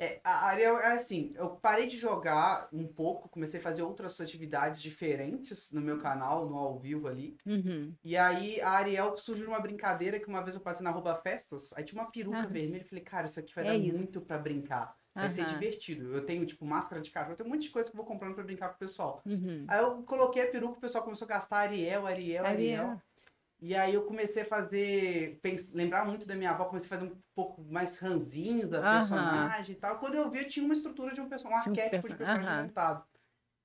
S5: É, a Ariel, é assim, eu parei de jogar um pouco, comecei a fazer outras atividades diferentes no meu canal, no ao vivo ali.
S3: Uhum.
S5: E aí a Ariel surgiu numa brincadeira que uma vez eu passei na Arroba Festas, aí tinha uma peruca
S3: Ah.
S5: vermelha, eu falei, cara, isso aqui vai
S3: É
S5: dar
S3: isso.
S5: muito pra brincar. Vai ser
S3: Aham.
S5: divertido. Eu tenho, tipo, máscara de cachorro, eu tenho um monte de coisa que eu vou comprando pra brincar com o pessoal.
S3: Uhum.
S5: Aí eu coloquei a peruca, o pessoal começou a gastar Ariel, Ariel, Ariel.
S3: Ariel.
S5: E aí eu comecei a fazer, pens- lembrar muito da minha avó, comecei a fazer um pouco mais ranzinza,
S3: Aham.
S5: personagem e tal. Quando eu vi, eu tinha uma estrutura de um, perso- um
S3: Tinha um
S5: arquétipo de
S3: perso-
S5: personagem
S3: aham.
S5: montado.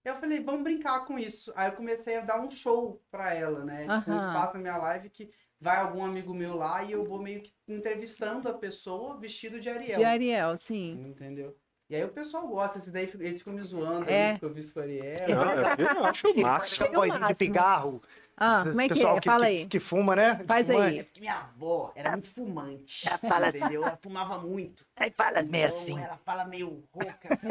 S5: Eu falei, vamos brincar com isso. Aí eu comecei a dar um show pra ela, né? Tipo, um
S3: Aham.
S5: espaço na minha live que vai algum amigo meu lá e eu vou meio que entrevistando a pessoa vestido de Ariel.
S3: De Ariel, sim.
S5: Entendeu? E aí o pessoal gosta, esse daí, eles ficam me zoando
S3: É.
S5: aí, porque eu visto Ariel.
S1: Não, Ah, eu, eu acho o
S2: Ele faz
S1: máximo.
S2: essa
S3: Chega o
S2: vozinha de
S3: máximo.
S2: pigarro.
S3: Ah,
S2: Esse
S3: como é que
S2: pessoal
S3: é? Fala
S2: que,
S3: aí.
S2: Que fuma, né?
S3: Faz
S2: Fumante.
S3: aí.
S5: Minha avó era muito fumante.
S2: fala é
S5: entendeu? Ela fumava muito.
S2: Aí fala assim.
S5: Então, Ela fala meio rouca assim.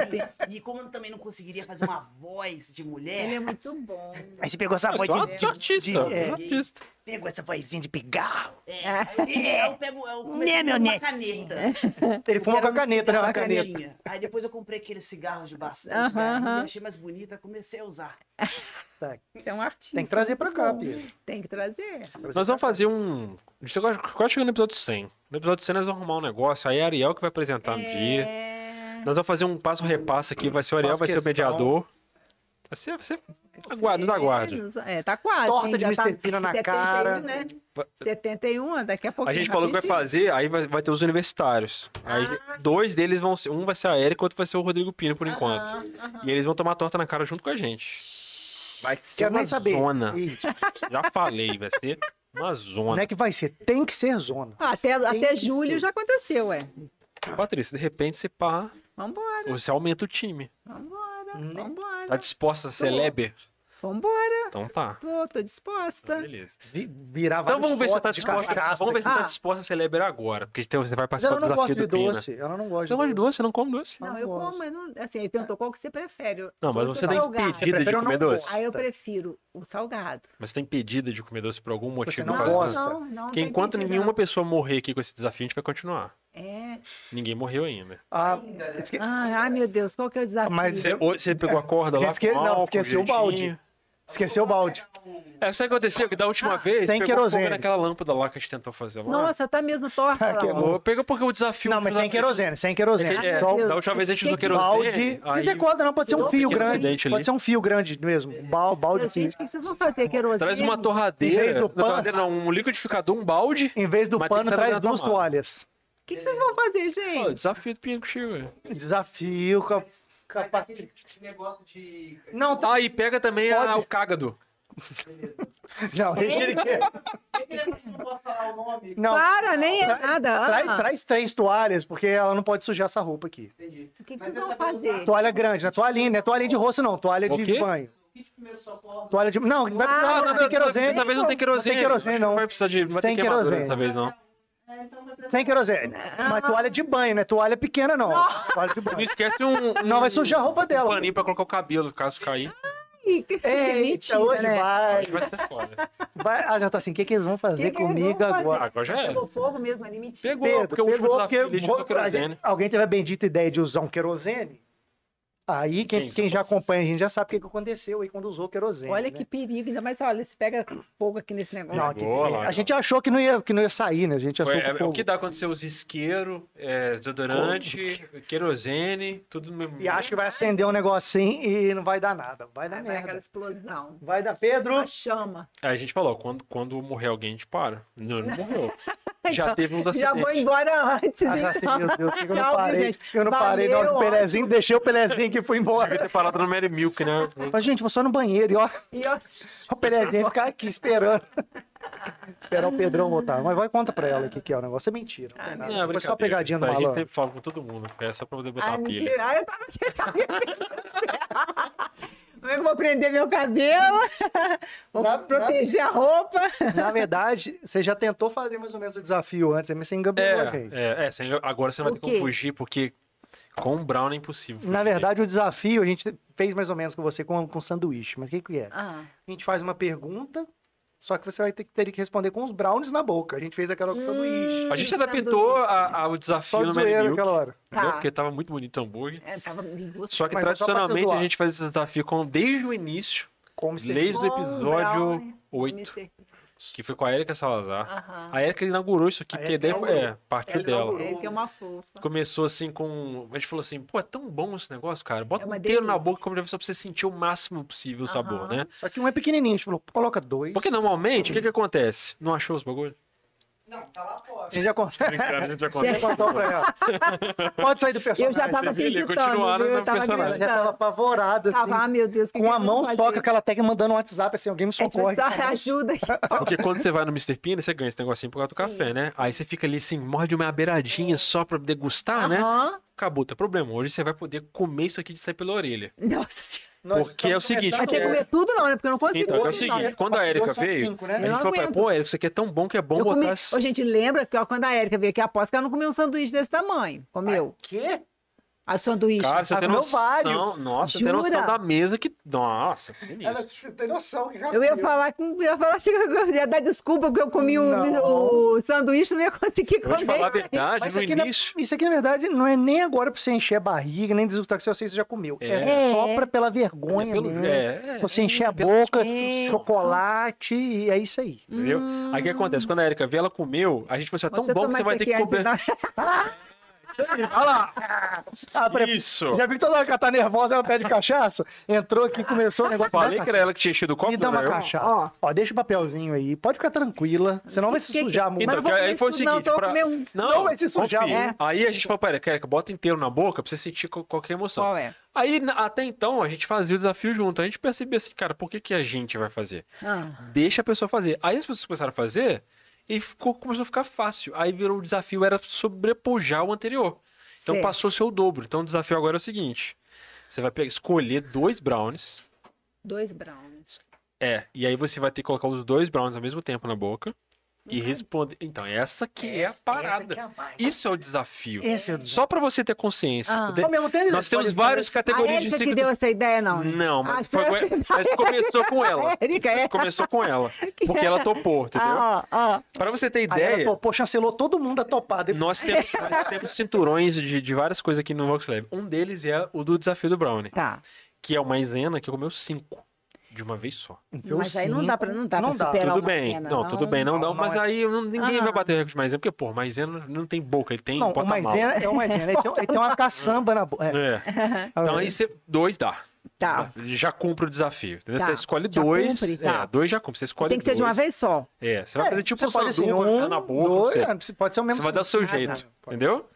S5: e como eu também não conseguiria fazer uma voz de mulher,
S3: Ele é muito bom.
S2: Aí você pegou essa
S1: Eu sou
S2: voz de,
S1: ator- um artista.
S2: de- é.
S1: sou artista.
S2: Pegou essa vozinha de pigarro.
S5: é, aí eu pego, eu comecei
S2: Né,
S5: a
S2: meu
S5: fumar uma
S2: neto?
S5: caneta.
S2: Ele
S5: Porque
S2: fuma
S5: era
S2: com a
S5: um
S2: caneta, né?
S5: cigarro
S2: Uma caneta.
S5: que tinha. Aí depois eu comprei aqueles cigarros de bastante,
S3: Aham, aham.
S5: achei mais bonita, comecei a usar.
S3: Você é um artista.
S2: Tem que trazer pra cá,
S3: Bom,
S2: Pedro.
S3: Tem que trazer.
S1: Nós vamos fazer um. A gente tá quase- quase chegando no episódio 100. No episódio 100 nós vamos arrumar um negócio. Aí é a Ariel que vai apresentar no dia.
S3: É...
S1: Nós vamos fazer um passo-repasso aqui. Vai ser o Ariel,
S2: Faço
S1: vai ser o
S2: questão.
S1: mediador. Vai ser. Vai ser... Aguarde, nos aguarde.
S3: É, tá quase.
S2: Torta
S3: hein?
S2: de
S3: Já tá
S2: Mr. Pina na
S3: 71,
S2: cara.
S3: Né?
S1: Va-
S3: 71, daqui a pouco. tá
S1: A gente falou que vai
S3: um.
S1: fazer, aí vai, vai ter os universitários. Aí dois deles vão ser. Um vai ser a Erika, outro vai ser o Rodrigo Pino, por enquanto. E eles vão tomar torta na cara junto com a gente. Vai ser
S2: Quero
S1: uma
S2: nem saber.
S1: zona.
S2: Ih,
S1: Já falei, vai ser uma
S2: Como
S1: zona.
S2: é que vai ser? Tem que ser zona.
S3: Ah, Até, até
S2: que
S3: julho
S2: ser.
S3: já aconteceu, ué.
S2: é
S1: Patrícia, de repente você pá,
S3: Vambora,
S1: você aumenta o time.
S3: vambora,
S2: Né?
S3: vambora.
S1: Tá disposta a celebre?
S3: Vambora,
S1: Então tá.
S3: tô, tô
S1: Então,
S3: disposta.
S1: Beleza.
S2: Vi, virar
S1: Então
S2: vários
S1: vamos ver se você tá
S2: potes de
S1: disposta.
S2: cachaça
S1: Vamos ver se você tá
S2: aqui.
S1: disposta a celebrar agora. Porque então você vai
S2: Mas
S1: participar
S2: ela
S1: do
S2: não gosta
S1: desafio
S2: de
S1: do Pina.
S2: doce. Ela não
S1: Você
S2: gosta de
S1: não gosta de
S2: doce.
S1: doce? Você não come doce?
S2: Não
S3: Não, eu
S2: gosto.
S3: como, mas não, assim, ele perguntou qual que você prefere. eu-
S1: Não, mas
S3: todo
S1: você tá
S3: salgado.
S1: impedida de
S2: prefiro
S1: comer
S2: não
S1: doce.
S2: gosto.
S3: Aí eu prefiro o salgado.
S1: Mas você tá impedida de comer doce por algum motivo? né?
S2: não
S1: por causa
S2: gosta.
S1: do-
S3: não, não.
S1: Porque
S3: tem
S1: enquanto
S3: impedida,
S1: nenhuma
S3: não.
S1: pessoa morrer aqui com esse desafio, a gente vai continuar.
S3: É.
S1: Ninguém morreu ainda.
S2: Ah,
S5: né?
S3: Ah, ai, meu Deus, qual que é o desafio?
S2: Mas
S1: Você, ou- você pegou é, a corda
S2: Gente,
S1: lá
S2: esque-
S1: com
S2: não,
S1: álcool,
S2: esqueceu o
S1: direitinho.
S2: você Esqueceu o balde.
S1: É, sabe o que aconteceu? Que da última vez,
S2: Sem
S1: pegou fogo
S2: querosene.
S1: naquela lâmpada lá que a gente tentou fazer lá.
S3: Nossa, tá mesmo torta.
S2: Tá, que
S3: lá, ó.
S1: Pô, Pegou porque o desafio...
S2: Não, mas sem querosene, sem querosene.
S1: É,
S2: Só
S1: da última vez a gente usou
S2: o
S1: querosene.
S2: balde. Não sei quanto, não. Pode ser um
S1: Deu um
S2: fio
S1: pequeno
S2: grande.
S1: acidente ali.
S2: Pode ser um fio grande mesmo. Bal- Balde.
S3: Gente, o que vocês vão fazer, querosene?
S1: Traz uma
S2: Em vez
S1: torradeira,
S2: do
S1: não,
S2: pano.
S1: torradeira não, um liquidificador, um balde.
S2: Em vez do
S1: Mas tem
S2: pano,
S1: que
S2: traz
S1: trabalhar
S2: duas
S1: na mão.
S2: toalhas.
S3: O que, que vocês vão fazer, gente?
S1: Pô, desafio do Pinheiro Chico.
S2: Desafio. ca-
S5: Mas faz aquele negócio de.
S2: Não, tá.
S1: Ah, e pega também a-
S2: Pode.
S1: o cágado.
S5: Beleza.
S2: Não, deixa ele
S3: *laughs*
S2: quieto.
S5: Aquele negócio que não posso falar o nome.
S2: Não.
S3: Para, nem é
S2: Traz-
S3: nada.
S2: Traz,
S3: Ana.
S2: traz três toalhas, porque ela não pode sujar essa roupa aqui.
S5: Entendi.
S3: O que, que
S5: Mas
S3: vocês
S5: essa
S3: vão
S5: vai usar
S3: fazer?
S2: Toalha grande, não é toalhinha, não é toalhinha de rosto, não. Toalha
S1: O
S2: de
S1: quê?
S2: banho.
S5: Kit primeiro socorro.
S2: Toalha de. Não, não vai
S3: Ah,
S2: precisar, não, tem querosene.
S1: Dessa vez não tem querosene.
S2: querosene,
S1: Acho que
S2: não.
S1: vai precisar de. Não vai
S2: Sem
S1: ter queimadura
S2: querosene.
S1: dessa vez, não.
S5: É, então vai
S2: Sem querosene.
S3: Ah.
S2: Mas toalha de banho, não é toalha pequena, não. Toalha de
S1: Não
S2: banho.
S1: esquece um. um-
S2: Não vai sujar a roupa
S1: um
S2: dela.
S1: paninho pra colocar o cabelo, caso cair.
S3: Ih, que-
S2: Eita,
S3: mentira,
S2: hoje
S3: né?
S2: vai.
S1: Acho que vai ser foda.
S2: vai. Ah, já tá assim. O que, que eles vão fazer
S3: Que que eles
S2: comigo
S3: vão fazer?
S1: Ah,
S2: agora?
S1: agora já era.
S3: Pegou fogo mesmo ali, mentira.
S1: Pegou, porque é o último
S2: pegou,
S1: desafio
S2: porque
S1: ele usou
S2: vou- a gente-
S1: querosene.
S2: alguém teve a bendita ideia de usar um querosene. Aí, quem,
S1: Sim.
S2: quem já acompanha a gente já sabe o que que aconteceu aí quando usou querosene. né?
S3: Olha que perigo, ainda mais, olha, se pega fogo aqui nesse negócio.
S2: Não, aqui-
S1: Boa, Laura.
S2: a gente achou que não ia, que não ia sair, né? A gente achou
S1: Foi-
S2: que
S1: é, é
S2: fogo.
S1: o que dá quando você usa isqueiro, é, desodorante, querosene, tudo no mesmo.
S2: E acha que vai acender um negocinho e não vai dar nada. Vai dar
S3: Vai dar
S2: merda.
S3: aquela explosão.
S2: Vai dar, Pedro. *laughs*
S3: Uma chama.
S1: Aí É, a gente falou, quando, quando morrer alguém, a gente para. Não, não
S2: *laughs*
S1: morreu. Já
S3: Então,
S1: teve uns
S3: Já vou
S1: acidentes.
S3: embora antes,
S2: Ah, já
S3: então.
S2: sei, meu Deus, eu
S3: Tchau,
S2: não
S3: viu,
S2: parei.
S3: gente?
S2: Eu não parei na hora do
S3: Valeu,
S2: Pelezinho, deixei o Pelezinho que foi
S1: Devia
S2: embora. *laughs*
S1: ter parado no Mary Milk, né?
S2: Mas, gente, vou só no banheiro e ó,
S3: E ó,
S2: o Pelezinho ficar aqui esperando. *laughs* Esperar o Pedrão voltar. Mas vai conta pra ela aqui que é o negócio. É mentira. Não, tem nada.
S1: Ah, Não,
S2: foi
S1: brincadeira,
S2: só a pegadinha
S1: isso
S2: do
S1: aí A gente
S2: malandro.
S1: sempre fala com todo mundo. É só pra poder botar
S3: ah,
S1: uma pilha.
S3: mentira, eu tava *laughs* Como é que eu vou prender meu cabelo? *laughs* Vou
S2: Na- na-
S3: proteger a roupa.
S2: Na verdade, você já tentou fazer mais ou menos o desafio antes, mas você engabelou a gente.
S1: É, é, é sem- agora você não vai ter
S3: O
S1: como
S3: quê?
S1: fugir, porque com o Brown é impossível.
S2: Na
S1: fugir.
S2: verdade, o desafio a gente fez mais ou menos com você, com, com sanduíche. Mas o que, que é?
S3: Ah,
S2: A gente faz uma pergunta, só que você vai ter, que- ter que responder com os brownies na boca. A gente fez aquela com sanduíche.
S1: Hum. A gente adaptou a, a- o
S2: Só
S1: desafio
S2: de
S1: no Mary
S2: zoeira
S1: Milk,
S2: naquela hora.
S1: entendeu?
S3: Tá.
S1: porque tava muito bonito o hambúrguer.
S3: é, tava gostoso.
S1: Só que
S2: Mas é só pra te
S1: tradicionalmente a
S2: zoar.
S1: gente faz esse desafio com, desde o início,
S2: Como se
S1: desde o
S3: Bom,
S1: episódio
S3: brownie,
S1: 8,
S3: Mr.
S1: que foi com a Erika Salazar.
S3: Aham.
S1: A Erika inaugurou isso aqui,
S2: A
S1: porque a
S2: Erika
S1: ideia foi, é,
S2: inaugurou.
S1: partiu
S2: Ela
S1: dela.
S2: inaugurou.
S3: É que é uma fofa.
S1: Começou assim com. A gente falou assim, pô, é tão bom esse negócio, cara. Bota
S3: É
S1: um
S3: uma
S1: inteiro na
S3: delícia.
S1: boca como só pra você sentir o máximo possível o sabor,
S3: Aham.
S1: né?
S2: Só que um é pequenininho, a gente falou, coloca dois.
S1: Porque normalmente, o que que acontece? Não achou os *laughs* bagulhos?
S5: Não, tá lá fora.
S2: Você já contou.
S1: Brincadeira, a gente já
S2: Você já contou um pra ela. Pode sair do
S3: Eu
S2: personagem.
S3: já tava
S1: viu? Ele
S3: acreditando,
S1: continuaram
S3: viu?
S1: no
S3: Eu tava
S1: personagem.
S2: Ela já
S3: acreditando.
S2: tava apavorada, assim.
S3: Tava, ah, meu Deus. o que
S2: com
S3: que
S2: a
S3: eu
S2: mão
S3: vou fazer?
S2: toca que ela pega mandando um WhatsApp, assim, alguém me
S3: É, tipo,
S2: socorre.
S3: só ajuda aqui.
S1: Porque quando você vai no Mr. Pina, você ganha esse negocinho por causa do café, né? Aí você fica ali assim, morde uma beiradinha só pra degustar, né?
S3: Aham.
S1: Acabou, tá problema. Hoje você vai poder comer isso aqui de sair pela orelha.
S3: Nossa senhora.
S2: Nós
S1: Porque é o
S2: estamos
S1: seguinte,
S3: Vai
S2: começando
S3: ter que
S1: É.
S3: comer tudo, não, né? Porque eu não consigo.
S1: Então, é o
S3: comer, não.
S1: seguinte, quando a Erika
S2: São
S1: veio,
S2: cinco, né?
S1: a gente
S3: Eu não
S1: falou pra ela,
S3: aguento.
S1: pô, Erika, isso aqui é tão bom que é bom
S3: Eu
S1: botar...
S3: comi...
S1: esse-
S3: Ô, gente, lembra que ó, quando a Erika veio aqui, aposto que ela não comeu um sanduíche desse tamanho. Comeu.
S2: Quê?
S3: A sanduíche.
S1: Cara, você
S2: Ah,
S1: tem
S2: comeu
S1: noção...
S2: vários.
S1: Nossa, você tem
S3: Jura?
S1: noção da mesa que... Nossa, que
S2: *laughs* Ela
S1: sinistro.
S2: você tem noção que já
S3: Eu ia
S2: comeu.
S3: falar, com- eu ia falar assim, *laughs* eu ia dar desculpa porque eu comi o,
S2: Não.
S3: o sanduíche, não ia conseguir
S1: Eu vou te falar a
S3: comer.
S1: verdade,
S2: Mas
S1: no
S2: isso aqui é na-
S1: início...
S2: isso aqui, na verdade, não é nem agora pra você encher a barriga, nem desistar que você já comeu. É,
S1: É.
S2: só pra, pela vergonha
S1: é pelo-
S2: mesmo.
S1: é, é,
S2: Você encher a
S1: pela
S2: boca,
S1: discussão.
S2: chocolate, e é isso aí.
S1: Entendeu? Aí o que
S2: Hum.
S1: acontece? Quando a Erika veio, ela comeu, a gente falou assim, é tão
S3: Vou
S1: bom que
S3: tomar
S1: você vai
S3: isso
S1: ter que
S3: aqui
S1: comer...
S3: antes, não.
S2: Olha lá. Ah, pre-
S1: Isso!
S2: Já vi que toda hora que ela tá nervosa, ela pede cachaça. Entrou aqui, começou o negócio.
S1: Falei que era ela que tinha enchido o copo,
S2: Me dá uma
S1: né? Eu-
S2: cachaça. Ó, deixa o papelzinho aí. Pode ficar tranquila. Senão vai se
S3: *laughs* Que que-
S2: sujar muito.
S1: Então,
S3: Mas eu vou
S1: que aí
S3: comer
S1: foi o
S3: isso tudo, não,
S1: seguinte,
S3: então eu
S1: pra-
S3: vou comer um.
S2: Não vai se sujar,
S1: confia.
S3: é.
S1: Aí a gente falou, pera, Erika, bota inteiro na boca pra você sentir qual- qualquer emoção.
S3: Qual é?
S1: Aí, na- até então, a gente fazia o desafio junto. A gente percebia assim, cara, por que, que a gente vai fazer?
S3: Ah,
S1: Deixa a pessoa fazer. Aí as pessoas começaram a fazer e ficou, começou a ficar fácil. Aí virou o desafio, era sobrepujar o anterior. Então
S3: Certo.
S1: passou a ser o dobro. Então o desafio agora é o seguinte: você vai pegar, escolher dois brownies.
S3: dois brownies.
S1: É, e aí você vai ter que colocar os dois brownies ao mesmo tempo na boca e
S3: Uhum.
S1: responder. Então, essa que é a parada. Isso é o desafio.
S2: Esse é o desafio.
S1: Só pra você ter consciência.
S3: Ah.
S1: Poder-
S2: Ao mesmo tempo,
S1: Então, Nós
S2: você
S1: temos
S2: pode-
S1: várias
S3: A
S1: categorias de
S3: Erika que
S1: cinco.
S3: deu Ah, essa ideia, não. né?
S1: Não,
S3: Ah,
S1: mas,
S3: foi
S1: foi,
S3: *laughs* a
S1: com- mas começou com ela.
S3: Erika, é.
S1: Mas começou com
S3: *laughs*
S1: ela. Hum, Porque ela topou, entendeu?
S3: Ah, ó, ó.
S1: Pra você ter
S2: Aí ela
S1: ideia,
S2: topou, chancelou todo mundo a topar. Depois-
S1: nós temos, nós temos cinturões de, de várias coisas aqui no Vox Lab. Um deles é o do desafio do Brownie,
S3: Tá.
S1: que é uma maisena que comeu cinco. de uma vez só.
S2: Enfiou
S3: Mas aí não dá pra, não dá
S2: Não
S3: pra
S2: dá.
S3: superar
S1: tudo
S3: uma
S1: bem.
S3: cena,
S1: não, tudo bem, não, dá.
S2: Não,
S1: Mas
S2: não
S1: aí não- ninguém
S3: Ah.
S1: vai bater recorde de maisena, porque, pô, maisena não tem boca, ele tem
S2: Não, o
S1: bota mal.
S2: maisena é o maisena. Ele tem, ele tem uma caçamba na boca. É.
S1: É. Então aí você. Dois dá.
S3: Tá.
S1: Já cumpre o desafio. entendeu?
S3: Tá.
S1: Você escolhe
S3: Já
S1: dois.
S3: cumpre,
S1: É,
S3: tá.
S1: dois já cumpre. Você escolhe
S3: Tem que ser de uma
S1: dois.
S3: vez só.
S1: É, você vai fazer tipo
S2: você
S1: o
S2: pode, assim,
S1: sanduba, enfiar na boca. não
S2: dois,
S1: sei.
S2: é, pode ser o mesmo.
S1: Você vai dar o seu
S2: Ah, tá.
S1: jeito, entendeu?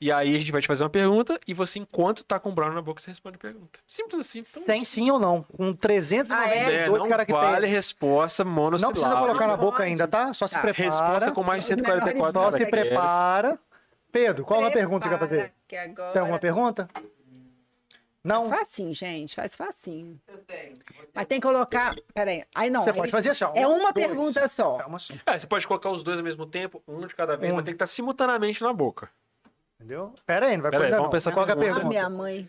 S1: E aí a gente vai te fazer uma pergunta e você, enquanto tá com o Brown na boca, você responde a pergunta. Simples assim. Tão...
S2: Sem sim ou não. Com
S3: Ah,
S1: É,
S2: 392
S1: não
S2: caracteres.
S1: vale resposta monossilábica.
S2: Não precisa colocar na
S3: Pode.
S2: boca ainda, tá? Só se
S3: Tá.
S1: Resposta
S2: prepara.
S1: com mais de
S3: Menores
S1: 144
S2: Só se
S1: caracteres.
S2: prepara. Pedro, qual é a pergunta que você quer fazer?
S3: Que agora...
S2: Tem alguma pergunta?
S3: Faz
S2: Não?
S3: facinho, gente. Faz facinho.
S5: Eu tenho. eu
S3: Mas
S5: tenho.
S3: tem que colocar... Peraí. Aí não.
S2: Você
S3: aí-
S2: pode fazer assim, ó.
S3: É
S2: um,
S3: uma
S2: dois.
S3: pergunta só.
S2: É uma só.
S1: É, você pode colocar os dois ao mesmo tempo, um de cada vez,
S2: Um.
S1: mas tem que estar simultaneamente na boca.
S2: Entendeu? Pera aí, não vai
S1: Pera aí,
S2: perguntar.
S1: vamos
S2: não.
S1: pensar a
S2: Qual que é a
S1: pergunta.
S3: Ah, minha
S2: pergunta?
S3: mãe.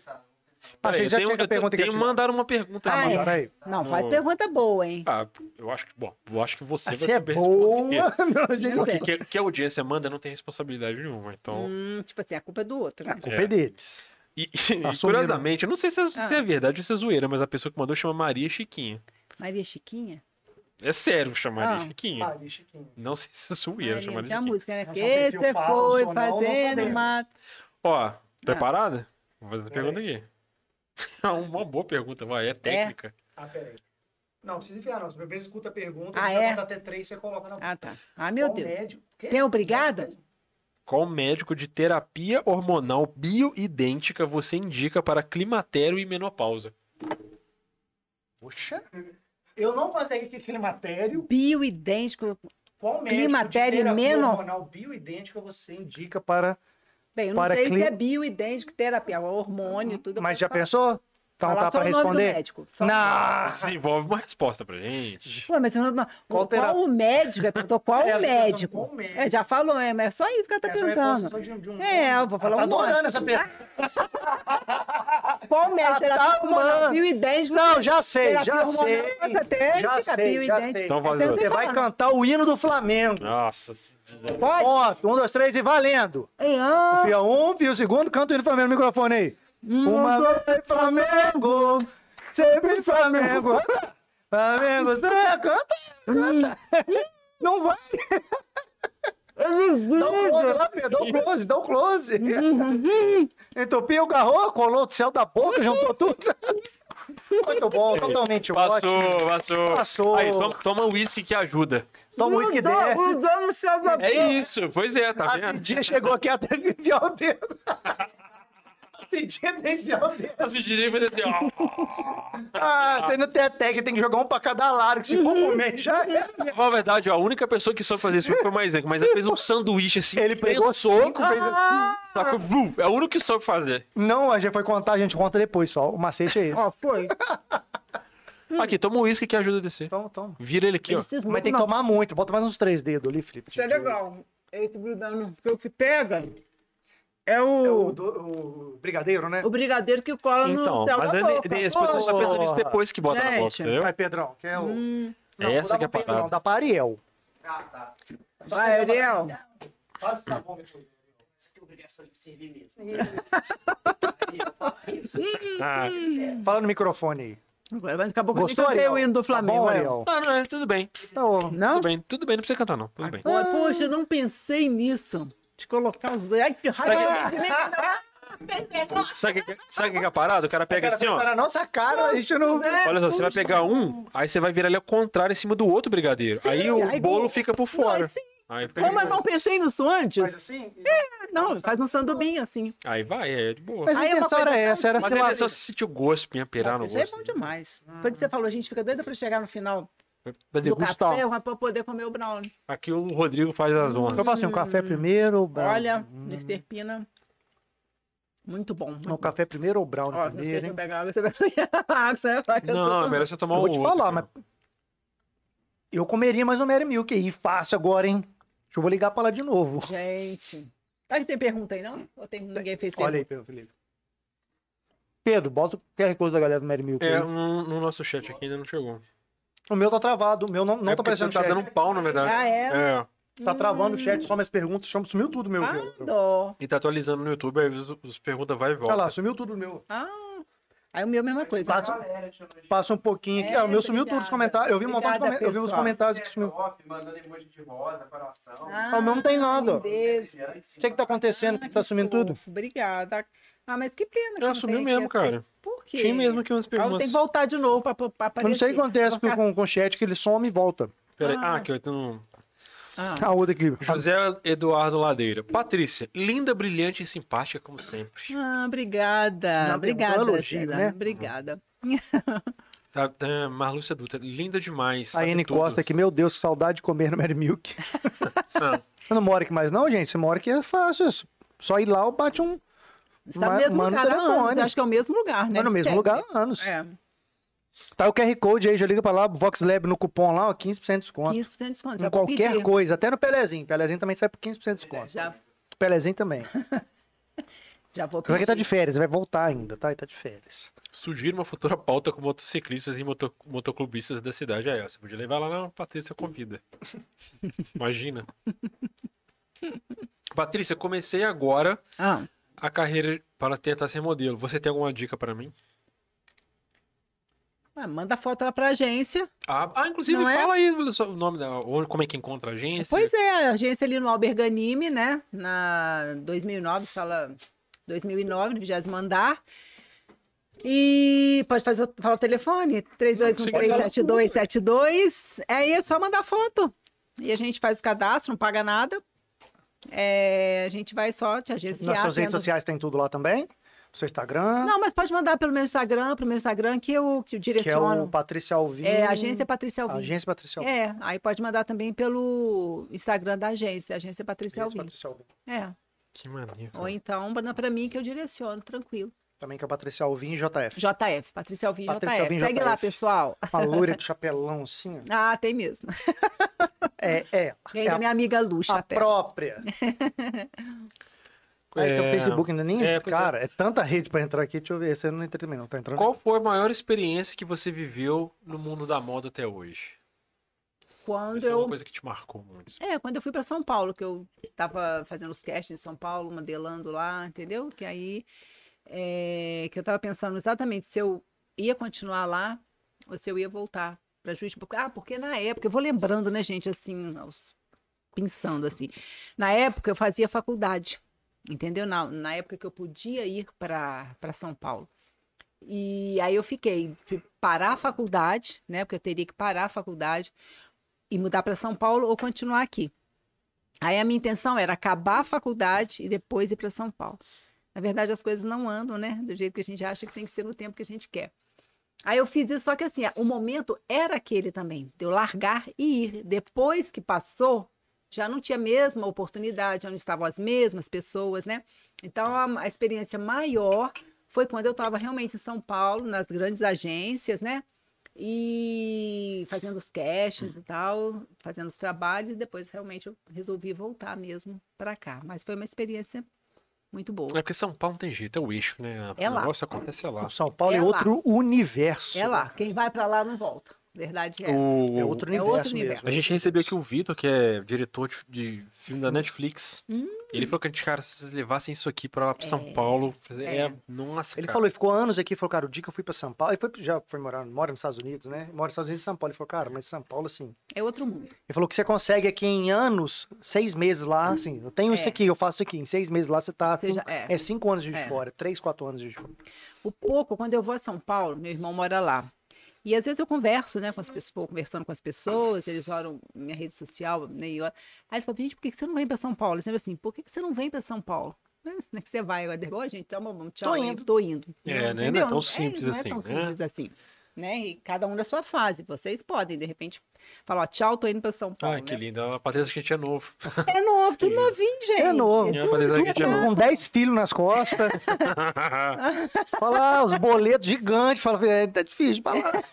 S1: Peraí,
S2: Achei que já
S1: tenho-
S2: tinha a pergunta que
S1: tenho
S2: eu tinha.
S1: mandar uma pergunta
S3: Ah,
S1: aqui.
S3: é.
S2: Pera aí.
S3: Não,
S1: No-
S3: faz pergunta boa, hein?
S1: Ah, eu acho que, bom, eu acho que você
S2: Você
S1: vai
S2: é
S1: saber responder.
S2: boa. *laughs* Não, gente,
S3: Meu
S2: não.
S3: Deus.
S1: Que, que a audiência manda não tem responsabilidade nenhuma, então...
S3: Hum, tipo assim, a culpa é do outro, né?
S2: A culpa é Tá
S1: É.
S2: deles.
S1: E, e
S2: Assumiram.
S1: curiosamente, eu não sei se é, se
S3: Ah.
S1: é verdade ou se é zoeira, mas a pessoa que mandou chama Maria Chiquinha.
S3: Maria Chiquinha?
S1: É sério chama Maria
S3: Ah.
S1: Chiquinha.
S2: Ah, bicho, que-
S1: Não sei se é zoeira
S3: Maria,
S1: chamar
S3: tem
S1: Maria
S3: a
S1: Chiquinha.
S3: música, né?
S2: Nós
S3: Que
S2: somos
S3: você
S2: perfil falso
S3: foi
S2: ou um não, não
S3: fazendo
S2: sabemos.
S3: mato.
S1: Ó, preparada?
S3: Ah.
S1: Vou fazer essa pergunta aqui. *laughs* É uma boa pergunta, vai, é técnica.
S2: Ah, peraí. Não, precisa enfiar, não. Você primeiro escuta a pergunta,
S3: Ah,
S2: a gente vai
S3: é?
S2: contar até três, você coloca na boca.
S3: Ah, tá. Ah, meu
S2: Qual
S3: Deus.
S2: médio? Quê?
S3: Tem obrigada?
S1: Qual médico de terapia hormonal bioidêntica você indica para climatério e menopausa?
S2: Poxa. Eu não passei aqui climatério.
S3: Bioidêntico.
S2: Qual médico de
S3: Climatério
S2: terapia
S3: meno-
S2: hormonal bioidêntica você indica para...
S3: Bem, eu não
S2: Para
S3: sei
S2: cli-
S3: se é bioidêntico, terapia, hormônio, tudo. eu
S2: Mas
S3: posso
S2: já
S3: falar.
S2: pensou? Então
S3: Falar
S2: tá
S3: só
S2: para
S3: o nome do
S2: responder?
S3: médico, só-
S2: Não!
S1: Desenvolve uma resposta pra gente.
S3: Pô, mas eu não-
S2: Qual
S3: qual,
S2: terapia?
S3: o médico? Eu perguntou qual
S2: *laughs* É,
S3: o médico?
S2: Qual médico?
S3: É, já falou, é, mas é só isso que ela tá
S2: Essa resposta
S3: perguntando.
S2: foi de um- de um-
S3: É, eu vou falar
S2: Ela tá
S3: um monte.
S2: adorando essa pergunta.
S3: Qual o médico?
S2: Ah, tá,
S3: Ela tá
S2: mano.
S3: falando bioidêntico.
S2: Não, já sei,
S3: terapia
S2: já
S3: hormonal,
S2: sei.
S3: essa técnica,
S2: Já sei, já
S3: bioidêntica.
S2: sei.
S1: Então faz
S3: Então
S1: outra.
S2: Você vai
S3: falando.
S2: cantar o hino do Flamengo.
S1: Nossa.
S3: Pode?
S2: Ponto. Um, dois, três e valendo.
S3: Ei, ah,
S2: Fia um, fia o segundo, canta o hino do Flamengo no microfone aí.
S3: Hum.
S2: Uma vez Flamengo, sempre
S3: *laughs*
S2: Flamengo. Flamengo, tá, canta, canta.
S3: Hum.
S2: Não vai. Dá
S3: Uhum.
S2: um close lá, Pedro, dá um close, dá um close. Entupiu o garro, colou do céu da boca, juntou tudo. Muito bom, totalmente ótimo.
S1: Passou, passou.
S2: Passou.
S1: Aí, toma, toma um uísque que ajuda.
S2: Toma um o uísque desce.
S3: usando o seu
S1: É isso, pois é, tá
S2: A
S1: vendo?
S2: Cidinha chegou aqui até que enfiar o dedo. *laughs* A Cidinha tem que enfiar o dedo.
S1: Esse DJ fez assim, ó.
S2: Ah, você não tem a técnica, tem que jogar um pra cada lado, que se for
S3: Uhum.
S2: comer, já é.
S1: Na verdade, ó, a única pessoa que soube fazer isso foi o Maisenco, mas ele fez um sanduíche assim.
S2: Ele pegou
S3: um
S2: cinco, fez
S3: ah.
S2: assim.
S1: Sacou? Bum! É o único que soube fazer.
S2: Não, a gente foi contar, a gente conta depois só. O macete é esse.
S3: Ó, foi.
S2: Hum.
S1: Aqui, toma um uísque que ajuda a descer.
S2: Toma, toma.
S1: Vira ele aqui, ó.
S3: Preciso
S2: Mas
S3: muito
S2: tem que
S3: não.
S2: tomar muito, bota mais uns três dedos ali, Felipe.
S3: Isso é legal. Esse grudando, porque o que pega é o,
S2: É o, do- o brigadeiro, né?
S3: o brigadeiro que cola
S1: É Então,
S3: no céu
S1: mas
S3: da
S1: é,
S3: boca.
S1: de- as pessoas só pensam nisso
S2: Porra.
S1: depois que bota na boca,
S3: Gente.
S1: entendeu?
S2: Vai, Pedrão, que é o.
S3: Hum.
S1: É essa
S2: vou dar
S1: que é a
S2: pro Pedrão,
S1: parada.
S2: Dá pra Ariel.
S5: Ah, tá.
S3: Vai, Ariel.
S2: Passa tá bom depois.
S5: Isso que é obrigação de servir mesmo. Aí eu falo isso.
S1: Ah,
S2: Fala no microfone aí.
S3: Agora, mas acabou que eu
S2: Gostou,
S3: cantei
S2: Ariel?
S3: o hino do
S2: Tá
S3: Flamengo.
S2: bom,
S3: né?
S2: Ariel?
S1: não, não, é, tudo bem.
S2: Tá bom.
S3: Não?
S1: Tudo bem, tudo bem, não precisa cantar, não. Tudo bem.
S3: Pô, poxa, eu não pensei nisso. De colocar os dois. Ai, que raiva.
S1: Sabe o que, sabe o que é a parada? O cara é pega assim, ó.
S2: Tá na nossa cara, a gente não.
S3: É.
S1: Olha só, você vai pegar um, aí você vai virar ele ao contrário em cima do outro brigadeiro. aí o
S3: aí
S1: bolo
S3: go-
S1: fica por
S3: Não,
S1: fora.
S3: assim,
S1: Aí, pega-
S3: Como eu não pensei nisso
S2: Mas
S3: antes?
S2: assim.
S3: Não, faz um sandubinho assim.
S1: aí vai, é de boa.
S2: Mas a
S3: Aí é uma
S2: intenção
S3: coisa
S2: era essa, era assim,
S1: Mas
S2: ser
S1: a
S2: uma-
S1: intenção é só sentir o gosto, pirar no
S3: Isso é bom
S1: gosto.
S3: demais. Foi o que você falou, a gente fica doida pra chegar no final
S1: Pra
S3: do
S1: degustar.
S3: café pra poder comer o brownie.
S1: Aqui o Rodrigo faz as
S2: Eu
S1: ondas.
S2: faço assim, um café primeiro, o brown.
S3: Hum. Olha,
S2: Hum.
S3: desperpina. Muito bom. Muito
S2: Não,
S3: bom.
S2: Um café primeiro ou brown
S3: Ó, não sei
S2: primeiro,
S3: se eu
S2: hein?
S3: pegar água, você vai pegar *laughs* água, você vai falar que eu tô
S1: Não, é
S3: tomando.
S1: melhor você tomar
S2: Eu
S1: um
S2: vou te
S1: outro,
S2: falar,
S1: cara.
S2: Eu comeria mais um Mary Milk aí, fácil agora, hein? Deixa eu vou ligar pra lá de novo.
S3: Gente. Será que tem pergunta aí, não? Ou tem, ninguém fez pergunta?
S2: Olha aí, Pedro Felipe. Pedro, bota o QR Code da galera do Mary Milk.
S1: É,
S2: aí.
S1: no, no nosso chat aqui ainda não chegou.
S2: O meu tá travado, o meu não, não
S1: é
S2: tá
S1: porque
S2: aparecendo
S1: Tá
S2: chat.
S1: dando um pau, na verdade.
S3: Ah, é?
S1: É.
S2: Tá travando o chat, só minhas perguntas, chama- sumiu tudo meu.
S3: Ah,
S2: jogo.
S3: dó.
S1: E tá atualizando no YouTube, aí os, os perguntas vai e volta.
S2: Olha lá, sumiu tudo meu.
S3: Ah, Aí o meu, mesma coisa. Ah,
S2: Passa-
S5: Galera, chama a gente.
S2: Passa um pouquinho aqui.
S3: É,
S2: ah, o meu sumiu todos os
S3: obrigada.
S2: comentários. Eu vi, uma
S3: Obrigada,
S2: montão de come- eu vi uns
S3: pessoal.
S2: comentários que sumiu.
S5: Off, mandando emoji de rosa, coração. é
S2: Ah, o meu não tem nada.
S3: meu Deus.
S2: O que, que
S3: Ah,
S2: tá acontecendo? que, que tá sumindo tudo?
S3: fofo, Obrigada. Ah, mas que pena. que
S1: Ela
S3: não
S1: sumiu
S3: tem
S1: É, mesmo,
S3: aqui essa-
S1: cara.
S3: Por quê?
S1: Tinha mesmo aqui umas
S3: Ah, eu
S1: perguntas.
S3: tenho que voltar de novo pra, pra pra
S2: Eu não
S3: aparecer.
S2: sei o que acontece
S3: Vou
S2: com,
S3: ficar-
S2: com, com o chat, que ele some e volta.
S1: Peraí. Ah, que eu tenho.
S3: Ah.
S2: A outra aqui.
S1: José Eduardo Ladeira. Patrícia, linda, brilhante e simpática, como sempre.
S3: Ah, obrigada.
S2: Não,
S3: obrigada,
S2: é um elogio,
S3: Sheila.
S2: né?
S3: Obrigada.
S1: Tá, tá, Marlúcia Dutra, linda demais.
S2: A
S1: sabe
S2: N
S1: tudo.
S2: Costa aqui, meu Deus, que saudade de comer no Mary
S3: *laughs*
S2: Milk.
S1: Ah.
S2: Você não mora aqui mais, não, gente? Você mora aqui é fácil. é Só ir lá ou bate um.
S3: Está
S2: Ma-
S3: tá no mesmo
S2: manda o
S3: lugar há anos,
S2: telefone.
S3: Acho que é o mesmo lugar, né?
S2: Mas no
S3: de
S2: mesmo
S3: sempre.
S2: lugar há anos.
S3: É,
S2: Tá o QR Code aí, já liga pra lá, Vox Lab no cupom lá, ó, 15% de desconto.
S3: 15% de desconto.
S2: Em
S3: já vou
S2: qualquer
S3: pedir.
S2: coisa, até no Pelezinho. Pelezinho também sai por 15% de desconto.
S3: Já,
S2: Pelezinho também.
S3: já vou
S2: Só que
S3: pedir.
S2: tá de férias, vai voltar ainda, tá? E tá de férias.
S1: Sugiro uma futura pauta com motociclistas e moto- motoclubistas da cidade. Aí, ó, você podia levar lá na Patrícia
S2: *laughs*
S1: Convida. Imagina. Patrícia, comecei agora
S3: Ah,
S1: a carreira para tentar ser modelo. Você tem alguma dica para mim?
S3: ah, manda a foto lá pra agência.
S1: Ah, ah, inclusive,
S3: Não é?
S1: fala aí o nome da. onde- Como é que encontra a agência?
S3: Pois é, a agência ali no Alberganime, né? Na 2009, sala 2009, no 20 andar. E pode fazer, o- falar o telefone?
S1: Não,
S3: 32137272. É, e é só mandar foto. E a gente faz o cadastro, não paga nada. É, a gente vai só te agenciar.
S2: Nas suas redes
S3: tendo-
S2: sociais tem tudo lá também. No seu Instagram,
S3: é Não, mas pode mandar pelo meu Instagram, pro meu Instagram que eu,
S2: que
S3: que eu
S2: é o
S3: direciono.
S2: Patrícia Alvim.
S3: É, Agência Patrícia Alvim.
S2: Agência Patrícia Alvim.
S3: É, aí pode mandar também pelo Instagram da agência, Agência Patrícia
S2: Agência
S3: Alvim.
S2: Patrícia É. Alvim.
S3: É.
S1: Que maneiro.
S3: Ou então manda pra mim que eu direciono, tranquilo.
S2: Também que é o Patrícia Alvim e JF.
S3: JF, Patrícia Alvim,
S2: Patrícia
S3: JF.
S2: Alvim,
S3: Segue lá,
S2: JF.
S3: pessoal.
S2: Tipo Uma loira de chapelão, assim. ó.
S3: Ah, tem mesmo.
S2: É, é.
S3: E
S2: É
S3: ainda
S2: a-
S3: minha amiga Lu,
S2: A
S3: chapéu.
S2: própria.
S1: É,
S2: Aí tem o Ah, então Facebook ainda nem.
S1: é, pois é.
S2: cara, é. tanta rede pra entrar aqui. Deixa eu ver. Esse eu não entrei também, não. Tá entrando.
S1: Qual foi a maior experiência que você viveu no mundo da moda até hoje?
S3: Quando
S1: Essa é uma
S3: eu.
S1: coisa que te marcou muito.
S3: É, quando eu fui pra São Paulo, que eu tava fazendo os castings em São Paulo, modelando lá, entendeu? Que aí. é, que eu tava pensando exatamente se eu ia continuar lá ou se eu ia voltar pra Juiz de Fora. Ah, porque na época, eu vou lembrando, né, gente, assim, aos- pensando assim. Na época, eu fazia faculdade, entendeu? Na, na época que eu podia ir pra pra São Paulo. E aí eu fiquei, fui parar a faculdade, né? Porque eu teria que parar a faculdade e mudar para São Paulo ou continuar aqui. Aí a minha intenção era acabar a faculdade e depois ir para São Paulo. Na verdade, as coisas não andam, né? Do jeito que a gente acha que tem que ser no tempo que a gente quer. Aí eu fiz isso, só que assim, o momento era aquele também, de eu largar e ir. Depois que passou, já não tinha a mesma oportunidade, já não estavam as mesmas pessoas, né? Então, a, a experiência maior foi quando eu estava realmente em São Paulo, nas grandes agências, né? E fazendo os castings e tal, fazendo os trabalhos, e depois realmente eu resolvi voltar mesmo para cá. Mas foi uma experiência muito boa.
S1: É porque São Paulo não tem jeito, é o eixo, né?
S3: É
S1: o
S3: lá.
S1: negócio acontece é lá.
S2: São Paulo é,
S3: É lá.
S2: outro universo.
S3: É lá, quem vai pra lá não volta. Verdade é. essa.
S1: O-
S2: É outro
S3: É
S2: universo
S3: outro
S2: mesmo.
S3: universo.
S1: A gente recebeu aqui o Vitor, que é diretor de- de filme da Netflix.
S3: Hum.
S1: Ele falou que, cara, se vocês levassem isso aqui pra lá pra São
S3: É.
S1: Paulo, é...
S3: É.
S1: Nossa,
S2: Ele
S1: cara.
S2: falou, ele ficou anos aqui, falou, cara, o dia que eu fui pra São Paulo, ele foi, já foi morar, mora nos Estados Unidos, né? Mora nos Estados Unidos e São Paulo. Ele falou, cara, mas São Paulo, assim,
S3: É outro mundo.
S2: Ele falou que você consegue aqui em anos, seis meses lá, assim, eu tenho isso
S3: É.
S2: aqui, eu faço isso aqui, em seis meses lá você tá.
S1: Ah,
S3: Ou seja,
S2: cinco-
S3: é.
S2: é cinco anos de Juiz de
S3: É.
S2: fora, três, quatro anos de Juiz de fora.
S3: O pouco, quando eu vou a São Paulo, meu irmão mora lá. E às vezes eu converso, né, com as pessoas, vou conversando com as pessoas, eles olham minha rede social, né, e olham. Aí eles falam, gente, por que que você não vem pra São Paulo? Eles sempre assim, por que que você não vem pra São Paulo? *laughs* Né, Como é que você vai? Eu digo, "Ô, gente, tá bom, tchau,
S2: Tô
S3: eu
S2: indo."
S3: tô indo.
S1: É, né, não é
S3: entendeu?
S1: tão simples
S3: não
S1: assim,
S3: é tão
S1: né?
S3: simples assim. Né? E cada um na sua fase. Vocês podem, de repente, falar, ó, tchau, tô indo pra São Paulo.
S1: Ai, que
S3: né?
S1: lindo. A Patrícia que a gente é novo.
S3: *laughs* É novo, tudo novinho, gente.
S2: É novo.
S1: É, pode dizer que
S3: novo.
S1: tinha novo.
S2: Com dez filhos nas costas,
S3: *laughs*
S2: fala, ah, os boletos gigantes, fala, é, tá difícil de
S3: *laughs*
S2: balanço.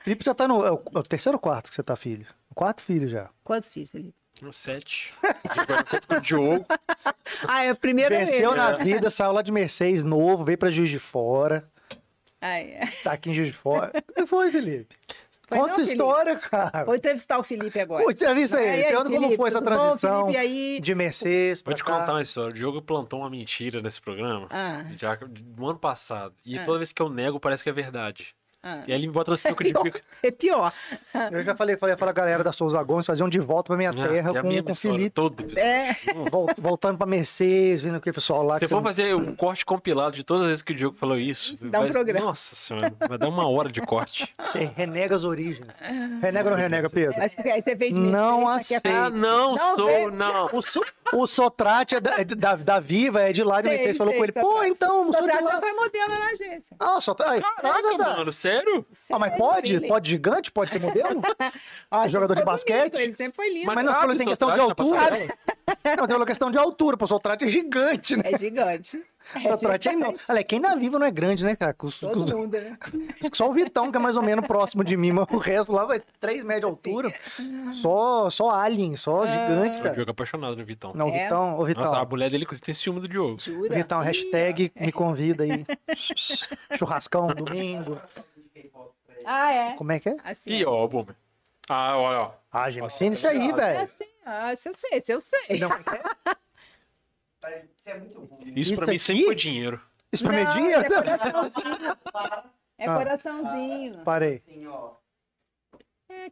S2: Felipe já tá no. É o, é o terceiro ou quarto que você tá filho? Quarto filho já.
S3: Quantos filhos, Felipe?
S1: Um sete. Agora eu tô com o Diogo.
S3: Ah, é o primeiro é
S2: Venceu
S3: ele.
S2: na
S1: É.
S2: vida, saiu lá de Mercedes novo, veio pra Juiz de Fora,
S3: Ah, é.
S2: *laughs* tá aqui em Juiz de Fora. O que foi, Felipe?
S6: Foi
S2: Conta sua
S6: não, Felipe?
S2: história, cara.
S6: Vou entrevistar o Felipe agora.
S2: Pô, entrevista
S6: Vai
S2: aí.
S6: aí,
S2: Pergunta como
S6: Felipe,
S2: foi essa
S6: tudo bom,
S2: transição
S6: Felipe, aí...
S2: de Mercedes
S1: Vou
S2: pra
S1: te
S2: cá.
S1: contar uma história. O Diogo plantou uma mentira nesse programa.
S6: Ah,
S1: Já no ano passado.
S2: É.
S1: E
S6: Ah.
S1: toda vez que eu nego, parece que é verdade.
S6: ah.
S1: E aí ele me bota no sinuca de
S6: pior.
S1: bico.
S6: É pior.
S2: Eu já falei, falei pra galera da Souza Gomes fazer um de volta pra *laughs* minha terra
S1: é a
S2: com,
S1: mesma
S2: com o
S1: história,
S2: Felipe.
S1: todo episódio.
S6: É,
S2: Vol- Voltando pra Mercedes, vindo com o pessoal lá.
S1: Se
S2: que
S1: for
S2: você
S1: fazer um corte compilado de todas as vezes que o Diogo falou isso,
S6: Dá um programa.
S1: Nossa senhora, vai dar uma hora de
S2: *laughs*
S1: corte.
S2: não- você renega as origens.
S6: Ah.
S2: Renega ou não
S1: Sim,
S2: renega,
S1: sim.
S2: Pedro?
S6: mas porque aí você vem de
S2: Não
S6: Mercedes, tá aqui,
S2: aceito.
S1: Ah, não,
S6: Não,
S1: sou,
S6: vem.
S1: não.
S2: O, so, o Sotrate é da, é da, da Viva, é de lá de
S6: Sei,
S2: Mercedes. Falou
S6: sei,
S2: com ele, pô,
S6: Sotrate. é
S2: então, o
S6: Só
S2: sou de
S6: que ela
S2: lá.
S6: foi modelo na agência. é
S2: Ah, o Sotrate.
S1: Caraca, mano, sério?
S2: Ah, mas
S6: Sério,
S2: pode?
S6: ele-
S2: Pode gigante? Pode ser modelo? Ah, jogador de
S6: Foi bonito,
S2: basquete?
S6: Ele sempre foi lindo.
S2: Mas não,
S1: cabe
S2: falou, tem
S1: o
S2: questão de
S1: sotaque na
S2: altura.
S1: passarela?
S2: Não, tem uma questão de altura, pô, o Sotrate é gigante, né? *laughs*
S6: É gigante. É
S2: O Sotrate é
S6: gigante.
S2: enorme. Olha, quem na Viva não é grande, né, cara? Com os- com os-
S6: Todo mundo, né?
S2: Acho que só o Vitão, que é mais ou menos próximo de mim, mas o resto lá vai 3 metros de altura. Só, só alien, só gigante,
S1: O
S2: cara.
S1: Diogo é apaixonado no Vitão.
S2: Não,
S6: Ah. É.
S2: Vitão, ô Vitão.
S1: Nossa, a mulher dele inclusive, tem ciúme do Diogo.
S6: Jura?
S2: Vitão, um hashtag
S6: é
S2: me convida aí. Churrascão, domingo.
S5: né?
S6: Ah, é.
S2: Como é que é?
S6: Assim,
S1: Ih, ó, o Boomer. Ah, ó, ó.
S2: Ah, gente, ensina isso aí,
S6: É
S2: velho.
S6: assim, ah, isso eu sei, isso eu sei. *laughs*
S2: Não,
S5: Isso é muito bom.
S1: Isso,
S2: Isso
S1: pra mim sempre
S2: aqui?
S1: foi dinheiro.
S2: Isso pra mim é
S6: Não,
S2: dinheiro?
S6: É
S2: *laughs*
S6: coraçãozinho.
S5: Para,
S6: É
S2: Ah.
S6: coraçãozinho.
S2: Parei.
S5: assim, ó.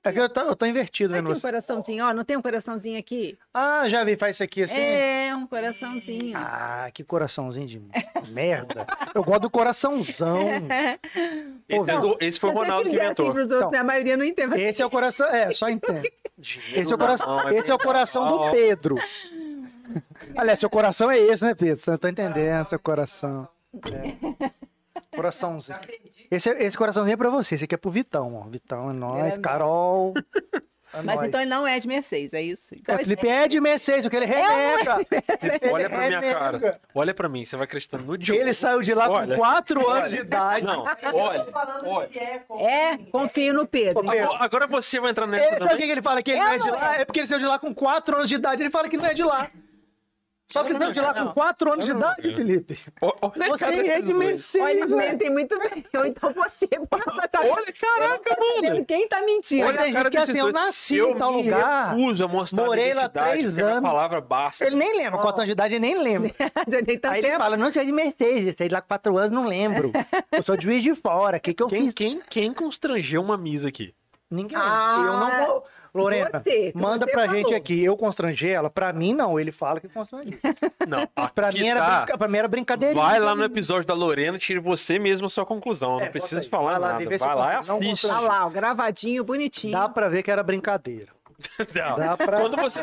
S2: É que eu tô, eu tô invertido
S6: Olha
S2: vendo
S6: Aqui um
S2: você.
S6: coraçãozinho, ó, não tem um coraçãozinho aqui?
S2: Ah, já vi, faz isso aqui assim.
S6: É, um coraçãozinho.
S2: Ah, que coraçãozinho de merda. Eu gosto do coraçãozão.
S1: Esse, é
S2: não.
S1: do- esse foi o
S6: Se você
S1: Ronaldo que
S6: fizer assim
S1: inventou.
S6: pros outros,
S2: Então.
S6: a maioria não entende. mas-
S2: Esse é o coração. É, só entendo. Esse é o
S1: na
S2: coração,
S1: mão, é
S2: esse é o coração do
S1: legal.
S2: Pedro. Aliás, seu coração é esse, né, Pedro? Você não tá entendendo seu coração. É. Coraçãozinho.
S5: Já perdi.
S2: Esse, esse coraçãozinho é pra você. Esse aqui é pro Vitão, ó. Vitão é nóis.
S6: Grande.
S2: Carol. É
S6: Mas
S2: nóis.
S6: então ele não é de Mercedes, é isso? Então
S2: É,
S6: esse-
S2: Felipe é de Mercedes, o que ele renega. Ele
S1: Olha pra minha
S2: renega.
S1: cara. Olha pra mim, você vai acreditando no Diogo.
S2: é Ele saiu de lá
S1: Olha.
S2: com 4
S1: Olha.
S2: anos de idade.
S1: Não,
S5: Mas eu tô
S1: olha,
S5: falando
S1: olha.
S5: que é, como
S6: É,
S5: assim,
S6: confio no Pedro.
S2: Ô, Pedro.
S1: Agora- Agora você vai entrar
S2: Ele-
S1: nessa
S2: sabe o
S1: também.
S2: que que ele fala que ele não é de lá? É porque ele saiu de lá com 4 anos de idade. Ele fala que não é de lá. Só que ele
S1: Não,
S2: saiu
S1: não,
S2: de lá
S1: não.
S2: com 4 anos de
S1: Não, não,
S2: idade,
S1: não.
S2: Felipe.
S1: Ó, Olha a
S2: Você
S1: cara
S2: é
S1: desses
S2: de
S1: dois.
S6: Olha, eles
S2: Mercedes, velho.
S6: mentem
S1: *laughs*
S6: muito bem. Ou então você, *laughs* porque tá sabendo-
S1: Olha, caraca,
S6: sabendo
S1: mano.
S6: quem tá mentindo.
S2: Olha, tem gente que é assim,
S1: desses
S2: eu
S1: dois.
S2: nasci em tal
S1: me
S2: lugar,
S1: recuso a mostrar
S2: morei
S1: minha
S2: lá
S1: identidade,
S2: três
S1: porque a minha
S2: anos.
S1: palavra basta.
S2: Ele nem lembra, 4 anos de idade ele nem lembra.
S6: *laughs* Já nem tá
S2: Aí ele
S6: tempo.
S2: fala, não sei de Mercedes, eu saí de lá com 4 anos, não lembro. Eu sou de juiz de fora, o que, que eu
S1: Quem,
S2: fiz?
S1: quem, quem constrangeu uma misa aqui?
S2: Ninguém.
S6: Ah,
S2: eu não vou. Lorena,
S6: você, que
S2: manda
S6: você
S2: pra
S6: falou.
S2: gente aqui. Eu constrangi ela? Pra mim, não. Ele fala que constrangi. *laughs*
S1: Não, aqui
S2: Pra, mim, era então
S1: tá.
S2: brinca... pra mim era brincadeirinha.
S1: Vai lá no episódio da Lorena, tire você mesmo a sua conclusão.
S2: É,
S1: não precisa
S2: bota aí.
S1: falar
S2: Vai lá,
S1: nada.
S2: vê se
S1: Vai lá e
S2: você não
S1: assiste.
S6: Olha Tá lá, ó, gravadinho, bonitinho.
S2: Dá pra ver que era brincadeira.
S1: *laughs*
S2: Dá pra...
S1: Quando você,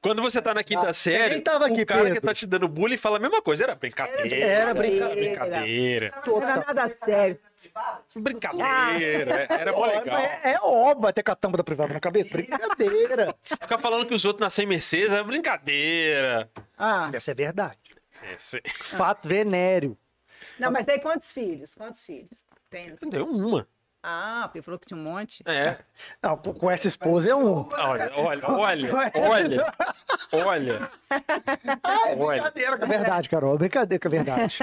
S1: quando você tá na quinta
S2: Dá. Você
S1: série,
S2: nem tava aqui,
S1: o cara que
S2: Pedro.
S1: tá te dando bullying fala a mesma coisa. Era brincadeira.
S2: Era brincadeira.
S1: Brincadeira.
S5: Sabe
S6: Não
S5: quando
S6: era
S5: você
S6: nada
S5: tá
S6: sério.
S5: na privada?
S1: Brincadeira. é- Era mó legal.
S2: É, é óbvio ter catamba da privada na cabeça. *laughs* Brincadeira.
S1: Ficar falando que os outros nascem em Mercedes é brincadeira.
S6: Ah,
S2: Essa é verdade.
S1: É, cê-
S2: Fato venéreo. tá
S6: não, mas aí quantos filhos? Quantos filhos? Tem...
S1: Não Deu uma.
S6: Ah, porque falou que tinha um monte.
S1: É.
S2: Não, com com essa esposa é um.
S1: Olha, olha, olha, olha, olha. Olha,
S2: É verdade, Carol. Brincadeira, que é *laughs* verdade.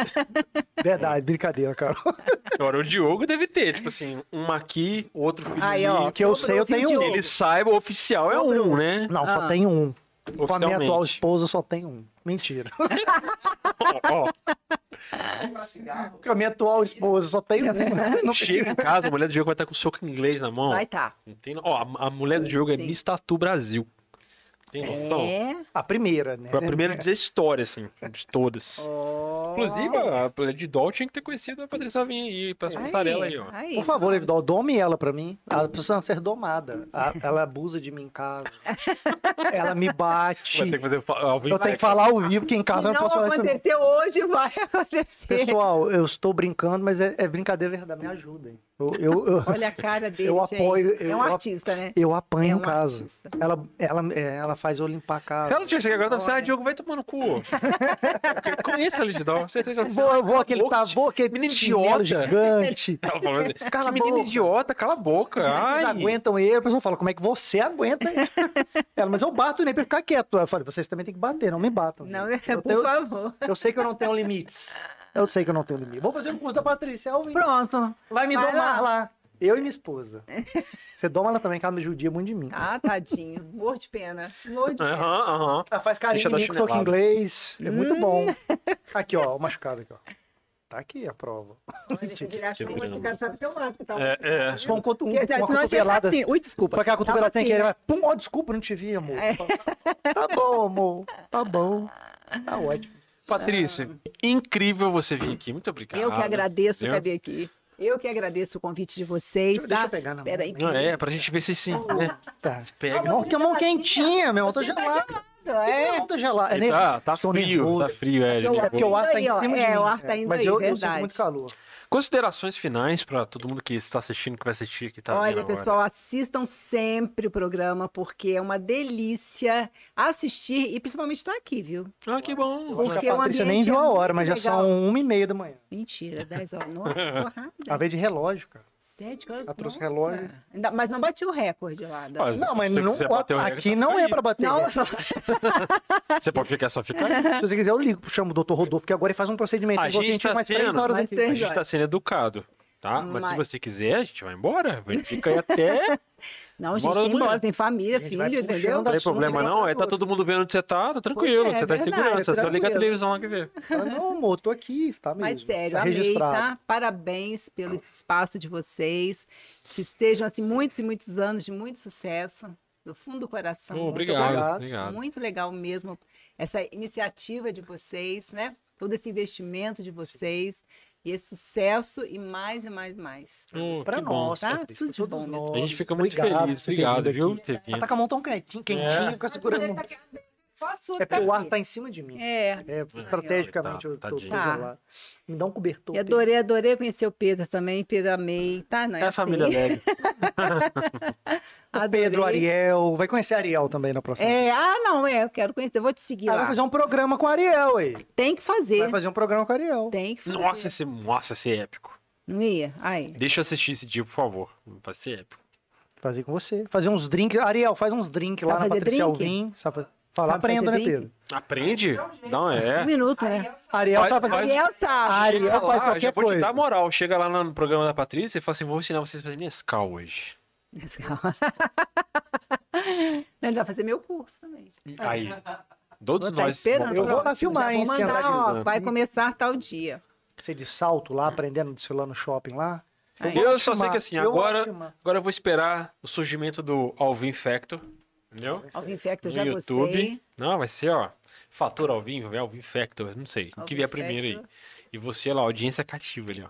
S2: Verdade, brincadeira, Carol.
S1: Agora, o Diogo deve ter, tipo assim, uma aqui, outro filho
S6: Aí,
S1: ali.
S6: ó,
S2: que eu
S6: sobrou
S2: sei, eu
S6: filho
S2: tenho
S6: de
S2: um.
S6: ouro.
S1: Ele saiba, o oficial é um, né?
S2: Não, só
S6: Ah.
S2: tem um. Com a minha
S1: Oficialmente.
S2: atual esposa, só tem um. Mentira.
S1: Ó,
S5: Comprar é cigarro.
S2: Com a minha atual esposa, só tem um.
S1: ó,
S2: *laughs* Não
S1: chega em casa, a mulher do Diogo vai estar com o soco em inglês na mão.
S6: Vai tá.
S1: Não tem, ó, a, a mulher do Diogo é
S6: Sim.
S1: Miss Tatu Brasil. Tem noção?
S6: É.
S2: A primeira, né?
S1: Foi a primeira da história, assim, de todas.
S6: Ó.
S1: Inclusive, a Play de Doll tinha que ter conhecido a Patrícia Vinha aí, pra essa passarela aí, ó.
S6: aí.
S2: Por favor, Evidol, dome ela pra mim. Ela precisa ser domada. A- ela abusa de mim em casa. *laughs* Ela me bate.
S1: Vai ter que fazer fa- ao vivo,
S2: Eu tenho
S1: né?
S2: que falar ao vivo, que em casa eu não
S6: Se não
S2: posso falar isso. não.
S6: acontecer hoje,
S3: *laughs*
S6: vai acontecer.
S2: Pessoal, eu estou brincando, mas é, é brincadeira verdade. Me ajudem. Eu, eu, eu,
S6: Olha a cara dele,
S2: Eu
S6: gente.
S2: apoio,
S6: é
S2: eu-
S6: um
S2: eu-
S6: artista, né?
S2: eu apanho
S6: é um
S2: em casa.
S6: artista.
S2: Ela, ela, é, ela faz eu limpar a
S1: Se
S2: casa.
S1: ela tinha chegado agora, ela ah, Diogo, vai tomar no cu. Conheça a Lady Doll, certeza que ela
S2: Vou, eu vou aquele tá
S1: Cala a boca, *laughs*
S2: tavô, aquele
S1: menina
S2: chinelo
S1: idiota.
S2: gigante.
S1: Ela falou assim,
S2: Cala
S1: *laughs*
S2: a
S1: que menina
S2: boca. é
S1: idiota, cala a boca. Ai,
S2: Vocês aguentam ele. O pessoal fala, como é que você aguenta?
S6: *laughs*
S2: ela, mas eu bato nele pra ficar quieto. Eu falo, vocês também têm que bater, não me batam.
S3: *laughs*
S6: Não,
S2: eu,
S6: por
S2: tenho-
S6: favor.
S2: eu sei que eu não tenho limites. Eu sei que eu não tenho limites. Vou fazer um curso da Patrícia. Alvin.
S6: Pronto.
S2: Vai me
S6: Vai
S2: domar lá. Eu e minha
S3: *laughs*
S2: esposa. Você doma ela também, que ela me judia muito de mim.
S3: Ah, tadinho. Morro de pena. Morro de pena.
S1: Aham, aham.
S2: Ela Ah, faz
S1: Deixa
S2: carinho em
S1: eu dar
S2: mim, que sou que
S1: chinelada.
S2: inglês. É muito *laughs* bom. Aqui, ó, o machucado aqui, ó. Tá aqui a prova.
S3: Deixa ele achar um
S1: Segura na
S3: machucado, sabe teu lado que tá.
S1: É, é.
S2: Se for um cotu- um-
S3: Porque,
S2: uma
S3: senão eu tinha-
S2: cotovelada.
S3: assim, Ui, desculpa.
S2: Só que a cotovelada
S3: Tava
S2: tem que
S3: assim, É.
S2: ele vai, pum, ó, desculpa, não te vi, amor. *laughs* Tá bom, amor. Tá bom. Tá ótimo.
S1: Patrícia, incrível você vir aqui. Muito obrigado.
S3: Eu que agradeço,
S1: Viu?
S3: cadê aqui? Eu que agradeço o convite de vocês,
S2: Deixa, deixa eu
S3: tá?
S2: pegar na mão.
S3: Peraí.
S1: Não, é, pra gente ver se sim, né?
S2: Tá.
S1: Se pega.
S2: Não, que a mão quentinha, meu. Eu tô
S3: tá
S2: gelado.
S3: É,
S2: Não, tô gelado. É
S1: Ele
S2: nem-
S1: tá, tá
S2: Estou
S1: frio,
S2: nervoso.
S1: tá frio, é. ele
S3: Eu-
S2: É porque o
S1: nervoso.
S2: ar tá em
S3: Ainda aí, ó.
S2: cima de
S3: É,
S2: mim.
S3: o ar tá indo
S2: Mas
S3: aí,
S2: eu, eu sinto
S3: verdade.
S2: muito calor.
S1: Considerações finais pra todo mundo que está assistindo, que vai assistir, que tá vendo
S3: Olha,
S1: agora.
S3: pessoal, assistam sempre o programa, porque é uma delícia assistir e principalmente estar aqui, viu?
S1: Ah, que bom.
S2: Eu acho que
S3: Porque
S2: a
S3: o
S2: Patrícia nem
S3: ambiente
S2: viu
S3: é
S2: a hora,
S3: muito
S2: mas já
S3: legal.
S2: são uma e meia da manhã. *laughs*
S3: Mentira, 10 horas. Nossa, tô
S2: A
S3: rápida.
S2: vez de relógio, cara.
S3: 7 horas.
S2: Ela trouxe
S3: nossa.
S2: relógio.
S3: Ainda- Mas não bati o recorde lá. da-
S1: Olha,
S2: Não, mas
S1: se você
S2: não,
S1: quiser bater o recorde,
S2: aqui
S1: só
S2: não
S1: fica
S2: é
S1: aí.
S2: pra bater.
S3: Não,
S2: né?
S1: Você pode ficar só
S3: *laughs*
S1: ficar?
S2: Se você quiser, eu ligo, chamo o doutor Rodolfo, que agora ele faz um procedimento.
S1: A
S2: igual
S1: gente tá
S2: mais três
S1: sendo-
S2: horas
S3: Mais
S2: aqui.
S1: A
S3: três.
S1: gente tá sendo educado, tá? Mas, se
S3: Mas-
S1: você quiser, a gente vai embora. A gente
S3: *laughs*
S1: fica aí
S3: Tá
S1: até.
S3: não, gente,
S1: Bora
S3: tem
S1: mulher.
S3: embora, tem família,
S2: A gente vai
S3: filho,
S2: puxando
S3: entendeu?
S2: a
S1: Não tem problema, não. É, tá todo mundo vendo onde você tá, tá tranquilo.
S3: Pois é,
S1: você tá em
S3: verdade,
S1: segurança. É só ligar a
S3: tranquilo. Tá
S1: televisão lá que vê.
S2: Fala, tá Não, amor, tô aqui, tá mesmo.
S3: Mas sério,
S2: tá
S3: amei,
S2: registrado.
S3: tá? Parabéns pelo espaço de vocês. Que sejam, assim, muitos e muitos anos de muito sucesso. Do fundo do coração.
S1: Ô,
S3: Muito
S1: obrigado,
S2: obrigado.
S1: obrigado.
S3: Muito legal mesmo essa iniciativa de vocês, né? Todo esse investimento de vocês e esse sucesso e mais e mais e mais.
S1: Ô,
S2: Pra
S1: que bom.
S2: nós,
S3: Tá?
S2: Patrícia,
S3: Tudo de
S2: pra todos
S3: bom, meu
S2: nós.
S1: A gente fica muito feliz.
S2: por ter vindo
S1: Obrigado, viu?
S2: aqui.
S1: por ter vindo.
S2: Ela tá com a mão tão
S1: É.
S2: quentinha, quentinha, fica segurando. a mão.
S3: tá Só a sua
S2: É porque o ar
S3: tá
S2: tá em cima de mim.
S3: É. Tá.
S2: É, estrategicamente eu tô, tô
S1: Tá, Tadinho.
S2: gelado. Me dá um cobertor.
S3: E é adorei, adorei conhecer o Pedro também. Pedro amei, tá? Não é
S1: É a
S3: assim.
S1: família
S3: *laughs*
S1: Leg.
S2: O Pedro,
S3: Adorei.
S2: Ariel. Vai conhecer Ariel também na próxima.
S3: É, ah, não, é, eu quero conhecer, eu vou te seguir
S2: Ela vai
S3: lá.
S2: fazer um programa com a Ariel aí.
S3: Tem que fazer.
S2: Vai fazer um programa com a Ariel.
S3: Tem que fazer.
S1: Nossa, esse, nossa, esse é épico.
S3: Não ia? Aí.
S1: Deixa eu assistir esse dia, por favor. Vai ser épico.
S2: Fazer com você. Fazer uns drinks. Ariel, faz uns drinks
S3: Sabe
S2: lá na
S3: fazer
S2: Patrícia
S3: drink?
S2: Alvim. Sabe fa- Falar
S3: Sabe fazer
S2: aprenda, né,
S3: drink?
S2: Pedro?
S1: Aprende?
S5: Dá um jeito.
S1: Não,
S3: Um
S1: é.
S3: minuto, né? é
S2: Ariel
S1: Faz-
S2: sabe fazer.
S1: faz-
S3: Ariel sabe.
S2: Ariel
S1: Chega
S2: faz
S1: lá, já
S2: qualquer
S1: vou te
S2: coisa.
S1: dar moral. Chega lá no programa da Patrícia e fala assim: vou ensinar vocês a fazer Nescau hoje.
S3: *laughs* Não, Ele vai fazer meu curso também.
S1: Aí. Todos
S3: Ah. Vou tá
S1: nós.
S3: esperando.
S2: Eu vou pra filmar,
S3: Já
S2: hein?
S3: Vou mandar,
S2: Sandra?
S3: ó, vai começar tal dia.
S2: Você de salto lá, aprendendo a desfilar no shopping lá.
S3: Aí.
S1: Eu
S2: vou
S1: só sei
S2: filmar,
S1: que assim,
S2: eu vou
S1: agora,
S2: filmar.
S1: agora eu vou esperar o surgimento do Alvin Factor, entendeu?
S3: Alvin Infecto,
S1: No
S3: já
S1: YouTube.
S3: gostei.
S1: Não, vai ser, ó, Fator Alvin, vai é Alvin Factor, não sei, o que
S3: Alvin
S1: vier primeiro aí.
S3: Factor.
S1: E você lá, audiência cativa ali, ó.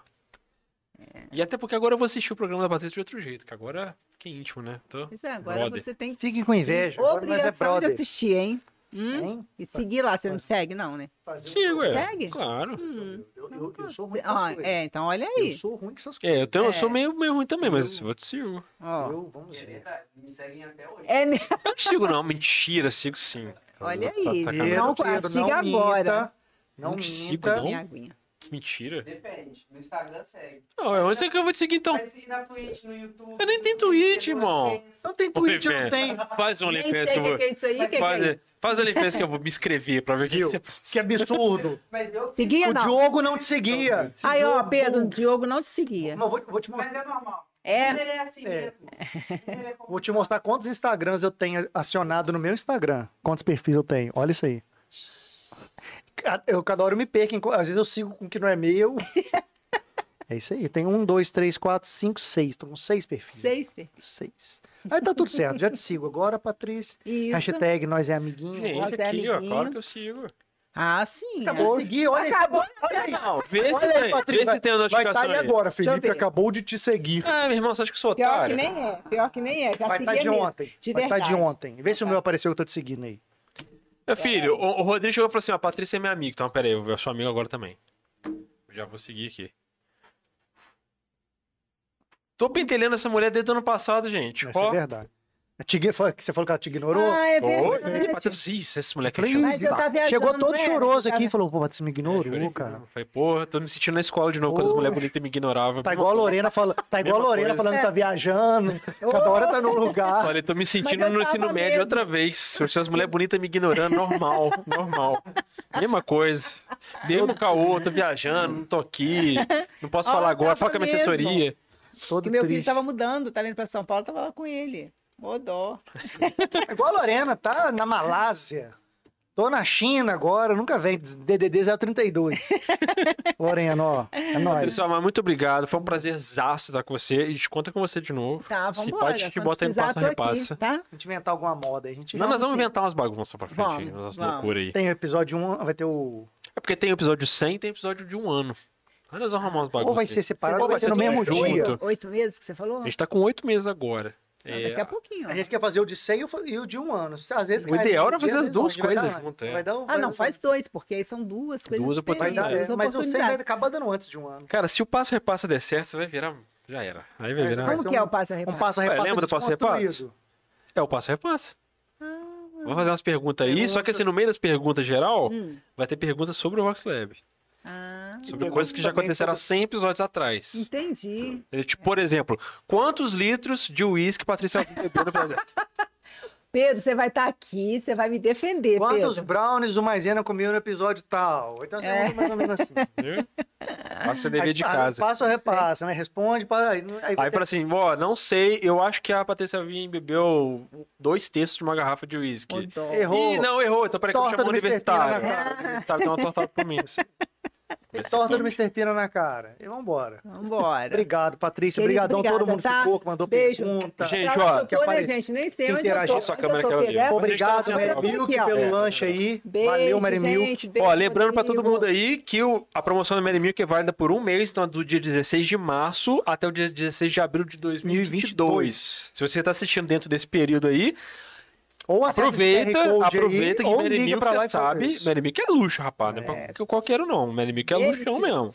S3: É.
S1: E até porque agora eu vou assistir o programa da Patrícia de outro jeito, que agora que íntimo, né? Tô...
S3: Pois é, agora
S1: Brother.
S3: você tem
S2: Fiquem com inveja. Agora nós é
S3: obrigação de
S2: brother.
S3: assistir, hein? Hum?
S2: Hein?
S3: E seguir lá, você não segue, não, né?
S2: Fazer um-
S1: Sigo, é.
S3: Segue?
S1: Claro.
S3: Hum.
S2: Eu, eu, eu sou ruim
S3: Cê-
S2: com
S3: ó,
S2: essas coisas.
S3: é, então olha
S2: Eu
S3: aí.
S2: sou ruim com essas coisas.
S1: É, eu, tenho, eu sou
S3: É.
S1: meio, meio ruim também, mas
S2: Eu-
S1: eu, eu te sigo.
S3: Ó.
S2: Eu, vamos
S5: É
S2: ver.
S5: verdade, me seguem até hoje.
S3: É, né?
S1: Eu não sigo não, mentira, sigo sim.
S3: Olha
S1: Tá- tá
S3: aí,
S1: sacanagem.
S3: não- diga agora.
S2: Não
S1: Não
S2: minta.
S1: sigo, não.
S3: minha aguinha.
S1: Mentira.
S5: Depende. No Instagram segue.
S1: Não, é onde que eu vou te seguir então.
S5: Mas e na Twitch, no YouTube?
S1: Eu nem tenho
S5: no Twitter,
S1: Twitch,
S5: no
S1: irmão.
S5: Face?
S2: Não tem tweet, eu não
S1: Oliveira.
S2: tenho.
S1: Faz um
S3: Nem
S1: OnlyFans
S3: sei
S1: que eu
S3: o
S1: vou.
S3: que que é isso aí, o que que é
S1: Faz,
S3: isso?
S1: faz o OnlyFans que eu vou me inscrever pra ver o que, que
S2: Viu?
S1: você
S2: Que absurdo.
S5: Mas eu
S3: Seguia
S2: O
S3: não.
S2: Diogo não te seguia.
S3: Aí, ó,
S2: Diogo-
S3: Pedro, o Diogo não te seguia.
S2: Não, vou, vou te
S5: Mas
S2: mostrar.
S5: é normal.
S3: É,
S5: Mineiro é assim
S2: É.
S5: mesmo. Mineiro é
S2: Vou
S5: complicado.
S2: te mostrar quantos Instagrams eu tenho acionado no meu Instagram. Quantos perfis eu tenho. Olha isso aí. Ca- Eu cada hora eu me perco. em co- Às vezes eu sigo com o que não é
S3: *laughs*
S2: meu. É isso aí. Eu tenho um, dois, três, quatro, cinco, seis. Tô com seis perfis.
S3: seis, Fê.
S2: Seis. Aí tá tudo certo. Já te sigo agora, Patrícia.
S3: Isso.
S2: Hashtag nós é amiguinho.
S1: Gente,
S3: Nossa, é
S1: aqui, ó,
S3: amiguinho.
S1: claro que eu sigo.
S3: Ah, sim.
S2: Acabou de seguir, olha aí.
S3: Acabou,
S2: Olha aí.
S1: Não, vê se
S2: Olha aí,
S1: tem,
S2: Patrícia,
S1: vê se tem a
S2: Vai estar
S1: notificação
S2: aí
S1: aí.
S2: agora,
S3: eu
S2: Felipe
S3: ver.
S2: acabou de te seguir.
S1: Ah, meu irmão, você acha que eu sou
S3: Pior que
S1: otário?
S3: nem é, pior que nem é. Já
S2: Vai estar
S3: seguia
S2: de
S3: mesmo.
S2: ontem.
S3: de
S2: vai estar de
S3: verdade. Tá.
S2: ontem. Vê se o meu apareceu que eu tô te seguindo aí.
S1: Meu
S3: é.
S1: filho, o, o Rodrigo chegou e falou assim, ó, a Patrícia é minha amiga. Então, pera aí, eu sou amigo agora também. Eu Já vou seguir aqui. Tô pentelhando essa mulher desde o ano passado, gente.
S2: Isso é
S1: Ó,
S2: verdade. A te igno- foi- que Você falou que ela te ignorou?
S3: Ah, é
S1: Oi, Ih,
S3: verdade.
S1: Patrícia, isso, esse moleque
S2: Falei,
S1: é chato.
S3: Mas eu
S1: Tá.
S3: tava viajando,
S2: Chegou todo
S3: não é?
S2: choroso
S3: Eu
S2: aqui e
S3: tava-
S2: falou, pô, você me
S1: É, eu
S2: ignorou,
S1: falei,
S2: cara.
S1: Falei, porra, tô me sentindo na escola de novo quando as mulheres
S2: Poxa.
S1: bonitas me ignoravam.
S2: Tá igual a Lorena falando, tá igual a
S1: Mesma
S2: Lorena
S1: coisa.
S2: falando que tá viajando,
S3: É.
S2: cada hora tá num lugar.
S1: Olha, eu tô me sentindo
S3: eu
S1: no ensino
S3: tava
S1: médio
S3: mesmo.
S1: outra vez. As mulheres bonitas me ignorando,
S3: *laughs*
S1: normal, normal. Mesma coisa. Mesmo caô, tô viajando, não tô aqui. Não posso
S3: Ó,
S1: falar agora,
S3: tava
S1: foca minha
S3: mesmo.
S1: assessoria.
S2: Todo
S6: Porque meu filho
S2: triste.
S6: estava mudando, estava indo para São Paulo, estava lá com ele. Ô dó.
S2: É Igual a Lorena, tá na Malásia. Tô na China agora, nunca vem. DDD 032.
S3: *laughs*
S2: Lorena, ó. É nóis.
S1: Pessoal, mas muito obrigado. Foi um prazer zaço estar com você. A gente conta com você de novo.
S6: Tá,
S1: Se
S6: vamos
S1: pá, a gente bota em passa, repassa.
S6: tá?
S2: A gente inventar alguma moda aí, a gente.
S1: Não, nós vamos
S6: sim.
S1: inventar umas bagunças pra frente,
S6: Vamos,
S1: umas
S6: vamos.
S1: loucuras aí.
S2: Tem o episódio 1, vai ter o.
S1: É porque tem episódio 100 e tem episódio de um ano. Aí nós vamos arrumar umas bagunças.
S2: Ou vai ser
S1: aí.
S2: separado,
S1: Ou
S2: ou vai
S1: vai
S2: ser no
S1: ser
S2: mesmo
S1: tudo
S2: dia.
S1: junto.
S6: Oito meses que você falou?
S1: A gente tá com oito meses agora.
S6: Não,
S1: É,
S6: daqui a pouquinho. ó.
S2: A gente quer fazer o de 100 e o- e o de um ano. Às vezes,
S1: O
S2: cai
S1: ideal
S2: no
S1: era
S2: dia,
S1: fazer
S2: às
S1: as
S2: vezes não,
S1: duas
S2: a gente vai
S1: coisas
S2: dar antes.
S1: juntas, é.
S2: Vai dar um-
S6: Ah,
S2: vai
S6: não,
S2: dar-
S6: faz dois, porque aí são duas coisas
S1: Duas
S2: Vai
S6: diferentes.
S2: dar,
S1: oportunidades.
S2: é.
S6: duas
S2: Mas o 100 vai
S6: oportunidades.
S2: acabar dando antes de um ano.
S1: Cara, se o passo repassa der certo, você vai virar. Já era. Aí vai
S2: É,
S1: virar.
S2: vai
S6: Como
S2: ser
S6: que é
S2: um-
S6: o passo a
S2: Um
S6: repassa?
S2: passa repassa
S1: lembra do passo repassa?
S2: desconstruído.
S1: É o passo repassa. Vou fazer umas perguntas aí, só que
S2: Perguntas.
S1: assim, no meio das perguntas geral,
S6: Hum.
S1: vai ter perguntas sobre o Vox Lab.
S6: Ah,
S1: Sobre coisas que já
S2: também
S1: aconteceram há 100 episódios
S3: Hum.
S1: atrás.
S6: entendi.
S1: É, Tipo, por exemplo, quantos litros de uísque Patrícia Alves bebeu no Brasil?
S6: Pedro, você vai estar aqui, você vai me defender,
S2: Quantos
S6: Pedro.
S2: brownies o Maisena comeu no episódio tal? Então,
S6: É.
S2: é. mais ou menos
S1: *laughs*
S2: assim.
S1: Entendeu? Faça o dever de
S2: Aí,
S1: casa.
S2: Passa ou repassa, né? Responde, para aí. aí vai
S1: Aí fala assim, ó, não sei, eu acho que a Patrícia Alvim bebeu dois terços de uma garrafa de
S6: Ô,
S1: uísque.
S6: dó.
S2: ter- errou.
S1: Ih, não, errou. Então peraí que eu vou
S2: Torta
S1: chamar o
S2: do Mr.
S1: universitário.
S2: Pina na cara.
S1: O universitário tem uma tortada pra mim. assim.
S2: Tem *laughs* torta do Mr. Pina na cara. E vambora.
S1: É.
S6: Vambora.
S2: Obrigado, Patrícia.
S6: Querido,
S2: Obrigadão
S6: obrigada,
S2: todo mundo
S6: tá?
S2: ficou, que mandou
S6: Beijo.
S2: pergunta.
S1: Gente,
S6: Pra onde
S1: ó,
S6: eu
S2: que
S6: tô, né,
S2: apare-
S6: gente? Nem sei
S2: que
S6: onde eu
S2: interagir.
S6: tô.
S1: Só a
S6: onde
S1: câmera
S6: eu tô,
S1: que ela
S6: Pedro.
S1: viu.
S6: É?
S2: Obrigado,
S1: Mas a gente tá
S2: Mary
S1: sendo-
S2: Milk,
S6: Aqui, ó.
S2: pelo
S1: É.
S2: lanche aí.
S6: Beijo,
S2: Valeu, Mary Milk.
S6: gente, beijo,
S1: Ó, lembrando pra todo
S6: Rodrigo.
S1: mundo aí que o- a promoção da Mary Milk é válida por um mês, então é do dia 16 de março até o dia 16 de abril de 2022. Se você tá assistindo dentro desse período aí,
S2: Ou acessa o
S1: aproveita,
S2: QR Code aí,
S1: aproveita que
S2: ou
S1: Mary
S2: liga
S1: Milk,
S2: pra lá
S1: você
S2: e fala
S1: sabe,
S2: isso.
S1: Mary Milk é luxo, rapaz, não é pra qualquer um não, Mary Milk é luxão
S6: Delicioso.
S1: mesmo.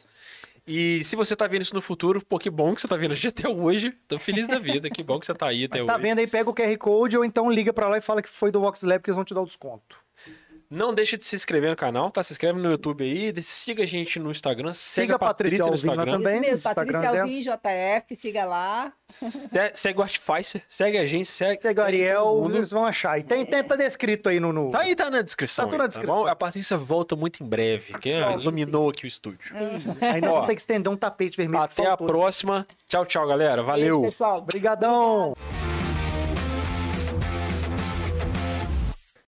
S1: E se você tá vendo isso no futuro, pô, que bom que você tá vendo a gente até hoje, tô feliz da vida, que bom que você tá aí até
S2: Mas
S1: hoje.
S2: tá vendo aí, pega o QR Code ou então liga pra lá e fala que foi do Vox Lab que eles vão te dar o desconto.
S1: Não deixa de se inscrever no canal, tá? Se inscreve no YouTube aí, de- siga a gente no Instagram, segue
S2: Siga
S1: a Patrícia,
S2: Patrícia né?
S1: no
S2: Alvim,
S1: Instagram,
S2: nós também,
S6: Isso
S2: nos
S6: mesmo,
S2: Instagrams
S6: Patrícia
S2: dela.
S6: Alvim, JF, siga lá.
S1: se- segue o Artificer, segue a gente, segue...
S2: Pega o
S1: todo
S2: Ariel,
S1: mundo.
S2: eles vão achar. E tem, tem tá descrito aí no. no...
S1: Tá aí, tá na descrição.
S2: Tá tudo
S1: aí,
S2: na descrição. Tá
S1: bom? A Patrícia volta muito em breve, que ah, iluminou aqui o estúdio.
S2: Aí nós
S1: Ó.
S2: vamos ter que estender um tapete vermelho. que
S1: Até a
S2: Hum. faltou.
S1: próxima. Tchau, tchau, galera. Valeu.
S6: Beijo, pessoal.
S2: Obrigadão!